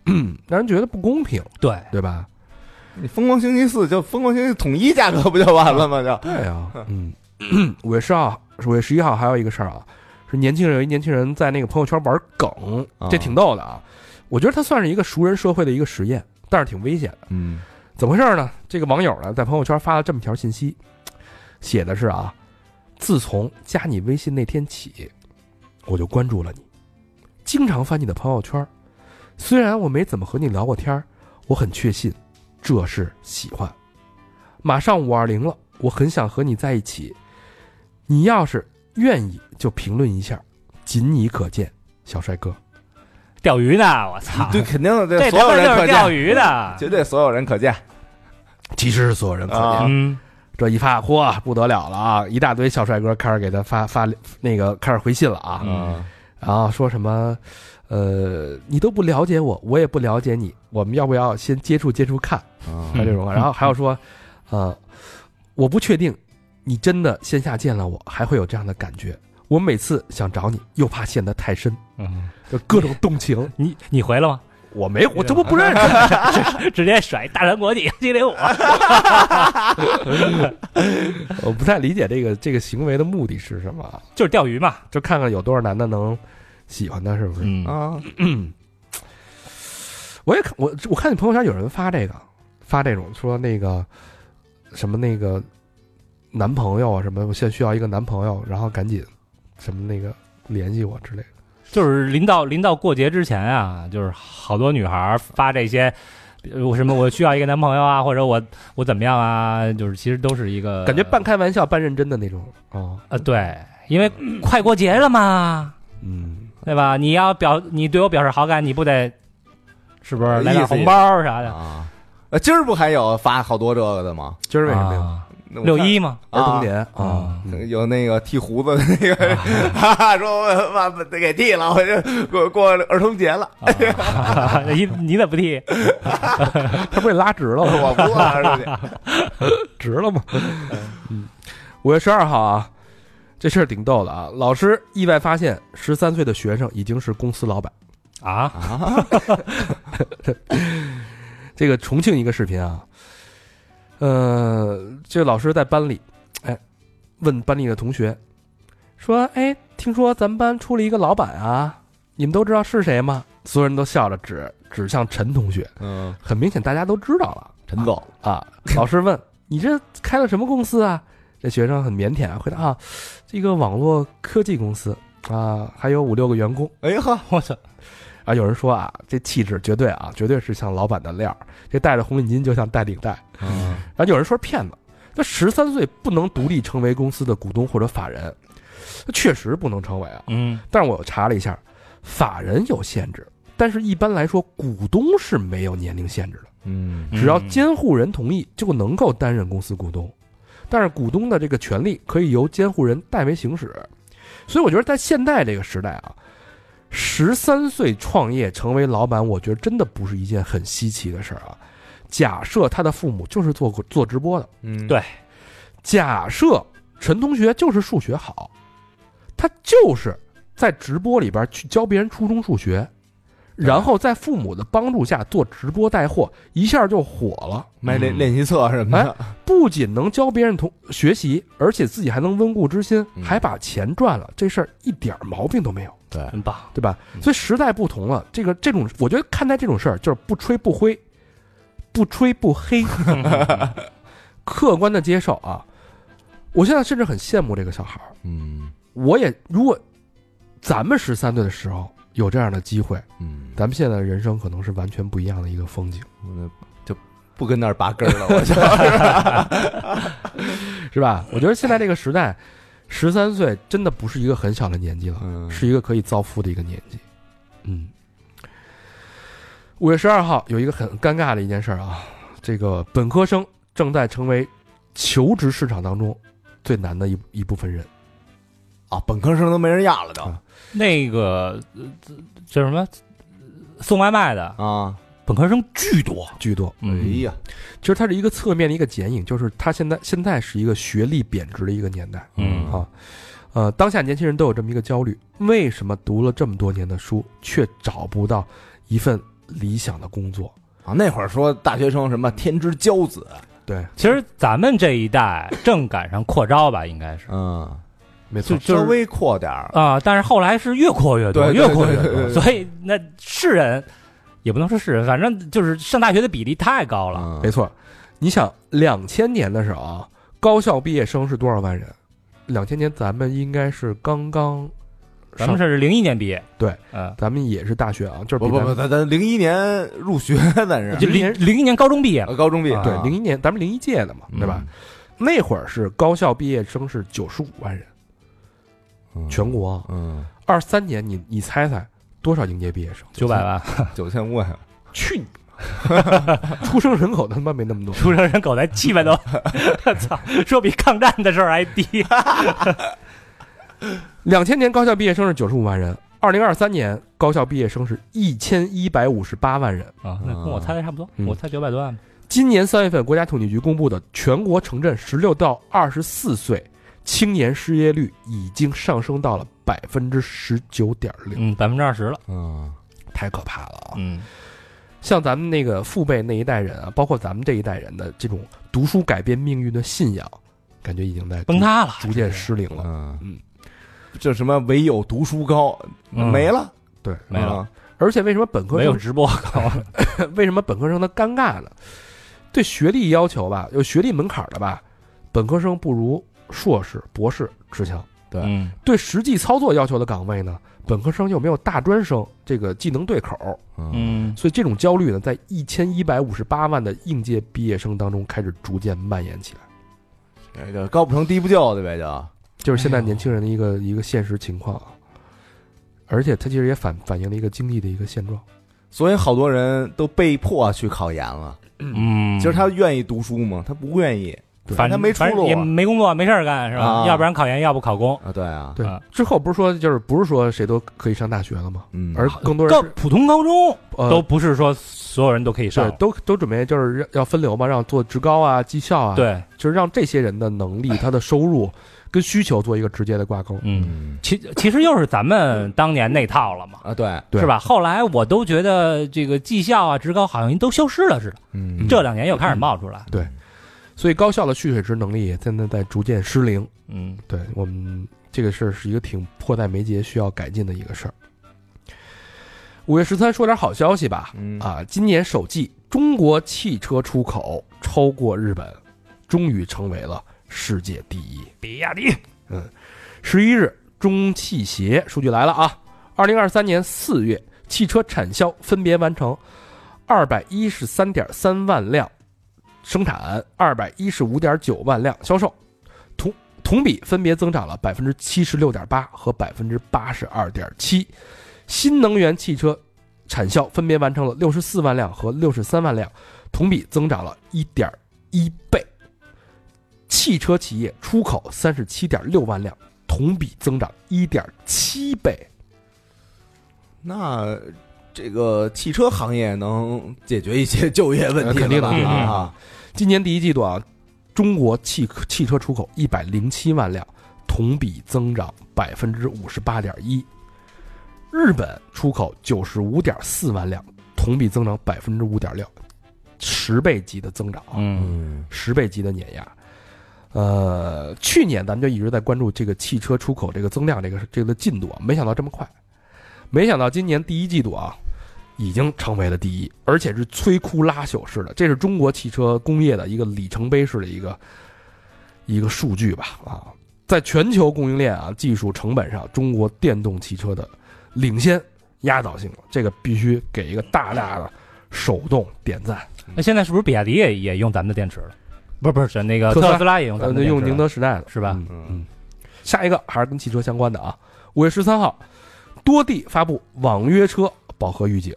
[SPEAKER 4] 嗯，
[SPEAKER 3] 让人觉得不公平，
[SPEAKER 4] 对，
[SPEAKER 3] 对吧？
[SPEAKER 2] 你疯狂星期四就疯狂星期四统一价格不就完了吗？就
[SPEAKER 3] 对啊，嗯，五月十号，五月十一号还有一个事儿啊，是年轻人有一年轻人在那个朋友圈玩梗，这挺逗的啊。我觉得他算是一个熟人社会的一个实验，但是挺危险的。
[SPEAKER 2] 嗯
[SPEAKER 3] 怎么回事呢？这个网友呢在朋友圈发了这么条信息，写的是啊，自从加你微信那天起，我就关注了你，经常翻你的朋友圈儿。虽然我没怎么和你聊过天儿，我很确信这是喜欢。马上五二零了，我很想和你在一起。你要是愿意，就评论一下，仅你可见，小帅哥。
[SPEAKER 4] 钓鱼呢，我操！
[SPEAKER 2] 对，肯定的，
[SPEAKER 4] 这
[SPEAKER 2] 所
[SPEAKER 4] 他
[SPEAKER 2] 有
[SPEAKER 4] 妈
[SPEAKER 2] 人
[SPEAKER 4] 就
[SPEAKER 2] 可
[SPEAKER 4] 是钓
[SPEAKER 2] 见，
[SPEAKER 4] 鱼的，
[SPEAKER 2] 绝对所有人可见。
[SPEAKER 3] 其实是所有人可见。
[SPEAKER 2] 啊
[SPEAKER 4] 嗯，
[SPEAKER 3] 这一发，嚯，不得了了啊！一大堆小帅哥开始给他发发那个开始回信了啊，
[SPEAKER 2] 嗯，
[SPEAKER 3] 然后说什么，呃，你都不了解我，我也不了解你，我们要不要先接触接触看？
[SPEAKER 2] 啊
[SPEAKER 3] 还有这种话，然后还有说，呃，我不确定你真的线下见了我还会有这样的感觉。我每次想找你，又怕陷得太深，
[SPEAKER 2] 啊
[SPEAKER 4] 嗯，
[SPEAKER 3] 就各种动 [LAUGHS] 情。
[SPEAKER 4] 你你回了吗？
[SPEAKER 3] 我没，我这不不认识，
[SPEAKER 4] 直接甩大韩国际激灵我，
[SPEAKER 2] 啊
[SPEAKER 3] 我不太理解这个这个行为的目的是什么啊，
[SPEAKER 4] 就是钓鱼嘛。
[SPEAKER 3] 就看看有多少男的能喜欢他，是不是？
[SPEAKER 4] 嗯
[SPEAKER 2] 啊，
[SPEAKER 3] 我也看我我看你朋友圈有人发这个，发这种说那个什么那个男朋友啊什么，我现在需要一个男朋友，然后赶紧什么那个联系我之类的。
[SPEAKER 4] 就是临到临到过节之前啊，就是好多女孩儿发这些，呃我什么我需要一个男朋友啊，或者我我怎么样啊，就是其实都是一个
[SPEAKER 3] 感
[SPEAKER 2] 呃
[SPEAKER 3] 觉半开玩笑半认真的那种啊、
[SPEAKER 4] 呃对，因为快过节了嘛，
[SPEAKER 3] 嗯，
[SPEAKER 4] 对吧？你要表你对我表示好感，你不得是不是
[SPEAKER 2] 呃
[SPEAKER 4] 来
[SPEAKER 2] 意
[SPEAKER 4] 点
[SPEAKER 2] 思
[SPEAKER 4] 红
[SPEAKER 2] 意思
[SPEAKER 4] 包啥的？
[SPEAKER 2] 啊，呃今儿不还有发好多这个的吗？
[SPEAKER 3] 今儿为什么呀？
[SPEAKER 4] 啊
[SPEAKER 2] 那我
[SPEAKER 4] 六
[SPEAKER 2] 看
[SPEAKER 4] 一嘛，
[SPEAKER 3] 儿童
[SPEAKER 2] 啊
[SPEAKER 3] 节
[SPEAKER 4] 啊
[SPEAKER 3] 啊，
[SPEAKER 2] 有那个剃胡子的那个，哈哈， [LAUGHS] 说我把把给剃了，我就过过儿童节了，
[SPEAKER 4] 啊 [LAUGHS] 你你怎么不剃？
[SPEAKER 3] 他不也拉直了吗？
[SPEAKER 2] 我不过儿童节。
[SPEAKER 3] [LAUGHS] 直了吗？嗯，五月十二号啊，这事儿挺逗的啊。老师意外发现，十三岁的学生已经是公司老板。
[SPEAKER 4] 啊，
[SPEAKER 3] 这个重庆一个视频啊，呃，这老师在班里，哎，问班里的同学说：“哎，听说咱们班出了一个老板啊，你们都知道是谁吗？”所有人都笑着指指向陈同学，
[SPEAKER 2] 嗯，
[SPEAKER 3] 很明显大家都知道了。
[SPEAKER 2] 陈总，
[SPEAKER 3] 啊，老师问你这开了什么公司啊？这学生很腼腆啊，回答啊，这个网络科技公司啊，还有五六个员工
[SPEAKER 2] 哎呵，
[SPEAKER 4] 我操，
[SPEAKER 3] 啊。有人说啊，这气质绝对啊，绝对是像老板的料儿，这戴着红领巾就像戴领带。然后有人说骗子，这十三岁不能独立成为公司的股东或者法人，这确实不能成为啊。
[SPEAKER 4] 嗯
[SPEAKER 3] 但是我查了一下，法人有限制，但是一般来说，股东是没有年龄限制的。
[SPEAKER 2] 嗯
[SPEAKER 3] 只要
[SPEAKER 4] 嗯
[SPEAKER 3] 监护人同意，就能够担任公司股东。但是股东的这个权利可以由监护人代为行使。所以我觉得在现代这个时代啊，十三岁创业成为老板，我觉得真的不是一件很稀奇的事儿啊。假设他的父母就是做过做直播的，
[SPEAKER 2] 嗯，
[SPEAKER 4] 对
[SPEAKER 3] 假设陈同学就是数学好，他就是在直播里边去教别人初中数学，然后在父母的帮助下做直播带货，一下就火了。
[SPEAKER 2] 卖练练习册什么的，
[SPEAKER 3] 不仅能教别人同学习，而且自己还能温故知新，
[SPEAKER 2] 嗯
[SPEAKER 3] 还把钱赚了，这事儿一点儿毛病都没有，
[SPEAKER 2] 对
[SPEAKER 4] 很棒，
[SPEAKER 3] 对吧？
[SPEAKER 2] 嗯
[SPEAKER 3] 所以时代不同了，这个这种，我觉得看待这种事儿就是不吹不灰，不吹不黑，客观的接受啊。我现在甚至很羡慕这个小孩儿，
[SPEAKER 2] 嗯
[SPEAKER 3] 我也如果咱们十三岁的时候有这样的机会，
[SPEAKER 2] 嗯，
[SPEAKER 3] 咱们现在的人生可能是完全不一样的一个风景。
[SPEAKER 2] 我就不跟那儿拔根儿了，我就
[SPEAKER 3] 是吧？我觉得现在这个时代，十三岁真的不是一个很小的年纪了，
[SPEAKER 2] 嗯
[SPEAKER 3] 是一个可以造富的一个年纪。嗯，五月十二号有一个很尴尬的一件事儿啊，这个本科生正在成为求职市场当中最难的一一部分人。
[SPEAKER 2] 啊，本科生都没人要了都
[SPEAKER 4] 那个呃这这什么呃送外卖的
[SPEAKER 2] 啊，
[SPEAKER 4] 本科生巨多，
[SPEAKER 3] 居多，
[SPEAKER 2] 哎
[SPEAKER 4] 嗯，
[SPEAKER 2] 呀，
[SPEAKER 3] 其实它是一个侧面的一个剪影，就是它现在现在是一个学历贬值的一个年代，
[SPEAKER 4] 嗯
[SPEAKER 3] 啊，呃，当下年轻人都有这么一个焦虑：为什么读了这么多年的书，却找不到一份理想的工作？
[SPEAKER 2] 啊，那会儿说大学生什么天之骄子，
[SPEAKER 3] 对，
[SPEAKER 4] 其实咱们这一代正赶上扩招吧，应该是
[SPEAKER 2] 嗯，
[SPEAKER 3] 没
[SPEAKER 4] 就
[SPEAKER 3] 错，
[SPEAKER 4] 就
[SPEAKER 2] 稍
[SPEAKER 4] 是
[SPEAKER 2] 微阔点儿，
[SPEAKER 4] 啊、但是后来是越扩越多，
[SPEAKER 2] 对
[SPEAKER 4] 越扩越
[SPEAKER 2] 对对对
[SPEAKER 4] 多，
[SPEAKER 2] 对
[SPEAKER 4] 所以那是人也不能说是人，反正就是上大学的比例太高了。
[SPEAKER 2] 嗯
[SPEAKER 3] 没错。你想，两千年的时候啊，高校毕业生是多少万人？两千年咱们应该是刚刚
[SPEAKER 4] 咱
[SPEAKER 3] 上
[SPEAKER 4] 们是零一年毕业，
[SPEAKER 3] 对，
[SPEAKER 4] 嗯，
[SPEAKER 3] 咱们也是大学啊，就是
[SPEAKER 2] 不
[SPEAKER 3] 比
[SPEAKER 2] 不
[SPEAKER 3] 咱
[SPEAKER 2] 不，
[SPEAKER 3] 们
[SPEAKER 2] 咱咱零一年入学，咱是
[SPEAKER 4] 就
[SPEAKER 3] 嗯零一
[SPEAKER 4] 零
[SPEAKER 3] 年
[SPEAKER 4] 零一年高中毕业
[SPEAKER 2] 呃高中毕业，
[SPEAKER 3] 啊对零一年，咱们零一届的嘛，
[SPEAKER 2] 嗯
[SPEAKER 3] 对吧？？那会儿是高校毕业生是九十五万人，
[SPEAKER 2] 嗯
[SPEAKER 3] 全，国啊。
[SPEAKER 2] 嗯，
[SPEAKER 3] 二三年你你猜猜多少应届毕业生？
[SPEAKER 4] 九百万，
[SPEAKER 2] [LAUGHS] 九千五百，
[SPEAKER 3] 去你！ [LAUGHS] 出生人口他妈没那么多，
[SPEAKER 4] 出生人口才七百多，
[SPEAKER 2] [LAUGHS]
[SPEAKER 4] 操，说比抗战的时候还低。
[SPEAKER 3] 两千年高校毕业生是九十五万人，二零二三年高校毕业生是一千一百五十八万人。
[SPEAKER 4] 啊，那跟我猜的差不多，
[SPEAKER 3] 嗯
[SPEAKER 4] 我猜九百多万吧。
[SPEAKER 3] 今年三月份，国家统计局公布的全国城镇十六到二十四岁青年失业率已经上升到了百分之十九点零，
[SPEAKER 4] 嗯，百分之二十了。
[SPEAKER 2] 嗯，
[SPEAKER 3] 太可怕了啊！
[SPEAKER 4] 嗯，
[SPEAKER 3] 像咱们那个父辈那一代人啊，包括咱们这一代人的这种读书改变命运的信仰，感觉已经在
[SPEAKER 4] 崩，塌了，
[SPEAKER 3] 逐渐失灵了。
[SPEAKER 2] 嗯
[SPEAKER 3] 嗯，
[SPEAKER 2] 这什么唯有读书高
[SPEAKER 4] 嗯
[SPEAKER 2] 没了，啊
[SPEAKER 3] 对，
[SPEAKER 4] 没了，
[SPEAKER 3] 而且为什么本科
[SPEAKER 4] 没有
[SPEAKER 3] 生
[SPEAKER 4] 直
[SPEAKER 2] [LAUGHS]
[SPEAKER 4] 播高了。
[SPEAKER 3] [LAUGHS] 为什么本科生他尴尬呢？对学历要求吧，有学历门槛的吧，本科生不如硕士、博士吃香。
[SPEAKER 2] 对
[SPEAKER 4] 嗯
[SPEAKER 3] 对实际操作要求的岗位呢，本科生又没有大专生这个技能对口，
[SPEAKER 2] 嗯
[SPEAKER 4] 嗯，
[SPEAKER 3] 所以这种焦虑呢，在一千一百五十八万的应届毕业生当中开始逐渐蔓延起来，
[SPEAKER 2] 这个高不成低不就的呗，就
[SPEAKER 3] 就是
[SPEAKER 4] 哎
[SPEAKER 3] 现在年轻人的一个、一个现实情况啊。而且它其实也反反映了一个经济的一个现状。
[SPEAKER 2] 所以好多人都被迫去考研了。
[SPEAKER 4] 嗯，
[SPEAKER 2] 其实他愿意读书吗？他不愿意
[SPEAKER 3] 对
[SPEAKER 4] 反
[SPEAKER 2] 他
[SPEAKER 4] 正
[SPEAKER 2] 没出
[SPEAKER 4] 反正
[SPEAKER 2] 路
[SPEAKER 4] 也
[SPEAKER 2] 啊
[SPEAKER 4] 没工作，没事儿干是吧
[SPEAKER 2] 啊？
[SPEAKER 4] 要不然考研，要不考公。
[SPEAKER 2] 啊，对啊，
[SPEAKER 3] 对
[SPEAKER 4] 啊，
[SPEAKER 3] 之后不是说就是不是说谁都可以上大学了吗？
[SPEAKER 2] 嗯，
[SPEAKER 3] 而更多人
[SPEAKER 4] 高
[SPEAKER 3] 是
[SPEAKER 4] 普通高中
[SPEAKER 3] 呃
[SPEAKER 4] 都不是说所有人都可以上
[SPEAKER 3] 对，，都都准备就是要分流嘛，让做职高啊、技校啊，，
[SPEAKER 4] 对，哎
[SPEAKER 3] 就是让这些人的能力、他的收入跟需求做一个直接的挂钩。
[SPEAKER 4] 嗯，
[SPEAKER 2] 嗯
[SPEAKER 4] 其其实又是咱们当年那套了嘛，
[SPEAKER 2] 啊，对，
[SPEAKER 3] 对
[SPEAKER 4] 是吧？后来我都觉得这个技校啊、职高好像都消失了似的，
[SPEAKER 2] 嗯
[SPEAKER 4] 这两年又开始冒出来。
[SPEAKER 3] 所以高校的蓄水池能力也现在在逐渐失灵。
[SPEAKER 4] 嗯
[SPEAKER 3] 对我们这个事儿是一个挺迫在眉睫、需要改进的一个事儿。五月十三，说点好消息吧。
[SPEAKER 2] 嗯
[SPEAKER 3] 啊，今年首季中国汽车出口超过日本，终于成为了世界第一。
[SPEAKER 4] 比亚迪，
[SPEAKER 3] 十一日，中汽协数据来了啊！二零二三年四月，汽车产销分别完成二百一十三点三万辆生产，二百一十五点九万辆销售，同同比分别增长了百分之七十六点八和百分之八十二点七。新能源汽车产销分别完成了六十四万辆和六十三万辆，同比增长了一点一倍。汽车企业出口三十七点六万辆。同比增长一点七倍。
[SPEAKER 2] 那这个汽车行业能解决一些就业问题
[SPEAKER 3] 呃肯定
[SPEAKER 2] 了
[SPEAKER 3] 的
[SPEAKER 4] 嗯
[SPEAKER 2] 吧
[SPEAKER 4] 嗯
[SPEAKER 2] 啊，
[SPEAKER 3] 今年第一季度啊，中国汽汽车出口一百零七万辆，同比增长百分之五十八点一。日本出口九十五点四万辆，同比增长百分之五点六，十倍级的增长啊，
[SPEAKER 4] 嗯
[SPEAKER 2] 嗯
[SPEAKER 3] 十倍级的碾压。呃，去年咱们就一直在关注这个汽车出口这个增量这个这个进度啊，没想到这么快，没想到今年第一季度啊，已经成为了第一，而且是摧枯拉朽式的，这是中国汽车工业的一个里程碑式的一个一个数据吧啊，在全球供应链啊技术成本上，中国电动汽车的领先压倒性了，这个必须给一个大大的手动点赞。
[SPEAKER 4] 那现在是不是比亚迪也也用咱们的电池了？不是不是，那个
[SPEAKER 3] 特斯拉
[SPEAKER 4] 特斯拉也用咱
[SPEAKER 3] 呃
[SPEAKER 4] 们，的电池
[SPEAKER 3] 用
[SPEAKER 4] 了
[SPEAKER 3] 宁德时代的
[SPEAKER 4] 是吧？
[SPEAKER 2] 嗯
[SPEAKER 3] 嗯，下一个还是跟汽车相关的啊。五月十三号，多地发布网约车饱和预警，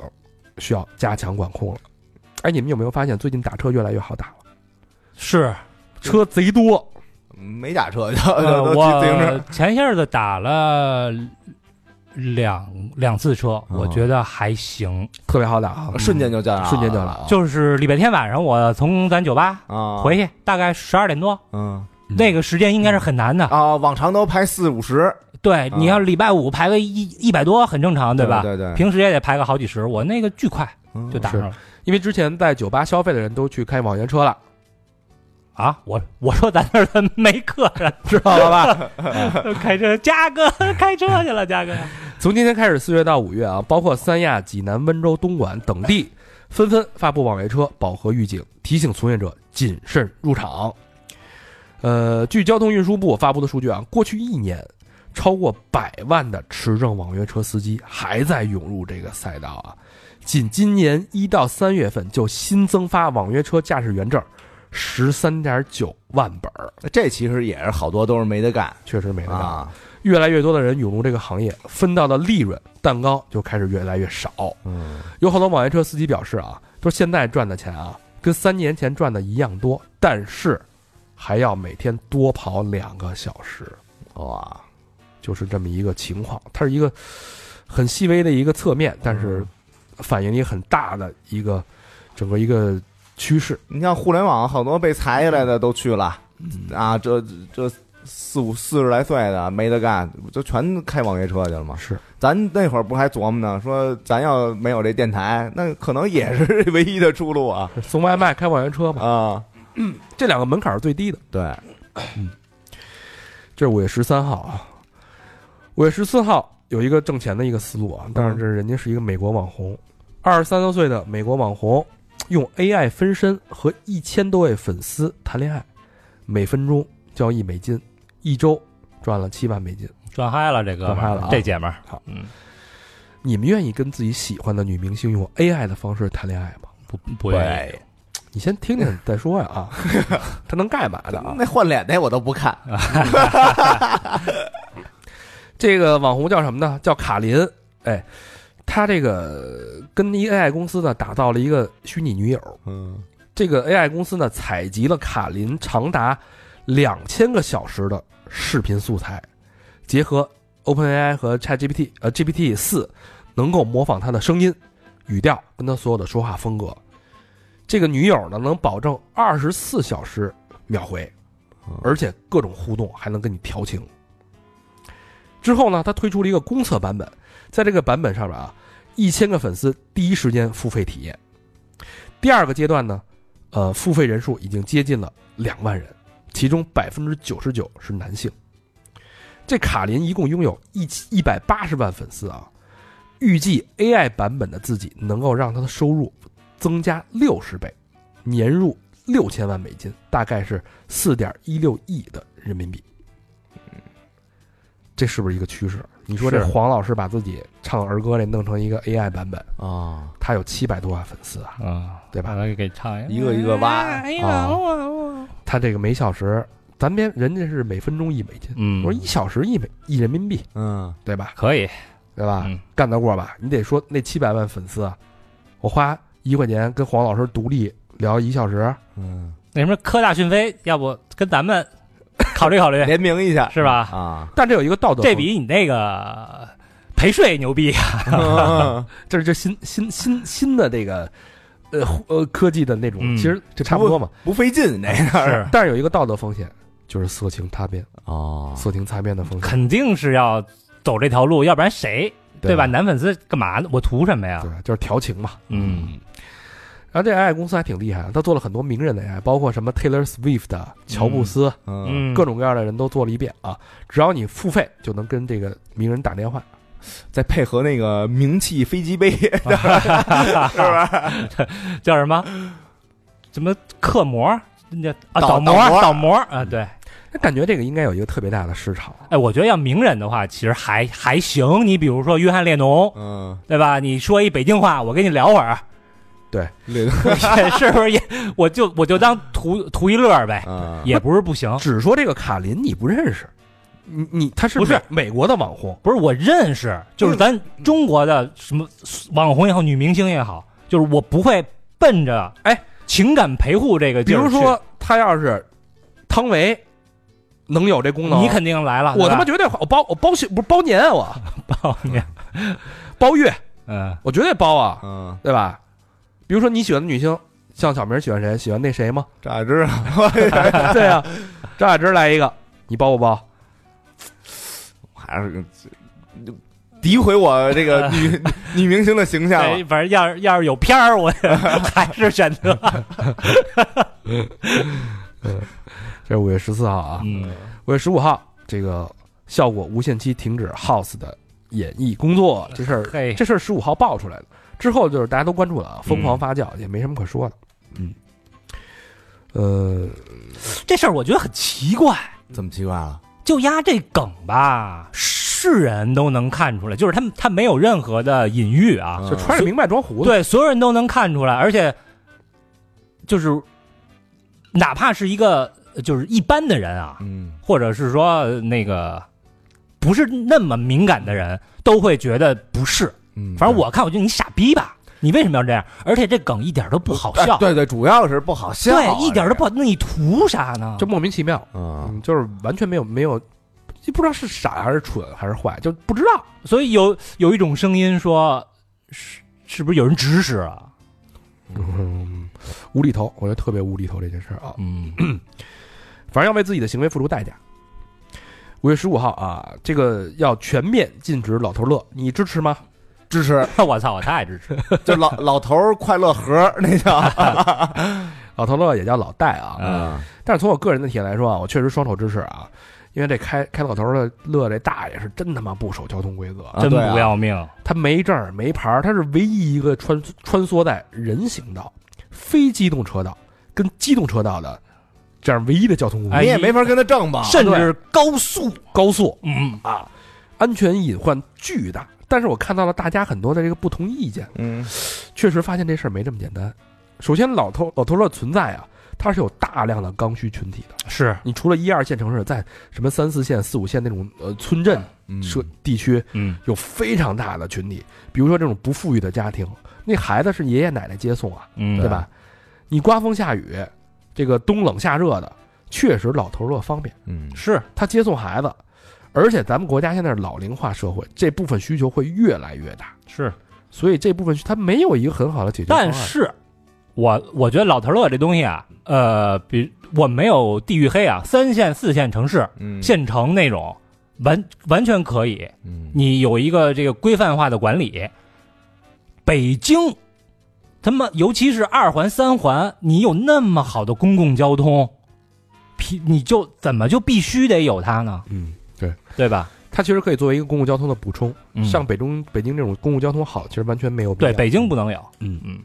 [SPEAKER 3] 需要加强管控了。哎，你们有没有发现最近打车越来越好打了？
[SPEAKER 4] 是，
[SPEAKER 3] 车贼多，
[SPEAKER 2] 嗯没打车， [LAUGHS]
[SPEAKER 4] 呃
[SPEAKER 2] 都骑自行
[SPEAKER 4] 我
[SPEAKER 2] 车，
[SPEAKER 4] [LAUGHS] 前些日子打了两两次车，
[SPEAKER 2] 哦
[SPEAKER 4] 我觉得还行。
[SPEAKER 3] 特别好打啊！
[SPEAKER 2] 瞬间就叫
[SPEAKER 3] 瞬间就来
[SPEAKER 2] 哦
[SPEAKER 4] [LAUGHS]
[SPEAKER 3] 了
[SPEAKER 4] 就是礼拜天晚上，我从咱酒吧
[SPEAKER 2] 啊，
[SPEAKER 4] 回去，大概十二点多，
[SPEAKER 2] 嗯
[SPEAKER 3] 嗯
[SPEAKER 4] 那个时间应该是很难的。
[SPEAKER 2] 啊，往常都排四五十，
[SPEAKER 4] 对，
[SPEAKER 2] 啊
[SPEAKER 4] 你要礼拜五排个一一百多，很正常，吧？
[SPEAKER 2] 对对，
[SPEAKER 4] 平时也得排个好几十，我那个巨快
[SPEAKER 2] 嗯
[SPEAKER 4] 就打上了
[SPEAKER 3] 因为之前在酒吧消费的人都去开网约车了，
[SPEAKER 4] 啊！我我说咱这儿怎么 [LAUGHS] 没客人，
[SPEAKER 3] 知道了吧？
[SPEAKER 4] 开车，嘉哥开车去了，嘉哥。
[SPEAKER 3] 从今天开始，四月到五月啊，包括三亚、济南、温州、东莞等地，纷纷发布网约车饱和预警，提醒从业者谨慎入场。呃，据交通运输部发布的数据啊，过去一年，超过百万的持证网约车司机还在涌入这个赛道啊。仅今年一到三月份就新增发网约车驾驶员证十三点九万本儿，
[SPEAKER 2] [LAUGHS] 这其实也是好多都是没得干
[SPEAKER 3] 确实没得干。
[SPEAKER 2] 啊，
[SPEAKER 3] 越来越多的人涌入这个行业，分到的利润蛋糕就开始越来越少。
[SPEAKER 2] 嗯，
[SPEAKER 3] 有好多网约车司机表示啊，说现在赚的钱啊，跟三年前赚的一样多，但是还要每天多跑两个小时，
[SPEAKER 2] 哇，
[SPEAKER 3] 就是这么一个情况。它是一个很细微的一个侧面，但
[SPEAKER 2] 嗯
[SPEAKER 3] 是反映一个很大的一个整个一个趋势。
[SPEAKER 2] 你像互联网好多被裁下来的都去了
[SPEAKER 3] 嗯
[SPEAKER 2] 啊，这这四五四十来岁的没得干，就全开网约车去了嘛。
[SPEAKER 3] 是，
[SPEAKER 2] 咱那会儿不还琢磨呢，说咱要没有这电台，那可能也是唯一的出路啊
[SPEAKER 3] 送外卖、开网约车嘛，
[SPEAKER 4] [LAUGHS]
[SPEAKER 2] 啊！
[SPEAKER 3] 这两个门槛是最低的。
[SPEAKER 2] 对，
[SPEAKER 3] 这是五月十三号啊，五月十四号有一个挣钱的一个思路啊，但是这人家是一个美国网红，二十三多岁的美国网红，用 AI 分身和一千多位粉丝谈恋爱，每分钟交易美金，一周赚了七万美金。
[SPEAKER 4] 赚嗨了这哥们
[SPEAKER 3] 赚嗨
[SPEAKER 4] 儿，
[SPEAKER 3] 了啊
[SPEAKER 4] 这姐们儿，
[SPEAKER 3] 好
[SPEAKER 4] 嗯，
[SPEAKER 3] 你们愿意跟自己喜欢的女明星用 AI 的方式谈恋爱吗？
[SPEAKER 4] 不不愿意，
[SPEAKER 3] 你先听听再说呀啊，他能干嘛的啊？
[SPEAKER 2] 那换脸那我都不看，
[SPEAKER 4] 啊
[SPEAKER 3] 这个网红叫什么呢？叫卡林。哎，他这个呃跟一 AI 公司呢打造了一个虚拟女友。
[SPEAKER 2] 嗯，
[SPEAKER 3] 这个 AI 公司呢采集了卡林长达两千个小时的视频素材，结合 OpenAI 和 ChatGPT 呃 GPT 四，能够模仿他的声音、语调跟他所有的说话风格。这个女友呢能保证二十四小时秒回，而且各种互动还能跟你调情。之后呢，他推出了一个公测版本，在这个版本上面啊，一千个粉丝第一时间付费体验。第二个阶段呢，呃，付费人数已经接近了两万人，其中百分之九十九是男性。这卡林一共拥有一一百八十万粉丝啊，预计 AI 版本的自己能够让他的收入增加六十倍，年入六千万美金，大概是四点一六亿的人民币。这是不是一个趋势？你说这
[SPEAKER 4] 是
[SPEAKER 3] 黄老师把自己唱儿歌这弄成一个 AI 版本，
[SPEAKER 2] 啊，
[SPEAKER 3] 他有七百多万粉丝啊，
[SPEAKER 4] 嗯，
[SPEAKER 3] 对吧
[SPEAKER 4] 把？他给唱一
[SPEAKER 2] 一个一个挖
[SPEAKER 3] 啊，他这个每小时，咱别人家是每分钟一美金，
[SPEAKER 4] 嗯，
[SPEAKER 3] 我说一小时一美一人民币，
[SPEAKER 2] 嗯，
[SPEAKER 3] 对吧？
[SPEAKER 4] 可以，
[SPEAKER 3] 对吧？
[SPEAKER 4] 嗯
[SPEAKER 3] 干得过吧？你得说那七百万粉丝，啊，我花一块钱跟黄老师独立聊一小时，
[SPEAKER 2] 嗯，
[SPEAKER 4] 那什么科大讯飞，要不跟咱们考虑考
[SPEAKER 2] [LAUGHS]
[SPEAKER 4] 虑，
[SPEAKER 2] 联名一下
[SPEAKER 4] 哎是吧？
[SPEAKER 2] 啊，
[SPEAKER 3] 但这有一个道德，
[SPEAKER 4] 这比你那个陪睡牛逼啊！
[SPEAKER 3] 这是这新新新新的这个呃互呃科技的那种，
[SPEAKER 4] 嗯
[SPEAKER 3] 其实这差不多嘛。
[SPEAKER 2] [LAUGHS] 不费劲那个
[SPEAKER 4] 是，啊
[SPEAKER 3] 但是有一个道德风险，就是色情擦边、
[SPEAKER 2] 哦
[SPEAKER 3] 色情擦边的风险，
[SPEAKER 4] 肯定是要走这条路，要不然谁对吧？
[SPEAKER 3] 对
[SPEAKER 4] 男粉丝干嘛呢？我图什么呀？
[SPEAKER 3] 对，就是调情嘛。
[SPEAKER 4] 嗯，
[SPEAKER 3] 然后这 AI 公司还挺厉害的，他做了很多名人的 AI，包括什么 Taylor Swift 啊、乔布斯，
[SPEAKER 2] 嗯，
[SPEAKER 4] 嗯，
[SPEAKER 3] 各种各样的人都做了一遍啊。只要你付费，就能跟这个名人打电话。
[SPEAKER 2] 再配合那个名气飞机杯，
[SPEAKER 4] [LAUGHS] 叫什么？什么刻模？那叫啊，导
[SPEAKER 2] 导
[SPEAKER 4] 模
[SPEAKER 2] 导模
[SPEAKER 4] 导模啊，对。
[SPEAKER 3] 那感觉这个应该有一个特别大的市场。
[SPEAKER 4] 哎，我觉得要名人的话，其实还还行。你比如说约翰列侬，
[SPEAKER 2] 嗯，
[SPEAKER 4] 对吧？你说一北京话，我跟你聊会儿， [LAUGHS]
[SPEAKER 2] 累的
[SPEAKER 4] 是不是也？我就我就当图图一乐儿呗，
[SPEAKER 2] 啊，
[SPEAKER 4] [LAUGHS]
[SPEAKER 3] 嗯
[SPEAKER 4] 也不是不行。
[SPEAKER 3] 只说这个卡林你不认识，你你他是
[SPEAKER 4] 不是
[SPEAKER 3] 美美国的网红？
[SPEAKER 4] 不是我认识，就是咱中国的什么网红也好，女明星也好，就是我不会奔着
[SPEAKER 3] 哎
[SPEAKER 4] 情感陪护这个
[SPEAKER 3] 比
[SPEAKER 4] 劲儿
[SPEAKER 3] 如
[SPEAKER 4] 去，
[SPEAKER 3] 说他要是汤唯能有这功能，
[SPEAKER 4] 你肯定来了，
[SPEAKER 3] 我他妈
[SPEAKER 4] 对吧
[SPEAKER 3] 绝对我包我包宿不是包年啊我
[SPEAKER 4] 报你，
[SPEAKER 3] 包月 [LAUGHS]
[SPEAKER 4] 嗯
[SPEAKER 3] 我绝对包啊，
[SPEAKER 2] 嗯，
[SPEAKER 3] 对吧？比如说你喜欢的女星，像小明喜欢谁？喜欢那谁吗？
[SPEAKER 2] 榨汁啊，
[SPEAKER 3] [LAUGHS] 对啊，张雅芝来一个，你包不包？
[SPEAKER 2] 还是诋毁我这个女
[SPEAKER 4] [LAUGHS]
[SPEAKER 2] 女女明星的形象了
[SPEAKER 4] 哎，反正要是要是有片儿，我 [LAUGHS] 还是选
[SPEAKER 3] [LAUGHS]
[SPEAKER 4] 择，
[SPEAKER 3] 这是五月十四号啊，
[SPEAKER 4] 嗯，
[SPEAKER 3] 五月十五号，这个效果无限期停止 House 的演艺工作这事儿，
[SPEAKER 4] 嘿，
[SPEAKER 3] 这事儿十五号爆出来嗯的，之后就是大家都关注了啊，疯狂发酵，也没什么可说的。嗯，呃，
[SPEAKER 4] 这事儿我觉得很奇怪，
[SPEAKER 2] 怎么奇怪了？
[SPEAKER 4] 就压这梗吧，是人都能看出来，就是他们他没有任何的隐喻啊，
[SPEAKER 2] 嗯
[SPEAKER 3] 就穿着明白装糊涂，
[SPEAKER 4] 对，所有人都能看出来，而且就是哪怕是一个呃就是一般的人啊，
[SPEAKER 2] 嗯，
[SPEAKER 4] 或者是说呃那个不是那么敏感的人，都会觉得不是。
[SPEAKER 2] 嗯
[SPEAKER 4] 反正我看，我觉得你傻逼吧，你为什么要这样？而且这梗一点都不好
[SPEAKER 2] 哎
[SPEAKER 4] 笑，
[SPEAKER 2] 对对，主要是不好啊笑，
[SPEAKER 4] 对，一点都不好。那你图啥呢？
[SPEAKER 3] 就莫名其妙，
[SPEAKER 2] 嗯
[SPEAKER 3] 嗯，就是完全没有没有，就不知道是傻还是蠢还是坏，就不知道。
[SPEAKER 4] 所以有有一种声音说，是是不是有人指使啊？ [LAUGHS]
[SPEAKER 3] 嗯，无厘头，我觉得特别无厘头这件事儿啊，
[SPEAKER 4] 嗯
[SPEAKER 3] 反正要为自己的行为付出代价。五月十五号啊，这个要全面禁止老头乐，你支持吗？
[SPEAKER 2] 支持，
[SPEAKER 4] 我操，我太支持了。
[SPEAKER 2] 就
[SPEAKER 4] [LAUGHS]
[SPEAKER 2] 老老头儿快乐盒儿那叫
[SPEAKER 3] 老头乐也叫老戴啊，
[SPEAKER 2] 啊，
[SPEAKER 3] 但是从我个人的体验来说啊，我确实双手支持啊，因为这开开老头的乐这大爷是真他妈不守交通规则，
[SPEAKER 4] 真
[SPEAKER 2] 对
[SPEAKER 4] 不
[SPEAKER 2] 啊
[SPEAKER 4] 要命！
[SPEAKER 3] 他没证儿没牌儿，他是唯一一个穿穿梭在人行道、非机动车道跟机动车道的这样唯一的交通工具，
[SPEAKER 4] 哎
[SPEAKER 2] 你也没法跟他挣吧？
[SPEAKER 4] 甚
[SPEAKER 3] 对
[SPEAKER 4] 至高速，
[SPEAKER 3] 高速
[SPEAKER 4] 嗯，
[SPEAKER 3] 啊，安全隐患巨大。但是我看到了大家很多的这个不同意见，
[SPEAKER 2] 嗯
[SPEAKER 3] 确实发现这事儿没这么简单。首先，老头老头乐存在啊，它是有大量的刚需群体的。
[SPEAKER 4] 是，
[SPEAKER 3] 你除了一二线城市，在什么三四线、四五线那种呃村镇
[SPEAKER 2] 嗯
[SPEAKER 3] 社地区，
[SPEAKER 4] 嗯，
[SPEAKER 3] 有非常大的群体，比如说这种不富裕的家庭，那孩子是爷爷奶奶接送啊，
[SPEAKER 4] 嗯
[SPEAKER 3] 对吧？你刮风下雨，这个冬冷夏热的，确实老头乐方便，
[SPEAKER 2] 嗯
[SPEAKER 4] 是，
[SPEAKER 3] 他接送孩子，而且咱们国家现在是老龄化社会，这部分需求会越来越大，
[SPEAKER 4] 是，
[SPEAKER 3] 所以这部分需他没有一个很好的解决方案。
[SPEAKER 4] 但是，我我觉得老头乐这东西啊，呃，比我没有地域黑啊，三线、四线城市、
[SPEAKER 2] 嗯
[SPEAKER 4] 县城那种，完完全可以，
[SPEAKER 2] 嗯
[SPEAKER 4] 你有一个这个规范化的管理。北京，他妈，尤其是二环、三环，你有那么好的公共交通，屁你就怎么就必须得有它呢？
[SPEAKER 3] 嗯，
[SPEAKER 4] 对吧？
[SPEAKER 3] 它其实可以作为一个公共交通的补充，
[SPEAKER 4] 嗯
[SPEAKER 3] 像北中北京这种公共交通好，其实完全没有必要
[SPEAKER 4] 对，北京不能有，
[SPEAKER 3] 嗯
[SPEAKER 4] 嗯，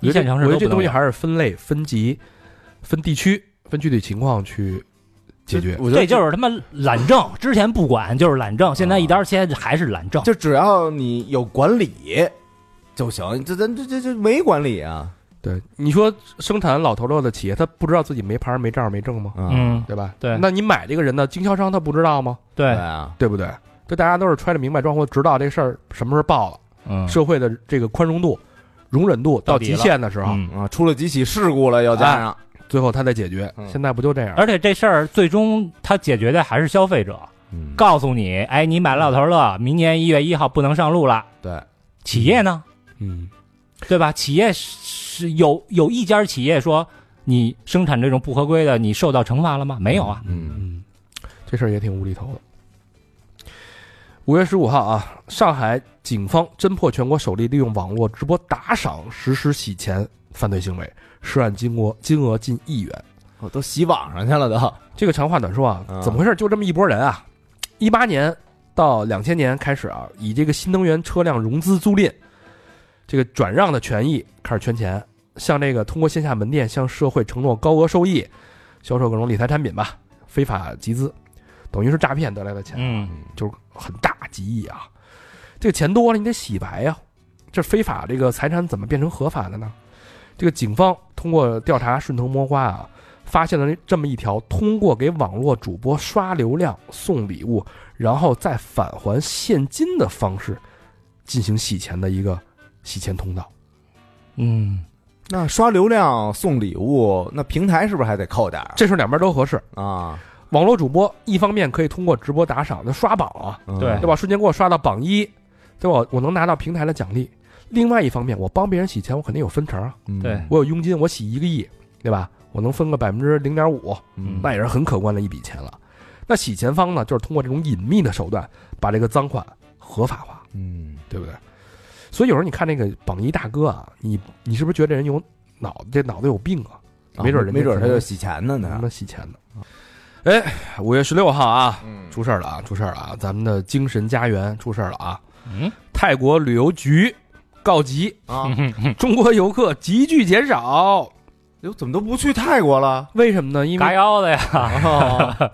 [SPEAKER 3] 我
[SPEAKER 4] 一
[SPEAKER 3] 觉
[SPEAKER 4] 线
[SPEAKER 3] 得这
[SPEAKER 4] 城市
[SPEAKER 3] 我
[SPEAKER 4] 都不
[SPEAKER 3] 觉得这
[SPEAKER 4] 能
[SPEAKER 3] 东西
[SPEAKER 4] 有。
[SPEAKER 3] 还是分类、分级、分地区、分具体情况去解决。
[SPEAKER 2] 我觉得
[SPEAKER 4] 这就是他妈懒政，之前不管就是懒
[SPEAKER 3] 啊
[SPEAKER 4] 政，现在一刀切还是懒政。
[SPEAKER 2] 就只要你有管理就行，这咱这这这没管理啊，
[SPEAKER 3] 对，你说生产老头乐的企业，他不知道自己没牌儿、没照儿、没证吗？
[SPEAKER 2] 嗯，
[SPEAKER 4] 嗯，
[SPEAKER 3] 对吧？
[SPEAKER 4] 对
[SPEAKER 3] 那你买这个人呢，经销商他不知道吗？
[SPEAKER 2] 对
[SPEAKER 4] 对，
[SPEAKER 2] 啊，
[SPEAKER 3] 对不对？这大家都是揣着明白装糊，直到这事儿什么时候爆了，
[SPEAKER 4] 嗯
[SPEAKER 3] 社会的这个宽容度、容忍度到
[SPEAKER 4] 到底
[SPEAKER 3] 极
[SPEAKER 4] 了
[SPEAKER 3] 限的时候，
[SPEAKER 4] 嗯，
[SPEAKER 2] 啊，出了几起事故了，要加
[SPEAKER 4] 哎
[SPEAKER 2] 上，
[SPEAKER 3] 最后他再解决。
[SPEAKER 2] 嗯
[SPEAKER 3] 现在不就这样？
[SPEAKER 4] 而且这事儿最终他解决的还是消费者，
[SPEAKER 2] 嗯
[SPEAKER 4] 告诉你，哎，你买老头乐，明年一月一号不能上路了。
[SPEAKER 2] 对，
[SPEAKER 4] 企业呢，
[SPEAKER 3] 嗯，
[SPEAKER 4] 对吧？企业是有有一家企业说你生产这种不合规的，你受到惩罚了吗？没有啊。
[SPEAKER 2] 嗯
[SPEAKER 3] 嗯，这事儿也挺无厘头的。五月十五号啊，上海警方侦破全国首例利用网络直播打赏实施洗钱犯罪行为，涉案金额金额近亿元。
[SPEAKER 2] 我都洗网上去了都，
[SPEAKER 3] 这个长话短说啊
[SPEAKER 2] 啊，
[SPEAKER 3] 怎么回事？就这么一拨人啊，一八年到两千年开始啊，以这个新能源车辆融资租赁这个转让的权益开始圈钱，向这个通过线下门店向社会承诺高额收益，销售各种理财产品吧，非法集资，等于是诈骗得来的钱。
[SPEAKER 4] 嗯，
[SPEAKER 3] 就是很大几亿啊。这个钱多了，你得洗白呀、这非法这个财产怎么变成合法的呢？这个警方通过调查顺藤摸瓜啊，发现了这么一条通过给网络主播刷流量、送礼物，然后再返还现金的方式进行洗钱的一个洗钱通道。
[SPEAKER 4] 嗯，
[SPEAKER 2] 那刷流量送礼物，那平台是不是还得扣点儿
[SPEAKER 3] 这事儿两边都合适。
[SPEAKER 2] 啊？
[SPEAKER 3] 网络主播一方面可以通过直播打赏，就刷榜啊，
[SPEAKER 2] 嗯
[SPEAKER 4] 对
[SPEAKER 3] 对吧？瞬间给我刷到榜一，对吧？我能拿到平台的奖励。另外一方面，我帮别人洗钱，我肯定有分成啊。
[SPEAKER 2] 嗯
[SPEAKER 4] 对
[SPEAKER 3] 我有佣金，我洗一个亿，对吧？我能分个百分之零点五，
[SPEAKER 2] 嗯
[SPEAKER 3] 那也是很可观的一笔钱了。那洗钱方呢，就是通过这种隐秘的手段，把这个赃款合法化，
[SPEAKER 2] 嗯
[SPEAKER 3] 对不对？所以有时候你看那个榜一大哥啊，你你是不是觉得这人有脑子，这脑子有病啊？
[SPEAKER 2] 啊
[SPEAKER 3] 没准人家
[SPEAKER 2] 没准他
[SPEAKER 3] 可能嗯
[SPEAKER 2] 就洗钱呢
[SPEAKER 3] 他
[SPEAKER 2] 呢
[SPEAKER 3] 妈，洗钱呢？哎，五月十六号啊，
[SPEAKER 2] 嗯
[SPEAKER 3] 出事儿了啊，出事儿了啊！咱们的精神家园出事儿了啊！
[SPEAKER 4] 嗯，
[SPEAKER 3] 泰国旅游局告急，
[SPEAKER 2] 啊，
[SPEAKER 4] 嗯
[SPEAKER 3] 中国游客急剧减少，
[SPEAKER 2] 哟，怎么都不去泰国 [LAUGHS] 了？
[SPEAKER 3] 为什么呢？因
[SPEAKER 4] 嘎
[SPEAKER 3] 为
[SPEAKER 4] 腰的呀，
[SPEAKER 2] 哦，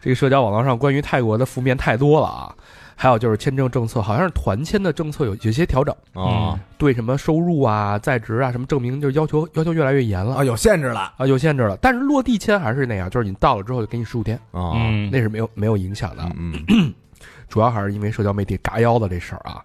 [SPEAKER 3] 这个社交网络上关于泰国的负面太多了啊。还有就是签证政策，好像是团签的政策有有些调整，
[SPEAKER 2] 哦
[SPEAKER 3] 对什么收入啊、在职啊、什么证明，就是要求要求越来越严了
[SPEAKER 4] 哎
[SPEAKER 2] 啊，有限制了
[SPEAKER 3] 啊，有限制了。但是落地签还是那样，就是你到了之后就给你十五天，
[SPEAKER 2] 啊
[SPEAKER 4] 嗯，
[SPEAKER 3] 那是没有没有影响的。
[SPEAKER 2] 嗯
[SPEAKER 3] 主要还是因为社交媒体嘎腰的这事儿啊。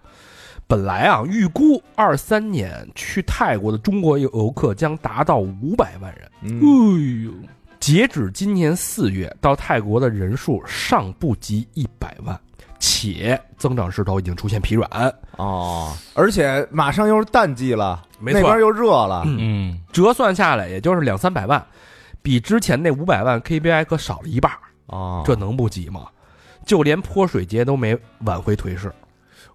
[SPEAKER 3] 本来啊，预估二三年去泰国的中国游客将达到五百万人。
[SPEAKER 2] 嗯，
[SPEAKER 4] 哎呦，
[SPEAKER 3] 截止今年四月，到泰国的人数尚不及一百万，且增长势头已经出现疲软。啊
[SPEAKER 2] 哦，而且马上又是淡季了，
[SPEAKER 3] 没错
[SPEAKER 2] 那边又热了，
[SPEAKER 4] 嗯，
[SPEAKER 3] 折算下来，也就是两三百万，比之前那五百万 KPI 可少了一半儿，
[SPEAKER 2] 哦，
[SPEAKER 3] 这能不急吗？就连泼水节都没挽回颓势。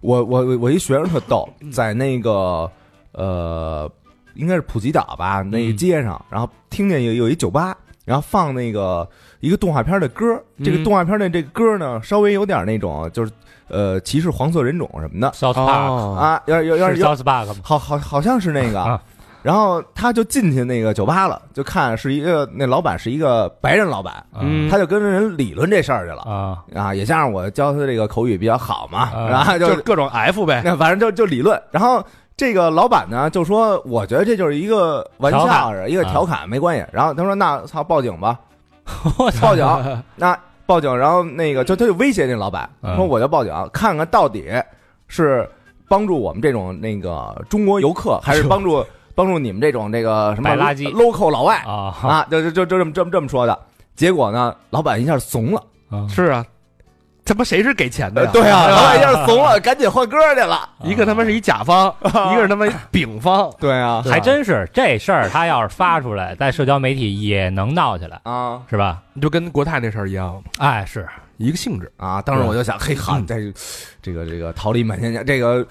[SPEAKER 2] 我我我我一学生特逗，在那个呃，应该是普吉岛吧，那街上，然后听见有有一酒吧，然后放那个一个动画片的歌，这个
[SPEAKER 3] 嗯
[SPEAKER 2] 动画片的这个歌呢，稍微有点那种就是呃歧视黄色人种什么的
[SPEAKER 4] South Park
[SPEAKER 3] 哦
[SPEAKER 2] 啊，有有有
[SPEAKER 4] 是
[SPEAKER 2] 有
[SPEAKER 4] South Park 吗？
[SPEAKER 2] 好好好像是那个
[SPEAKER 4] 啊，
[SPEAKER 2] 然后他就进去那个酒吧了，就看是一个那老板是一个白人老板，
[SPEAKER 3] 嗯
[SPEAKER 2] 他就跟人理论这事儿去了
[SPEAKER 4] 啊，
[SPEAKER 2] 啊，也加上我教他这个口语比较好嘛，
[SPEAKER 4] 啊
[SPEAKER 2] 然后就
[SPEAKER 3] 就是各种 F 呗。
[SPEAKER 2] [LAUGHS] 那反正就就理论，然后。这个老板呢就说：“我觉得这就是一个玩
[SPEAKER 4] 调
[SPEAKER 2] 笑，
[SPEAKER 4] 侃啊
[SPEAKER 2] 一个调侃，没关系。”然后他说：“那操，报警吧，报警，
[SPEAKER 3] 啊
[SPEAKER 2] 那报警。”然后那个就他就威胁那老板
[SPEAKER 4] 嗯
[SPEAKER 2] 说：“我就报警，看看到底是帮助我们这种那个中国游客，还是帮助帮助你们这种这个什么
[SPEAKER 4] 买哎垃圾
[SPEAKER 2] local 老外
[SPEAKER 4] [LAUGHS] 啊
[SPEAKER 2] 啊？”就就就就这么这么这么说的。结果呢，老板一下怂了，
[SPEAKER 4] 啊，
[SPEAKER 3] 是啊，他妈谁是给钱
[SPEAKER 4] 哎
[SPEAKER 3] 的呀？
[SPEAKER 4] [LAUGHS]
[SPEAKER 2] 对啊，老板一下怂了，赶紧换歌去了。
[SPEAKER 3] 一个他妈是一甲方，一个是他妈丙方，
[SPEAKER 2] 对啊，
[SPEAKER 4] 还真是这事儿，他要是发出来，在社交媒体也能闹起来，
[SPEAKER 2] 啊。
[SPEAKER 4] 是吧？
[SPEAKER 3] 你就跟国泰那事儿一样，
[SPEAKER 4] 哎，是
[SPEAKER 3] 一个性质。
[SPEAKER 2] 啊！当时我就想，嘿，好，这这个这个桃李满天下，这个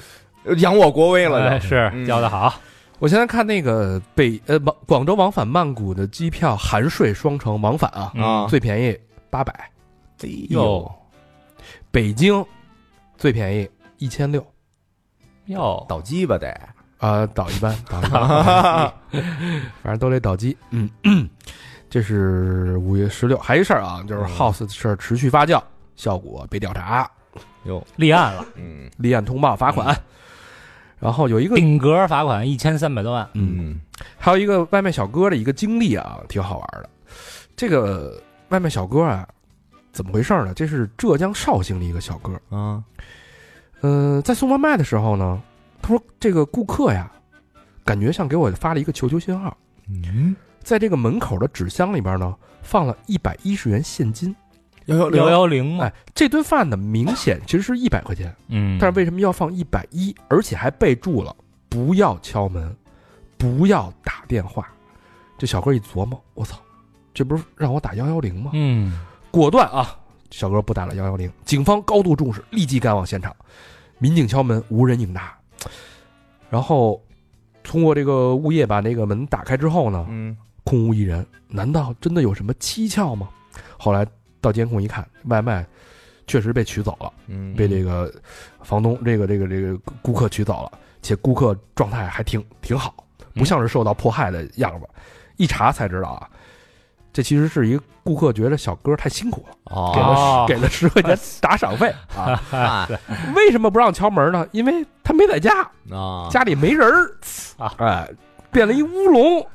[SPEAKER 2] 扬我国威了
[SPEAKER 4] 哎
[SPEAKER 2] 就。
[SPEAKER 4] 是
[SPEAKER 2] 嗯
[SPEAKER 4] 教的好，
[SPEAKER 3] 我现在看那个北呃往广州往返曼谷的机票含税双程往返啊，
[SPEAKER 4] 嗯
[SPEAKER 2] 啊，
[SPEAKER 3] 最便宜八百，
[SPEAKER 2] 哎
[SPEAKER 4] 哟
[SPEAKER 3] 北京最便宜一千六
[SPEAKER 4] 哟，
[SPEAKER 2] 倒鸡巴得
[SPEAKER 3] 啊，倒一班，倒一班，反正都得倒机。嗯，这是五月十六，还有一事儿啊，就是 House 的事儿持续发酵，效果被调查，
[SPEAKER 2] 哟，
[SPEAKER 4] 立案
[SPEAKER 3] [LAUGHS]
[SPEAKER 4] 了，
[SPEAKER 2] 嗯
[SPEAKER 3] 立案通报罚款，然后有一个
[SPEAKER 4] 顶格罚款一千三百多万，
[SPEAKER 3] 嗯。还有一个外卖小哥的一个经历啊，挺好玩的。这个外卖小哥啊，怎么回事呢？这是浙江绍兴的一个小哥，
[SPEAKER 2] 啊
[SPEAKER 3] 嗯、在送外卖的时候呢，他说这个顾客呀，感觉像给我发了一个求救信号，
[SPEAKER 2] 嗯，
[SPEAKER 3] 在这个门口的纸箱里边呢，放了一百一十元现金。
[SPEAKER 2] 幺
[SPEAKER 4] 幺
[SPEAKER 2] 幺零
[SPEAKER 4] 幺零嘛
[SPEAKER 3] 哎，，这顿饭呢，明显其实是一百块钱，
[SPEAKER 4] 嗯，
[SPEAKER 3] 但是为什么要放一百一？而且还备注了不要敲门，不要打电话。这小哥一琢磨，我操，这不是让我打幺幺零吗？
[SPEAKER 4] 嗯，
[SPEAKER 3] 果断啊，小哥不打了幺幺零。警方高度重视，立即赶往现场。民警敲门，无人应答。然后通过这个物业把那个门打开之后呢，
[SPEAKER 2] 嗯
[SPEAKER 3] 空无一人。难道真的有什么蹊跷吗？后来到监控一看，外卖确实被取走了。
[SPEAKER 2] 嗯
[SPEAKER 3] 被这个房东这个这个这个顾客取走了，且顾客状态还挺挺好，
[SPEAKER 2] 嗯
[SPEAKER 3] 不像是受到迫害的样子。一查才知道啊，这其实是一个顾客觉得小哥太辛苦了，给了
[SPEAKER 2] 哦
[SPEAKER 3] 十、
[SPEAKER 4] 哦
[SPEAKER 3] 给了十块
[SPEAKER 2] [LAUGHS]
[SPEAKER 3] 钱打赏费啊。
[SPEAKER 2] 啊
[SPEAKER 3] 为什么不让敲门呢？因为他没在家，
[SPEAKER 2] 啊
[SPEAKER 3] 家里没人儿
[SPEAKER 4] 啊，
[SPEAKER 3] 哎，变了一乌龙。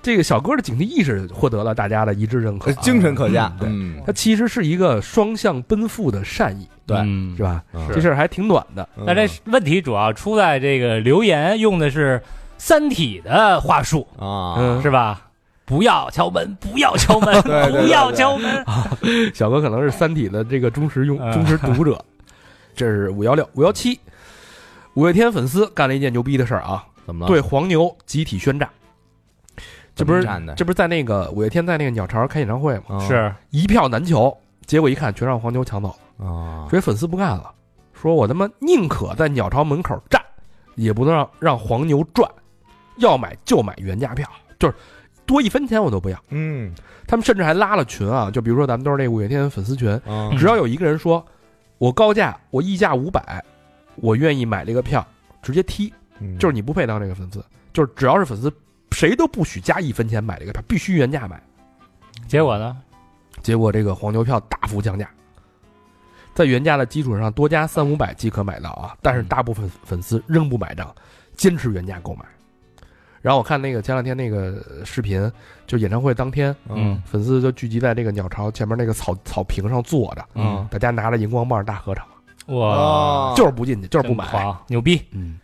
[SPEAKER 3] 这个小哥的警惕意识获得了大家的一致认可，
[SPEAKER 2] 呃
[SPEAKER 3] 啊
[SPEAKER 2] 精神可嘉，
[SPEAKER 3] 嗯
[SPEAKER 2] 嗯
[SPEAKER 3] 他其实是一个双向奔赴的善意，
[SPEAKER 2] 对
[SPEAKER 4] 嗯
[SPEAKER 3] 是？吧？
[SPEAKER 2] 嗯
[SPEAKER 3] 这事儿还挺暖的。
[SPEAKER 2] 嗯
[SPEAKER 4] 但这问题主要出在这个留言用的是《三体》的话术，
[SPEAKER 2] 啊
[SPEAKER 3] 嗯，
[SPEAKER 4] 是吧？不要敲门，不要敲
[SPEAKER 3] [LAUGHS]
[SPEAKER 4] 门，
[SPEAKER 2] 对对对
[SPEAKER 4] 不要敲门。
[SPEAKER 3] 小哥可能是《三体》的这个忠实用
[SPEAKER 2] 嗯
[SPEAKER 4] 啊
[SPEAKER 3] 忠实读
[SPEAKER 2] [LAUGHS]
[SPEAKER 3] 者。这是五幺六五幺七，五月天粉丝干了一件牛逼的事儿啊，
[SPEAKER 2] 怎么了？
[SPEAKER 3] 对黄牛集体宣战。这不是
[SPEAKER 2] 怎么站的
[SPEAKER 3] 这不是在那个五月天在那个鸟巢开演唱会吗？
[SPEAKER 2] 啊
[SPEAKER 4] 是
[SPEAKER 3] 一票难求，结果一看全让黄牛抢走了，
[SPEAKER 2] 啊
[SPEAKER 3] 所以粉丝不干了，说我他妈宁可在鸟巢门口站，也不能让让黄牛赚，要买就买原价票，就是多一分钱我都不要。
[SPEAKER 2] 嗯
[SPEAKER 3] 他们甚至还拉了群啊，就比如说咱们都是那五月天粉丝群，
[SPEAKER 2] 啊
[SPEAKER 4] 嗯
[SPEAKER 3] 只要有一个人说我高价，我溢价五百，
[SPEAKER 2] 嗯
[SPEAKER 3] 我愿意买这个票，直接踢，就是你不配当这个粉丝，就是只要是粉丝谁都不许加一分钱买这个票，必须原价买。
[SPEAKER 4] 结果呢？
[SPEAKER 3] 结果这个黄牛票大幅降价，在原价的基础上多加三五百即可买到啊，但是大部分粉丝仍不买账，坚持原价购买。然后我看那个前两天那个视频，就演唱会当天，
[SPEAKER 2] 嗯
[SPEAKER 3] 粉丝就聚集在这个鸟巢前面那个草草坪上坐着，
[SPEAKER 2] 嗯
[SPEAKER 3] 大家拿着荧光棒大合唱，
[SPEAKER 4] 嗯
[SPEAKER 2] 啊
[SPEAKER 4] 哇，
[SPEAKER 3] 就是不进去，就是不
[SPEAKER 4] 真
[SPEAKER 3] 啊买。
[SPEAKER 4] 狂，牛逼！
[SPEAKER 3] 嗯，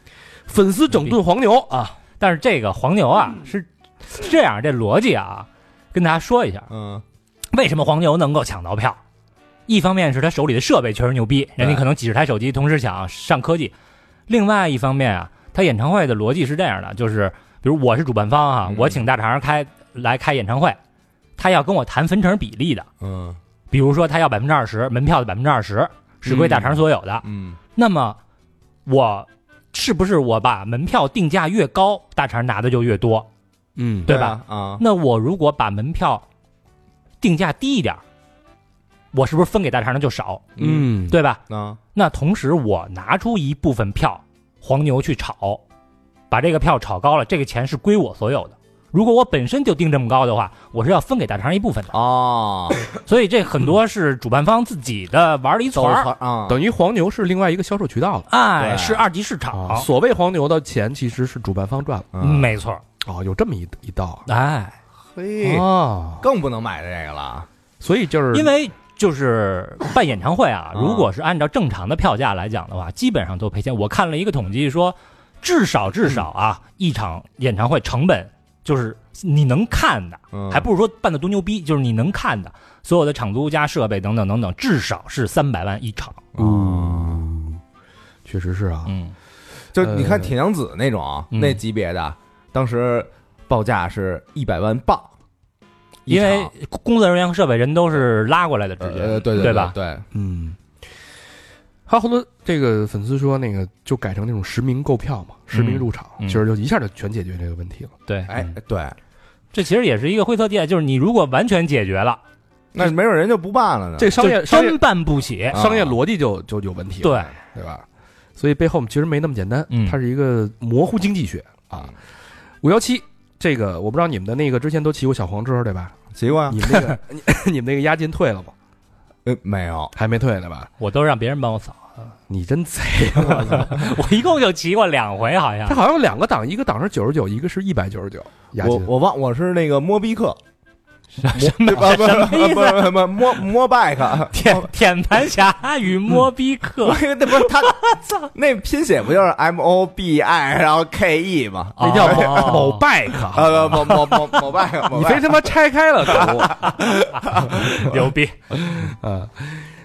[SPEAKER 3] 粉丝整顿黄牛啊，
[SPEAKER 4] 但是这个黄牛啊，
[SPEAKER 3] 嗯
[SPEAKER 4] 是是这样，这逻辑啊，跟大家说一下，
[SPEAKER 2] 嗯
[SPEAKER 4] 为什么黄牛能够抢到票？一方面是他手里的设备确实牛逼，人家可能几十台手机同时抢上科技；另外一方面啊，他演唱会的逻辑是这样的，就是比如我是主办方啊，
[SPEAKER 2] 嗯
[SPEAKER 4] 我请大肠开来开演唱会，他要跟我谈分成比例的，
[SPEAKER 2] 嗯
[SPEAKER 4] 比如说他要百分之二十门票的百分之二十是归大肠所有的，
[SPEAKER 2] 嗯
[SPEAKER 4] 那么我是不是我把门票定价越高，大肠拿的就越多？
[SPEAKER 3] 嗯
[SPEAKER 4] 对吧
[SPEAKER 2] 啊啊，
[SPEAKER 4] 那我如果把门票定价低一点儿，我是不是分给大肠的就少，
[SPEAKER 3] 嗯，
[SPEAKER 4] 对吧？
[SPEAKER 2] 啊
[SPEAKER 4] 那同时我拿出一部分票，黄牛去炒，把这个票炒高了，这个钱是归我所有的。如果我本身就定这么高的话，我是要分给大肠一部分的。
[SPEAKER 2] 哦，
[SPEAKER 4] 所以这很多是主办方自己的玩嗯了一
[SPEAKER 2] 走
[SPEAKER 4] 撮儿，
[SPEAKER 2] 啊，
[SPEAKER 3] 等于黄牛是另外一个销售渠道了。
[SPEAKER 4] 哎，
[SPEAKER 2] 对
[SPEAKER 4] 是二级市
[SPEAKER 3] 啊
[SPEAKER 4] 场，
[SPEAKER 3] 所谓黄牛的钱其实是主办方赚了
[SPEAKER 2] 嗯
[SPEAKER 4] 没错儿，
[SPEAKER 3] 哦，有这么一一道
[SPEAKER 4] 哎，
[SPEAKER 2] 嘿，
[SPEAKER 3] 哦，
[SPEAKER 2] 更不能买这个了。
[SPEAKER 3] 所以就是
[SPEAKER 4] 因为。就是办演唱会啊，
[SPEAKER 2] 啊
[SPEAKER 4] 如果是按照正常的票价来讲的话，基本上都赔钱。我看了一个统计说，至少至少啊，
[SPEAKER 2] 嗯
[SPEAKER 4] 一场演唱会成本就是你能看的，
[SPEAKER 2] 嗯，
[SPEAKER 4] 还不如说办的多牛逼，就是你能看的，所有的场租加设备等等等等，至少是三百万一场。
[SPEAKER 3] 嗯，确实是啊，
[SPEAKER 4] 嗯，
[SPEAKER 2] 就你
[SPEAKER 3] 呃
[SPEAKER 2] 看铁娘子那种
[SPEAKER 4] 嗯
[SPEAKER 2] 那级别的，当时报价是一百万镑一
[SPEAKER 4] 因
[SPEAKER 2] 场，
[SPEAKER 4] 为工作人员和设备人都是拉过来的，直接、
[SPEAKER 2] 呃对
[SPEAKER 4] 对
[SPEAKER 2] 对
[SPEAKER 4] 吧？
[SPEAKER 2] 对，
[SPEAKER 3] 嗯。还有好多这个粉丝说，那个就改成那种实名购票嘛，实名入场，
[SPEAKER 4] 嗯
[SPEAKER 3] 其实就一下就全解决这个问题了。
[SPEAKER 4] 对，
[SPEAKER 2] 哎对，
[SPEAKER 4] 嗯这其实也是一个灰色地带，就是你如果完全解决了，
[SPEAKER 2] 那没准人就不办了呢。
[SPEAKER 3] 这个商业
[SPEAKER 4] 就
[SPEAKER 3] 啊商业
[SPEAKER 4] 真办不起。
[SPEAKER 2] 啊
[SPEAKER 3] 商业逻辑就就有问题了，
[SPEAKER 4] 对，
[SPEAKER 3] 对吧？所以背后其实没那么简单，
[SPEAKER 4] 嗯
[SPEAKER 3] 它是一个模糊经济学啊。五幺七这个我不知道你们的那个之前都骑过小黄车对吧？
[SPEAKER 2] 结果
[SPEAKER 3] 你们 [LAUGHS] 那个你 [COUGHS] 你们那个押金退了吗？
[SPEAKER 2] 呃没有，
[SPEAKER 3] 还没退呢吧？
[SPEAKER 4] 我都让别人帮我扫，
[SPEAKER 3] 你真贼！啊 [LAUGHS]
[SPEAKER 4] 我一共就骑过两回，好像
[SPEAKER 3] 它好像两个档，一个档是九十九，一个是一百九十九押
[SPEAKER 2] 我
[SPEAKER 3] 金。
[SPEAKER 2] 我忘我是那个摸逼客，
[SPEAKER 4] 什
[SPEAKER 2] 对吧？不
[SPEAKER 4] 什么意思？
[SPEAKER 2] 不不不摸摸拜克，
[SPEAKER 4] [LAUGHS] 舔舔盘侠与摸逼客
[SPEAKER 2] 我，以为那不是他，那拼写不就是 M O B I 然后 K E 吗？
[SPEAKER 3] 那叫某
[SPEAKER 4] 哦
[SPEAKER 3] 某 bike，
[SPEAKER 2] 啊，某某某某拜克，
[SPEAKER 3] 你非他妈拆开 [LAUGHS] 了可恶！
[SPEAKER 4] 牛逼，
[SPEAKER 3] 啊，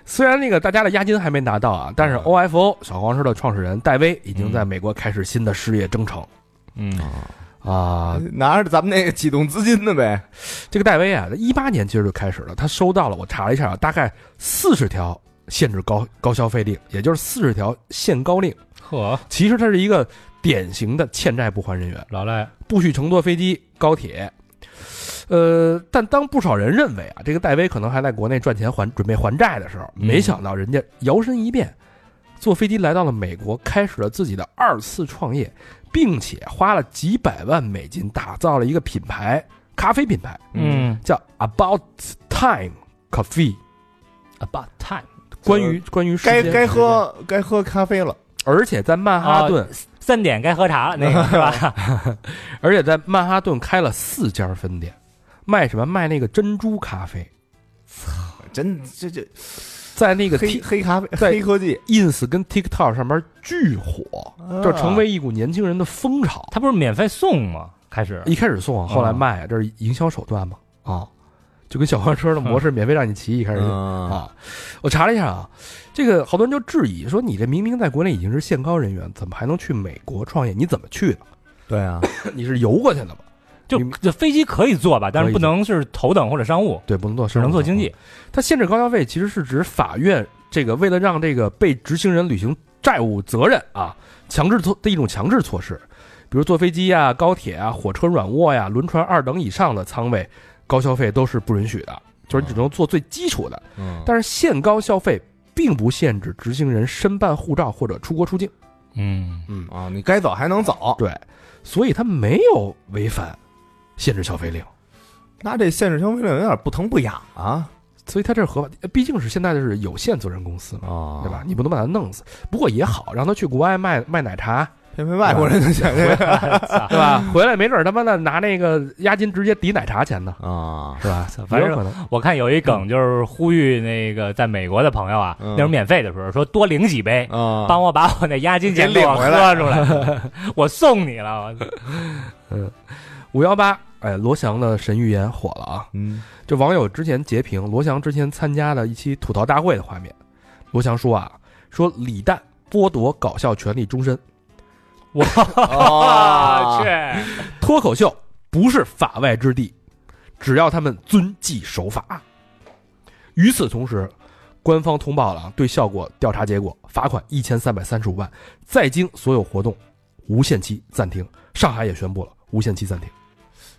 [SPEAKER 3] 虽然那个大家的押金还没拿到啊，嗯但是
[SPEAKER 2] 嗯
[SPEAKER 3] OFO 小黄车的创始人戴威已经在美国开始新的事业征程
[SPEAKER 4] 嗯，
[SPEAKER 3] 啊。
[SPEAKER 2] [LAUGHS] 拿着咱们那个启动资金的呗，嗯
[SPEAKER 3] 这个戴威啊，一八年其实就开始了，他收到了，我查了一下啊，大概四十条限制高高消费令，也就是四十条限高令。
[SPEAKER 4] 呵，
[SPEAKER 3] 其实他是一个典型的欠债不还人员，
[SPEAKER 4] 老赖，
[SPEAKER 3] 不许乘坐飞机、高铁。呃，但当不少人认为啊，这个戴威可能还在国内赚钱还准备还债的时候，
[SPEAKER 4] 嗯
[SPEAKER 3] 没想到人家摇身一变，坐飞机来到了美国，开始了自己的二次创业，并且花了几百万美金打造了一个品牌咖啡品牌，
[SPEAKER 4] 嗯
[SPEAKER 3] 叫 About Time Coffee，
[SPEAKER 4] ，About time，
[SPEAKER 3] 关于关于时
[SPEAKER 2] 该
[SPEAKER 3] 间
[SPEAKER 2] 该，喝啊该喝咖啡了，
[SPEAKER 3] 而且在曼哈顿，
[SPEAKER 4] 三点该喝茶了，那个是吧？
[SPEAKER 3] 而且在曼哈顿开了四家分店，卖什么卖那个珍珠咖啡，
[SPEAKER 2] 真这这
[SPEAKER 3] 在那个
[SPEAKER 2] 黑
[SPEAKER 3] T
[SPEAKER 2] 黑咖啡
[SPEAKER 3] 在
[SPEAKER 2] 黑科技，
[SPEAKER 3] ins 跟 TikTok 上面巨火，
[SPEAKER 2] 啊
[SPEAKER 3] 就成为一股年轻人的风潮。
[SPEAKER 4] 他不是免费送吗？开始
[SPEAKER 3] 一开始送啊，后来卖，这是营销手段嘛？啊，就跟小黄车的模式，免费让你骑，一开始就
[SPEAKER 2] 啊
[SPEAKER 3] 啊。我查了一下啊，这个好多人就质疑说，你这明明在国内已经是限高人员，怎么还能去美国创业？你怎么去的？
[SPEAKER 2] 对啊，
[SPEAKER 3] [LAUGHS] 你是游过去的吗？
[SPEAKER 4] 就
[SPEAKER 3] 你
[SPEAKER 4] 这飞机可以坐吧，但
[SPEAKER 3] 可
[SPEAKER 4] 是
[SPEAKER 3] 以
[SPEAKER 4] 不能是头等或者商务，
[SPEAKER 3] 对，不能做
[SPEAKER 4] 只
[SPEAKER 3] 生意，
[SPEAKER 4] 能做经济。
[SPEAKER 3] 它限制高消费其实是指法院这个为了让这个被执行人履行债务责任啊，强制措的一种强制措施，比如坐飞机啊、高铁啊、火车软卧呀、轮船二等以上的仓位，高消费都是不允许的，就是你只能做最基础的。
[SPEAKER 2] 嗯
[SPEAKER 3] 但是限高消费并不限制执行人申办护照或者出国出境，
[SPEAKER 4] 嗯
[SPEAKER 3] 嗯，
[SPEAKER 2] 啊，你该走还能走，
[SPEAKER 3] 对，所以他没有违反限制消费令。
[SPEAKER 2] 那这限制消费令有点不疼不痒啊
[SPEAKER 3] 所以它这是合法，毕竟是现在的是有限责任公司嘛，
[SPEAKER 2] 啊
[SPEAKER 3] 对吧？？你不能把它弄死。不过也好，让他去国外卖卖奶茶，
[SPEAKER 2] 偏偏外国人就想 [LAUGHS] 这个
[SPEAKER 3] 对吧？回来没准儿他妈的拿那个押金直接抵奶茶钱呢，
[SPEAKER 2] 啊，
[SPEAKER 3] 是
[SPEAKER 2] [LAUGHS]
[SPEAKER 3] 吧？
[SPEAKER 4] 反
[SPEAKER 3] 也
[SPEAKER 4] 正
[SPEAKER 3] 有可能。
[SPEAKER 4] 我看有一梗就是呼吁那个在美国的朋友啊，
[SPEAKER 2] 嗯
[SPEAKER 4] 那种免费的时候说多领几杯，
[SPEAKER 2] 啊，
[SPEAKER 4] 帮我把我那押金钱
[SPEAKER 2] 给领
[SPEAKER 4] 给我
[SPEAKER 2] 回
[SPEAKER 4] 喝
[SPEAKER 2] 来
[SPEAKER 4] 出来，我送你了。我
[SPEAKER 3] 五幺八，哎，罗翔的神预言火了啊！
[SPEAKER 2] 嗯
[SPEAKER 3] 这网友之前截屏罗翔之前参加的一期吐槽大会的画面，罗翔说啊，说李诞剥夺搞笑权利终身，
[SPEAKER 4] 我
[SPEAKER 2] 啊，
[SPEAKER 4] 去，
[SPEAKER 3] 脱口秀不是法外之地，只要他们遵纪守法。与此同时，官方通报了啊对效果调查结果，罚款一千三百三十五万，在京所有活动无限期暂停。上海也宣布了无限期暂停，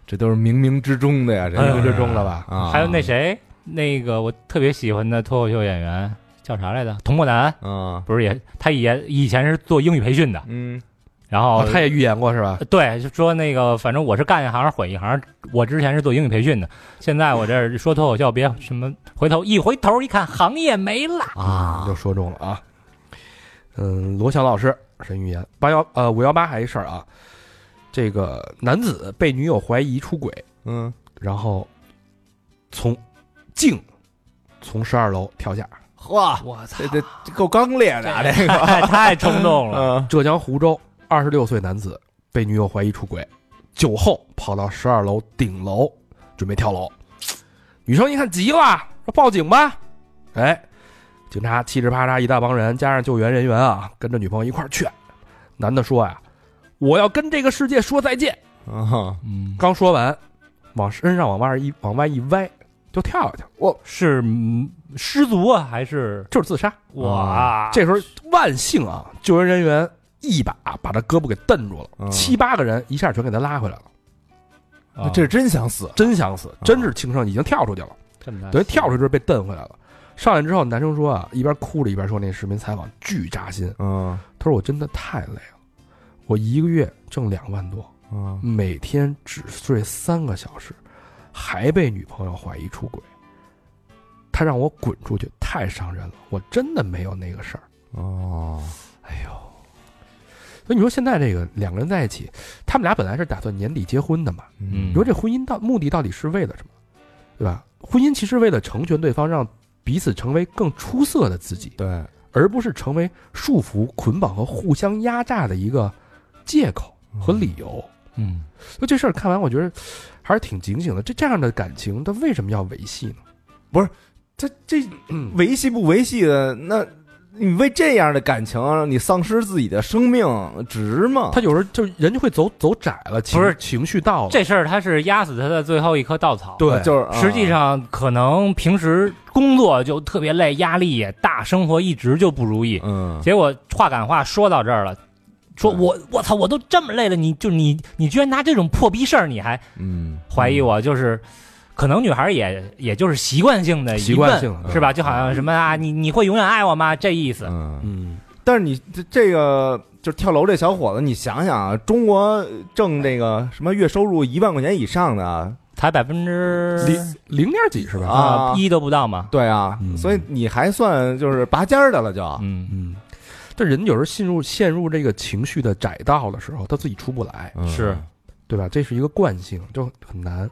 [SPEAKER 2] 这都是冥冥之中的哎呀，这
[SPEAKER 3] 冥冥
[SPEAKER 2] 都
[SPEAKER 3] 之
[SPEAKER 2] 是
[SPEAKER 3] 中了吧？
[SPEAKER 2] 啊，
[SPEAKER 4] 还有那谁，那个我特别喜欢的脱口秀演员叫啥来着？童漠南
[SPEAKER 2] 啊，
[SPEAKER 4] 不是也，他也以前是做英语培训的，
[SPEAKER 2] 嗯
[SPEAKER 4] 然后
[SPEAKER 3] 啊，他也预言过是吧？
[SPEAKER 4] 对，就说那个，反正我是干一行毁一行。我之前是做英语培训的，现在我这儿说脱口秀，别什么回头一回头一看，行业没了。
[SPEAKER 2] 哎
[SPEAKER 3] 就说中了啊。嗯，罗翔老师神预言八幺呃五幺八还一事儿啊，这个男子被女友怀疑出轨，
[SPEAKER 2] 嗯，
[SPEAKER 3] 然后从竟从十二楼跳下。
[SPEAKER 2] 嚯，
[SPEAKER 4] 我操
[SPEAKER 2] 这这这够刚烈的啊，这个，
[SPEAKER 4] 太 [LAUGHS] 太冲动了。
[SPEAKER 2] [LAUGHS] 嗯
[SPEAKER 3] 浙江湖州二十六岁男子被女友怀疑出轨，酒后跑到十二楼顶楼准备跳楼，女生一看急了，说报警吧。哎，警察噼里啪嚓一大帮人，加上救援人员啊，跟着女朋友一块儿劝。男的说呀、我要跟这个世界说再见。
[SPEAKER 2] 啊，
[SPEAKER 4] 嗯，
[SPEAKER 3] 刚说完，往身上往外一往外一歪，就跳下去了，
[SPEAKER 4] 是嗯失足啊，还是
[SPEAKER 3] 就是自杀。
[SPEAKER 4] 哇？
[SPEAKER 3] 这时候万幸啊，救援人员一把把他胳膊给蹬住了，
[SPEAKER 2] 嗯
[SPEAKER 3] 七八个人一下全给他拉回来了。
[SPEAKER 4] 啊
[SPEAKER 2] 这是真想死，
[SPEAKER 3] 真想死，真是轻生，已经跳出去了，
[SPEAKER 4] 这么大
[SPEAKER 3] 等于跳出去之后被蹬回来了。上来之后，男生说啊，一边哭着一边说那视频采访巨扎心。
[SPEAKER 2] 嗯
[SPEAKER 3] 他说我真的太累了，我一个月挣两万多，
[SPEAKER 2] 嗯，
[SPEAKER 3] 每天只睡三个小时，还被女朋友怀疑出轨。他让我滚出去，太伤人了，我真的没有那个事儿。
[SPEAKER 2] 哦，
[SPEAKER 3] 哎呦，所以你说现在这个两个人在一起，他们俩本来是打算年底结婚的嘛，
[SPEAKER 4] 嗯
[SPEAKER 3] 你说这婚姻到目的到底是为了什么，对吧？婚姻其实为了成全对方，让彼此成为更出色的自己，
[SPEAKER 2] 对，嗯
[SPEAKER 3] 而不是成为束缚、捆绑和互相压榨的一个借口和理由。
[SPEAKER 4] 嗯，
[SPEAKER 3] 所以这事儿看完，我觉得还是挺警醒的。这这样的感情，它为什么要维系呢？
[SPEAKER 2] 这这
[SPEAKER 3] 嗯，
[SPEAKER 2] 维系不维系的，那你为这样的感情你丧失自己的生命值吗？
[SPEAKER 3] 他有时候就人就会走走窄了，情
[SPEAKER 4] 不是
[SPEAKER 3] 情绪到了，
[SPEAKER 4] 这事儿他是压死他的最后一棵稻草。
[SPEAKER 3] 对
[SPEAKER 2] 呃就是啊
[SPEAKER 4] 实际上，可能平时工作就特别累，压力也大，生活一直就不如意。
[SPEAKER 2] 嗯，
[SPEAKER 4] 结果话赶话说到这儿了，说
[SPEAKER 2] 对
[SPEAKER 4] 我我操，我都这么累了，你就你你居然拿这种破逼事儿，你还
[SPEAKER 2] 嗯，
[SPEAKER 4] 怀疑我，就是可能女孩也也就是习惯性的
[SPEAKER 3] 习惯性的
[SPEAKER 4] 是吧？就好像什么啊，你你会永远爱我吗？这意思，
[SPEAKER 2] 嗯，
[SPEAKER 3] 嗯，
[SPEAKER 2] 但是你这这个就是跳楼这小伙子，你想想啊，中国挣这个什么月收入一万块钱以上的啊，
[SPEAKER 4] 才百分之
[SPEAKER 3] 嗯零零点几是吧？
[SPEAKER 4] 啊
[SPEAKER 2] 啊
[SPEAKER 4] 一都不到嘛，
[SPEAKER 2] 对啊，
[SPEAKER 3] 嗯
[SPEAKER 2] 所以你还算就是拔尖儿的了就，
[SPEAKER 4] 嗯，
[SPEAKER 3] 嗯，但人有时候陷入陷入这个情绪的窄道的时候，他自己出不来。
[SPEAKER 2] 嗯
[SPEAKER 4] 是，
[SPEAKER 3] 对吧？这是一个惯性，就很难。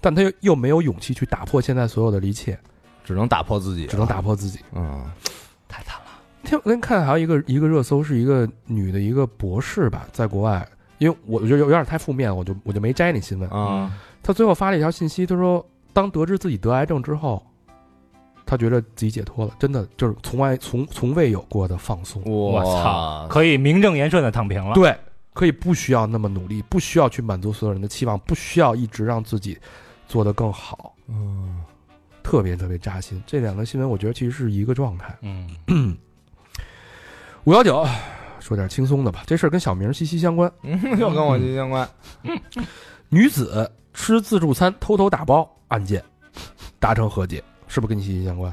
[SPEAKER 3] 但他又又没有勇气去打破现在所有的一切，
[SPEAKER 2] 只能打破自己，
[SPEAKER 3] 只能打，破自己。
[SPEAKER 2] 嗯
[SPEAKER 4] 太惨了，
[SPEAKER 3] 天，我那天看还有一个一个热搜，是一个女的一个博士吧，在国外，因为我觉得有有点太负面了，我就我就没摘那新
[SPEAKER 4] 嗯
[SPEAKER 3] 闻。
[SPEAKER 2] 啊，
[SPEAKER 3] 她最后发了一条信息，她说，当得知自己得癌症之后，她觉得自己解脱了，真的就是从来从从未有过的放松。
[SPEAKER 2] 我
[SPEAKER 4] 操，可以名正言顺的躺平了，
[SPEAKER 3] 对，可以不需要那么努力，不需要去满足所有人的期望，不需要一直让自己做得更好。
[SPEAKER 2] 嗯
[SPEAKER 3] 特别特别扎心。这两个新闻，我觉得其实是一个状态。
[SPEAKER 4] 嗯，
[SPEAKER 3] 五幺九，说点轻松的吧，这事儿跟小明息息相关。
[SPEAKER 2] 嗯，又跟我息息相关，
[SPEAKER 3] 女子吃自助餐偷偷打包案件达成和解，是不是跟你息息相关？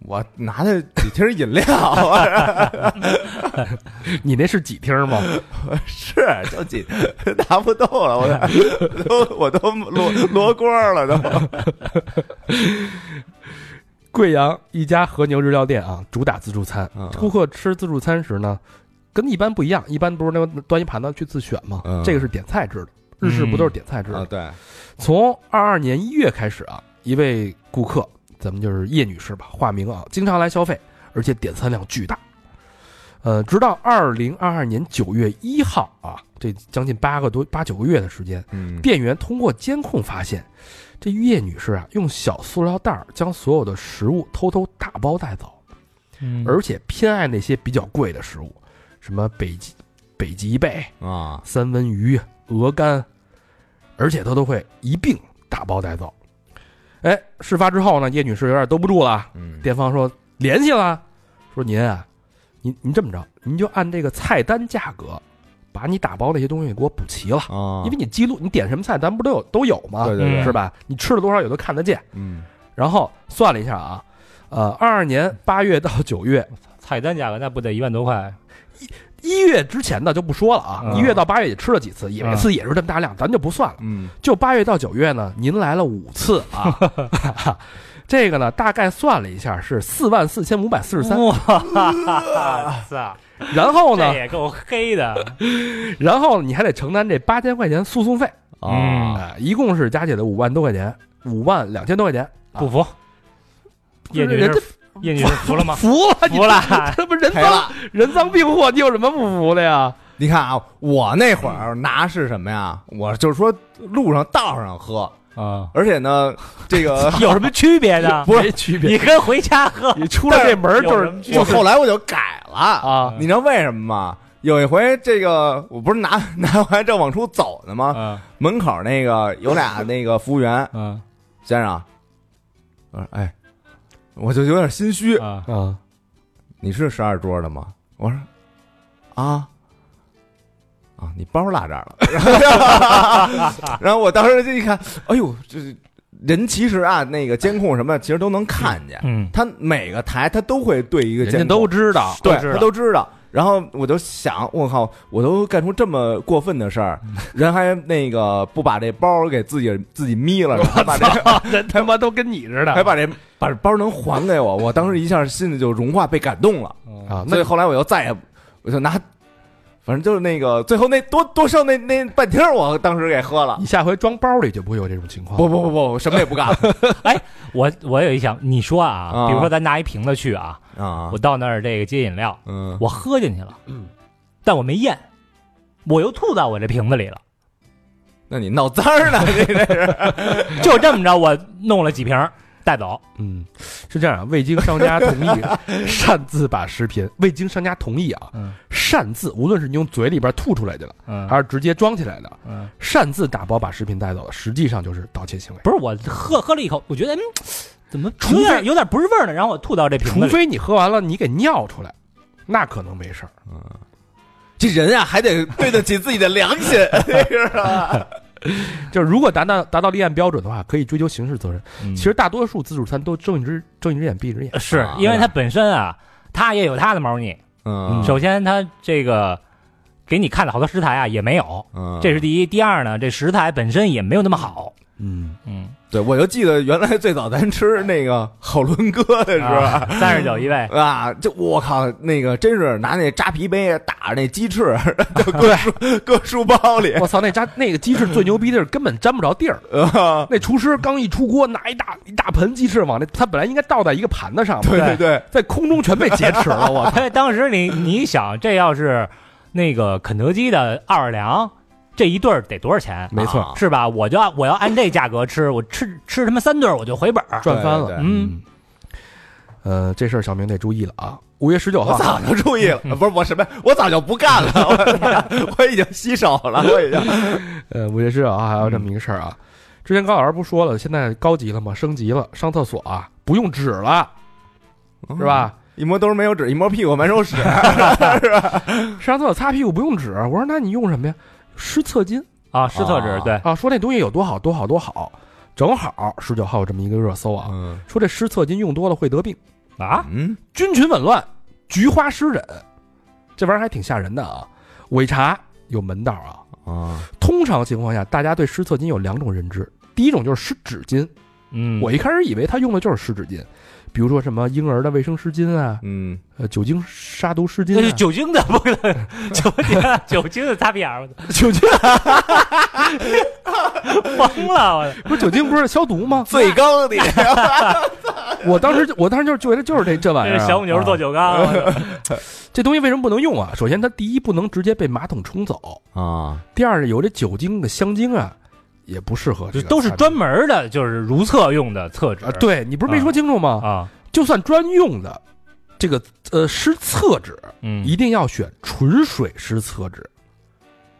[SPEAKER 2] 我拿的几听
[SPEAKER 3] [LAUGHS]
[SPEAKER 2] 饮料，
[SPEAKER 3] 你那是几听吗？
[SPEAKER 2] 是就几拿不动了，我都我都罗罗锅
[SPEAKER 3] [LAUGHS]
[SPEAKER 2] 了都。
[SPEAKER 3] 贵阳一家和牛日料店啊，主打自助餐。
[SPEAKER 2] 嗯
[SPEAKER 3] 顾客吃自助餐时呢，跟一般不一样，一般不是那个端一盘子去自选吗？
[SPEAKER 2] 嗯
[SPEAKER 3] 这个是点菜制的，日式不都是点菜制的？
[SPEAKER 2] 啊，对，
[SPEAKER 3] 从二二年一月开始啊，一位顾客，咱们就是叶女士吧，化名啊，经常来消费，而且点餐量巨大。呃，直到二零二二年九月一号啊，这将近八个多八九个月的时间，
[SPEAKER 2] 嗯，
[SPEAKER 3] 店员通过监控发现，这叶女士啊，用小塑料袋儿将所有的食物偷偷打包带走，
[SPEAKER 4] 嗯
[SPEAKER 3] 而且偏爱那些比较贵的食物，什么北极北极贝、
[SPEAKER 2] 啊，
[SPEAKER 3] 三文鱼、鹅肝，而且她都会一并打包带走。哎，事发之后呢，叶女士有点兜不住了，
[SPEAKER 2] 嗯，
[SPEAKER 3] 店方说联系了，说您啊，您您这么着，您就按这个菜单价格，把你打包那些东西给我补齐了。
[SPEAKER 2] 啊，
[SPEAKER 3] 因为你记录你点什么菜，咱不都有都有吗？
[SPEAKER 2] 对对对，
[SPEAKER 3] 是吧？你吃了多少也都看得见。
[SPEAKER 2] 嗯，
[SPEAKER 3] 然后算了一下啊，呃，二二年八月到九月，
[SPEAKER 4] 菜单价格那不得一万多块？
[SPEAKER 3] 一月之前的就不说了啊，
[SPEAKER 4] 嗯
[SPEAKER 3] 一、月到八月也吃了几次，也
[SPEAKER 4] 嗯
[SPEAKER 3] 每次也是这么大量，咱就不算了。
[SPEAKER 2] 嗯，
[SPEAKER 3] 就八月到九月呢，您来了五次啊， [LAUGHS] 这个呢大概算了一下是四万四千五百四十三。
[SPEAKER 4] 哇塞，
[SPEAKER 3] 然后
[SPEAKER 4] 这
[SPEAKER 3] 呢，
[SPEAKER 4] 也够黑的。
[SPEAKER 3] 然后你还得承担这八千块钱诉讼费
[SPEAKER 2] 啊，
[SPEAKER 4] 嗯
[SPEAKER 3] 啊、一共是加起来五万多块钱，五万两千多块钱。
[SPEAKER 4] 不服，叶女
[SPEAKER 3] 人家
[SPEAKER 4] 士，叶女士服了吗？
[SPEAKER 3] 服了， [LAUGHS] 你
[SPEAKER 4] 服了，
[SPEAKER 3] [LAUGHS] 他不人
[SPEAKER 2] 赔
[SPEAKER 3] 脏
[SPEAKER 2] 了。
[SPEAKER 3] 人赃并获，你有什么不服的呀？
[SPEAKER 2] 你看啊，我那会儿拿是什么呀？我就是说路上道上喝，
[SPEAKER 4] 啊，
[SPEAKER 2] 而且呢，
[SPEAKER 3] [LAUGHS]
[SPEAKER 2] 这个
[SPEAKER 4] [LAUGHS] 有什么区别呢？
[SPEAKER 3] 不是啊没区别，
[SPEAKER 4] 你跟回家喝
[SPEAKER 3] 你出了这门儿就
[SPEAKER 4] 有什么
[SPEAKER 3] 是
[SPEAKER 4] 区别
[SPEAKER 2] 我后来我就改了
[SPEAKER 3] 啊
[SPEAKER 2] 你知道为什么吗？有一回，这个我不是拿 [LAUGHS] 拿完正往出走呢吗？
[SPEAKER 4] 啊
[SPEAKER 2] 门口那个有俩那个服
[SPEAKER 3] [LAUGHS]
[SPEAKER 2] 务员
[SPEAKER 4] 啊
[SPEAKER 2] 先生，我说哎，我就有点心虚，
[SPEAKER 4] 啊！
[SPEAKER 3] 啊，
[SPEAKER 2] 你是十二桌的吗？我说啊啊，你包落这儿
[SPEAKER 3] [LAUGHS]
[SPEAKER 2] 了。然后我当时就一看，哎呦，这人其实啊，那个监控什么的其实都能看见，
[SPEAKER 4] 嗯，
[SPEAKER 2] 他每个台他都会对一个
[SPEAKER 3] 人家
[SPEAKER 2] 监控，
[SPEAKER 3] 都知道，
[SPEAKER 2] 对
[SPEAKER 4] 都知道
[SPEAKER 2] 他都啊知道。然后我就想，我靠，我都干出这么过分的事 [LAUGHS] 儿，人还那个不把这包给自己自己眯 [LAUGHS] 了，还把这
[SPEAKER 3] 人他妈都跟你似的
[SPEAKER 2] 还把这把这包能还给我，我当时一下心里就融化，被感动了。
[SPEAKER 3] 啊，
[SPEAKER 2] 所以
[SPEAKER 3] 那
[SPEAKER 2] 后来我又再也，我就拿，反正就是那个最后那多多剩那那半听，我当时给喝了
[SPEAKER 3] 你。下回装包里就啊不会有这种情况。
[SPEAKER 2] 不不不不，我什么也不干了
[SPEAKER 4] 我我有一想，你说啊，
[SPEAKER 2] 啊
[SPEAKER 4] 比如说咱拿一瓶子去啊，
[SPEAKER 2] [LAUGHS] 啊
[SPEAKER 4] 我！到那儿这个接饮料，
[SPEAKER 2] 嗯，
[SPEAKER 4] 我喝进去了，
[SPEAKER 3] 嗯
[SPEAKER 4] 但我没咽，我又吐到我这瓶子里了，
[SPEAKER 2] 那你闹灾 [LAUGHS] 儿呢？这这是
[SPEAKER 4] 就这么着，我弄了几瓶儿带走。
[SPEAKER 3] 嗯，是这样啊，未经商家同 [LAUGHS] 意，啊擅自把食品未经商家同意啊，
[SPEAKER 4] 嗯
[SPEAKER 3] 擅自无论是你用嘴里边吐出来的了，
[SPEAKER 4] 嗯
[SPEAKER 3] 还是直接装起来的，
[SPEAKER 4] 嗯，
[SPEAKER 3] 擅自打包把食品带走了，实际上就是盗窃行为。
[SPEAKER 4] 不是我喝喝了一口，我觉得嗯，怎么
[SPEAKER 3] 除
[SPEAKER 4] 有
[SPEAKER 3] 非
[SPEAKER 4] 点有点不是味儿呢，然后我吐到这瓶
[SPEAKER 3] 除
[SPEAKER 4] 子里。
[SPEAKER 3] 非你喝完了你给尿出来，那可能没事儿。
[SPEAKER 2] 嗯这人啊，还得对得起自己的良 [LAUGHS] 心，是吧？ [LAUGHS]
[SPEAKER 3] 就是如果达到达到立案标准的话，可以追究刑事责任。
[SPEAKER 4] 嗯
[SPEAKER 3] 其实大多数自助餐都睁一只睁一只眼闭一
[SPEAKER 2] [LAUGHS]
[SPEAKER 3] 只眼。
[SPEAKER 4] 是
[SPEAKER 2] 啊
[SPEAKER 4] 因为它本身啊，它也有它的猫腻。
[SPEAKER 2] 嗯
[SPEAKER 4] 首先，它这个给你看的好多食材啊也没有，
[SPEAKER 2] 嗯
[SPEAKER 4] 这是第一。第二呢，这食材本身也没有那么好。
[SPEAKER 3] 嗯，
[SPEAKER 4] 嗯，
[SPEAKER 2] 对，我就记得原来最早咱吃那个好伦哥的时候。
[SPEAKER 4] 三十九一 [LAUGHS] 位，
[SPEAKER 2] 啊！就我靠，那个真是拿那扎啤杯打着那鸡翅， [LAUGHS] 就搁书搁书包里，
[SPEAKER 3] 我操，那家那个鸡翅最牛逼的是根本沾不着地儿。
[SPEAKER 2] [LAUGHS] 啊
[SPEAKER 3] 那厨师刚一出锅，拿一大一大盆鸡翅往那，他本来应该倒在一个盘子上嘛，
[SPEAKER 2] 对对对，
[SPEAKER 3] 在空中全被劫持了。
[SPEAKER 2] [LAUGHS]
[SPEAKER 3] 我
[SPEAKER 4] 哎当时你你想，这要是那个肯德基的奥尔良，这一顿儿得多少钱？
[SPEAKER 3] 没错
[SPEAKER 2] 啊
[SPEAKER 4] 是吧？我就按我要按这价格吃，我吃吃他妈三顿儿我就回本儿。
[SPEAKER 3] 赚翻
[SPEAKER 2] 对
[SPEAKER 3] 了
[SPEAKER 2] 对。
[SPEAKER 4] 嗯，
[SPEAKER 3] 呃，这事儿小明得注意了啊。五月十九
[SPEAKER 2] 我
[SPEAKER 3] 号，
[SPEAKER 2] 早就注意了，不是我什么呀，我早就不干了，我我已经洗手了，我已经
[SPEAKER 3] 呃，五月十九号还有
[SPEAKER 2] 嗯
[SPEAKER 3] 这么一个事儿啊。之前高老师不说了，现在高级了嘛，升级了，上厕所啊不用纸了，
[SPEAKER 2] 嗯
[SPEAKER 3] 是？吧？
[SPEAKER 2] 一摸兜没有纸，一摸屁股没有屎，
[SPEAKER 3] 上厕所擦屁股不用纸，我说那你用什么呀？湿厕巾
[SPEAKER 4] 啊，施特
[SPEAKER 2] 啊
[SPEAKER 4] 值对，
[SPEAKER 3] 啊，说那东西有多好多好多好，正好十九号有这么一个热搜啊，
[SPEAKER 2] 嗯
[SPEAKER 3] 说这湿厕巾用多了会得病，
[SPEAKER 4] 啊，
[SPEAKER 2] 嗯，
[SPEAKER 3] 菌群紊乱，菊花湿疹，这玩意儿还挺吓人的啊。伪查有门道啊。
[SPEAKER 2] 啊，
[SPEAKER 3] 通常情况下，大家对湿厕巾有两种认知，第一种就是湿纸巾。
[SPEAKER 4] 嗯，
[SPEAKER 3] 我一开始以为他用的就是湿纸巾，比如说什么婴儿的卫生湿巾啊，
[SPEAKER 2] 嗯，？
[SPEAKER 3] 呃，酒精杀毒湿巾、
[SPEAKER 4] 那
[SPEAKER 3] 啊，
[SPEAKER 4] 是酒精的，不可 [LAUGHS] 能，酒精的酒精的擦屁眼儿，我操
[SPEAKER 3] [LAUGHS] 酒精
[SPEAKER 4] 疯了，我操
[SPEAKER 3] 不是酒精不是消毒吗
[SPEAKER 2] 最高的
[SPEAKER 4] [LAUGHS]
[SPEAKER 3] 我当时就我当时就觉得就是这这玩意
[SPEAKER 4] 这
[SPEAKER 3] 儿、
[SPEAKER 4] 是小母牛做
[SPEAKER 3] 啊
[SPEAKER 4] 酒缸，我操
[SPEAKER 3] 这东西为什么不能用啊？首先，它第一不能直接被马桶冲走，
[SPEAKER 2] 啊，
[SPEAKER 3] 第二有这酒精的香精啊，也不适合这
[SPEAKER 4] 就
[SPEAKER 3] 个
[SPEAKER 4] 都是
[SPEAKER 3] 产品
[SPEAKER 4] 专门的，就是如厕用的厕纸
[SPEAKER 3] 啊。对你不是没说清楚吗？
[SPEAKER 4] 啊，
[SPEAKER 3] 就算专用的，这个呃湿厕纸
[SPEAKER 4] 嗯，
[SPEAKER 3] 一定要选纯水湿厕纸，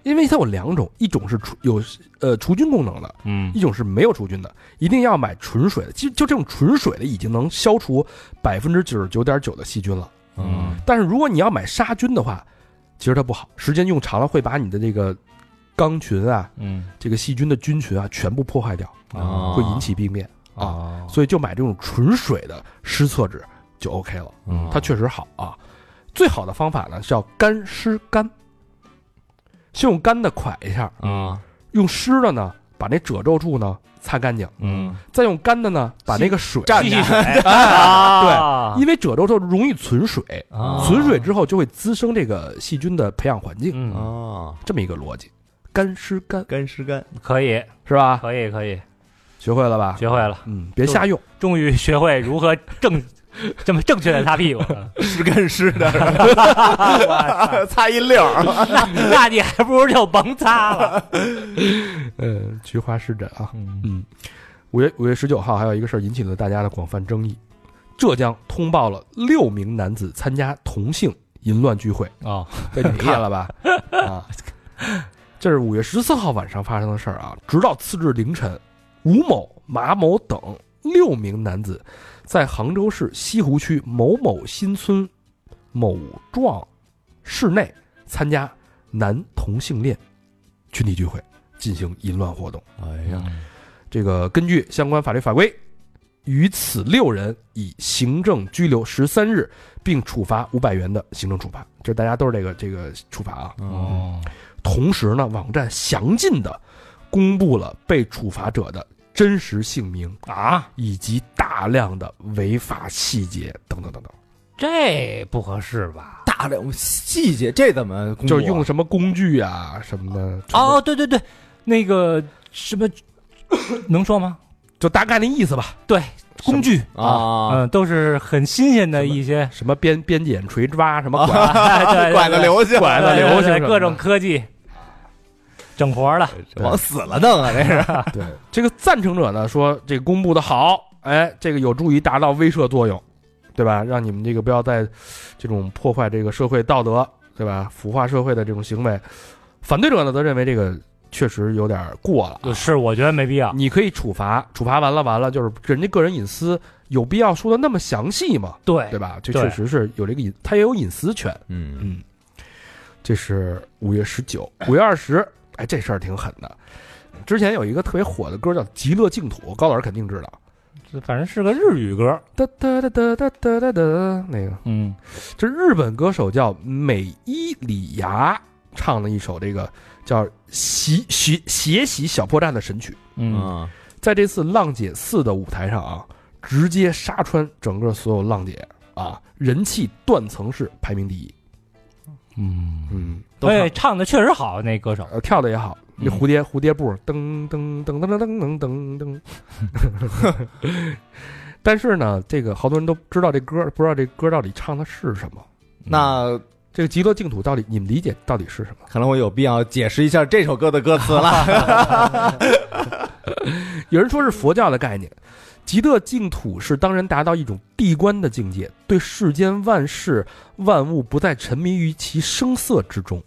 [SPEAKER 3] 因为它有两种，一种是除有呃除菌功能的，
[SPEAKER 4] 嗯
[SPEAKER 3] 一种是没有除菌的，一定要买纯水的。就就这种纯水的已经能消除百分之九十九点九的细菌了。
[SPEAKER 4] 嗯
[SPEAKER 3] 但是如果你要买杀菌的话，其实它不好，时间用长了会把你的这个缸群啊，
[SPEAKER 4] 嗯
[SPEAKER 3] 这个细菌的菌群啊全部破坏掉，
[SPEAKER 2] 啊
[SPEAKER 3] 会引起病变。
[SPEAKER 4] 啊，
[SPEAKER 3] 所以就买这种纯水的湿厕纸就 OK 了，
[SPEAKER 2] 嗯
[SPEAKER 3] 它确实好啊。最好的方法呢是要干湿干，先用干的蒯一下，
[SPEAKER 2] 啊，
[SPEAKER 3] 用湿的呢把那褶皱处呢擦干净，
[SPEAKER 4] 嗯，
[SPEAKER 3] 再用干的呢把那个水，
[SPEAKER 2] 蘸
[SPEAKER 4] 继
[SPEAKER 2] 着
[SPEAKER 4] 续水哎啊，
[SPEAKER 3] 因为褶皱处容易存水，
[SPEAKER 4] 哦
[SPEAKER 2] 啊
[SPEAKER 3] 存水之后就会滋生这个细菌的培养环境，
[SPEAKER 4] 嗯，
[SPEAKER 2] 啊，
[SPEAKER 3] 这么一个逻辑。干湿干
[SPEAKER 2] 干湿干，
[SPEAKER 4] 可以，
[SPEAKER 3] 是吧？
[SPEAKER 4] 可以，可以，
[SPEAKER 3] 学会了吧？
[SPEAKER 4] 学会了，
[SPEAKER 3] 嗯，别瞎用。
[SPEAKER 4] 终于学会如何正这么正确的擦屁 [LAUGHS] 股了。
[SPEAKER 2] 湿干湿 [LAUGHS] 的，
[SPEAKER 4] 哇塞
[SPEAKER 2] [LAUGHS] 擦一溜儿，
[SPEAKER 4] 那你还不如就甭擦了。
[SPEAKER 3] 嗯，菊花湿疹啊。
[SPEAKER 4] 嗯
[SPEAKER 3] 嗯，五月五月十九号还有一个事儿引起了大家的广泛争议，浙江通报了六名男子参加同性淫乱聚会，
[SPEAKER 4] 哦，
[SPEAKER 3] 被你们看
[SPEAKER 4] [LAUGHS]
[SPEAKER 3] 了吧？啊，这是五月十四号晚上发生的事儿啊。直到次日凌晨，吴某、马某等六名男子在杭州市西湖区某某新村某幢室内参加男同性恋群体聚会，进行淫乱活动。
[SPEAKER 2] 哎
[SPEAKER 4] 哎呀，
[SPEAKER 3] 这个根据相关法律法规，与此六人以行政拘留十三日，并处罚五百元的行政处罚。这大家都是这个这个处罚啊。
[SPEAKER 2] 嗯
[SPEAKER 4] 哦，
[SPEAKER 3] 同时呢，网站详尽的公布了被处罚者的真实姓名
[SPEAKER 4] 啊，
[SPEAKER 3] 以及大量的违法细节等等等等，
[SPEAKER 4] 这不合适吧？
[SPEAKER 2] 大量细节，这怎么公布啊
[SPEAKER 3] 就是用什么工具啊什么的。
[SPEAKER 4] 哦，，对对对，那个什么，能说吗？
[SPEAKER 3] 就大概那意思吧。
[SPEAKER 4] 对，工具，
[SPEAKER 2] 啊？
[SPEAKER 4] 嗯，都是很新鲜的一 [LAUGHS] 些哎
[SPEAKER 3] 什么编编剪、锤抓什么管，
[SPEAKER 4] 对
[SPEAKER 2] 啊 [LAUGHS] 拐子流去，
[SPEAKER 3] 拐子流行
[SPEAKER 4] 对
[SPEAKER 3] 什么的
[SPEAKER 4] 各种科技，整活了。
[SPEAKER 2] 往死了弄啊！这是
[SPEAKER 3] 对，这个赞成者呢说这个公布的好，哎，这个有助于达到威慑作用，对吧？让你们这个不要再这种破坏这个社会道德，对吧？腐化社会的这种行为。反对者呢则认为这个确实有点过了，啊
[SPEAKER 4] 是，我觉得没必要。
[SPEAKER 3] 你可以处罚，处罚完了完了，就是人家个人隐私有必要说的那么详细吗？
[SPEAKER 4] 对
[SPEAKER 3] 对，吧？这
[SPEAKER 4] 对
[SPEAKER 3] 确实是有这个隐，他也有隐私权。
[SPEAKER 2] 嗯
[SPEAKER 3] 嗯，这是五月十九，五月二十，哎，这事儿挺狠的。之前有一个特别火的歌叫《极乐净土》，高老师肯定知道。
[SPEAKER 4] 反正是个日语歌。
[SPEAKER 3] 哒哒哒哒哒哒哒哒，那个，
[SPEAKER 4] 嗯
[SPEAKER 3] 这日本歌手叫美伊里芽唱的一首这个叫《习习血洗小破站》的神曲，
[SPEAKER 4] 嗯，
[SPEAKER 2] 啊
[SPEAKER 3] 在这次浪姐四的舞台上啊，直接杀穿整个所有浪姐啊，人气断层式排名第一。
[SPEAKER 4] 嗯，
[SPEAKER 3] 嗯，都唱
[SPEAKER 4] 对，唱的确实好，那歌手
[SPEAKER 3] 呃，跳的也好，那
[SPEAKER 4] 嗯
[SPEAKER 3] 蝴蝶蝴蝶步，噔噔噔噔噔噔噔噔噔。 [LAUGHS] 但是呢，这个好多人都知道这歌，不知道这歌到底唱的是什么。
[SPEAKER 2] 那
[SPEAKER 3] 这个极乐净土到底你们理解到底是什么？
[SPEAKER 2] 看来我有必要解释一下这首歌的歌词 [LAUGHS] 了。
[SPEAKER 3] 有人说是佛教的概念，极乐净土是当人达到一种地观的境界，对世间万事万物不再沉迷于其声色之中。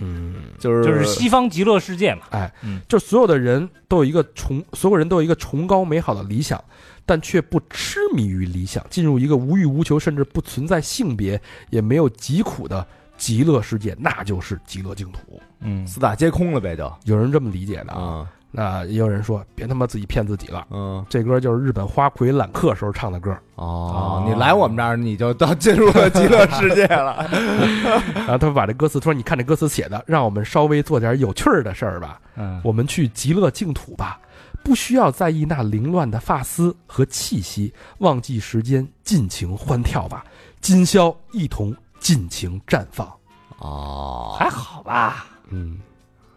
[SPEAKER 3] 嗯，
[SPEAKER 2] 就是
[SPEAKER 4] 就是西方极乐世界嘛。
[SPEAKER 3] 就所有的人都有一个崇，所有人都有一个崇高美好的理想，但却不痴迷于理想，进入一个无欲无求，甚至不存在性别，也没有疾苦的极乐世界，那就是极乐净土。
[SPEAKER 4] 嗯
[SPEAKER 2] 四大皆空了呗，就
[SPEAKER 3] 有人这么理解的啊？
[SPEAKER 2] 啊
[SPEAKER 3] 那也有人说，别他妈自己骗自己了，
[SPEAKER 2] 嗯，
[SPEAKER 3] 这歌就是日本花魁揽客时候唱的歌。
[SPEAKER 2] 哦，你来我们这儿，你就到进入了极乐世界 [LAUGHS] 了。
[SPEAKER 3] 然后他把这歌词，他说：“你看这歌词写的，让我们稍微做点有趣儿的事儿吧，
[SPEAKER 4] 嗯，
[SPEAKER 3] 我们去极乐净土吧，不需要在意那凌乱的发丝和气息，忘记时间，尽情欢跳吧，今宵一同尽情绽放。
[SPEAKER 2] 哦，
[SPEAKER 4] 还好吧？”
[SPEAKER 3] 嗯，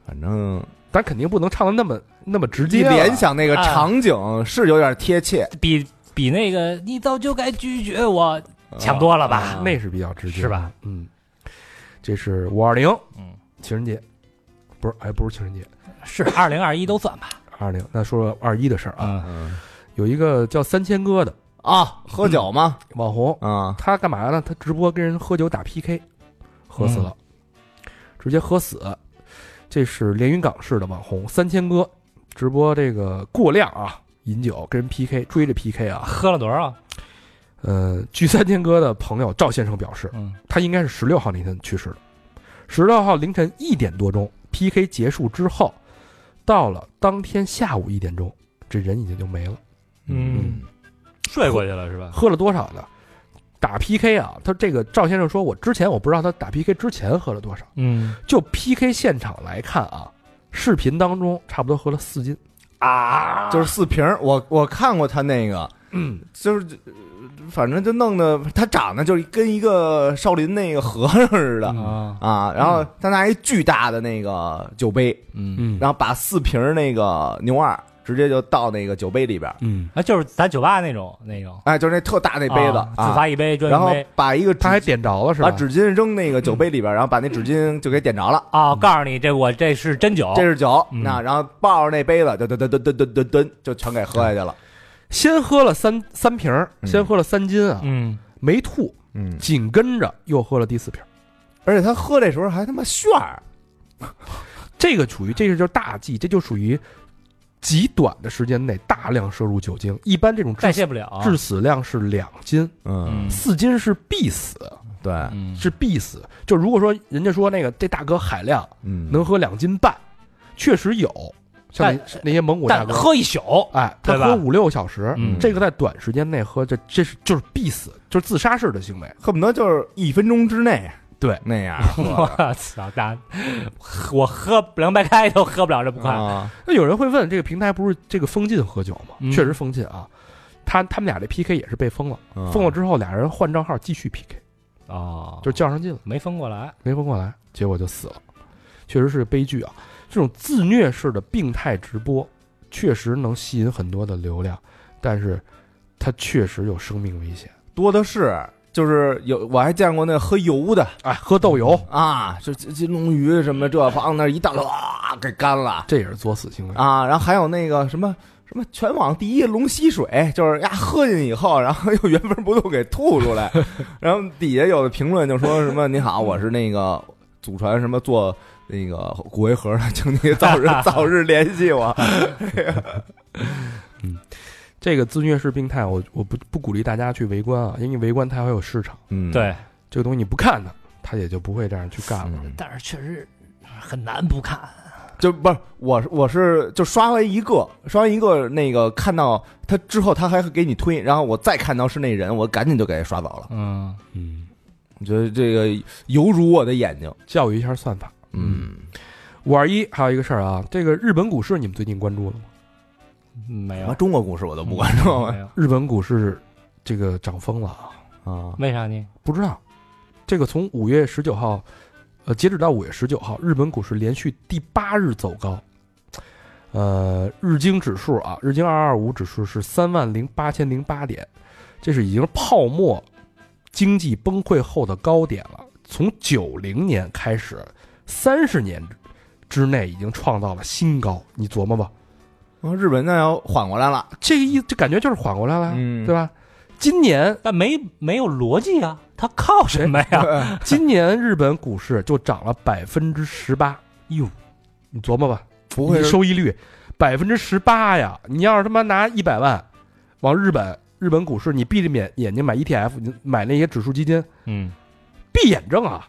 [SPEAKER 2] 反正
[SPEAKER 3] 但肯定不能唱的那么那么直
[SPEAKER 2] 一
[SPEAKER 3] 接了，
[SPEAKER 2] 联想那个啊场景是有点贴切，
[SPEAKER 4] 比比那个你早就该拒绝我强多了吧？
[SPEAKER 3] 那是比较直接，
[SPEAKER 4] 啊是吧？
[SPEAKER 3] 嗯，这是五二零，
[SPEAKER 4] 嗯，
[SPEAKER 3] 情人节，不是，哎，不是情人节，
[SPEAKER 4] 是二零二一都算吧？
[SPEAKER 3] 二零。那说说二一的事儿啊，
[SPEAKER 4] 嗯，
[SPEAKER 2] 嗯
[SPEAKER 3] 有一个叫三千哥的
[SPEAKER 2] 啊，喝酒吗？
[SPEAKER 3] 网红，
[SPEAKER 2] 啊，
[SPEAKER 3] 他干嘛呢？他直播跟人喝酒打 PK，喝死了，直接喝死。这是连云港市的网红三千哥，直播这个过量啊，饮酒跟人 PK，追着 PK 啊。
[SPEAKER 4] 喝了多少？
[SPEAKER 3] 呃，据三千哥的朋友赵先生表示，
[SPEAKER 4] 嗯，
[SPEAKER 3] 他应该是十六号那天去世的。十六号凌晨一点多钟，PK 结束之后，到了当天下午一点钟，这人已经就没了。
[SPEAKER 4] 嗯，睡过去了是吧？
[SPEAKER 3] 喝了多少呢？打 PK 啊，他这个赵先生说，我之前我不知道他打 PK 之前喝了多少，
[SPEAKER 4] 嗯
[SPEAKER 3] 就 PK 现场来看啊，视频当中差不多喝了四斤，
[SPEAKER 4] 啊
[SPEAKER 2] 就是四瓶儿。我我看过他那个，
[SPEAKER 3] 嗯，
[SPEAKER 2] 就是呃反正就弄得他长得就是跟一个少林那个和尚似的。
[SPEAKER 4] 啊，
[SPEAKER 2] 啊，然后他拿一巨大的那个酒杯，
[SPEAKER 4] 嗯，
[SPEAKER 3] 嗯
[SPEAKER 2] 然后把四瓶儿那个牛二直接就倒那个酒杯里边儿，
[SPEAKER 3] 嗯，
[SPEAKER 4] 啊，就是咱酒吧那种那种
[SPEAKER 2] 哎，就是那特大那
[SPEAKER 4] 那
[SPEAKER 2] 杯子
[SPEAKER 4] 自
[SPEAKER 2] 啊，
[SPEAKER 4] 罚一杯专
[SPEAKER 2] 然
[SPEAKER 4] 用
[SPEAKER 2] 后
[SPEAKER 4] 杯
[SPEAKER 2] 把一个纸
[SPEAKER 3] 他还点着了是吧
[SPEAKER 2] 把？纸巾扔那个酒杯里边儿，然后把那纸巾就给点着了。
[SPEAKER 4] 啊！告诉你，这我这是真酒，
[SPEAKER 2] 这是酒，
[SPEAKER 4] 嗯
[SPEAKER 2] 那然后抱着那杯子，噔噔噔噔噔噔噔噔，就全给喝下去了。
[SPEAKER 3] 先喝了三三瓶儿，
[SPEAKER 2] 嗯
[SPEAKER 3] 先喝了三斤啊，
[SPEAKER 4] 嗯，
[SPEAKER 3] 没吐，
[SPEAKER 2] 嗯，
[SPEAKER 3] 紧跟着又喝了第四瓶儿。
[SPEAKER 2] 而且他喝这时候还他妈炫儿，
[SPEAKER 3] 这个属于这个就是大忌，这就属于极短的时间内大量摄入酒精，一般这种致
[SPEAKER 4] 代
[SPEAKER 3] 死
[SPEAKER 4] 谢不了，
[SPEAKER 3] 致死量是两斤，
[SPEAKER 2] 嗯，
[SPEAKER 3] 四斤是必死。
[SPEAKER 2] 对，
[SPEAKER 4] 嗯
[SPEAKER 3] 是必死。就如果说人家说那个这大哥海量
[SPEAKER 2] 嗯
[SPEAKER 3] 能喝两斤半，确实有，像那那些蒙古大
[SPEAKER 4] 但
[SPEAKER 3] 哥，
[SPEAKER 4] 喝一宿，
[SPEAKER 2] 啊
[SPEAKER 3] 哎，他
[SPEAKER 4] 对吧
[SPEAKER 3] 喝五六个小时，
[SPEAKER 4] 嗯
[SPEAKER 3] 这个在短时间内喝，这这是就是必死，就是自杀式的行为。
[SPEAKER 2] 恨不得就是一分钟之内，
[SPEAKER 3] 对
[SPEAKER 2] 那 [LAUGHS] 样喝
[SPEAKER 4] 我操，大，我喝凉白开都喝不了这么
[SPEAKER 2] 的
[SPEAKER 4] 快，
[SPEAKER 2] 啊，
[SPEAKER 3] 那有人会问，这个平台不是这个封禁喝酒吗？
[SPEAKER 4] 嗯
[SPEAKER 3] 确实封禁啊。他他们俩这 PK 也是被封了，
[SPEAKER 2] 嗯
[SPEAKER 4] 啊
[SPEAKER 3] 封了之后俩人换账号继续 PK，
[SPEAKER 4] 哦，
[SPEAKER 3] 就较上劲了，
[SPEAKER 4] 没分过来，
[SPEAKER 3] 没封过来，结果就死了，确实是个悲剧啊。这种自虐式的病态直播，确实能吸引很多的流量，但是它确实有生命危险。
[SPEAKER 2] 多的是，就是有我还见过那喝油的
[SPEAKER 3] 哎，喝豆油
[SPEAKER 2] 啊，就金金龙鱼什么这放那儿一倒，哇，给干了
[SPEAKER 3] 这也是作死行为。
[SPEAKER 2] 啊，然后还有那个什么。什么全网第一龙吸水，就是呀喝进以后，然后又原封不动给吐出来，然后底下有的评论就说什么“你好，我是那个祖传什么做那个骨灰盒的，请你早日早日联系 [LAUGHS] 我。
[SPEAKER 3] 这个自虐式病态，我我不不鼓励大家去围观啊，因为你围观它会有市场，”
[SPEAKER 2] 嗯，
[SPEAKER 4] 对，
[SPEAKER 3] 这个东西你不看它，它也就不会这样去干了。
[SPEAKER 2] 嗯
[SPEAKER 4] 但是确实很难不看，
[SPEAKER 2] 就不是我是我是就刷完一个，刷完一个那个看到他之后，他还会给你推，然后我再看到是那人，我赶紧就给刷走了。
[SPEAKER 4] 嗯，
[SPEAKER 3] 嗯，
[SPEAKER 2] 我觉得这个犹如我的眼睛，
[SPEAKER 3] 教育一下算法。
[SPEAKER 2] 嗯，
[SPEAKER 3] 五二一还有一个事儿啊，这个日本股市你们最近关注了吗？
[SPEAKER 4] 没
[SPEAKER 2] 什么
[SPEAKER 4] 有，
[SPEAKER 2] 中国股市我都不关注
[SPEAKER 4] 没有，
[SPEAKER 3] 日本股市这个涨疯了啊！
[SPEAKER 2] 啊。
[SPEAKER 4] 为啥呢？
[SPEAKER 3] 不知道，这个从五月十九号，呃，截止到五月十九号，日本股市连续第八日走高。呃，日经指数啊，日经二二五指数是三万零八千零八点，这是已经是泡沫经济崩溃后的高点了。从九零年开始，三十年之内已经创造了新高。你琢磨吧，
[SPEAKER 2] 然后日本那要缓过来了，
[SPEAKER 3] 这个意这感觉就是缓过来了，
[SPEAKER 2] 嗯
[SPEAKER 3] 对吧？今年
[SPEAKER 4] 但没没有逻辑啊，他靠什么呀？
[SPEAKER 2] 哎 [LAUGHS]
[SPEAKER 3] 今年日本股市就涨了百分之十八，哟，你琢磨吧，
[SPEAKER 2] 不会
[SPEAKER 3] 你
[SPEAKER 2] 是
[SPEAKER 3] 收益率百分之十八呀！你要是他妈拿一百万往日本日本股市，你闭着眼眼睛买 ETF，你买那些指数基金，
[SPEAKER 4] 嗯，
[SPEAKER 3] 闭眼挣啊，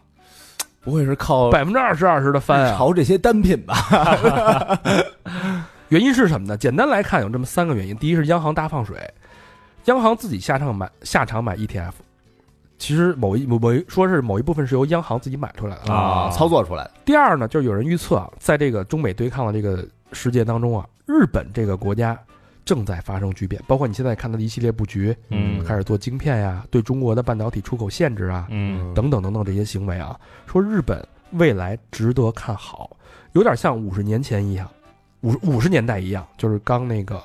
[SPEAKER 2] 不会是靠
[SPEAKER 3] 百分之二十二十的翻啊！
[SPEAKER 2] 炒这些单品吧？
[SPEAKER 3] 原因是什么呢？简单来看，有这么三个原因：第一是央行大放水，央行自己下场买下场买 ETF，其实某一某某一说是某一部分是由央行自己买出来的
[SPEAKER 4] 啊
[SPEAKER 2] 操作出来的，
[SPEAKER 3] 第二呢，就是有人预测啊，在这个中美对抗的这个世界当中啊，日本这个国家正在发生巨变，包括你现在看到的一系列布局，
[SPEAKER 4] 嗯
[SPEAKER 3] 开始做晶片呀、对中国的半导体出口限制啊，
[SPEAKER 4] 嗯
[SPEAKER 3] 等等等等这些行为啊，说日本未来值得看好，有点像五十年前一样，五五十年代一样，就是刚那个，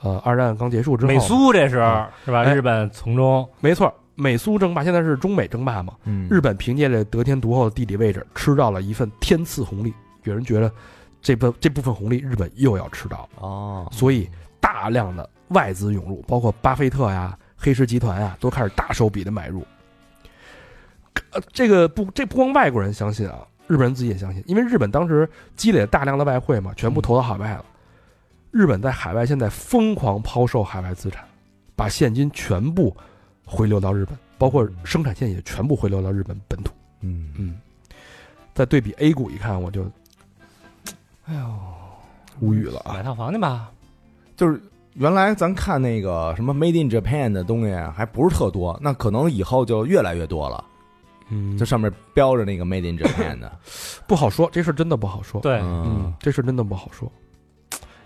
[SPEAKER 3] 呃，二战刚结束之
[SPEAKER 2] 嗯
[SPEAKER 3] 后，
[SPEAKER 4] 美苏这是
[SPEAKER 2] 啊
[SPEAKER 4] 是吧？
[SPEAKER 3] 哎
[SPEAKER 4] 日本从中
[SPEAKER 3] 没错，美苏争霸，现在是中美争霸嘛，
[SPEAKER 2] 嗯
[SPEAKER 3] 日本凭借着得天独厚的地理位置，吃到了一份天赐红利。有人觉得这部这部分红利日本又要吃到，
[SPEAKER 2] 哦，
[SPEAKER 3] 所以大量的外资涌入，包括巴菲特呀、黑石集团呀，都开始大手笔的买入。呃这个不，这不光外国人相信啊，日本人自己也相信，因为日本当时积累了大量的外汇嘛，全部投到海外了。日本在海外现在疯狂抛售海外资产，把现金全部回流到日本，包括生产线也全部回流到日本本土。
[SPEAKER 2] 嗯，
[SPEAKER 3] 嗯，再对比 A 股一看，我就
[SPEAKER 4] 哎呦，
[SPEAKER 3] 无语了啊！
[SPEAKER 4] 买套房去吧。
[SPEAKER 2] 就是原来咱看那个什么 Made in Japan 的东西还不是特多，那可能以后就越来越多了。
[SPEAKER 3] 嗯这
[SPEAKER 2] 这上面标着那个 Made in Japan 的，
[SPEAKER 3] 不好说，这事儿真的不好说。，
[SPEAKER 4] 对，
[SPEAKER 3] 嗯
[SPEAKER 2] 嗯，，
[SPEAKER 3] 这事儿真的不好说。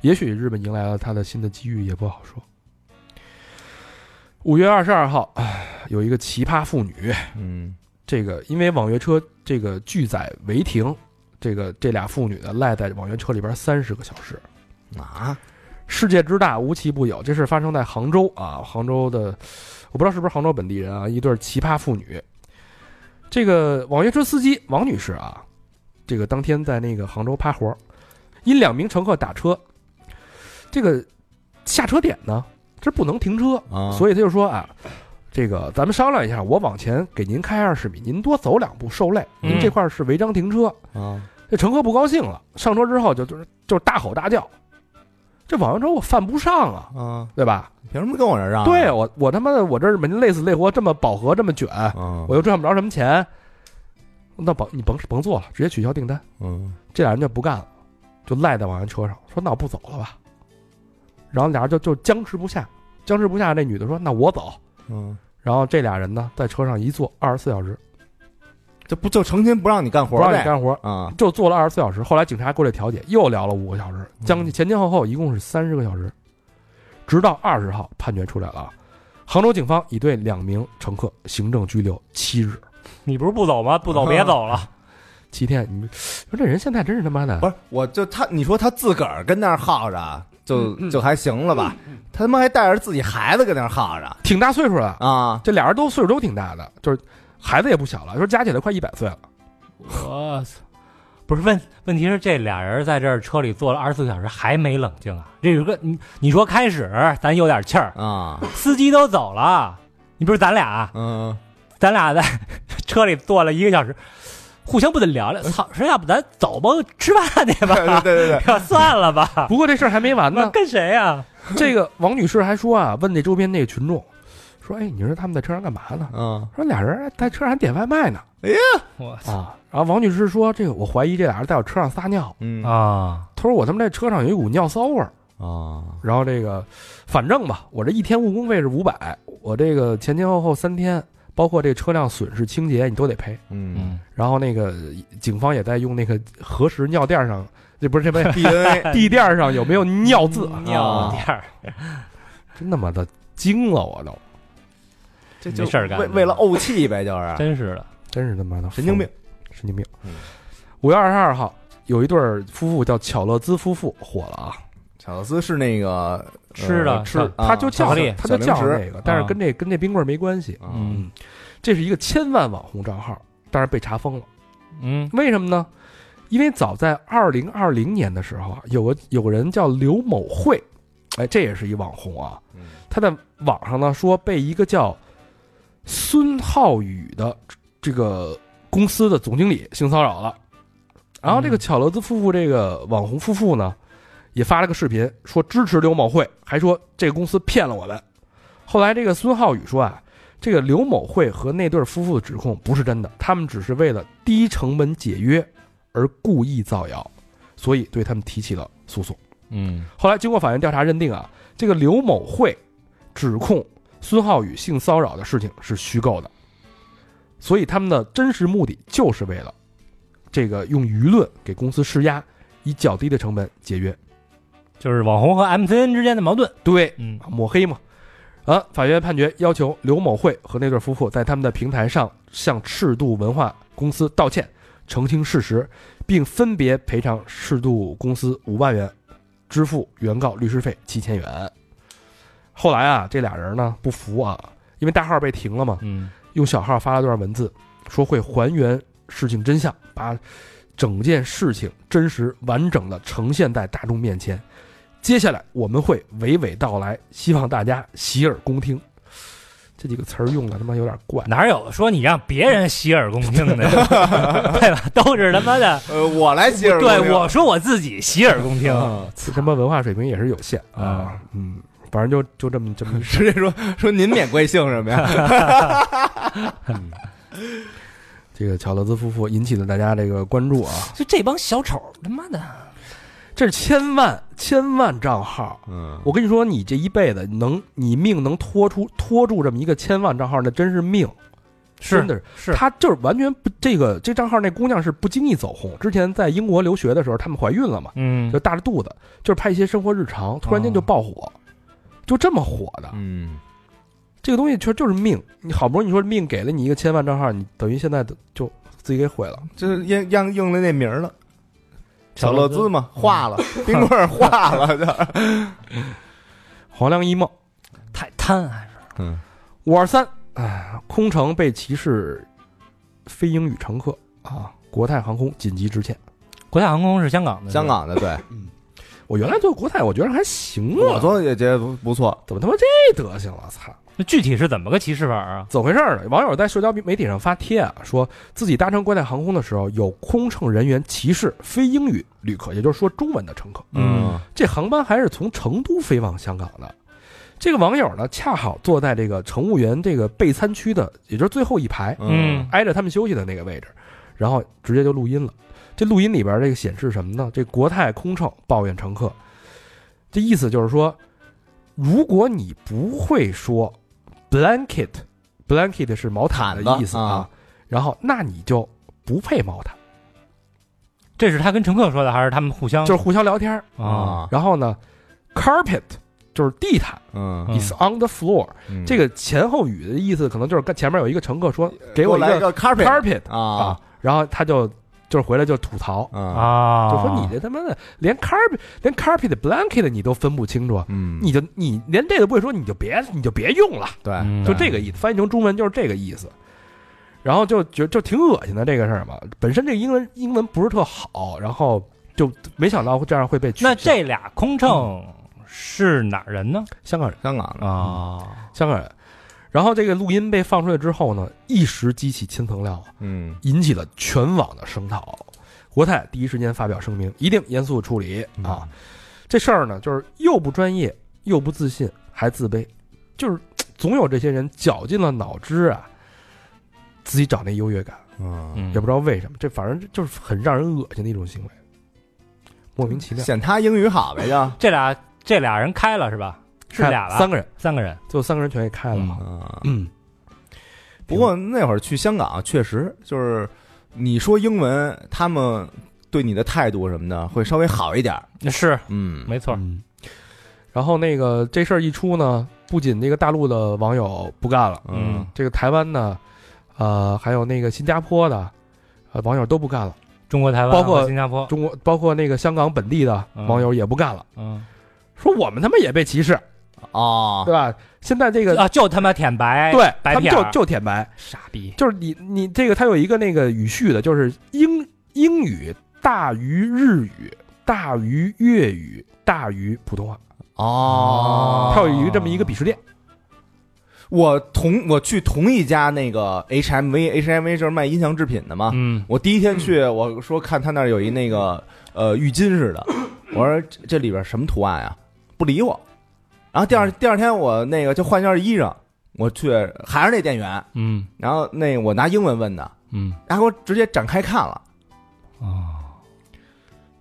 [SPEAKER 3] 也许日本迎来了它的新的机遇，也不好说。五月二十二号，唉有一个奇葩妇女，
[SPEAKER 2] 嗯，
[SPEAKER 3] 这个因为网约车这个拒载违停，这个这俩妇女呢赖在网约车里边三十个小时。
[SPEAKER 2] 啊，
[SPEAKER 3] 世界之大，无奇不有。这事发生在杭州啊，杭州的，我不知道是不是杭州本地人啊，一对奇葩妇女。这个网约车司机王女士啊，这个当天在那个杭州趴活儿，因两名乘客打车，这个下车点呢，这不能停车，
[SPEAKER 2] 啊，
[SPEAKER 3] 所以他就说啊，这个咱们商量一下，我往前给您开二十米，您多走两步受累，您
[SPEAKER 4] 嗯
[SPEAKER 3] 这块儿是违章停车。
[SPEAKER 2] 以啊，
[SPEAKER 3] 这乘客不高兴了，上车之后就就是就是大吼大叫，这网约车我犯不上啊，
[SPEAKER 2] 啊，
[SPEAKER 3] 对吧？
[SPEAKER 2] 凭什么跟我这儿让？啊
[SPEAKER 3] 对，啊我我他妈的我这门累死累活这么饱和这么卷，
[SPEAKER 2] 嗯，
[SPEAKER 3] 我又赚不着什么钱，那甭你甭甭做了，直接取消订单。
[SPEAKER 2] 嗯，
[SPEAKER 3] 这俩人就不干了，就赖在网约车上，说那我不走了吧。然后俩人就就僵持不下，僵持不下。这女的说那我走。
[SPEAKER 2] 嗯，
[SPEAKER 3] 然后这俩人呢在车上一坐二十四小时，
[SPEAKER 2] 这不就成天不让你干活
[SPEAKER 3] 不让你
[SPEAKER 2] 呗？
[SPEAKER 3] 干活，
[SPEAKER 2] 啊，
[SPEAKER 3] 就坐了二十四小时。后来警察过来调解，又聊了五个小时，将
[SPEAKER 2] 嗯
[SPEAKER 3] 近前前后后一共是三十个小时，直到二十号判决出来了啊。杭州警方已对两名乘客行政拘留七日
[SPEAKER 4] 你不是不走吗？不走
[SPEAKER 2] 啊
[SPEAKER 4] 别走了。
[SPEAKER 3] 七天。你们说这人现在真是他妈的
[SPEAKER 2] 不是，我就他，你说他自个儿跟那儿耗着，
[SPEAKER 4] 嗯
[SPEAKER 2] 就就还行了吧？他他妈还带着自己孩子跟那儿耗着
[SPEAKER 3] 挺大岁数了，
[SPEAKER 2] 啊！
[SPEAKER 3] 这俩人都岁数都挺大的，就是孩子也不小了，说加起来快一百岁了。
[SPEAKER 4] [LAUGHS] 我操！不是问问题是这俩人在这儿车里坐了二十四小时还没冷静啊！这有个你你说开始咱有点气儿，
[SPEAKER 2] 啊，
[SPEAKER 4] 司机都走了，你不是咱俩，啊 [LAUGHS]
[SPEAKER 2] 嗯，
[SPEAKER 4] 咱俩在车里坐了一个小时，互相不得聊聊？操，说要不咱走吧，吃饭去
[SPEAKER 2] 对对
[SPEAKER 4] 吧，
[SPEAKER 2] 对对，
[SPEAKER 4] 要 [LAUGHS] 算了
[SPEAKER 2] 啊
[SPEAKER 4] 吧，
[SPEAKER 3] 不过这事儿还没完
[SPEAKER 4] 那
[SPEAKER 3] 呢，
[SPEAKER 4] 跟谁啊呀？
[SPEAKER 3] [LAUGHS] 这个王女士还说啊，问那周边那个群众，说哎，你说他们在车上干嘛呢？
[SPEAKER 2] [LAUGHS] 嗯，
[SPEAKER 3] 说俩人在车上还点外卖呢
[SPEAKER 4] 我操
[SPEAKER 3] 啊。然后王女士说，这个我怀疑这俩人在我车上撒尿，
[SPEAKER 2] 嗯
[SPEAKER 4] 啊！
[SPEAKER 3] 她说我他妈这车上有一股尿骚味儿。
[SPEAKER 2] 啊，
[SPEAKER 3] 然后这个，反正吧，我这一天误工费是五百，我这个前前后后三天，包括这个车辆损失清洁你都得赔。
[SPEAKER 2] 嗯
[SPEAKER 3] 然后那个警方也在用那个核实尿垫上，这不是这不
[SPEAKER 2] [LAUGHS]
[SPEAKER 3] 是
[SPEAKER 4] [LAUGHS]
[SPEAKER 2] ，DNA
[SPEAKER 3] 地垫上有没有尿渍
[SPEAKER 2] 嗯
[SPEAKER 4] 嗯尿
[SPEAKER 3] 啊？
[SPEAKER 4] 垫儿，
[SPEAKER 3] 真他妈的惊了我都，
[SPEAKER 2] 这
[SPEAKER 4] 没事儿干
[SPEAKER 2] 为为了怄气呗，就是
[SPEAKER 4] 真是的，
[SPEAKER 3] 真是他妈的
[SPEAKER 2] 神经病，
[SPEAKER 3] 神经病
[SPEAKER 2] 嗯。
[SPEAKER 3] 五月二十二号，有一对儿夫妇叫巧乐兹夫妇火了啊，
[SPEAKER 2] 巧克斯是那个
[SPEAKER 4] 吃的
[SPEAKER 2] 呃吃
[SPEAKER 4] 啊，
[SPEAKER 3] 他就
[SPEAKER 4] [LAUGHS] 巧
[SPEAKER 3] 叫
[SPEAKER 4] 克力
[SPEAKER 3] 他就
[SPEAKER 2] 小
[SPEAKER 3] 叫
[SPEAKER 2] 零食
[SPEAKER 3] 那个，但是
[SPEAKER 4] 啊
[SPEAKER 3] 跟这跟这冰棍儿没关系。
[SPEAKER 2] 嗯
[SPEAKER 4] 嗯
[SPEAKER 3] 这是一个千万网红账号，但是被查封了。
[SPEAKER 4] 嗯
[SPEAKER 3] 为什么呢？因为早在二零二零年的时候啊，有个有个人叫刘某慧，哎，这也是一网红啊。
[SPEAKER 2] 嗯
[SPEAKER 3] 他在网上呢说被一个叫孙浩宇的这个公司的总经理性骚扰了，然后这个巧乐兹夫妇这个网红夫妇呢，也发了个视频说支持刘某慧，还说这个公司骗了我们。后来这个孙浩宇说啊，这个刘某慧和那对夫妇的指控不是真的，他们只是为了低成本解约而故意造谣，所以对他们提起了诉讼。
[SPEAKER 2] 嗯
[SPEAKER 3] 后来经过法院调查认定啊，这个刘某慧指控孙浩宇性骚扰的事情是虚构的，所以他们的真实目的就是为了这个用舆论给公司施压，以较低的成本解约。
[SPEAKER 4] 就是网红和 MCN 之间的矛盾。
[SPEAKER 3] 对，
[SPEAKER 4] 嗯
[SPEAKER 3] 抹黑嘛。啊，法院判决要求刘某慧和那对夫妇在他们的平台上向赤度文化公司道歉，澄清事实，并分别赔偿赤度公司五万元，支付原告律师费七千元。后来啊，这俩人呢不服啊，因为大号被停了嘛，
[SPEAKER 4] 嗯
[SPEAKER 3] 用小号发了段文字，说会还原事情真相，把整件事情真实完整的呈现在大众面前。接下来我们会娓娓道来，希望大家洗耳恭听。这几个词儿用的他妈有点怪，
[SPEAKER 4] 哪有说你让别人洗耳恭 [LAUGHS] 听的，对吧？都是他妈的，
[SPEAKER 2] 呃，我来接着
[SPEAKER 4] 对我说我自己洗耳恭听，
[SPEAKER 2] 嗯
[SPEAKER 3] 这他妈文化水平也是有限啊
[SPEAKER 4] 啊。
[SPEAKER 3] 嗯，反正就就这么这么一事。
[SPEAKER 2] 直接说说您免贵姓什么
[SPEAKER 4] [LAUGHS]
[SPEAKER 2] 呀？
[SPEAKER 3] 这个乔德兹夫妇引起了大家这个关注啊，
[SPEAKER 4] 就这帮小丑，他妈的，
[SPEAKER 3] 这是千万千万账号，
[SPEAKER 2] 嗯
[SPEAKER 3] 我跟你说，你这一辈子能，你命能拖出拖住这么一个千万账号，那真是命。真的
[SPEAKER 4] 是
[SPEAKER 3] 是，他就是完全不这个这账号那姑娘是不经意走红。之前在英国留学的时候，他们怀孕了嘛，
[SPEAKER 4] 嗯
[SPEAKER 3] 就大着肚子，就是拍一些生活日常，突然间就爆火，就这么火的。
[SPEAKER 2] 嗯，
[SPEAKER 3] 这个东西确实就是命，你好不容易说命给了你一个千万账号，你等于现在就自己给毁了。
[SPEAKER 2] 这应应应了那名儿了，小
[SPEAKER 4] 小
[SPEAKER 2] 乐
[SPEAKER 4] 乐
[SPEAKER 2] 兹
[SPEAKER 4] 兹
[SPEAKER 2] 嘛，化
[SPEAKER 4] [LAUGHS]
[SPEAKER 2] 了，冰棍儿化了，这
[SPEAKER 3] 黄粱一梦，
[SPEAKER 4] 太贪啊还是
[SPEAKER 2] 嗯
[SPEAKER 3] 五二三，哎，空乘被歧视非英语乘客啊，国泰航空紧急致歉。
[SPEAKER 4] 国泰航空是香港的，
[SPEAKER 2] 香港的对，
[SPEAKER 3] 我原来做国泰，我觉得还行啊，
[SPEAKER 2] 我做的也觉得不不错，
[SPEAKER 3] 怎么他妈这德行了？操，
[SPEAKER 4] 那具体是怎么个歧视法啊？
[SPEAKER 3] 怎么回事儿呢？网友在社交媒体上发帖啊，说自己搭乘国泰航空的时候，有空乘人员歧视非英语旅客，也就是说中文的乘客。
[SPEAKER 4] 嗯
[SPEAKER 3] 这航班还是从成都飞往香港的。这个网友呢，恰好坐在这个乘务员这个备餐区的，也就是最后一排，
[SPEAKER 4] 嗯
[SPEAKER 3] 挨着他们休息的那个位置，然后直接就录音了。这录音里边这个显示什么呢？这国泰空乘抱怨乘客，这意思就是说，如果你不会说 blanket blanket 是毛毯的
[SPEAKER 2] 毯子
[SPEAKER 3] 意思
[SPEAKER 2] 啊
[SPEAKER 3] 然后那你就不配毛毯，
[SPEAKER 4] 这是他跟乘客说的，还是他们互相
[SPEAKER 3] 就是互相聊天儿。
[SPEAKER 2] 嗯
[SPEAKER 4] 啊？
[SPEAKER 3] 然后呢，carpet 就是地毯、
[SPEAKER 2] 嗯
[SPEAKER 4] 嗯
[SPEAKER 3] i s on the floor。
[SPEAKER 2] 嗯
[SPEAKER 3] 这个前后语的意思可能就是跟前面有一个乘客说给
[SPEAKER 2] 我
[SPEAKER 3] 我一
[SPEAKER 2] 来
[SPEAKER 3] 个
[SPEAKER 2] 个 carpet
[SPEAKER 3] carpet
[SPEAKER 2] 啊
[SPEAKER 3] 啊，然后他就就是回来就吐槽，
[SPEAKER 2] 啊
[SPEAKER 4] 啊，
[SPEAKER 3] 就说你这他妈的连 carpet 连 carpet blanket 你都分不清楚，
[SPEAKER 2] 嗯
[SPEAKER 3] 你就你连这都不会说，你就别你就别用了，
[SPEAKER 2] 对
[SPEAKER 4] 嗯
[SPEAKER 3] 就这个意思。翻译成中文就是这个意思。然后就觉就挺恶心的这个事儿嘛，本身这个英文英文不是特好，然后就没想到这样会被取消
[SPEAKER 4] 那这俩空乘是哪儿人呢？
[SPEAKER 3] 香港人
[SPEAKER 2] 香港的
[SPEAKER 4] 啊，
[SPEAKER 3] 香港人，然后这个录音被放出来之后呢，一时激起千层浪啊，
[SPEAKER 2] 嗯
[SPEAKER 3] 引起了全网的声讨。国泰第一时间发表声明，一定严肃处理
[SPEAKER 2] 嗯
[SPEAKER 3] 啊！这事儿呢，就是又不专业，又不自信，还自卑，就是嘖总有这些人绞尽了脑汁啊，自己找那优越感，
[SPEAKER 2] 嗯，
[SPEAKER 4] 嗯
[SPEAKER 3] 也不知道为什么，这反正就是很让人恶心的一种行为，莫名其妙。
[SPEAKER 2] 显他英语好呗就，
[SPEAKER 4] 这俩这俩人开了是吧？是俩吧？
[SPEAKER 3] 三个人，
[SPEAKER 4] 三个人，
[SPEAKER 3] 最后三个人全给开了。
[SPEAKER 2] 嗯。
[SPEAKER 3] 嗯，
[SPEAKER 2] 不过那会儿去香港，啊确实就是你说英文，他们对你的态度什么的会稍微好一点儿。
[SPEAKER 4] 是
[SPEAKER 2] 嗯，
[SPEAKER 4] 没错。
[SPEAKER 3] 嗯。然后那个这事儿一出呢，不仅这个大陆的网友不干了，
[SPEAKER 2] 嗯
[SPEAKER 3] 这个台湾呢，呃，还有那个新加坡的，呃，网友都不干了。
[SPEAKER 4] 中国台湾
[SPEAKER 3] 包括
[SPEAKER 4] 和新加坡，
[SPEAKER 3] 中国包括那个香港本地的
[SPEAKER 4] 嗯
[SPEAKER 3] 网友也不干了，
[SPEAKER 4] 嗯
[SPEAKER 3] 说我们他妈也被歧视，
[SPEAKER 2] 哦
[SPEAKER 3] 对，吧？现在这个
[SPEAKER 4] 啊，就他妈舔白，
[SPEAKER 3] 对
[SPEAKER 4] 白
[SPEAKER 3] 他们
[SPEAKER 4] 片
[SPEAKER 3] 就
[SPEAKER 4] 儿
[SPEAKER 3] 就舔白，
[SPEAKER 4] 傻逼，
[SPEAKER 3] 啊就是你你这个它有一个那个语序的，就是英英语大于日语大于粤语大于普通话，
[SPEAKER 2] 哦，
[SPEAKER 3] 它有一个这么一个鄙视链。
[SPEAKER 2] 我同我去同一家那个 HMV，HMV 就是卖音响制品的嘛。
[SPEAKER 4] 嗯，
[SPEAKER 2] 我第一天去，我说看他那儿有一那个呃浴巾似的，我说这这里边什么图案啊？不理我。然后第二第二天我那个就换件衣裳，我去还是那店员，
[SPEAKER 4] 嗯
[SPEAKER 2] 然后那我拿英文问的，
[SPEAKER 4] 嗯
[SPEAKER 2] 然后给我直接展开看了。
[SPEAKER 4] 啊，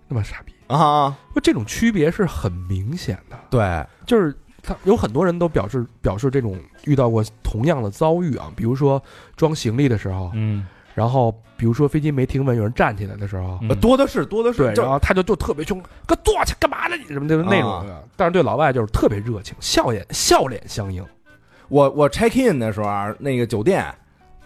[SPEAKER 3] 那么傻逼，
[SPEAKER 2] 啊，呃
[SPEAKER 3] 不这种区别是很明显的，
[SPEAKER 2] 对，
[SPEAKER 3] 就是他有很多人都表示表示这种遇到过同样的遭遇啊，比如说装行李的时候，
[SPEAKER 4] 嗯，
[SPEAKER 3] 然后比如说飞机没停稳，有人站起来的时候，
[SPEAKER 4] 嗯
[SPEAKER 2] 多的是多的
[SPEAKER 3] 对
[SPEAKER 2] 是，，啊
[SPEAKER 3] 然
[SPEAKER 2] 就
[SPEAKER 3] 后他就就特别凶，哥坐下干嘛呢？你什么的那种的，但是对老外就是特别热情，笑脸笑脸相迎。
[SPEAKER 2] 我我 check in 的时候啊，那个酒店，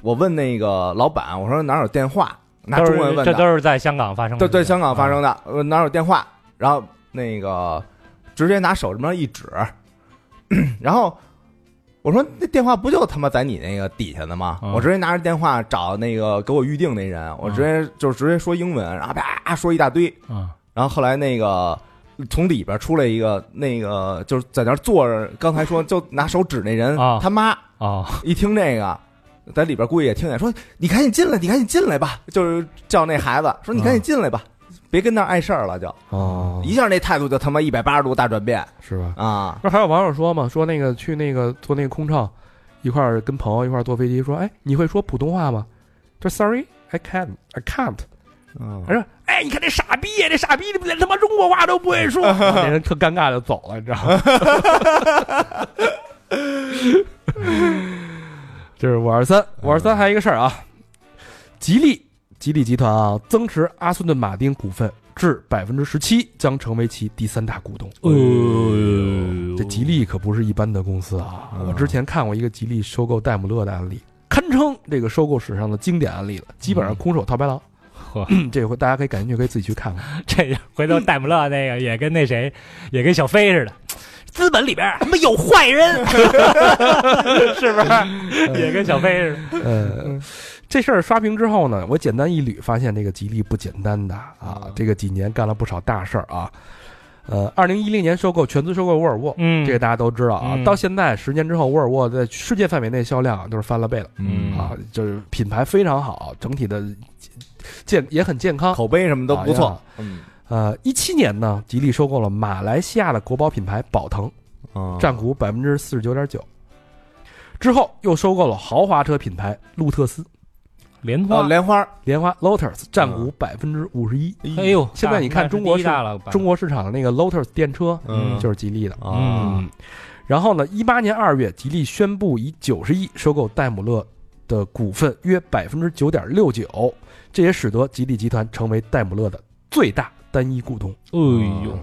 [SPEAKER 2] 我问那个老板，我说哪有电话，拿
[SPEAKER 4] 都
[SPEAKER 2] 中
[SPEAKER 4] 是
[SPEAKER 2] 文问
[SPEAKER 4] 这
[SPEAKER 2] 的，
[SPEAKER 4] 都是在香港发生的
[SPEAKER 2] 对
[SPEAKER 4] 事情，
[SPEAKER 2] 对，香港发
[SPEAKER 4] 啊
[SPEAKER 2] 生的，呃哪有电话，然后那个直接拿手这么一指，然后。我说那电话不就他妈在你那个底下的吗？
[SPEAKER 4] 嗯
[SPEAKER 2] 我直接拿着电话找那个给我预定那人，我直接就直接说英文，然后啪说一大堆，
[SPEAKER 4] 嗯
[SPEAKER 2] 然后后来那个从里边出来一个，那个就是在那儿坐着，刚才说就拿手指那人，
[SPEAKER 4] 啊
[SPEAKER 2] 他妈
[SPEAKER 4] 哦，
[SPEAKER 2] 一听这个，在里边估计也听见，说你赶紧进来，你赶紧进来吧，就是叫那孩子说你赶紧进来吧，别跟那儿碍事儿了就，
[SPEAKER 3] 哦
[SPEAKER 2] 一下那态度就他妈一百八十度大转变
[SPEAKER 3] 是吧？
[SPEAKER 2] 啊！
[SPEAKER 3] 那还有网友说嘛，说那个去那个坐那个空乘，一块儿跟朋友一块儿坐飞机，说，哎，你会说普通话吗？他说 Sorry, I can't, I can't。他
[SPEAKER 2] 嗯
[SPEAKER 3] 说，哎，你看这傻逼呀，这傻逼连他妈中国话都不会说，然后那人特尴尬就走了，你知道吗？ [LAUGHS] 这是五二三，五二三还有一个事儿啊，吉利吉利集团啊增持阿斯顿马丁股份至百分之十七，将成为其第三大股东。
[SPEAKER 4] 嗯哎呦
[SPEAKER 3] 哎这吉利可不是一般的公司啊！
[SPEAKER 2] 嗯
[SPEAKER 3] 我之前看过一个吉利收购戴姆勒的案例，堪称这个收购史上的经典案例了，基本上空手套白狼。
[SPEAKER 4] 嗯呵
[SPEAKER 3] [CLEARS THROAT] 这回大家可以感兴趣，可以自己去看看。
[SPEAKER 4] [LAUGHS] 这回头戴姆勒那个也跟那谁，也跟小飞似的，资本里边儿他妈有坏
[SPEAKER 3] [LAUGHS]
[SPEAKER 4] 人，是
[SPEAKER 3] 哎
[SPEAKER 4] 不是？也跟小飞似的。 [LAUGHS]
[SPEAKER 3] 呃，这事儿刷屏之后呢，我简单一捋，发现这个吉利不简单的啊
[SPEAKER 2] 嗯，
[SPEAKER 3] 这个几年干了不少大事儿啊。呃，二零一零年收购全资收购沃尔沃，
[SPEAKER 4] 嗯
[SPEAKER 3] 这个大家都知道啊。
[SPEAKER 4] 嗯
[SPEAKER 3] 到现在十年之后，沃尔沃在世界范围内销量都是翻了倍了。
[SPEAKER 4] 嗯
[SPEAKER 3] 啊，就是品牌非常好，整体的健也很健康。
[SPEAKER 2] 嗯口碑什么都不
[SPEAKER 3] 啊
[SPEAKER 2] 错，嗯，
[SPEAKER 3] 呃，一七年呢，吉利收购了马来西亚的国宝品牌宝腾，
[SPEAKER 4] 啊
[SPEAKER 2] 嗯
[SPEAKER 3] 占股百分之四十九点九。之后又收购了豪华车品牌路特斯、
[SPEAKER 4] 莲
[SPEAKER 2] 哦
[SPEAKER 4] 花，
[SPEAKER 2] 莲花，
[SPEAKER 3] 莲花 Lotus，占股百分之五十一。
[SPEAKER 4] 啊哎呦，
[SPEAKER 3] 现在你看
[SPEAKER 4] 那是
[SPEAKER 3] 中国
[SPEAKER 4] 第一
[SPEAKER 3] 是
[SPEAKER 4] 大了吧，
[SPEAKER 3] 中国市场的那个 Lotus 电车
[SPEAKER 2] 嗯
[SPEAKER 3] 就是吉利的。
[SPEAKER 2] 啊，
[SPEAKER 4] 嗯
[SPEAKER 3] 然后呢，一八年二月，吉利宣布以九十亿收购戴姆勒的股份约百分之九点六九，这也使得吉利集团成为戴姆勒的最大单一股东。
[SPEAKER 4] 哎呦
[SPEAKER 3] 嗯，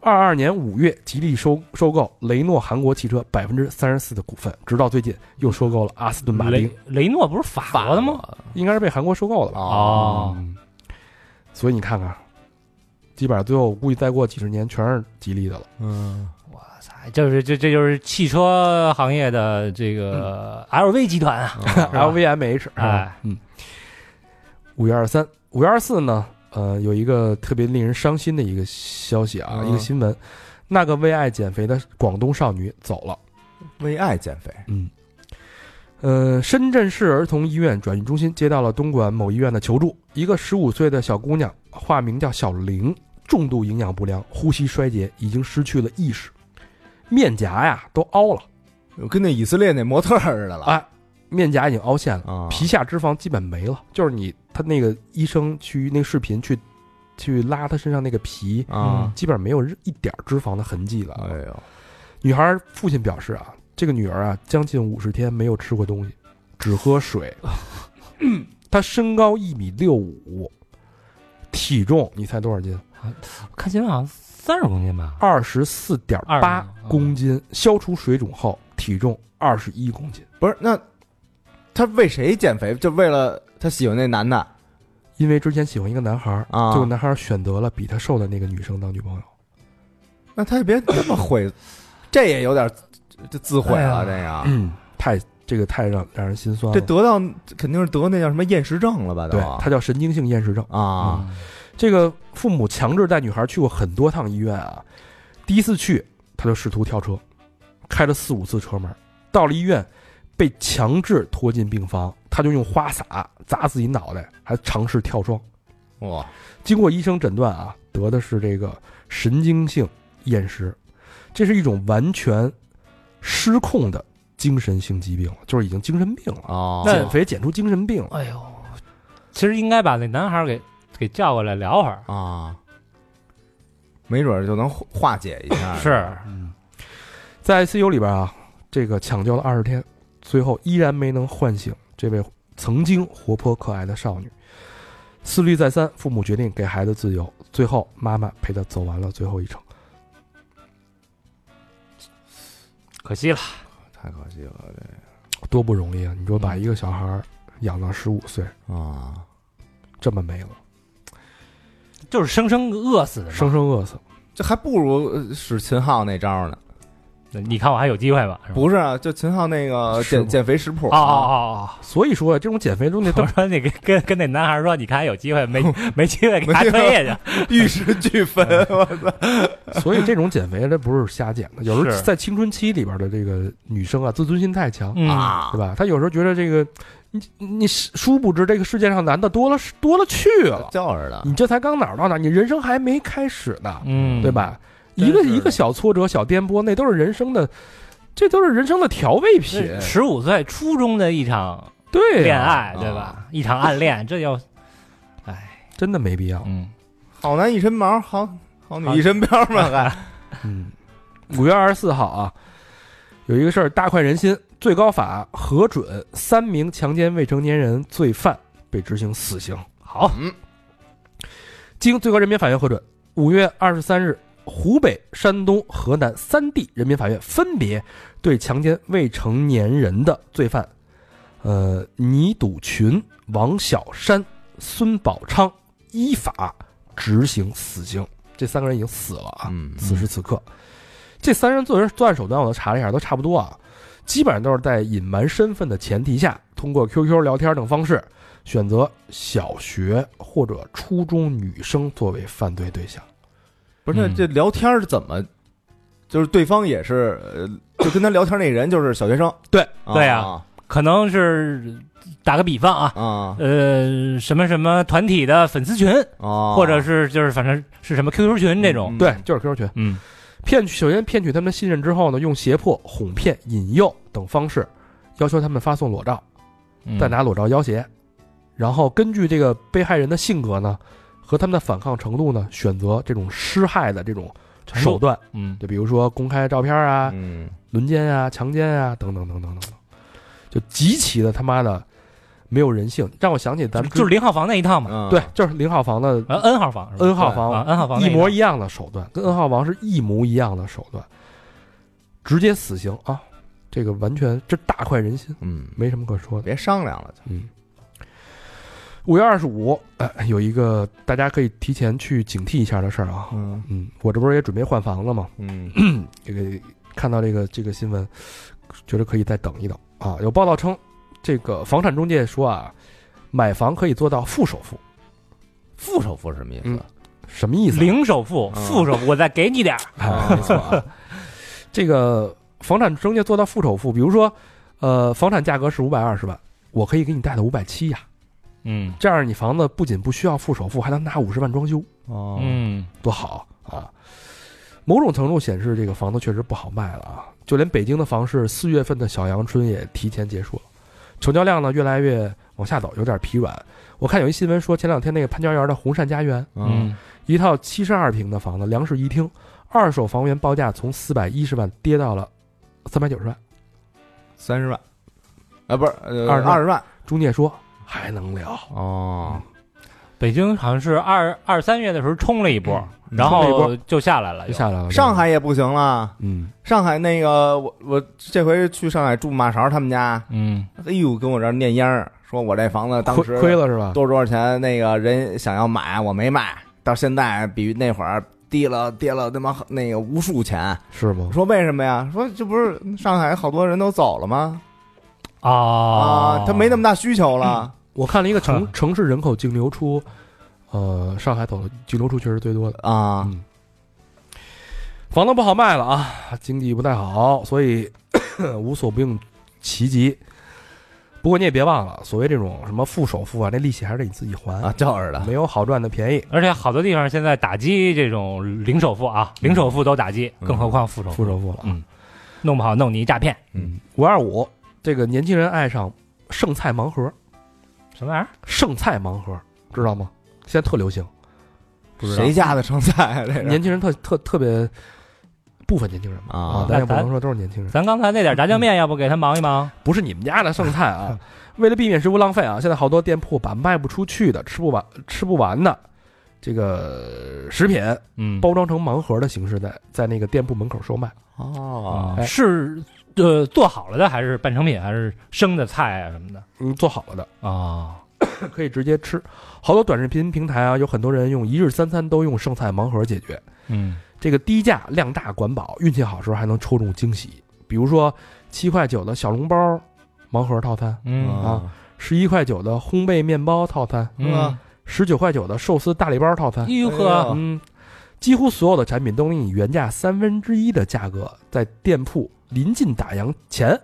[SPEAKER 3] 二二年五月，吉利收收购雷诺韩国汽车百分之三十四的股份，直到最近又收购了阿斯顿马
[SPEAKER 4] 雷
[SPEAKER 3] 丁，
[SPEAKER 4] 雷诺不是
[SPEAKER 3] 嗯
[SPEAKER 4] 法国的吗？
[SPEAKER 2] 啊
[SPEAKER 3] 应该是被韩国收购了吧？
[SPEAKER 2] 哦，
[SPEAKER 4] 哦，
[SPEAKER 3] 嗯所以你看看，基本上最后估计再过几十年全是吉利的了。
[SPEAKER 2] 嗯，
[SPEAKER 4] 哇塞，哎就是这这就是汽车行业的这个 LV 集团啊，是吧
[SPEAKER 3] LVMH，是吧
[SPEAKER 4] [LAUGHS] 哎，
[SPEAKER 3] 嗯，五月二十三、五月二十四呢，呃，有一个特别令人伤心的一个消息啊，
[SPEAKER 2] 嗯
[SPEAKER 3] 一个新闻，那个为爱减肥的广东少女走了。
[SPEAKER 2] 为爱减肥，
[SPEAKER 3] 呃，深圳市儿童医院转运中心接到了东莞某医院的求助，一个十五岁的小姑娘，化名叫小玲，重度营养不良，呼吸衰竭，已经失去了意识，面颊呀都凹了，
[SPEAKER 2] 跟那以色列那模特儿似的了
[SPEAKER 3] 哎，面颊已经凹陷了。
[SPEAKER 2] 啊
[SPEAKER 3] 皮下脂肪基本没了，就是你他那个医生去那个视频去去拉他身上那个皮，
[SPEAKER 2] 啊，
[SPEAKER 3] 基本上没有一点儿脂肪的痕迹了。
[SPEAKER 2] 哎呦，
[SPEAKER 3] 女孩父亲表示啊，这个女儿啊将近五十天没有吃过东西，只喝水。她身高一米六五，体重你猜多少斤？
[SPEAKER 4] 哦看新闻好像三十公斤吧，
[SPEAKER 3] 二十四点八
[SPEAKER 4] 20
[SPEAKER 3] 公斤。消除水肿后，体重二十一公斤。
[SPEAKER 2] 不是那他为谁减肥？就为了他喜欢那男的
[SPEAKER 3] 因为之前喜欢一个男孩儿，
[SPEAKER 2] 啊
[SPEAKER 3] 这个男孩儿选择了比他瘦的那个女生当女朋友。
[SPEAKER 2] 那他也别这
[SPEAKER 4] [LAUGHS]
[SPEAKER 2] 么毁，这也有点这自毁了，
[SPEAKER 4] 哎
[SPEAKER 2] 这
[SPEAKER 3] 嗯，太这个太让让人心酸
[SPEAKER 2] 个这
[SPEAKER 3] 了。
[SPEAKER 2] 得到肯定是得那叫什么厌食症了吧？都
[SPEAKER 3] 对，它叫神经性厌食症。
[SPEAKER 2] 啊，
[SPEAKER 3] 这个父母强制带女孩去过很多趟医院啊，第一次去她就试图跳车，开了四五次车门，到了医院被强制拖进病房，她就用花洒砸自己脑袋，还尝试跳窗。
[SPEAKER 4] 嗯
[SPEAKER 2] 哇，
[SPEAKER 3] 经过医生诊断啊，得的是这个神经性厌食，这是一种完全失控的精神性疾病了，就是已经精神病了。
[SPEAKER 2] 哦，
[SPEAKER 3] 减肥减出精神病了。
[SPEAKER 4] 哎呦，其实应该把那男孩儿给给叫过来聊会儿，
[SPEAKER 2] 啊，没准儿就能化化解一下。
[SPEAKER 4] 是，
[SPEAKER 3] 在 ICU 里边啊，这个抢救了二十天，最后依然没能唤醒这位曾经活泼可爱的少女。思虑再三，父母决定给孩子自由。最后，妈妈陪他走完了最后一程。
[SPEAKER 4] 可惜了，
[SPEAKER 2] 太可惜了这
[SPEAKER 3] 多不容易啊！你说把一个小孩儿养到十五岁，
[SPEAKER 2] 个啊，
[SPEAKER 3] 这么没了，
[SPEAKER 4] 就是生生饿死的嘛。
[SPEAKER 3] 生生饿死。
[SPEAKER 2] 这还不如呃使秦昊那招呢。
[SPEAKER 4] 你看我还有机会吗？是吧
[SPEAKER 2] 不是啊，就秦昊那个
[SPEAKER 3] 食谱
[SPEAKER 2] 减减肥食谱
[SPEAKER 4] 嗯
[SPEAKER 2] 啊
[SPEAKER 4] 哦哦哦
[SPEAKER 3] 所以说啊，这种减肥中
[SPEAKER 4] 哦
[SPEAKER 3] 的
[SPEAKER 4] [LAUGHS] 哦！我说你跟跟跟那男孩说，你看还有机会没没机会给他推 [LAUGHS] 下去，
[SPEAKER 2] 玉石俱焚，
[SPEAKER 4] 嗯
[SPEAKER 2] 我操！
[SPEAKER 3] 所以这种减肥它不是瞎减的，有时候
[SPEAKER 4] 是
[SPEAKER 3] 在青春期里边的这个女生啊，自尊心太强，
[SPEAKER 4] 嗯
[SPEAKER 2] 啊
[SPEAKER 3] 对吧？她有时候觉得这个，你你殊不知这个世界上男的多了多了去
[SPEAKER 4] 嗯
[SPEAKER 3] 了，
[SPEAKER 2] 就是的，
[SPEAKER 3] 你这才刚哪儿到哪儿，你人生还没开始呢，
[SPEAKER 4] 嗯，
[SPEAKER 3] 对？吧？
[SPEAKER 2] 真
[SPEAKER 3] 一个
[SPEAKER 2] 是的
[SPEAKER 3] 一个小挫折、小颠簸，那都是人生的，这都是人生的调味品。
[SPEAKER 4] 十五岁初中的一场
[SPEAKER 3] 对、
[SPEAKER 4] 恋，爱，
[SPEAKER 2] 啊
[SPEAKER 4] 对吧？一场暗恋，这要，哎，
[SPEAKER 3] 真的没必要。
[SPEAKER 4] 嗯，
[SPEAKER 2] 好男一身毛，好好女一身膘嘛，还
[SPEAKER 3] 嗯，五月二十四号啊，有一个事儿大快人心，最高法核准三名强奸未成年人罪犯被执行死刑。
[SPEAKER 4] 好，
[SPEAKER 2] 嗯
[SPEAKER 3] 经最高人民法院核准，五月二十三日，湖北、山东、河南三地人民法院分别对强奸未成年人的罪犯，呃，倪笃群、王小山、孙宝昌依法执行死刑。这三个人已经死了啊！
[SPEAKER 2] 嗯
[SPEAKER 3] 此时此刻，这三人作为作案手段，我都查了一下，都差不多啊，基本上都是在隐瞒身份的前提下，通过 QQ 聊天等方式，选择小学或者初中女生作为犯罪对象。
[SPEAKER 2] 不是那
[SPEAKER 4] 嗯
[SPEAKER 2] 这聊天儿怎么？就是对方也是，呃就跟他聊天那人就是小学生，
[SPEAKER 3] 对
[SPEAKER 4] 对
[SPEAKER 2] 啊
[SPEAKER 4] 呀可能是打个比方啊，
[SPEAKER 2] 啊
[SPEAKER 3] 嗯
[SPEAKER 4] 呃，什么什么团体的粉丝群，
[SPEAKER 2] 啊，嗯
[SPEAKER 4] 或者是就是反正是什么 QQ 群这种，
[SPEAKER 3] 对，就是 QQ 群。
[SPEAKER 4] 嗯
[SPEAKER 3] 骗取首先骗取他们的信任之后呢，用胁迫、哄骗、引诱等方式，要求他们发送裸照，
[SPEAKER 4] 嗯
[SPEAKER 3] 再拿裸照要挟，然后根据这个被害人的性格呢和他们的反抗程度呢，选择这种施害的这种
[SPEAKER 4] 程度
[SPEAKER 3] 手段，
[SPEAKER 4] 嗯，
[SPEAKER 3] 就比如说公开照片啊、
[SPEAKER 2] 嗯，
[SPEAKER 3] 轮奸啊、强奸啊等等等等等等，就极其的他妈的没有人性，让我想起咱们之
[SPEAKER 4] 就是零号房那一套嘛，
[SPEAKER 2] 嗯
[SPEAKER 3] 对，，就是零号房的
[SPEAKER 4] 呃，N 号房是吧
[SPEAKER 3] 嗯 N 号房
[SPEAKER 4] 啊，N 号房那
[SPEAKER 3] 一
[SPEAKER 4] 套
[SPEAKER 3] 模一样的手段，跟 N 号王是一模一样的手段，直接死刑啊！这个完全这大快人心，
[SPEAKER 2] 嗯，
[SPEAKER 3] 没什么可说的。
[SPEAKER 2] 别商量了，就
[SPEAKER 3] 嗯，五月二十五，哎，有一个大家可以提前去警惕一下的事儿啊。
[SPEAKER 2] 嗯
[SPEAKER 3] 嗯，我这不是也准备换房了吗？
[SPEAKER 2] 嗯
[SPEAKER 3] 这个看到这个这个新闻，觉得可以再等一等啊。有报道称，这个房产中介说啊，买房可以做到负首付，
[SPEAKER 2] 副首付是什么意思？
[SPEAKER 3] 什么意思啊？
[SPEAKER 4] 零首付、
[SPEAKER 2] 嗯
[SPEAKER 4] 负首付，我再给你点儿，
[SPEAKER 3] 啊，没错啊。这个房产中介做到负首付，比如说，呃，房产价格是五百二十万，我可以给你贷到五百七呀，
[SPEAKER 4] 嗯
[SPEAKER 3] 这样你房子不仅不需要付首付，还能拿五十万装修，
[SPEAKER 2] 哦
[SPEAKER 4] 嗯，
[SPEAKER 3] 多好啊！某种程度显示，这个房子确实不好卖了啊，就连北京的房市四月份的小阳春也提前结束了，成交量呢越来越往下走，有点疲软。我看有一新闻说，前两天那个潘家园的红善家园，
[SPEAKER 2] 嗯，
[SPEAKER 3] 一套七十二平的房子，两室一厅，二手房源报价从四百一十万跌到了三百九十万。
[SPEAKER 2] 三十万，啊，不是二
[SPEAKER 3] 20万
[SPEAKER 2] 二十万
[SPEAKER 3] 中介说还能聊，
[SPEAKER 2] 哦，
[SPEAKER 4] 北京好像是二二三月的时候冲了一波，
[SPEAKER 2] 嗯
[SPEAKER 4] 然
[SPEAKER 3] 冲了一
[SPEAKER 4] 后
[SPEAKER 3] 波
[SPEAKER 4] 就下来了，
[SPEAKER 3] 就下来了。
[SPEAKER 2] 上，海也不行了，
[SPEAKER 3] 嗯，
[SPEAKER 2] 上海那个我我这回去上海住马勺他们家，
[SPEAKER 4] 嗯，
[SPEAKER 2] 哎呦，跟我这儿念秧儿，说我这房子当时
[SPEAKER 3] 亏亏了是吧？
[SPEAKER 2] 多少多少钱，那个人想要买，我没卖，到现在比那会儿低了跌了他妈那个无数钱。
[SPEAKER 3] 是吗？
[SPEAKER 2] 说为什么呀？说这不是上海好多人都走了吗？
[SPEAKER 4] 哦
[SPEAKER 2] 啊，他没那么大需求了。
[SPEAKER 3] 我看了一个城
[SPEAKER 2] [LAUGHS]
[SPEAKER 4] 呵
[SPEAKER 3] 城市人口净流出，呃，上海走的净流出确实最多的。
[SPEAKER 2] 啊，
[SPEAKER 3] 嗯，房子不好卖了啊，经济不太好，所以 [COUGHS] 无所不用其极。不过你也别忘了，所谓这种什么付首付啊，那利息还是得你自己还
[SPEAKER 2] 啊，，就是的，
[SPEAKER 3] 没有好赚的便宜。
[SPEAKER 4] 而且好多地方现在打击这种零首付啊，零首付都打击，
[SPEAKER 2] 嗯
[SPEAKER 4] 更何况负首
[SPEAKER 3] 付
[SPEAKER 4] 付，
[SPEAKER 3] 首付了。
[SPEAKER 4] 嗯弄不好弄你一诈骗，
[SPEAKER 2] 嗯，
[SPEAKER 3] 五二五，这个年轻人爱上剩菜盲盒，
[SPEAKER 4] 什么玩意儿？
[SPEAKER 3] 剩菜盲盒知道吗？现在特流行，
[SPEAKER 4] 不知道
[SPEAKER 2] 谁家的成菜啊？这是
[SPEAKER 3] 年轻人特特特别部分年轻人嘛
[SPEAKER 2] 啊
[SPEAKER 3] 但也不能说都是年轻人，
[SPEAKER 4] 咱刚才那点炸酱面，要不给他忙一忙？
[SPEAKER 3] 不是你们家的剩菜啊。为了避免食物浪费啊，现在好多店铺把卖不出去的、吃不完、吃不完的这个食品
[SPEAKER 4] 嗯
[SPEAKER 3] 包装成盲盒的形式在，在那个店铺门口售卖。
[SPEAKER 2] 哦，
[SPEAKER 3] 哎
[SPEAKER 4] 啊是呃做好了的，还是半成品，还是生的菜啊什么的
[SPEAKER 3] 嗯，做好了的
[SPEAKER 4] 啊？
[SPEAKER 3] 可以直接吃。好多短视频平台啊，有很多人用一日三餐都用剩菜盲盒解决。
[SPEAKER 4] 嗯
[SPEAKER 3] 这个低价量大管饱，运气好时候还能抽中惊喜，比如说七块九的小笼包盲盒套餐，
[SPEAKER 4] 嗯
[SPEAKER 3] 啊十一块九的烘焙面包套餐，
[SPEAKER 4] 嗯，
[SPEAKER 3] 十九块九的寿司大礼包套餐。
[SPEAKER 4] 哟
[SPEAKER 2] 哎
[SPEAKER 4] 呵
[SPEAKER 2] 呦，
[SPEAKER 3] 嗯，几乎所有的产品都能以原价三分之一的价格在店铺临近打烊前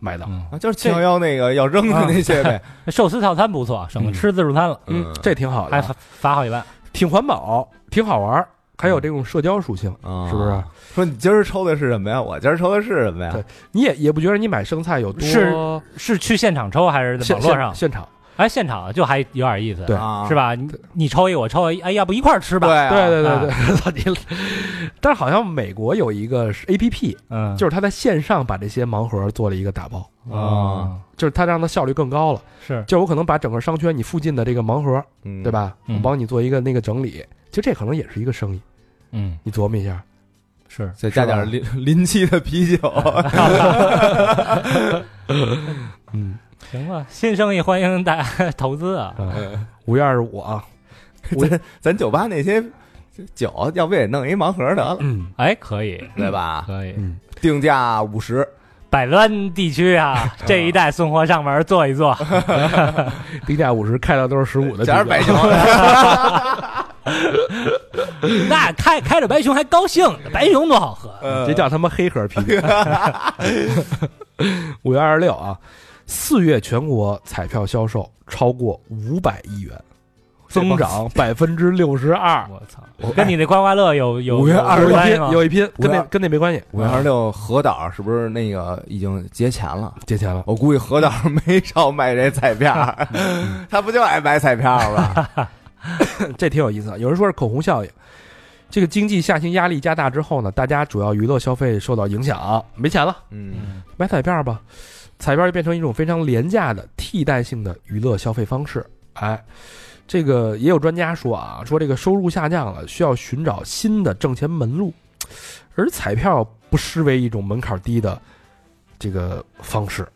[SPEAKER 3] 买到。
[SPEAKER 4] 嗯
[SPEAKER 2] 啊，就是七幺幺那个要扔的那些呗，
[SPEAKER 4] 寿司套餐不错，省得
[SPEAKER 3] 嗯
[SPEAKER 4] 吃自助餐了，
[SPEAKER 3] 啊 [LAUGHS] 嗯，这挺好
[SPEAKER 4] 还
[SPEAKER 3] 的，
[SPEAKER 4] 罚罚好几万。
[SPEAKER 3] 挺环保，挺好玩儿，还有这种社交属性。
[SPEAKER 4] 嗯
[SPEAKER 2] 啊
[SPEAKER 3] 是不是？
[SPEAKER 2] 说你今儿抽的是什么呀？我今儿抽的是什么呀
[SPEAKER 3] 对？你也也不觉得你买生菜有多
[SPEAKER 4] 是是去现场抽还是在
[SPEAKER 3] 现
[SPEAKER 4] 网络
[SPEAKER 3] 现
[SPEAKER 4] 上？
[SPEAKER 3] 现场？
[SPEAKER 4] 哎，现场就还有点意思，
[SPEAKER 3] 对
[SPEAKER 2] 啊，
[SPEAKER 4] 是？吧？你你抽一个我抽一个，哎，要不一块儿吃吧？
[SPEAKER 2] 对啊
[SPEAKER 3] 对对 [LAUGHS] 对对，你，但是好像美国有一个 A P P，
[SPEAKER 4] 嗯，
[SPEAKER 3] 就是它在线上把这些盲盒做了一个打包，
[SPEAKER 2] 啊，
[SPEAKER 4] 啊，
[SPEAKER 3] 就是它让它效率更高了。
[SPEAKER 4] 是
[SPEAKER 3] 就我可能把整个商圈你附近的这个盲盒，
[SPEAKER 2] 嗯
[SPEAKER 3] 对？吧？
[SPEAKER 4] 嗯
[SPEAKER 3] 我帮你做一个那个整理，其实这可能也是一个生意，
[SPEAKER 4] 嗯
[SPEAKER 3] 你琢磨一下。
[SPEAKER 4] 是
[SPEAKER 2] 再加点临临期的啤
[SPEAKER 4] [LAUGHS]
[SPEAKER 2] 酒，
[SPEAKER 3] 嗯，
[SPEAKER 4] 行吧，新生意欢迎大家 [LAUGHS] 投资啊，
[SPEAKER 3] 呃五月二十五啊，
[SPEAKER 2] 咱咱酒吧那些酒，要不也弄一盲盒得了，
[SPEAKER 3] 嗯
[SPEAKER 4] 哎，可以
[SPEAKER 2] 对吧？
[SPEAKER 4] 可以，
[SPEAKER 3] 嗯，
[SPEAKER 2] 定价五十，
[SPEAKER 4] 百湾地区
[SPEAKER 2] [LAUGHS]
[SPEAKER 4] 啊这一带送货上门坐一坐，
[SPEAKER 3] 低价五十，开到都是十五的啤酒，
[SPEAKER 2] 加点白酒，
[SPEAKER 4] 那开开着白熊还高兴，白熊多好喝，
[SPEAKER 2] [LAUGHS] 呃
[SPEAKER 3] 这叫他妈黑盒啤酒。 [LAUGHS] 五月二十六啊，四月全国彩票销售超过五百亿元，增长百分之六十二。
[SPEAKER 4] 我操，
[SPEAKER 2] 嗯
[SPEAKER 4] 跟
[SPEAKER 2] 哎
[SPEAKER 4] 你那刮刮乐有有
[SPEAKER 2] 五月
[SPEAKER 4] 有
[SPEAKER 2] 二
[SPEAKER 3] 有
[SPEAKER 2] 十
[SPEAKER 3] 一
[SPEAKER 4] 关系
[SPEAKER 3] 拼
[SPEAKER 4] 吗？
[SPEAKER 3] 有一拼，跟那
[SPEAKER 2] 5
[SPEAKER 3] 跟那没关系，
[SPEAKER 2] 五月二十六，何导是不是那个已经结钱了？
[SPEAKER 3] 借钱了。
[SPEAKER 2] 我估计何导没少买这彩票，
[SPEAKER 4] [LAUGHS]
[SPEAKER 2] 他不就爱买彩票吗？
[SPEAKER 3] 这挺有意思啊。有人说是口红效应，这个经济下行压力加大之后呢，大家主要娱乐消费受到影响，没钱了，
[SPEAKER 2] 嗯，
[SPEAKER 4] 嗯
[SPEAKER 3] 买彩票吧。彩票就变成一种非常廉价的替代性的娱乐消费方式。哎，这个也有专家说啊，说这个收入下降了，需要寻找新的挣钱门路，而彩票不失为一种门槛低的这个方式，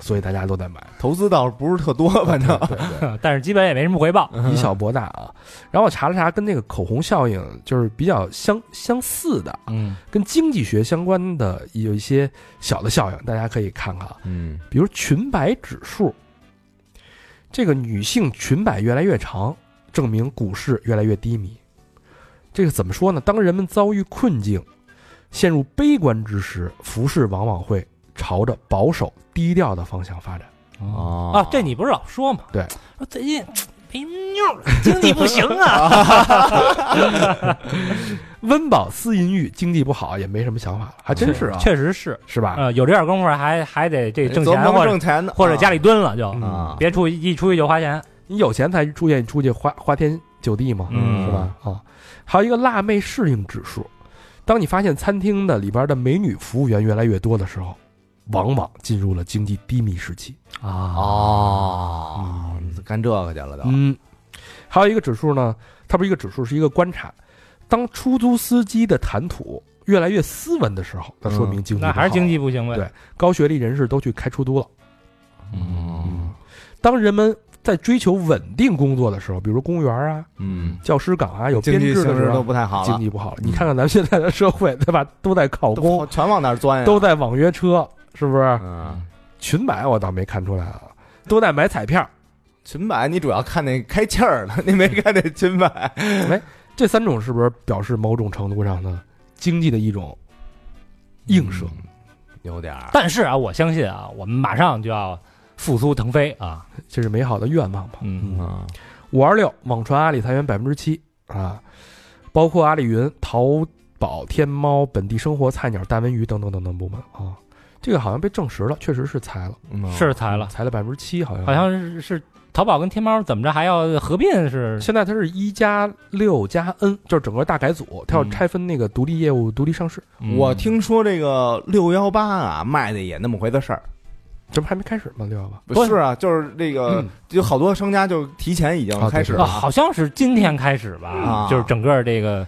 [SPEAKER 3] 所以大家都在买。
[SPEAKER 2] 投资倒是不是特多，反正
[SPEAKER 3] 对对。
[SPEAKER 4] 但是基本也没什么回报，
[SPEAKER 2] 嗯
[SPEAKER 3] 以小博大啊。然后我查了查，跟那个口红效应就是比较相相似的，
[SPEAKER 4] 嗯
[SPEAKER 3] 跟经济学相关的有一些小的效应，大家可以看看啊，
[SPEAKER 2] [LAUGHS] 嗯
[SPEAKER 3] 比如裙摆指数，这个女性裙摆越来越长，证明股市越来越低迷。这个怎么说呢？当人们遭遇困境、陷入悲观之时，服饰往往会朝着保守低调的方向发展。
[SPEAKER 2] 哦
[SPEAKER 4] 啊，这你不是老说吗？
[SPEAKER 3] 对，
[SPEAKER 4] 说最近没妞儿，经济不行
[SPEAKER 2] [LAUGHS]
[SPEAKER 4] 啊，
[SPEAKER 3] 温饱思淫欲，经济不好也没什么想法了，还真是啊，
[SPEAKER 4] 确实是，
[SPEAKER 3] 是吧？
[SPEAKER 4] 呃，有这点功夫还还得这挣
[SPEAKER 2] 哎琢
[SPEAKER 4] 钱
[SPEAKER 2] 磨
[SPEAKER 4] 或者
[SPEAKER 2] 挣钱的，
[SPEAKER 4] 或者家里蹲了就，
[SPEAKER 3] 嗯
[SPEAKER 2] 啊，
[SPEAKER 4] 别出去一出去就花钱，
[SPEAKER 3] 你有钱才出现出去花花天酒地嘛，
[SPEAKER 4] 嗯
[SPEAKER 3] 是吧？啊，还有一个辣妹适应指数，当你发现餐厅的里边的美女服务员越来越多的时候，往往进入了经济低迷时期。
[SPEAKER 4] 啊，
[SPEAKER 2] 哦，干这个去了都，
[SPEAKER 3] 嗯，还有一个指数呢，它不是一个指数，是一个观察。当出租司机的谈吐越来越斯文的时候，那说明经济
[SPEAKER 4] 那还是
[SPEAKER 3] 不好
[SPEAKER 4] 经济不行呗。
[SPEAKER 3] 对高学历人士都去开出租了。
[SPEAKER 2] 嗯
[SPEAKER 3] 当人们在追求稳定工作的时候，比如公务员啊、
[SPEAKER 2] 嗯，
[SPEAKER 3] 教师岗啊有
[SPEAKER 2] 经
[SPEAKER 3] 编
[SPEAKER 2] 济
[SPEAKER 3] 制
[SPEAKER 2] 形
[SPEAKER 3] 的
[SPEAKER 2] 势
[SPEAKER 3] 时候
[SPEAKER 2] 都，不太好
[SPEAKER 3] 经
[SPEAKER 2] 了，
[SPEAKER 3] 济不好了。你看看咱们现在的社会，对吧？都在考公，
[SPEAKER 2] 都全往哪儿钻呀？
[SPEAKER 3] 都在网约车，是不是？
[SPEAKER 2] 嗯，
[SPEAKER 3] 群买我倒没看出来啊，都在买彩票。
[SPEAKER 2] 裙摆你主要看那开气儿了，你 [LAUGHS] 没看那裙摆，
[SPEAKER 3] 这三种是不是表示某种程度上的经济的一种映射？
[SPEAKER 2] 嗯有点儿，
[SPEAKER 4] 但是啊，我相信啊，我们马上就要复苏腾飞啊，
[SPEAKER 3] 这是美好的愿望吧？
[SPEAKER 4] 嗯
[SPEAKER 2] 嗯
[SPEAKER 3] 五二六网传阿里裁员百分之七啊，包括阿里云、淘宝、天猫、本地生活、菜鸟、大文娱等等等等部门啊，这个好像被证实了，确实是裁了，
[SPEAKER 2] 嗯
[SPEAKER 4] 是裁了，
[SPEAKER 3] 裁了百分之七，好像
[SPEAKER 4] 好像是是淘宝跟天猫怎么着还要合并是？
[SPEAKER 3] 现在它是一加六加 N，就是整个大改组，它要
[SPEAKER 4] 嗯
[SPEAKER 3] 拆分那个独立业务、独立上市，
[SPEAKER 2] 我听说这个六幺八啊，卖的也那么回的事儿。
[SPEAKER 3] 这不还没开始吗？六幺八
[SPEAKER 2] 不是啊，就是那个，有好多商家就提前已经
[SPEAKER 3] 啊
[SPEAKER 2] 开始
[SPEAKER 3] 对
[SPEAKER 2] 了
[SPEAKER 4] 啊，
[SPEAKER 2] 啊。
[SPEAKER 4] 好像是今天开始吧，
[SPEAKER 2] 啊
[SPEAKER 4] 就是整个这个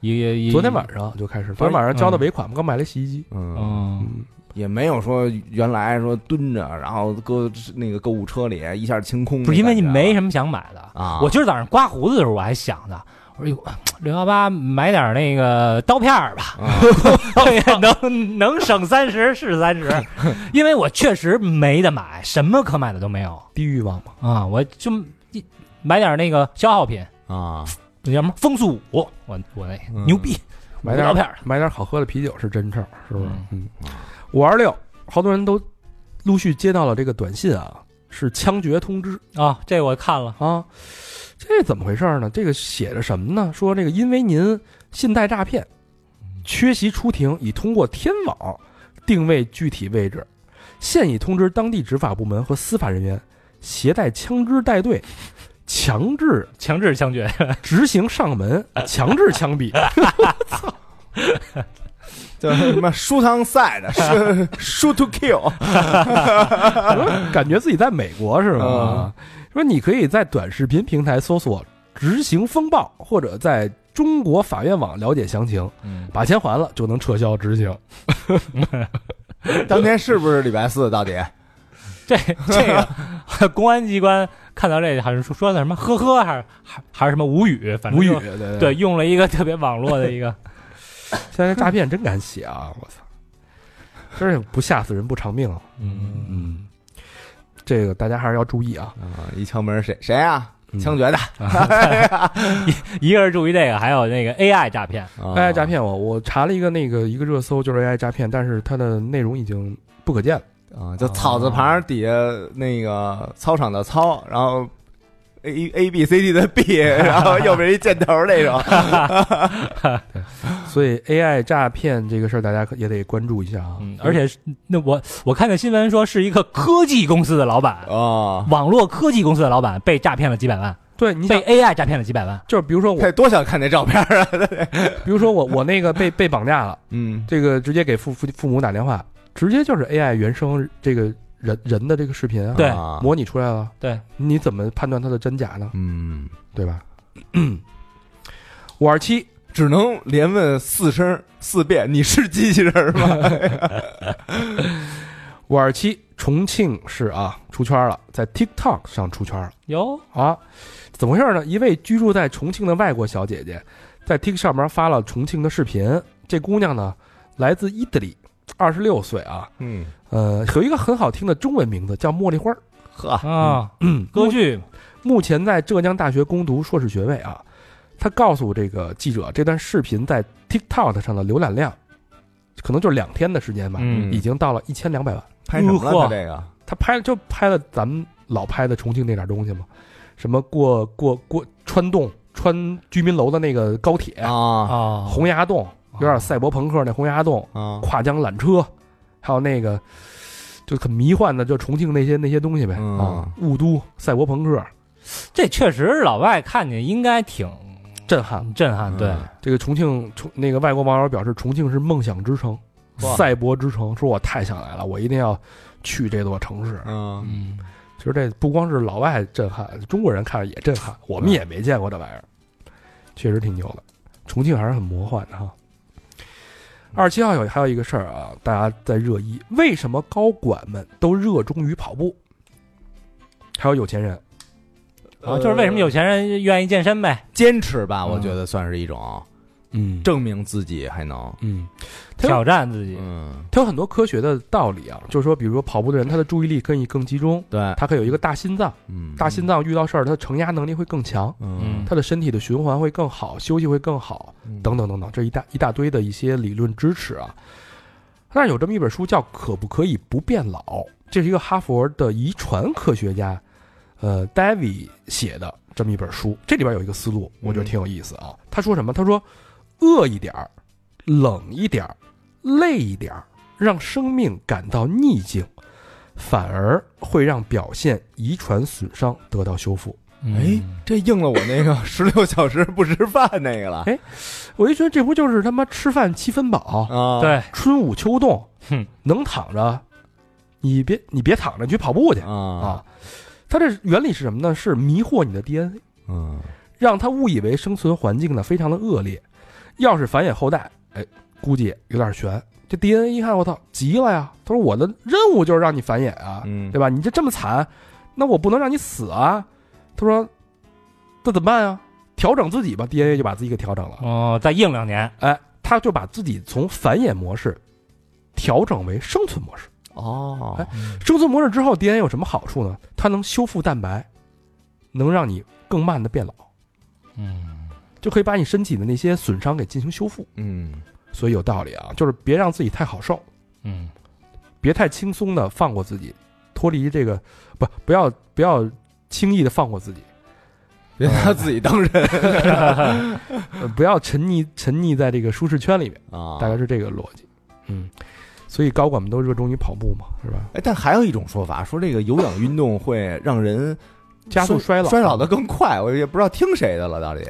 [SPEAKER 4] 一一
[SPEAKER 3] 昨天晚上就开始，昨天晚上交的尾款，刚买了洗衣机。
[SPEAKER 2] 嗯，
[SPEAKER 4] 嗯，
[SPEAKER 3] 嗯，
[SPEAKER 2] 也没有说原来说蹲着，然后搁那个购物车里一下清空的感觉啊，
[SPEAKER 4] 不是因为你没什么想买的，
[SPEAKER 2] 啊，
[SPEAKER 4] 我今儿早上刮胡子的时候我还想呢，我说哟。六幺八买点那个刀片儿吧，
[SPEAKER 2] 啊
[SPEAKER 4] 能能省三十是三十，因为我确实没得买，什么可买的都没有
[SPEAKER 3] 地狱网嘛，
[SPEAKER 4] 啊，我就一买点那个消耗品，
[SPEAKER 2] 啊，
[SPEAKER 4] 那叫什么风速五，我我那
[SPEAKER 2] 嗯
[SPEAKER 4] 牛逼，
[SPEAKER 3] 买
[SPEAKER 4] 五刀片
[SPEAKER 3] 点
[SPEAKER 4] 儿
[SPEAKER 3] 买点好喝的啤酒是真事儿，是不是
[SPEAKER 4] 嗯？
[SPEAKER 3] 嗯，五二六，好多人都陆续接到了这个短信啊，是枪决通知
[SPEAKER 4] 啊，这我看了，
[SPEAKER 3] 啊，这怎么回事儿呢？这个写着什么呢？说这个因为您信贷诈骗，缺席出庭，已通过天网定位具体位置，现已通知当地执法部门和司法人员携带枪支带队，强制
[SPEAKER 4] 强制枪决，
[SPEAKER 3] 执行上门，强制枪毙。
[SPEAKER 2] 叫什么 [LAUGHS] 舒唐赛的，是 [LAUGHS] shoot to kill
[SPEAKER 3] 感觉自己在美国是吗？说你可以在短视频平台搜索“执行风暴”，或者在中国法院网了解详情。把钱还了就能撤销执行。
[SPEAKER 2] [LAUGHS] 当天是不是礼拜四？到底
[SPEAKER 4] 这这
[SPEAKER 3] [LAUGHS]
[SPEAKER 4] 个公安机关看到这好像说说的什么呵呵，还是还还是什么无语，反正
[SPEAKER 3] 无语，
[SPEAKER 4] 就
[SPEAKER 3] 对对
[SPEAKER 4] 对，用了一个特别网络的一个，
[SPEAKER 3] 现在诈骗真敢写啊！我操，真是不吓死人不偿命啊！
[SPEAKER 4] 嗯，
[SPEAKER 3] [LAUGHS] 嗯，这个大家还是要注意啊。
[SPEAKER 2] 啊，一敲门谁谁啊？
[SPEAKER 3] 嗯
[SPEAKER 2] 枪决的
[SPEAKER 4] 一个是注意这个，还有那个 AI 诈骗，
[SPEAKER 2] 啊哎
[SPEAKER 3] AI 诈骗我，我查了一个那个一个热搜，就是 AI 诈骗，但是它的内容已经不可见了。
[SPEAKER 2] 啊，就草字旁底下那个操场的操，然后 A A B C D 的 [LAUGHS] B，然后右边一箭头那种。
[SPEAKER 3] 所以 AI 诈骗这个事儿，大家可也得关注一下啊。
[SPEAKER 4] 嗯，而且是那我我看见新闻说是一个科技公司的老板，
[SPEAKER 2] 啊，
[SPEAKER 4] 网络科技公司的老板被诈骗了几百万，
[SPEAKER 3] 对，你想
[SPEAKER 4] 被 AI 诈骗了几百万，
[SPEAKER 3] 就是比如说我
[SPEAKER 2] [LAUGHS] 他，多想看那照片啊！
[SPEAKER 3] 比如说我，我那个被被绑架了，
[SPEAKER 2] [LAUGHS] 嗯
[SPEAKER 3] 这个直接给父父父母打电话，直接就是 AI 原生这个人人的这个视频啊，
[SPEAKER 4] 对
[SPEAKER 2] 啊
[SPEAKER 3] 模拟出来了。
[SPEAKER 4] 对，
[SPEAKER 3] 你怎么判断它的真假呢？
[SPEAKER 2] 嗯，
[SPEAKER 3] 对吧？ [COUGHS] 五二七，
[SPEAKER 2] 只能连问四声四遍，你是机器人 [LAUGHS] 吗？
[SPEAKER 3] 五二七，重庆市啊出圈了，在 TikTok 上出圈了
[SPEAKER 4] 哟，
[SPEAKER 3] 啊，怎么回事呢？一位居住在重庆的外国小姐姐，在 TikTok 上面发了重庆的视频。这姑娘呢，来自意大利，二十六岁啊，
[SPEAKER 2] 嗯，
[SPEAKER 3] 呃，有一个很好听的中文名字叫茉莉花儿。
[SPEAKER 2] 呵，
[SPEAKER 4] 啊，
[SPEAKER 3] 嗯
[SPEAKER 4] 歌剧，
[SPEAKER 3] 目前在浙江大学攻读硕士学位啊。他告诉这个记者，这段视频在 TikTok 上的浏览量，可能就是两天的时间吧，
[SPEAKER 2] 嗯
[SPEAKER 3] 已经到了一千两百万。
[SPEAKER 2] 拍什么了？他这个
[SPEAKER 3] 他拍就拍了咱们老拍的重庆那点东西嘛，什么过过过穿洞、穿居民楼的那个高铁、
[SPEAKER 2] 啊
[SPEAKER 4] 啊，
[SPEAKER 3] 洪崖洞，有点赛博朋克那洪崖洞，
[SPEAKER 2] 啊，
[SPEAKER 3] 跨江缆车，还有那个就很迷幻的，就重庆那些那些东西呗、
[SPEAKER 2] 嗯
[SPEAKER 3] 啊，雾都、赛博朋克，
[SPEAKER 4] 这确实老外看见应该挺
[SPEAKER 3] 震撼。嗯
[SPEAKER 4] 震
[SPEAKER 2] 啊
[SPEAKER 4] 撼，对，
[SPEAKER 3] 这个重庆重那个外国网友表示，重庆是梦想之城、
[SPEAKER 2] 哇
[SPEAKER 3] 赛博之城，说我太想来了，我一定要去这座城市。
[SPEAKER 2] 嗯，
[SPEAKER 4] 嗯，
[SPEAKER 3] 其实这不光是老外震撼，中国人看着也震撼，我们也没见过这玩意儿，确实挺牛的。重庆还是很魔幻的哈。二十七号有还有一个事儿啊，大家在热议，为什么高管们都热衷于跑步，还有有钱人？
[SPEAKER 4] 啊，就是为什么有钱人愿意健身呗，
[SPEAKER 2] 呃坚持吧？我
[SPEAKER 3] 嗯
[SPEAKER 2] 觉得算是一种
[SPEAKER 3] 嗯这
[SPEAKER 2] 证明自己还能，
[SPEAKER 3] 嗯，他有
[SPEAKER 4] 挑战自己，
[SPEAKER 2] 嗯，
[SPEAKER 3] 它有很多科学的道理啊，就是说，比如说跑步的人，他的注意力可以更集中，
[SPEAKER 2] 对，
[SPEAKER 3] 他可以有一个大心脏，
[SPEAKER 2] 嗯，
[SPEAKER 3] 大心脏遇到事儿，他的承压能力会更强，
[SPEAKER 2] 嗯，
[SPEAKER 3] 他的身体的循环会更好，休息会更好，
[SPEAKER 2] 嗯
[SPEAKER 3] 等等等等，这一大一大堆的一些理论支持啊。但是有这么一本书叫《可不可以不变老》，这是一个哈佛的遗传科学家，呃，David 写的这么一本书。这里边有一个思路，我觉得挺有意思啊。他说什么？他说，饿一点儿，冷一点儿，累一点儿，让生命感到逆境，反而会让表现遗传损伤得到修复。
[SPEAKER 2] 哎，这应了我
[SPEAKER 3] [LAUGHS]
[SPEAKER 2] 那个十六小时不吃饭那个了
[SPEAKER 3] 我就觉得这不就是他妈吃饭七分饱，
[SPEAKER 2] 啊！，
[SPEAKER 4] 对，
[SPEAKER 3] 春捂秋冻，
[SPEAKER 4] 哼
[SPEAKER 3] 能躺着，你别你别躺着，你去跑步去
[SPEAKER 2] 啊，
[SPEAKER 3] 啊！它这原理是什么呢？是迷惑你的 DNA，
[SPEAKER 2] 嗯，
[SPEAKER 3] 让它误以为生存环境呢非常的恶劣。要是繁衍后代，哎，估计有点悬。这 DNA 一看，我操，急了呀！他说我的任务就是让你繁衍啊，
[SPEAKER 2] 嗯
[SPEAKER 3] 对吧？你这这么惨，那我不能让你死啊！他说，那怎么办啊？调整自己吧，DNA 就把自己给调整了。
[SPEAKER 4] 哦，再硬两年，
[SPEAKER 3] 哎，他就把自己从繁衍模式调整为生存模式。
[SPEAKER 2] 哦
[SPEAKER 3] 哎生存模式之后，DNA 有什么好处呢？它能修复蛋白，能让你更慢的变老，
[SPEAKER 4] 嗯，
[SPEAKER 3] 就可以把你身体的那些损伤给进行修复。
[SPEAKER 2] 嗯
[SPEAKER 3] 所以有道理啊，就是别让自己太好受，
[SPEAKER 4] 嗯，
[SPEAKER 3] 别太轻松的放过自己，脱离这个不不要不要轻易的放过自己，
[SPEAKER 2] 别拿自己当人
[SPEAKER 3] 呃不要沉溺沉溺在这个舒适圈里面，
[SPEAKER 2] 啊
[SPEAKER 3] 哎大概是这个逻辑。嗯，所以高管们都热衷于跑步嘛，是吧？
[SPEAKER 2] 哎，但还有一种说法，说这个有氧运动会让人
[SPEAKER 3] 加速衰
[SPEAKER 2] 衰
[SPEAKER 3] 老，
[SPEAKER 2] 老的更快，我也不知道听谁的了，到
[SPEAKER 3] [LAUGHS]
[SPEAKER 2] 底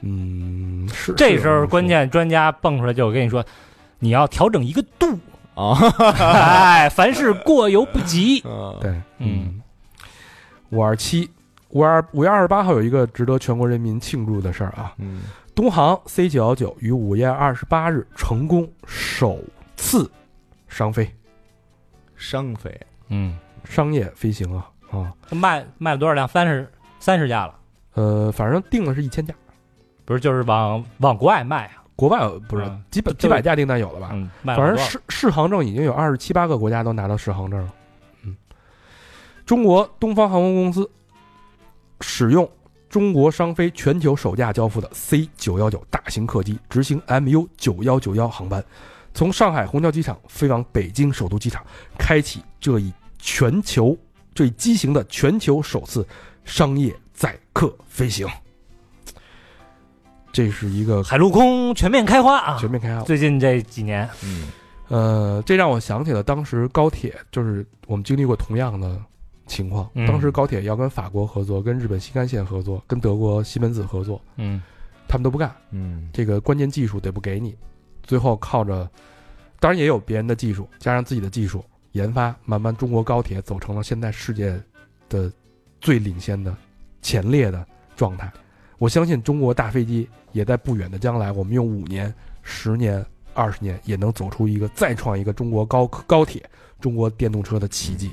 [SPEAKER 3] 嗯，是
[SPEAKER 4] 这
[SPEAKER 3] 是
[SPEAKER 4] 时候关键专家蹦出来就跟你说，你要调整一个
[SPEAKER 3] [LAUGHS]
[SPEAKER 4] 度，
[SPEAKER 2] 啊，
[SPEAKER 3] 嗯
[SPEAKER 4] 哎，凡事过犹不及。
[SPEAKER 2] 嗯
[SPEAKER 3] 对，
[SPEAKER 4] 嗯，
[SPEAKER 3] 五二七。五二五月二十八号有一个值得全国人民庆祝的事儿啊！
[SPEAKER 2] 嗯
[SPEAKER 3] 东航 C 九幺九于五月二十八日成功首次商飞
[SPEAKER 2] 伤肺
[SPEAKER 4] 嗯，
[SPEAKER 3] 商业飞行啊啊
[SPEAKER 4] 卖卖了多少辆？三十三十架了，
[SPEAKER 3] 呃，反正定的是一千架，
[SPEAKER 4] 不是就是往往国外卖啊？
[SPEAKER 3] 国外不是
[SPEAKER 4] 嗯
[SPEAKER 3] 几百
[SPEAKER 4] 就
[SPEAKER 3] 几百架订单有了吧？
[SPEAKER 4] 嗯，卖了
[SPEAKER 3] 反
[SPEAKER 4] 好
[SPEAKER 3] 正
[SPEAKER 4] 多
[SPEAKER 3] 试试航证已经有二十七八个国家都拿到试航证了。嗯，中国东方航空公司使用中国商飞全球首架交付的 C 九幺九大型客机执行 MU 九幺九幺航班，从上海虹桥机场飞往北京首都机场，开启这一全球这一机型的全球首次商业载客飞行。这是一个
[SPEAKER 4] 海陆空全面开花啊！
[SPEAKER 3] 全面开发。
[SPEAKER 4] 最近这几年，
[SPEAKER 2] 嗯
[SPEAKER 3] 呃，这让我想起了当时高铁，就是我们经历过同样的情况。
[SPEAKER 4] 嗯
[SPEAKER 3] 当时高铁要跟法国合作，跟日本新干线合作，跟德国西门子合作，
[SPEAKER 4] 嗯
[SPEAKER 3] 他们都不干，
[SPEAKER 2] 嗯
[SPEAKER 3] 这个关键技术得不给你，最后靠着，当然也有别人的技术，加上自己的技术研发，慢慢中国高铁走成了现在世界的最领先的、前列的状态。我相信中国大飞机也在不远的将来，我们用五年、十年、二十年也能走出一个再创一个中国高高铁、中国电动车的奇迹。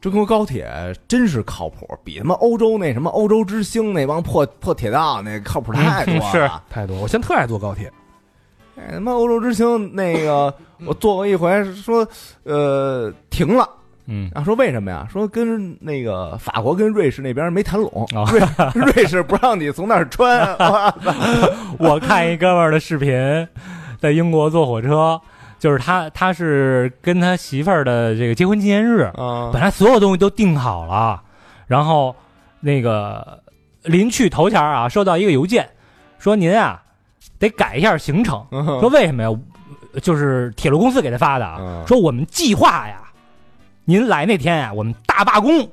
[SPEAKER 2] 中国高铁真是靠谱，比他妈欧洲那什么欧洲之星那帮破破铁道那靠谱太多
[SPEAKER 4] 嗯是
[SPEAKER 2] 了。
[SPEAKER 3] 太多，我现在特爱坐高铁，
[SPEAKER 2] 哎，他妈欧洲之星那个我坐过一回，说呃停了，
[SPEAKER 4] 嗯，
[SPEAKER 2] 然后说为什么呀？说跟那个法国跟瑞士那边没谈拢
[SPEAKER 4] 哦，
[SPEAKER 2] 瑞瑞士不让你从那儿穿，哇
[SPEAKER 4] 我看一哥们儿的视频，在英国坐火车，就是他他是跟他媳妇儿的这个结婚纪念日，
[SPEAKER 2] 啊
[SPEAKER 4] 本来所有东西都定好了，然后那个临去头前儿啊，收到一个邮件，说您啊得改一下行程。说为什么呀？就是铁路公司给他发的啊
[SPEAKER 2] 嗯，
[SPEAKER 4] 说我们计划呀，您来那天啊，我们大罢
[SPEAKER 2] [LAUGHS]
[SPEAKER 4] 工，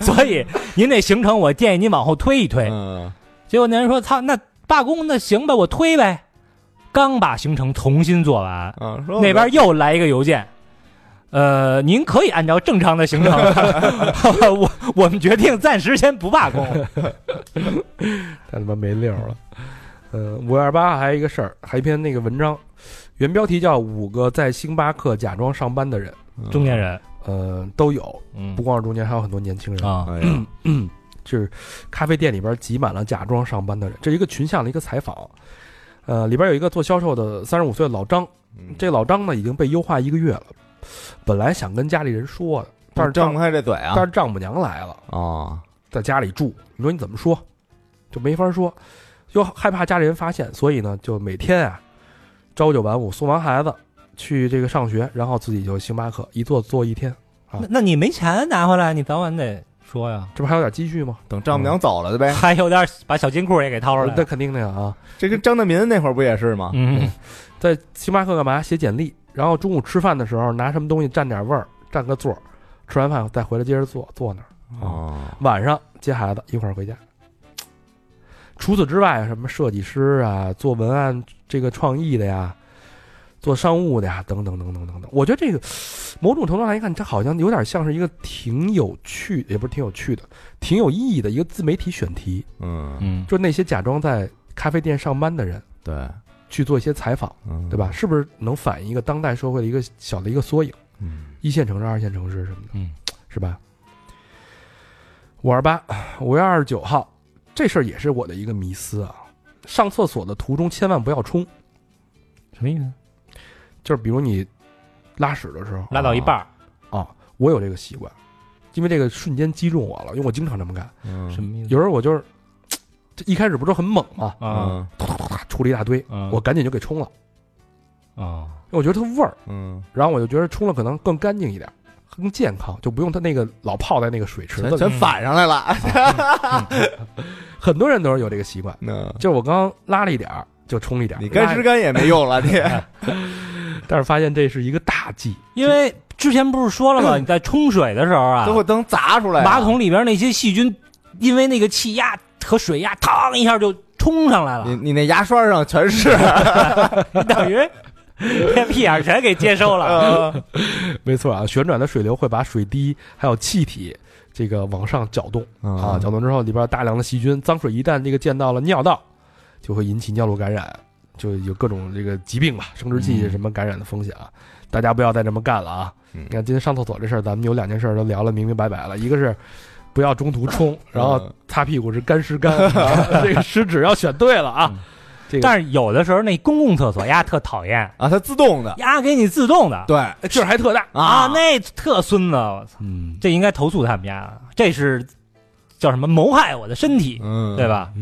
[SPEAKER 4] 所以您那行程我建议您往后推一推。
[SPEAKER 2] 嗯
[SPEAKER 4] 结果那人说：“操，那罢工那行吧，我推呗。”刚把行程重新做完，
[SPEAKER 2] 啊，说
[SPEAKER 4] 那边又来一个邮件，呃，您可以按照正常的行程， [LAUGHS] 我我们决定暂时先不罢工。 [LAUGHS]
[SPEAKER 3] 太他妈没溜儿了。呃，五月二八还有一个事儿，还有一篇那个文章，原标题叫《五个在星巴克假装上班的人》，
[SPEAKER 4] 中年人，
[SPEAKER 3] 呃，都有，
[SPEAKER 4] 嗯
[SPEAKER 3] 不光是中年，还有很多年轻人。
[SPEAKER 4] 啊，
[SPEAKER 2] 哎呀，
[SPEAKER 3] 就是咖啡店里边挤满了假装上班的人，这是一个群像的一个采访。呃，里边有一个做销售的三十五岁的老张，
[SPEAKER 2] 嗯
[SPEAKER 3] 这老张呢已经被优化一个月了，本来想跟家里人说的，但是
[SPEAKER 2] 张
[SPEAKER 3] 丈
[SPEAKER 2] 不开这嘴啊
[SPEAKER 3] 但是丈母娘来了，
[SPEAKER 2] 啊，
[SPEAKER 3] 在家里住，你说你怎么说？就没法说，又害怕家里人发现，所以呢，就每天啊，朝九晚五送完孩子去这个上学，然后自己就星巴克一坐坐一天，
[SPEAKER 4] 那那你没钱拿回来，你早晚得说呀。
[SPEAKER 3] 这不还有点积蓄吗？
[SPEAKER 2] 等丈母娘走了的
[SPEAKER 4] [LAUGHS]
[SPEAKER 2] 呗。
[SPEAKER 4] 还有点把小金库也给掏出来
[SPEAKER 3] 那
[SPEAKER 4] 了，
[SPEAKER 3] 肯定的呀啊！
[SPEAKER 2] 这跟张大民那会儿不也是吗？
[SPEAKER 4] 嗯
[SPEAKER 3] 在星巴克干嘛？写简历，然后中午吃饭的时候拿什么东西蘸点味儿，占个座儿，吃完饭再回来接着做，坐那儿。
[SPEAKER 2] 哦，
[SPEAKER 3] 晚上接孩子一块儿回家。除此之外，什么设计师啊、做文案这个创意的呀、做商务的呀，等等等等等等。我觉得这个某种程度上来看，这好像有点像是一个挺有趣，也不是挺有趣的，挺有意义的一个自媒体选题，
[SPEAKER 2] 嗯，
[SPEAKER 4] 嗯，
[SPEAKER 3] 就是那些假装在咖啡店上班的人
[SPEAKER 2] 对，
[SPEAKER 3] 去做一些采访，
[SPEAKER 2] 嗯，
[SPEAKER 3] 对吧？？是不是能反映一个当代社会的一个小的一个缩影？
[SPEAKER 2] 嗯，
[SPEAKER 3] 一线城市、二线城市什么的，
[SPEAKER 4] 嗯，
[SPEAKER 3] 是吧？五二八，五月二十九号，这事儿也是我的一个迷思啊。上厕所的途中千万不要冲，
[SPEAKER 4] 什么意思？
[SPEAKER 3] 就是比如你拉屎的时候
[SPEAKER 4] 拉到一半儿，
[SPEAKER 3] 啊，我有这个习惯，因为这个瞬间击中我了，因为我经常这么干。
[SPEAKER 2] 嗯
[SPEAKER 4] 什？么意思？
[SPEAKER 3] 有时候我就是，这一开始不是很猛嘛，
[SPEAKER 4] 啊
[SPEAKER 2] 嗯
[SPEAKER 3] 啪出了一大堆，
[SPEAKER 1] 嗯
[SPEAKER 4] 啊，
[SPEAKER 3] 我赶紧就给冲了，
[SPEAKER 4] 啊，
[SPEAKER 3] 因为我觉得它味儿，
[SPEAKER 2] 嗯，
[SPEAKER 3] 然后我就觉得冲了可能更干净一点，更健康，就不用它那个老泡在那个水池子
[SPEAKER 2] 全
[SPEAKER 3] 里。
[SPEAKER 2] 全反上来了。
[SPEAKER 3] 很多人都是有这个习惯，
[SPEAKER 2] 那
[SPEAKER 3] 就是我刚拉了一点儿就冲一点儿，
[SPEAKER 2] 你干
[SPEAKER 3] 拉
[SPEAKER 2] 吃干也没用了，你 [LAUGHS]
[SPEAKER 3] 但是发现这是一个大忌，
[SPEAKER 4] 因为之前不是说了吗？你在冲水的时候啊，
[SPEAKER 2] 都会灯砸出来啊。
[SPEAKER 4] 马桶里边那些细菌，因为那个气压和水压，嘡一下就冲上来
[SPEAKER 2] 你
[SPEAKER 4] 了，
[SPEAKER 2] 你那牙刷上全是，
[SPEAKER 4] 等 [LAUGHS] 于连屁眼全给接收了。
[SPEAKER 2] 嗯
[SPEAKER 3] 没错啊，旋转的水流会把水滴还有气体这个往上搅动
[SPEAKER 2] [LAUGHS]
[SPEAKER 3] 啊，搅动之后里边有大量的细菌，脏水一旦这个溅到了尿道，就会引起尿路感染，就有各种这个疾病吧，生殖器
[SPEAKER 4] 嗯
[SPEAKER 3] 什么感染的风险啊，大家不要再这么干了啊！
[SPEAKER 2] 嗯
[SPEAKER 3] 你看今天上厕所这事儿，咱们有两件事儿都聊了明明白白了，一个是。不要中途冲，然
[SPEAKER 2] 嗯
[SPEAKER 3] 后擦屁股是干湿干， [LAUGHS] 这个湿纸要选对了啊
[SPEAKER 4] 嗯！
[SPEAKER 3] 这个
[SPEAKER 4] 但是有的时候那公共厕所呀特讨厌，
[SPEAKER 2] 啊，它自动的，
[SPEAKER 4] 呀给你自动的
[SPEAKER 2] 对
[SPEAKER 3] 劲儿还特大，
[SPEAKER 4] 啊，那特孙子，我操！
[SPEAKER 3] 嗯，
[SPEAKER 4] 这应该投诉他们家，这是叫什么谋害我的身体，
[SPEAKER 2] 嗯，
[SPEAKER 4] 对？吧？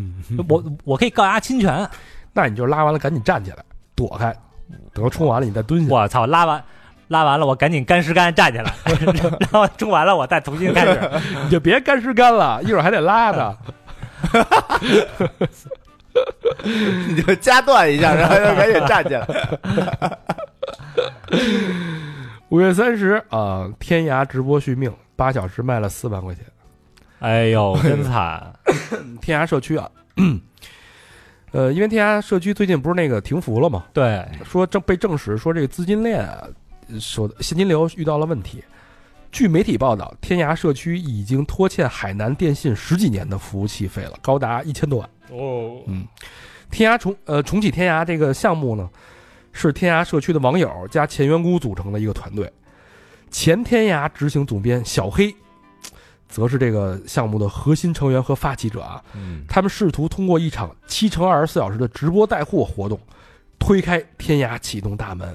[SPEAKER 4] 我我可以告他侵权。
[SPEAKER 3] 那你就拉完了赶紧站起来躲开，等它冲完了你再蹲下。
[SPEAKER 4] 我操，拉完拉完了，我赶紧干湿干站起来，然后冲完了我再重新开始。
[SPEAKER 3] 你就别干湿干了，一会儿还得拉呢。
[SPEAKER 2] [LAUGHS] 你就夹断一下，然后就赶紧站起来。
[SPEAKER 3] 五月三十啊，天涯直播续命，八小时卖了四万块钱。
[SPEAKER 4] 哎呦，真惨！
[SPEAKER 3] 天涯社区啊，呃，因为天涯社区最近不是那个停服了嘛，
[SPEAKER 4] 对，
[SPEAKER 3] 说证被证实说这个资金链啊手现金流遇到了问题。据媒体报道，天涯社区已经拖欠海南电信十几年的服务器费了，高达一千多万。嗯
[SPEAKER 4] 哦
[SPEAKER 3] 天涯重呃重启天涯这个项目呢，是天涯社区的网友加前员工组成的一个团队，前天涯执行总编小黑，则是这个项目的核心成员和发起者啊。
[SPEAKER 2] 嗯
[SPEAKER 3] 他们试图通过一场七乘二十四小时的直播带货活动，推开天涯启动大门，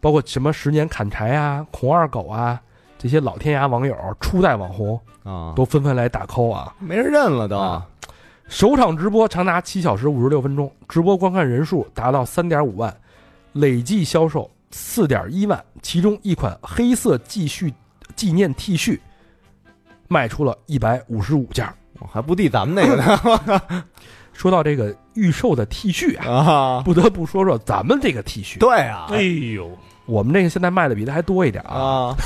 [SPEAKER 3] 包括什么十年砍柴啊、孔二狗啊这些老天涯网友、初代网红
[SPEAKER 2] 啊，
[SPEAKER 3] 都纷纷来打 call 啊。
[SPEAKER 2] 没人认了都。
[SPEAKER 3] 啊首场直播长达七小时五十六分钟，直播观看人数达到三点五万，累计销售四点一万，其中一款黑色继续纪念 T 恤卖出了一百五十五件儿。
[SPEAKER 2] 我还不敌咱们那个呢
[SPEAKER 3] 说到这个预售的 T 恤啊，
[SPEAKER 2] 啊！
[SPEAKER 3] 不得不说说咱们这个 T 恤，
[SPEAKER 2] 对啊，
[SPEAKER 4] 哎呦，
[SPEAKER 3] 我们这个现在卖的比它还多一点啊，
[SPEAKER 2] 啊，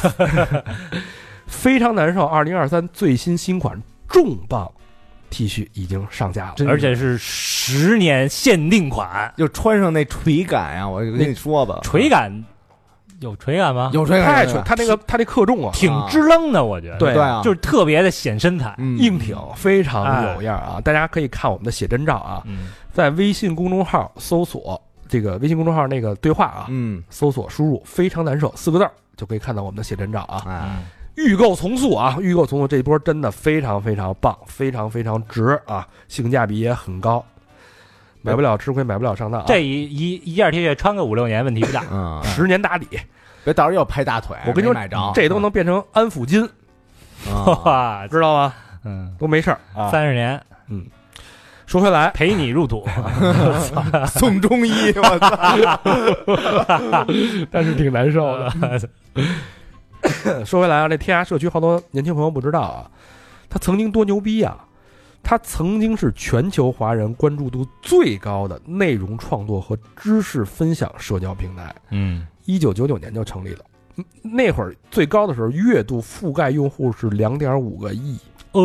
[SPEAKER 3] 非常难受。二零二三最新新款重磅 T 恤已经上架了，
[SPEAKER 2] 真
[SPEAKER 4] 而且是十年限定款，
[SPEAKER 2] 就穿上那垂感呀，我就跟你说吧，
[SPEAKER 4] 垂感有垂感吗？
[SPEAKER 2] 有垂感，
[SPEAKER 3] 太蠢，它那个它那克重啊，
[SPEAKER 4] 挺支棱的，我觉得。
[SPEAKER 3] 对
[SPEAKER 2] 对啊，
[SPEAKER 4] 就是特别的显身材。
[SPEAKER 2] 嗯
[SPEAKER 3] 硬挺，非常有样儿啊！大家可以看我们的写真照啊，
[SPEAKER 4] 嗯，
[SPEAKER 3] 在微信公众号搜索这个微信公众号那个对话啊，
[SPEAKER 2] 嗯，
[SPEAKER 3] 搜索输入“非常难受”四个字儿，就可以看到我们的写真照啊。
[SPEAKER 4] 嗯
[SPEAKER 2] 哎，。
[SPEAKER 3] 预购从速啊！预购从速这波真的非常非常棒，非常非常值啊！性价比也很高，买不了吃亏，买不了上当啊！啊
[SPEAKER 4] 这一一一件 T 恤穿个五六年问题不大
[SPEAKER 2] 嗯，
[SPEAKER 3] 十年打底，
[SPEAKER 2] 别到时候又拍大腿，
[SPEAKER 3] 我跟你
[SPEAKER 2] 没买着
[SPEAKER 3] 说，这都能变成安抚巾， [LAUGHS]
[SPEAKER 2] 啊
[SPEAKER 4] [LAUGHS] 哇，
[SPEAKER 3] 知道吗？
[SPEAKER 4] 嗯，
[SPEAKER 3] 都没事儿啊。
[SPEAKER 4] 三十年
[SPEAKER 3] 说回来，
[SPEAKER 4] 陪你入
[SPEAKER 3] [LAUGHS]
[SPEAKER 4] 土，
[SPEAKER 2] 送中医，我操，
[SPEAKER 3] 但是挺难受的。说回来啊，这天涯社区好多年轻朋友不知道啊，他曾经多牛逼啊！他曾经是全球华人关注度最高的内容创作和知识分享社交平台，
[SPEAKER 4] 嗯，
[SPEAKER 3] 一九九九年就成立了，那会儿最高的时候，月度覆盖用户是两点五个亿。
[SPEAKER 4] [LAUGHS] 哎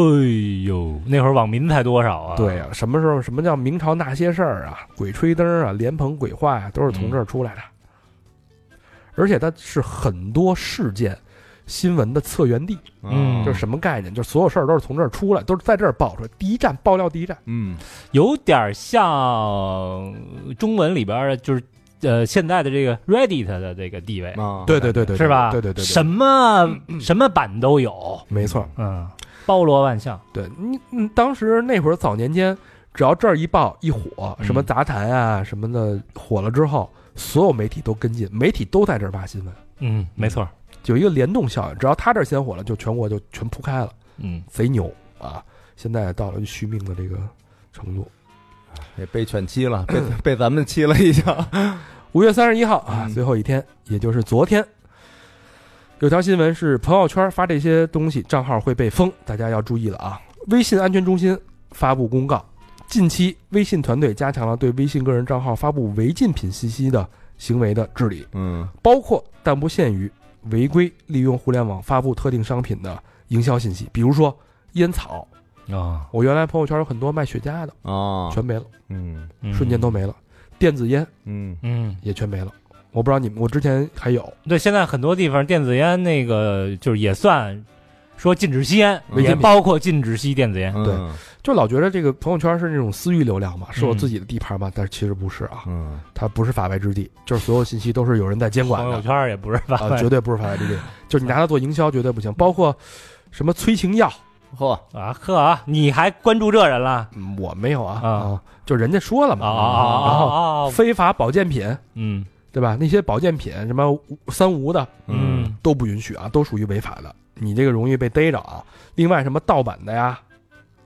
[SPEAKER 4] 呦，那会儿网民才多少啊？
[SPEAKER 3] 对，呀、什么时候什么叫明朝那些事儿啊，鬼吹灯啊，莲蓬鬼话呀、都是从这儿出来的。而且它是很多事件新闻的策源地，
[SPEAKER 4] 嗯
[SPEAKER 3] 就是什么概念？就是所有事儿都是从这儿出来，都是在这儿爆出来。第一站爆料，第一站。
[SPEAKER 2] 嗯
[SPEAKER 4] 有点像中文里边儿就是呃现在的这个 Reddit 的这个地位，
[SPEAKER 2] 啊，
[SPEAKER 3] 哎对对对对，
[SPEAKER 4] 是吧？
[SPEAKER 3] 对对对，对嗯
[SPEAKER 4] 什么什么版都有，
[SPEAKER 3] 没错。
[SPEAKER 4] 嗯，包罗万象。
[SPEAKER 3] 对你，嗯，当时那会儿早年间，只要这儿一爆一火，
[SPEAKER 4] 嗯
[SPEAKER 3] 什么杂谈啊什么的火了之后，所有媒体都跟进，媒体都在这儿扒新闻，
[SPEAKER 4] 嗯，没错。
[SPEAKER 3] 有一个联动效应。只要他这儿先火了，就全国就全铺开了，
[SPEAKER 4] 嗯，
[SPEAKER 3] 贼牛啊！现在到了续命的这个程度。
[SPEAKER 2] 也被犬欺了，被被咱们欺了
[SPEAKER 3] [LAUGHS]
[SPEAKER 2] 一下。
[SPEAKER 3] 五月三十一号啊，
[SPEAKER 2] 嗯
[SPEAKER 3] 最后一天，也就是昨天，有条新闻是朋友圈发这些东西账号会被封，大家要注意了啊！微信安全中心发布公告，近期微信团队加强了对微信个人账号发布违禁品信息的行为的治理，
[SPEAKER 2] 嗯
[SPEAKER 3] 包括但不限于违规利用互联网发布特定商品的营销信息，比如说烟草。
[SPEAKER 4] 啊，
[SPEAKER 3] 我原来朋友圈有很多卖雪茄的，
[SPEAKER 2] 啊，
[SPEAKER 3] 全没了，
[SPEAKER 2] 嗯
[SPEAKER 3] 瞬间都没了；电子烟
[SPEAKER 2] 嗯
[SPEAKER 4] 嗯，
[SPEAKER 3] 也全没了。我不知道你们，我之前还有，
[SPEAKER 4] 对，现在很多地方电子烟那个就是也算说禁止吸烟，
[SPEAKER 2] 嗯
[SPEAKER 4] 也包括禁止吸电子烟。
[SPEAKER 2] 嗯
[SPEAKER 3] 对就老觉得这个朋友圈是那种私域流量嘛，是我
[SPEAKER 4] 嗯
[SPEAKER 3] 自己的地盘嘛，但是其实不是啊，
[SPEAKER 2] 嗯
[SPEAKER 3] 它不是法外之地，就是所有信息都是有人在监管
[SPEAKER 4] 朋友
[SPEAKER 3] 的，
[SPEAKER 4] 圈儿也不是吧？
[SPEAKER 3] 啊，绝对不是法外
[SPEAKER 4] [LAUGHS]
[SPEAKER 3] 之地，就是你拿它做营销绝对不行，包括什么催情药，
[SPEAKER 2] 嚯，
[SPEAKER 4] 啊呵啊，你还关注这人了？
[SPEAKER 3] 嗯我没有啊
[SPEAKER 4] 啊
[SPEAKER 3] 啊，就人家说了
[SPEAKER 4] 啊
[SPEAKER 3] 嘛，
[SPEAKER 4] 啊啊
[SPEAKER 3] 然后
[SPEAKER 4] 啊！啊！
[SPEAKER 3] 非法保健品
[SPEAKER 4] 嗯
[SPEAKER 3] 对吧？那些保健品什么无三无的
[SPEAKER 2] 嗯
[SPEAKER 4] 嗯
[SPEAKER 3] 都不允许啊，都属于违法的，你这个容易被逮着啊。另外什么盗版的呀、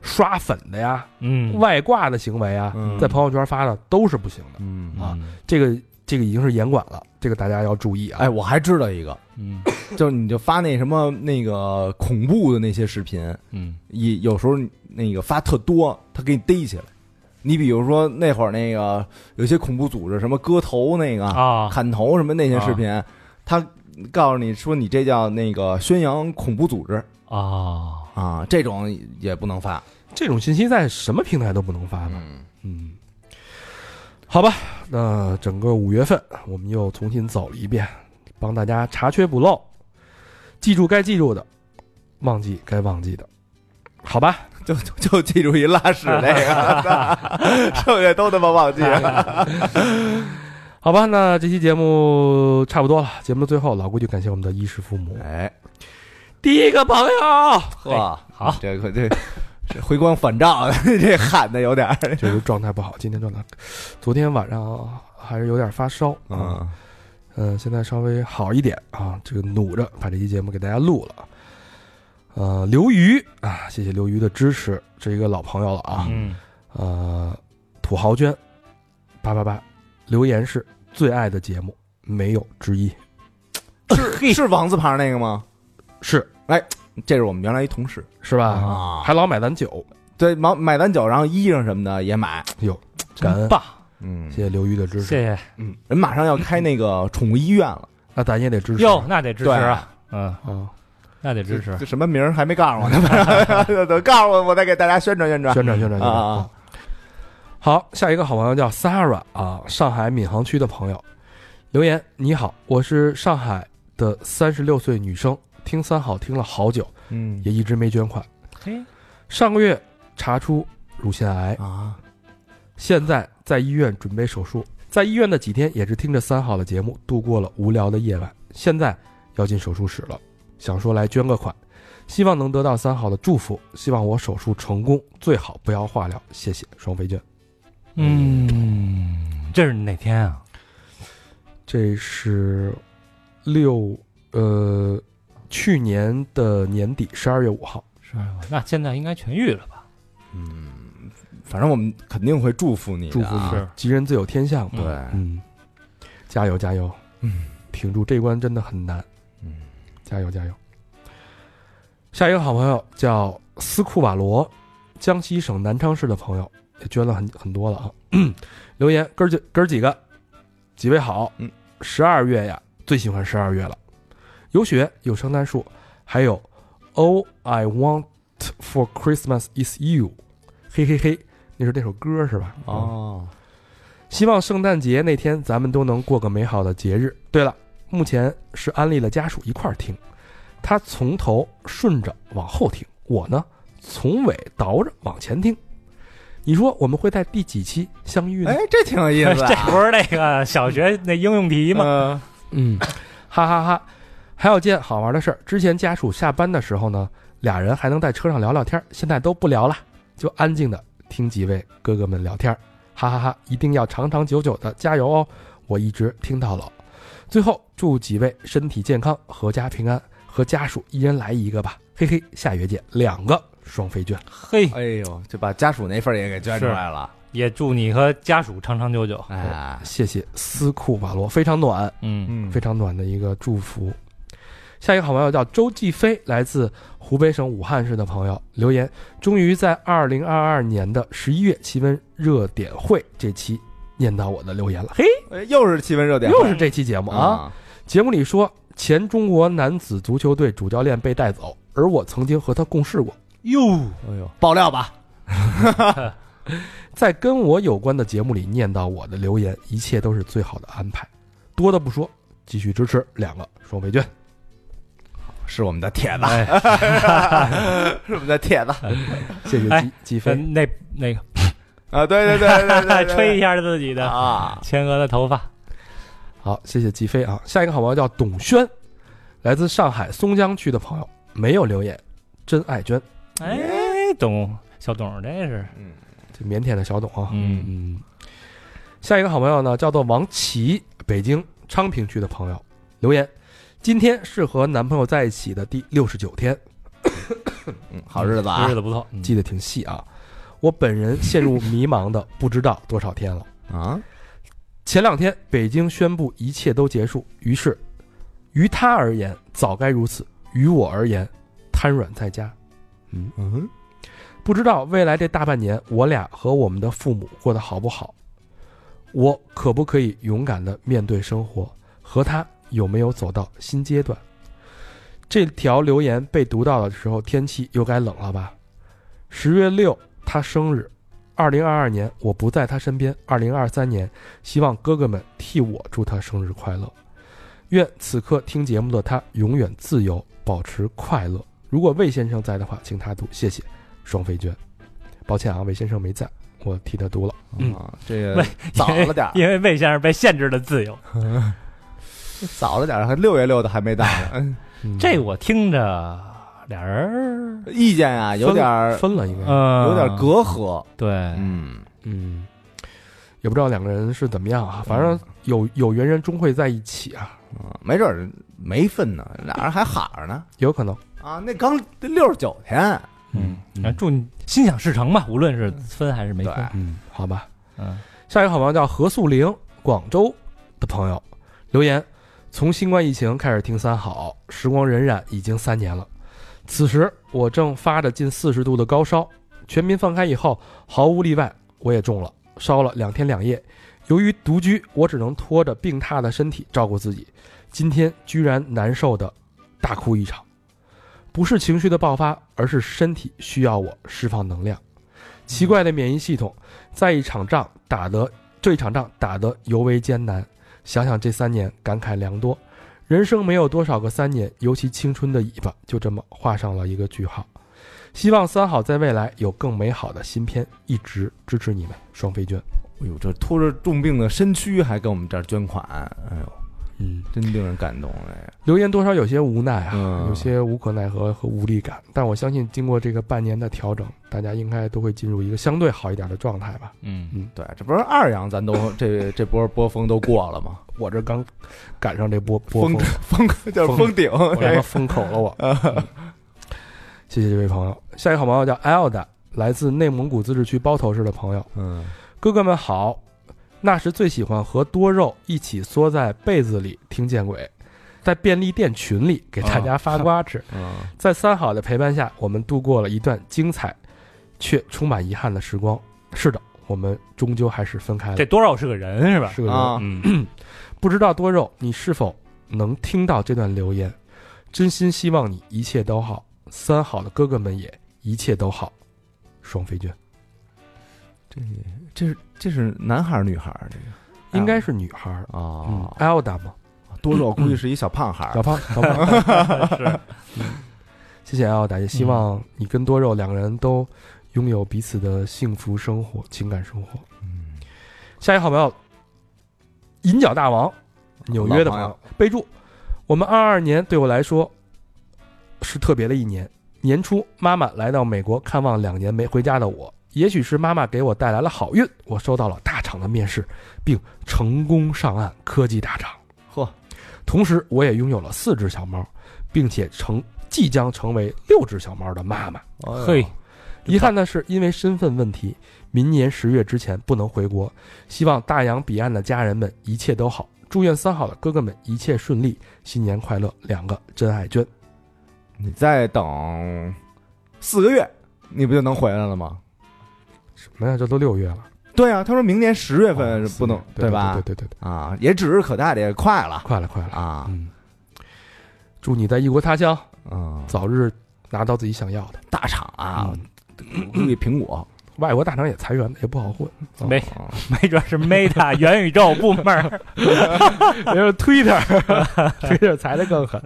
[SPEAKER 3] 刷粉的呀、
[SPEAKER 4] 嗯，
[SPEAKER 3] 外挂的行为啊，
[SPEAKER 2] 嗯
[SPEAKER 3] 在朋友圈发的都是不行的。
[SPEAKER 2] 嗯
[SPEAKER 4] 啊，
[SPEAKER 3] 这个这个已经是严管了，这个大家要注意啊。
[SPEAKER 2] 哎，我还知道一个，
[SPEAKER 4] 嗯
[SPEAKER 2] 就是你就发那什么那个恐怖的那些视频，
[SPEAKER 4] 嗯
[SPEAKER 2] 也有时候那个发特多，他给你逮起来。你比如说那会儿那个有些恐怖组织什么割头那个、
[SPEAKER 4] 啊，
[SPEAKER 2] 砍头什么那些视频，他告诉你说你这叫那个宣扬恐怖组织
[SPEAKER 4] 啊，
[SPEAKER 2] 啊，这种也不能发。
[SPEAKER 3] 这种信息在什么平台都不能发吧？嗯，好吧，那整个五月份我们又重新走了一遍，帮大家查缺补漏，记住该记住的，忘记该忘记的，好吧？
[SPEAKER 2] 就就就 [LAUGHS] 记住一拉屎那个，剩下都他妈忘记了。
[SPEAKER 3] 好吧，那这期节目差不多了。节目的最后，老规矩，感谢我们的衣食父母。
[SPEAKER 2] 哎，
[SPEAKER 3] 第一个朋友，
[SPEAKER 2] 呵，
[SPEAKER 4] 好，
[SPEAKER 2] 这个这这回光返照， [LAUGHS] 这喊的有点儿
[SPEAKER 3] 这个状态不好，今天状态，昨天晚上还是有点发烧啊。
[SPEAKER 2] 啊，
[SPEAKER 3] 嗯，现在稍微好一点啊，这个努着把这期节目给大家录了。呃，刘瑜啊，谢谢刘瑜的支持，这一个老朋友了啊。
[SPEAKER 4] 嗯
[SPEAKER 3] 呃，土豪捐八八八，留言是最爱的节目，没有之一。
[SPEAKER 2] 是是王字旁那个吗？
[SPEAKER 3] 是
[SPEAKER 2] 这是我们原来一同事
[SPEAKER 3] 是吧？
[SPEAKER 2] 啊，
[SPEAKER 3] 还老买咱酒，
[SPEAKER 2] 对，买买咱酒，然后衣裳什么的也买。
[SPEAKER 3] 感恩，
[SPEAKER 4] 棒，
[SPEAKER 2] 嗯
[SPEAKER 3] 谢谢刘瑜的支持。
[SPEAKER 4] 谢谢
[SPEAKER 2] 人马上要开那个宠物医院了，
[SPEAKER 3] 那咱也得支持
[SPEAKER 4] 哟，那得支持啊，嗯，
[SPEAKER 3] 啊，
[SPEAKER 4] 那得支持
[SPEAKER 2] 这。这什么名儿还没告诉我呢， [LAUGHS] 等告诉我，我再给大家宣传宣传。
[SPEAKER 3] 宣传宣传宣传
[SPEAKER 2] 啊啊
[SPEAKER 3] 啊！好，下一个好朋友叫 Sara 啊，上海闵行区的朋友留言：你好，我是上海的三十六岁女生，听三好听了好久，
[SPEAKER 2] 嗯
[SPEAKER 3] 也一直没捐款。哎
[SPEAKER 4] 嘿，
[SPEAKER 3] 上个月查出乳腺癌，
[SPEAKER 2] 啊，
[SPEAKER 3] 现在在医院准备手术。在医院的几天也是听着三好的节目度过了无聊的夜晚，现在要进手术室了，想说来捐个款，希望能得到三好的祝福，希望我手术成功，最好不要化疗，谢谢双飞娟。
[SPEAKER 4] 嗯，这是哪天啊？
[SPEAKER 3] 这是六呃去年的年底十二月五号，
[SPEAKER 4] 是，那现在应该痊愈了吧？
[SPEAKER 2] 嗯，反正我们肯定会祝福你的
[SPEAKER 3] 祝福
[SPEAKER 2] 啊，
[SPEAKER 3] 你
[SPEAKER 4] 是，
[SPEAKER 3] 吉人自有天相嘛。
[SPEAKER 2] 对，
[SPEAKER 3] 嗯，加油加油，
[SPEAKER 2] 嗯，
[SPEAKER 3] 挺住这一关真的很难，
[SPEAKER 2] 嗯，
[SPEAKER 3] 加油加油。下一个好朋友叫斯库瓦罗，江西省南昌市的朋友也捐了很很多了啊。 [CLEARS THROAT] 留言哥儿几哥儿几个，几位好，
[SPEAKER 2] 嗯，
[SPEAKER 3] 十二月呀，最喜欢十二月了。有雪，有圣诞树，还有 All I Want for Christmas is You，嘿嘿嘿，那是那首歌是吧？
[SPEAKER 2] 哦，
[SPEAKER 3] 希望圣诞节那天咱们都能过个美好的节日。对了，目前是安利的家属一块儿听，他从头顺着往后听，我呢从尾倒着往前听。你说我们会在第几期相遇呢？
[SPEAKER 2] 哎，这挺有意思啊，
[SPEAKER 4] [LAUGHS] 这不是那个小学那应用题吗？
[SPEAKER 2] 嗯
[SPEAKER 3] 嗯，哈哈哈。还有件好玩的事儿，之前家属下班的时候呢，俩人还能在车上聊聊天儿，现在都不聊了，就安静的听几位哥哥们聊天儿，哈哈哈！一定要长长久久的，加油哦！我一直听到老。最后祝几位身体健康，阖家平安，和家属一人来一个吧，嘿嘿，下月见，两个双飞券，
[SPEAKER 4] 嘿，
[SPEAKER 2] 哎呦，就把家属那份儿也给捐出来了，
[SPEAKER 4] 也祝你和家属长长久久。
[SPEAKER 2] 哎，
[SPEAKER 3] 谢谢斯库瓦罗，非常暖。
[SPEAKER 4] 嗯，
[SPEAKER 2] 嗯
[SPEAKER 3] 非常暖的一个祝福。下一个好朋友叫周继飞，来自湖北省武汉市的朋友留言：终于在二零二二年的十一月气温热点会这期念到我的留言了，嘿，
[SPEAKER 2] 哎又是气温热点，
[SPEAKER 3] 又是这期节目啊！
[SPEAKER 2] 啊，
[SPEAKER 3] 节目里说前中国男子足球队主教练被带走，而我曾经和他共事过。
[SPEAKER 4] 哟，
[SPEAKER 2] 哎呦，爆料吧，
[SPEAKER 3] 在跟我有关的节目里念到我的留言，一切都是最好的安排，多的不说，继续支持两个双倍券。
[SPEAKER 2] 是我们的铁子，
[SPEAKER 4] 哎，
[SPEAKER 2] 是我们的铁子
[SPEAKER 3] 谢谢
[SPEAKER 4] 哎
[SPEAKER 3] 继继
[SPEAKER 4] [LAUGHS]
[SPEAKER 3] 飞，
[SPEAKER 4] 跟那那个
[SPEAKER 2] 啊，对对对对对对，
[SPEAKER 4] [LAUGHS] 吹一下自己的
[SPEAKER 2] 啊，
[SPEAKER 4] 前额的头发。
[SPEAKER 3] 好，谢谢季飞啊。下一个好朋友叫董轩，来自上海松江区的朋友，没有留言，真爱娟，
[SPEAKER 4] 哎，董小董这是，
[SPEAKER 2] 嗯，
[SPEAKER 3] 这腼腆的小董啊。
[SPEAKER 4] 嗯，
[SPEAKER 3] 嗯，下一个好朋友呢，叫做王琦，北京昌平区的朋友留言，今天是和男朋友在一起的第六十九天，
[SPEAKER 2] 嗯好日子
[SPEAKER 4] 日
[SPEAKER 2] 啊
[SPEAKER 4] 子不错，嗯
[SPEAKER 3] 记得挺细啊。我本人陷入迷茫的不知道多少天了。
[SPEAKER 2] 啊，
[SPEAKER 3] 前两天北京宣布一切都结束，于是，于他而言早该如此，于我而言瘫软在家。
[SPEAKER 2] 嗯，
[SPEAKER 3] 不知道未来这大半年，我俩和我们的父母过得好不好？我可不可以勇敢的面对生活？和他有没有走到新阶段？这条留言被读到的时候，天气又该冷了吧？十月六，他生日。二零二二年我不在他身边，二零二三年，希望哥哥们替我祝他生日快乐。愿此刻听节目的他永远自由，保持快乐。如果魏先生在的话，请他读，谢谢。双飞娟。抱歉啊，魏先生没在，我替他读了。嗯
[SPEAKER 2] 啊，这个
[SPEAKER 4] 喂
[SPEAKER 2] 早了点儿，
[SPEAKER 4] [LAUGHS] 因为魏先生被限制了自由。
[SPEAKER 2] 早了点儿，还六月六的还没到呢，嗯
[SPEAKER 3] 嗯
[SPEAKER 4] 这我听着俩人儿，
[SPEAKER 2] 意见啊有
[SPEAKER 3] 分
[SPEAKER 2] 点儿呃
[SPEAKER 3] 分了，应该，
[SPEAKER 4] 嗯，哎
[SPEAKER 2] 有点儿隔阂，
[SPEAKER 4] 对，
[SPEAKER 2] 嗯，
[SPEAKER 3] 嗯，也不知道两个人是怎么样啊，反
[SPEAKER 2] 嗯
[SPEAKER 3] 正有有缘人终会在一起啊，
[SPEAKER 2] 啊没准儿没分呢，俩人还喊着呢
[SPEAKER 3] 有可能。
[SPEAKER 2] 啊，那刚六十九天，
[SPEAKER 4] 嗯，反正祝你心想事成吧，无论是分还是没
[SPEAKER 2] 对，
[SPEAKER 4] 分，
[SPEAKER 3] 嗯，好吧。
[SPEAKER 4] 嗯，
[SPEAKER 3] 下一个好朋友叫何素玲，广州的朋友留言：从新冠疫情开始听三好，时光荏苒已经三年了。此时我正发着近四十度的高烧，全民放开以后，毫无例外，我也中了，烧了两天两夜。由于独居，我只能拖着病榻的身体照顾自己。今天居然难受的大哭一场，不是情绪的爆发，而是身体需要我释放能量。奇怪的免疫系统在一场仗打得这一场仗打得尤为艰难。想想这三年，感慨良多。人生没有多少个三年，尤其青春的尾巴就这么画上了一个句号。希望三好在未来有更美好的新篇，一直支持你们，双飞娟。
[SPEAKER 2] 哎呦，这拖着重病的身躯还跟我们这儿捐款，哎呦，
[SPEAKER 3] 嗯，
[SPEAKER 2] 真令人感动哎，
[SPEAKER 3] 留言多少有些无奈啊，
[SPEAKER 2] 嗯
[SPEAKER 3] 有些无可奈何和无力感。但我相信，经过这个半年的调整，大家应该都会进入一个相对好一点的状态吧。
[SPEAKER 4] 嗯，
[SPEAKER 2] 对，这不是二阳，咱都这这波波峰都过了吗？ [LAUGHS]
[SPEAKER 3] 我这刚赶上这波波峰，
[SPEAKER 2] 峰叫
[SPEAKER 3] 峰
[SPEAKER 2] 峰顶，
[SPEAKER 3] [LAUGHS] 我他妈封口了我。嗯谢谢这位朋友。下一个好朋友叫 Elda，来自内蒙古自治区包头市的朋友，
[SPEAKER 2] [LAUGHS] 嗯，
[SPEAKER 3] 哥哥们好。那时最喜欢和多肉一起缩在被子里听见鬼，在便利店群里给大家发瓜
[SPEAKER 2] [LAUGHS]
[SPEAKER 3] 吃。
[SPEAKER 2] 嗯
[SPEAKER 3] 在三好的陪伴下，我们度过了一段精彩却充满遗憾的时光。是的，我们终究还是分开了
[SPEAKER 4] 这。多少是个人是吧？
[SPEAKER 3] 是个人
[SPEAKER 2] 啊，
[SPEAKER 4] 嗯，
[SPEAKER 3] 不知道多肉，你是否能听到这段留言？真心希望你一切都好，三好的哥哥们也一切都好。双飞娟
[SPEAKER 2] 这这是这是男孩儿女孩儿这个
[SPEAKER 3] 应该是女孩儿，嗯
[SPEAKER 2] 哦，
[SPEAKER 3] ，Elda 嘛，
[SPEAKER 2] 多多我估计是一小胖孩儿
[SPEAKER 3] 小，胖，小胖，
[SPEAKER 4] 是
[SPEAKER 3] 谢谢 Elda，也希望你跟多肉两个人都拥有彼此的幸福生活、情感生活。
[SPEAKER 2] 嗯
[SPEAKER 3] 下一个好朋友，银角大王，纽约的朋
[SPEAKER 2] 老
[SPEAKER 3] 友
[SPEAKER 2] 朋，
[SPEAKER 3] 备注：我们二二年对我来说是特别的一年。年初，妈妈来到美国看望两年没回家的我，也许是妈妈给我带来了好运，我收到了大厂的面试，并成功上岸科技大厂。
[SPEAKER 2] 嚯，
[SPEAKER 3] 同时，我也拥有了四只小猫，并且成即将成为六只小猫的妈妈。
[SPEAKER 2] 哎
[SPEAKER 4] [LAUGHS]
[SPEAKER 2] 呦
[SPEAKER 4] 嘿，
[SPEAKER 3] 遗憾的是，因为身份问题，明年十月之前不能回国。希望大洋彼岸的家人们一切都好，祝愿三好的哥哥们一切顺利，新年快乐！两个真爱娟，
[SPEAKER 2] 你再等四个月，你不就能回来了吗？
[SPEAKER 3] 什么呀？这都六月了，
[SPEAKER 2] 对啊，他说明年十啊月份
[SPEAKER 3] 哦
[SPEAKER 2] 是不能，
[SPEAKER 3] 对对
[SPEAKER 2] 吧
[SPEAKER 3] 对？对对对，
[SPEAKER 2] 啊，也指日可待的，也快了
[SPEAKER 3] 快了快了！
[SPEAKER 2] 啊，
[SPEAKER 3] 嗯，祝你在异国他乡
[SPEAKER 2] 嗯，
[SPEAKER 3] 早日拿到自己想要的。嗯
[SPEAKER 2] 大厂啊，我估计苹果
[SPEAKER 3] 外国大厂也裁员了，也不好混，
[SPEAKER 4] 没
[SPEAKER 2] 啊
[SPEAKER 4] 没准是 Meta 元宇宙部门
[SPEAKER 2] [LAUGHS]
[SPEAKER 4] 儿
[SPEAKER 3] [LAUGHS] 也就是 Twitter，Twitter 裁的更狠。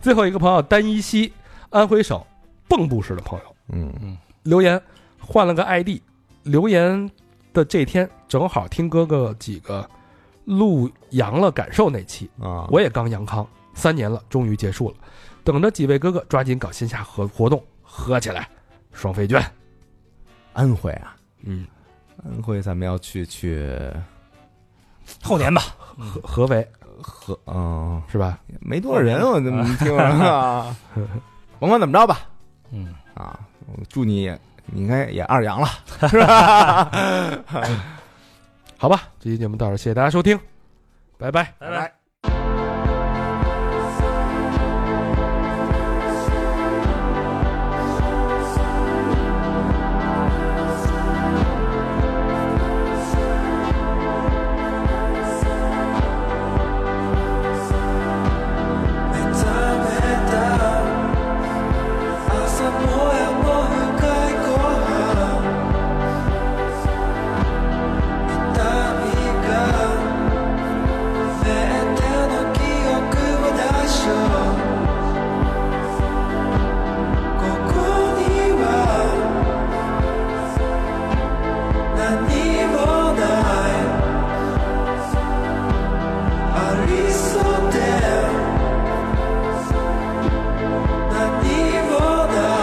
[SPEAKER 3] 最后一个朋友单依稀，安徽省蚌埠市的朋友。
[SPEAKER 2] 嗯，
[SPEAKER 3] 留言换了个 ID，留言的这天正好听哥哥几个录阳了感受那期，
[SPEAKER 2] 啊，
[SPEAKER 3] 我也刚阳康三年了，终于结束了，等着几位哥哥抓紧搞线下活活动，喝起来，双飞卷，
[SPEAKER 2] 安徽啊，
[SPEAKER 3] 嗯，
[SPEAKER 2] 安徽咱们要去去
[SPEAKER 4] 后年吧，
[SPEAKER 3] 合合肥
[SPEAKER 2] 河，嗯，
[SPEAKER 3] 是吧？
[SPEAKER 2] 没多少人，我怎么听着 [LAUGHS] 啊？甭管怎么着吧，
[SPEAKER 4] 嗯，
[SPEAKER 2] 啊，我祝你你应该也二阳了，是吧？
[SPEAKER 3] 好吧，这期节目到这儿，谢谢大家收听，拜拜。
[SPEAKER 4] 拜拜。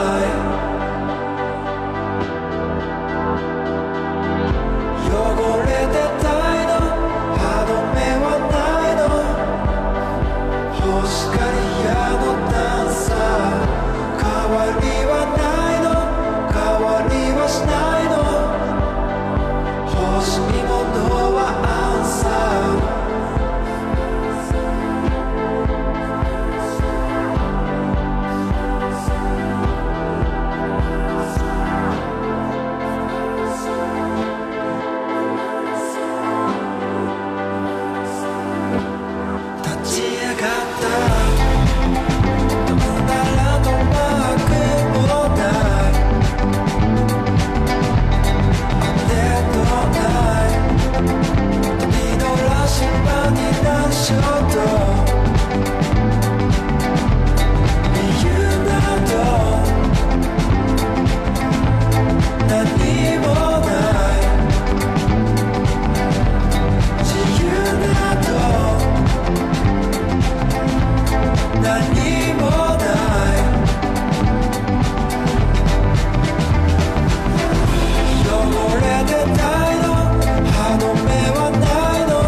[SPEAKER 5] 汚れてたいの歯止めはないの星刈り屋のダンサー変わりはないの変わりはしないの欲しいものはアンサー立ち上がった「どこからとまくもない」「あてとない」「時のらし場に何しようと」「理由など何もない」「自由など」何もない汚れてないの歯の目はないの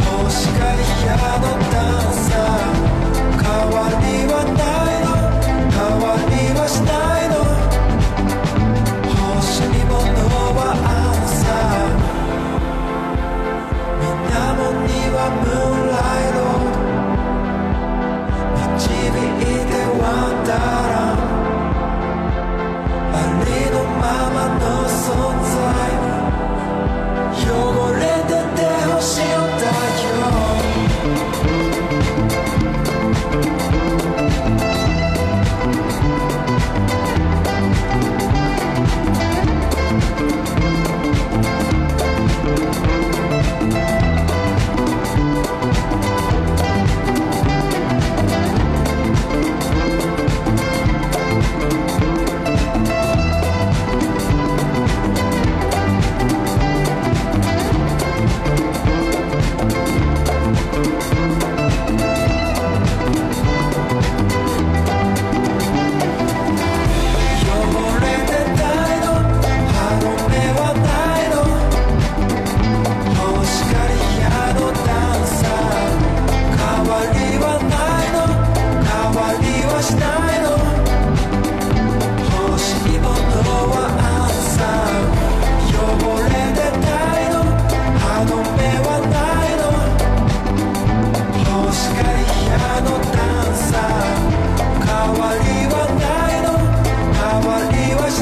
[SPEAKER 5] 星刈り屋のダンサー変わりはないの変わりはしないの欲しいものはアンサーみんなもにはムーンライト導いてはたらありのままの存在汚れててほしいんだよ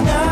[SPEAKER 5] ない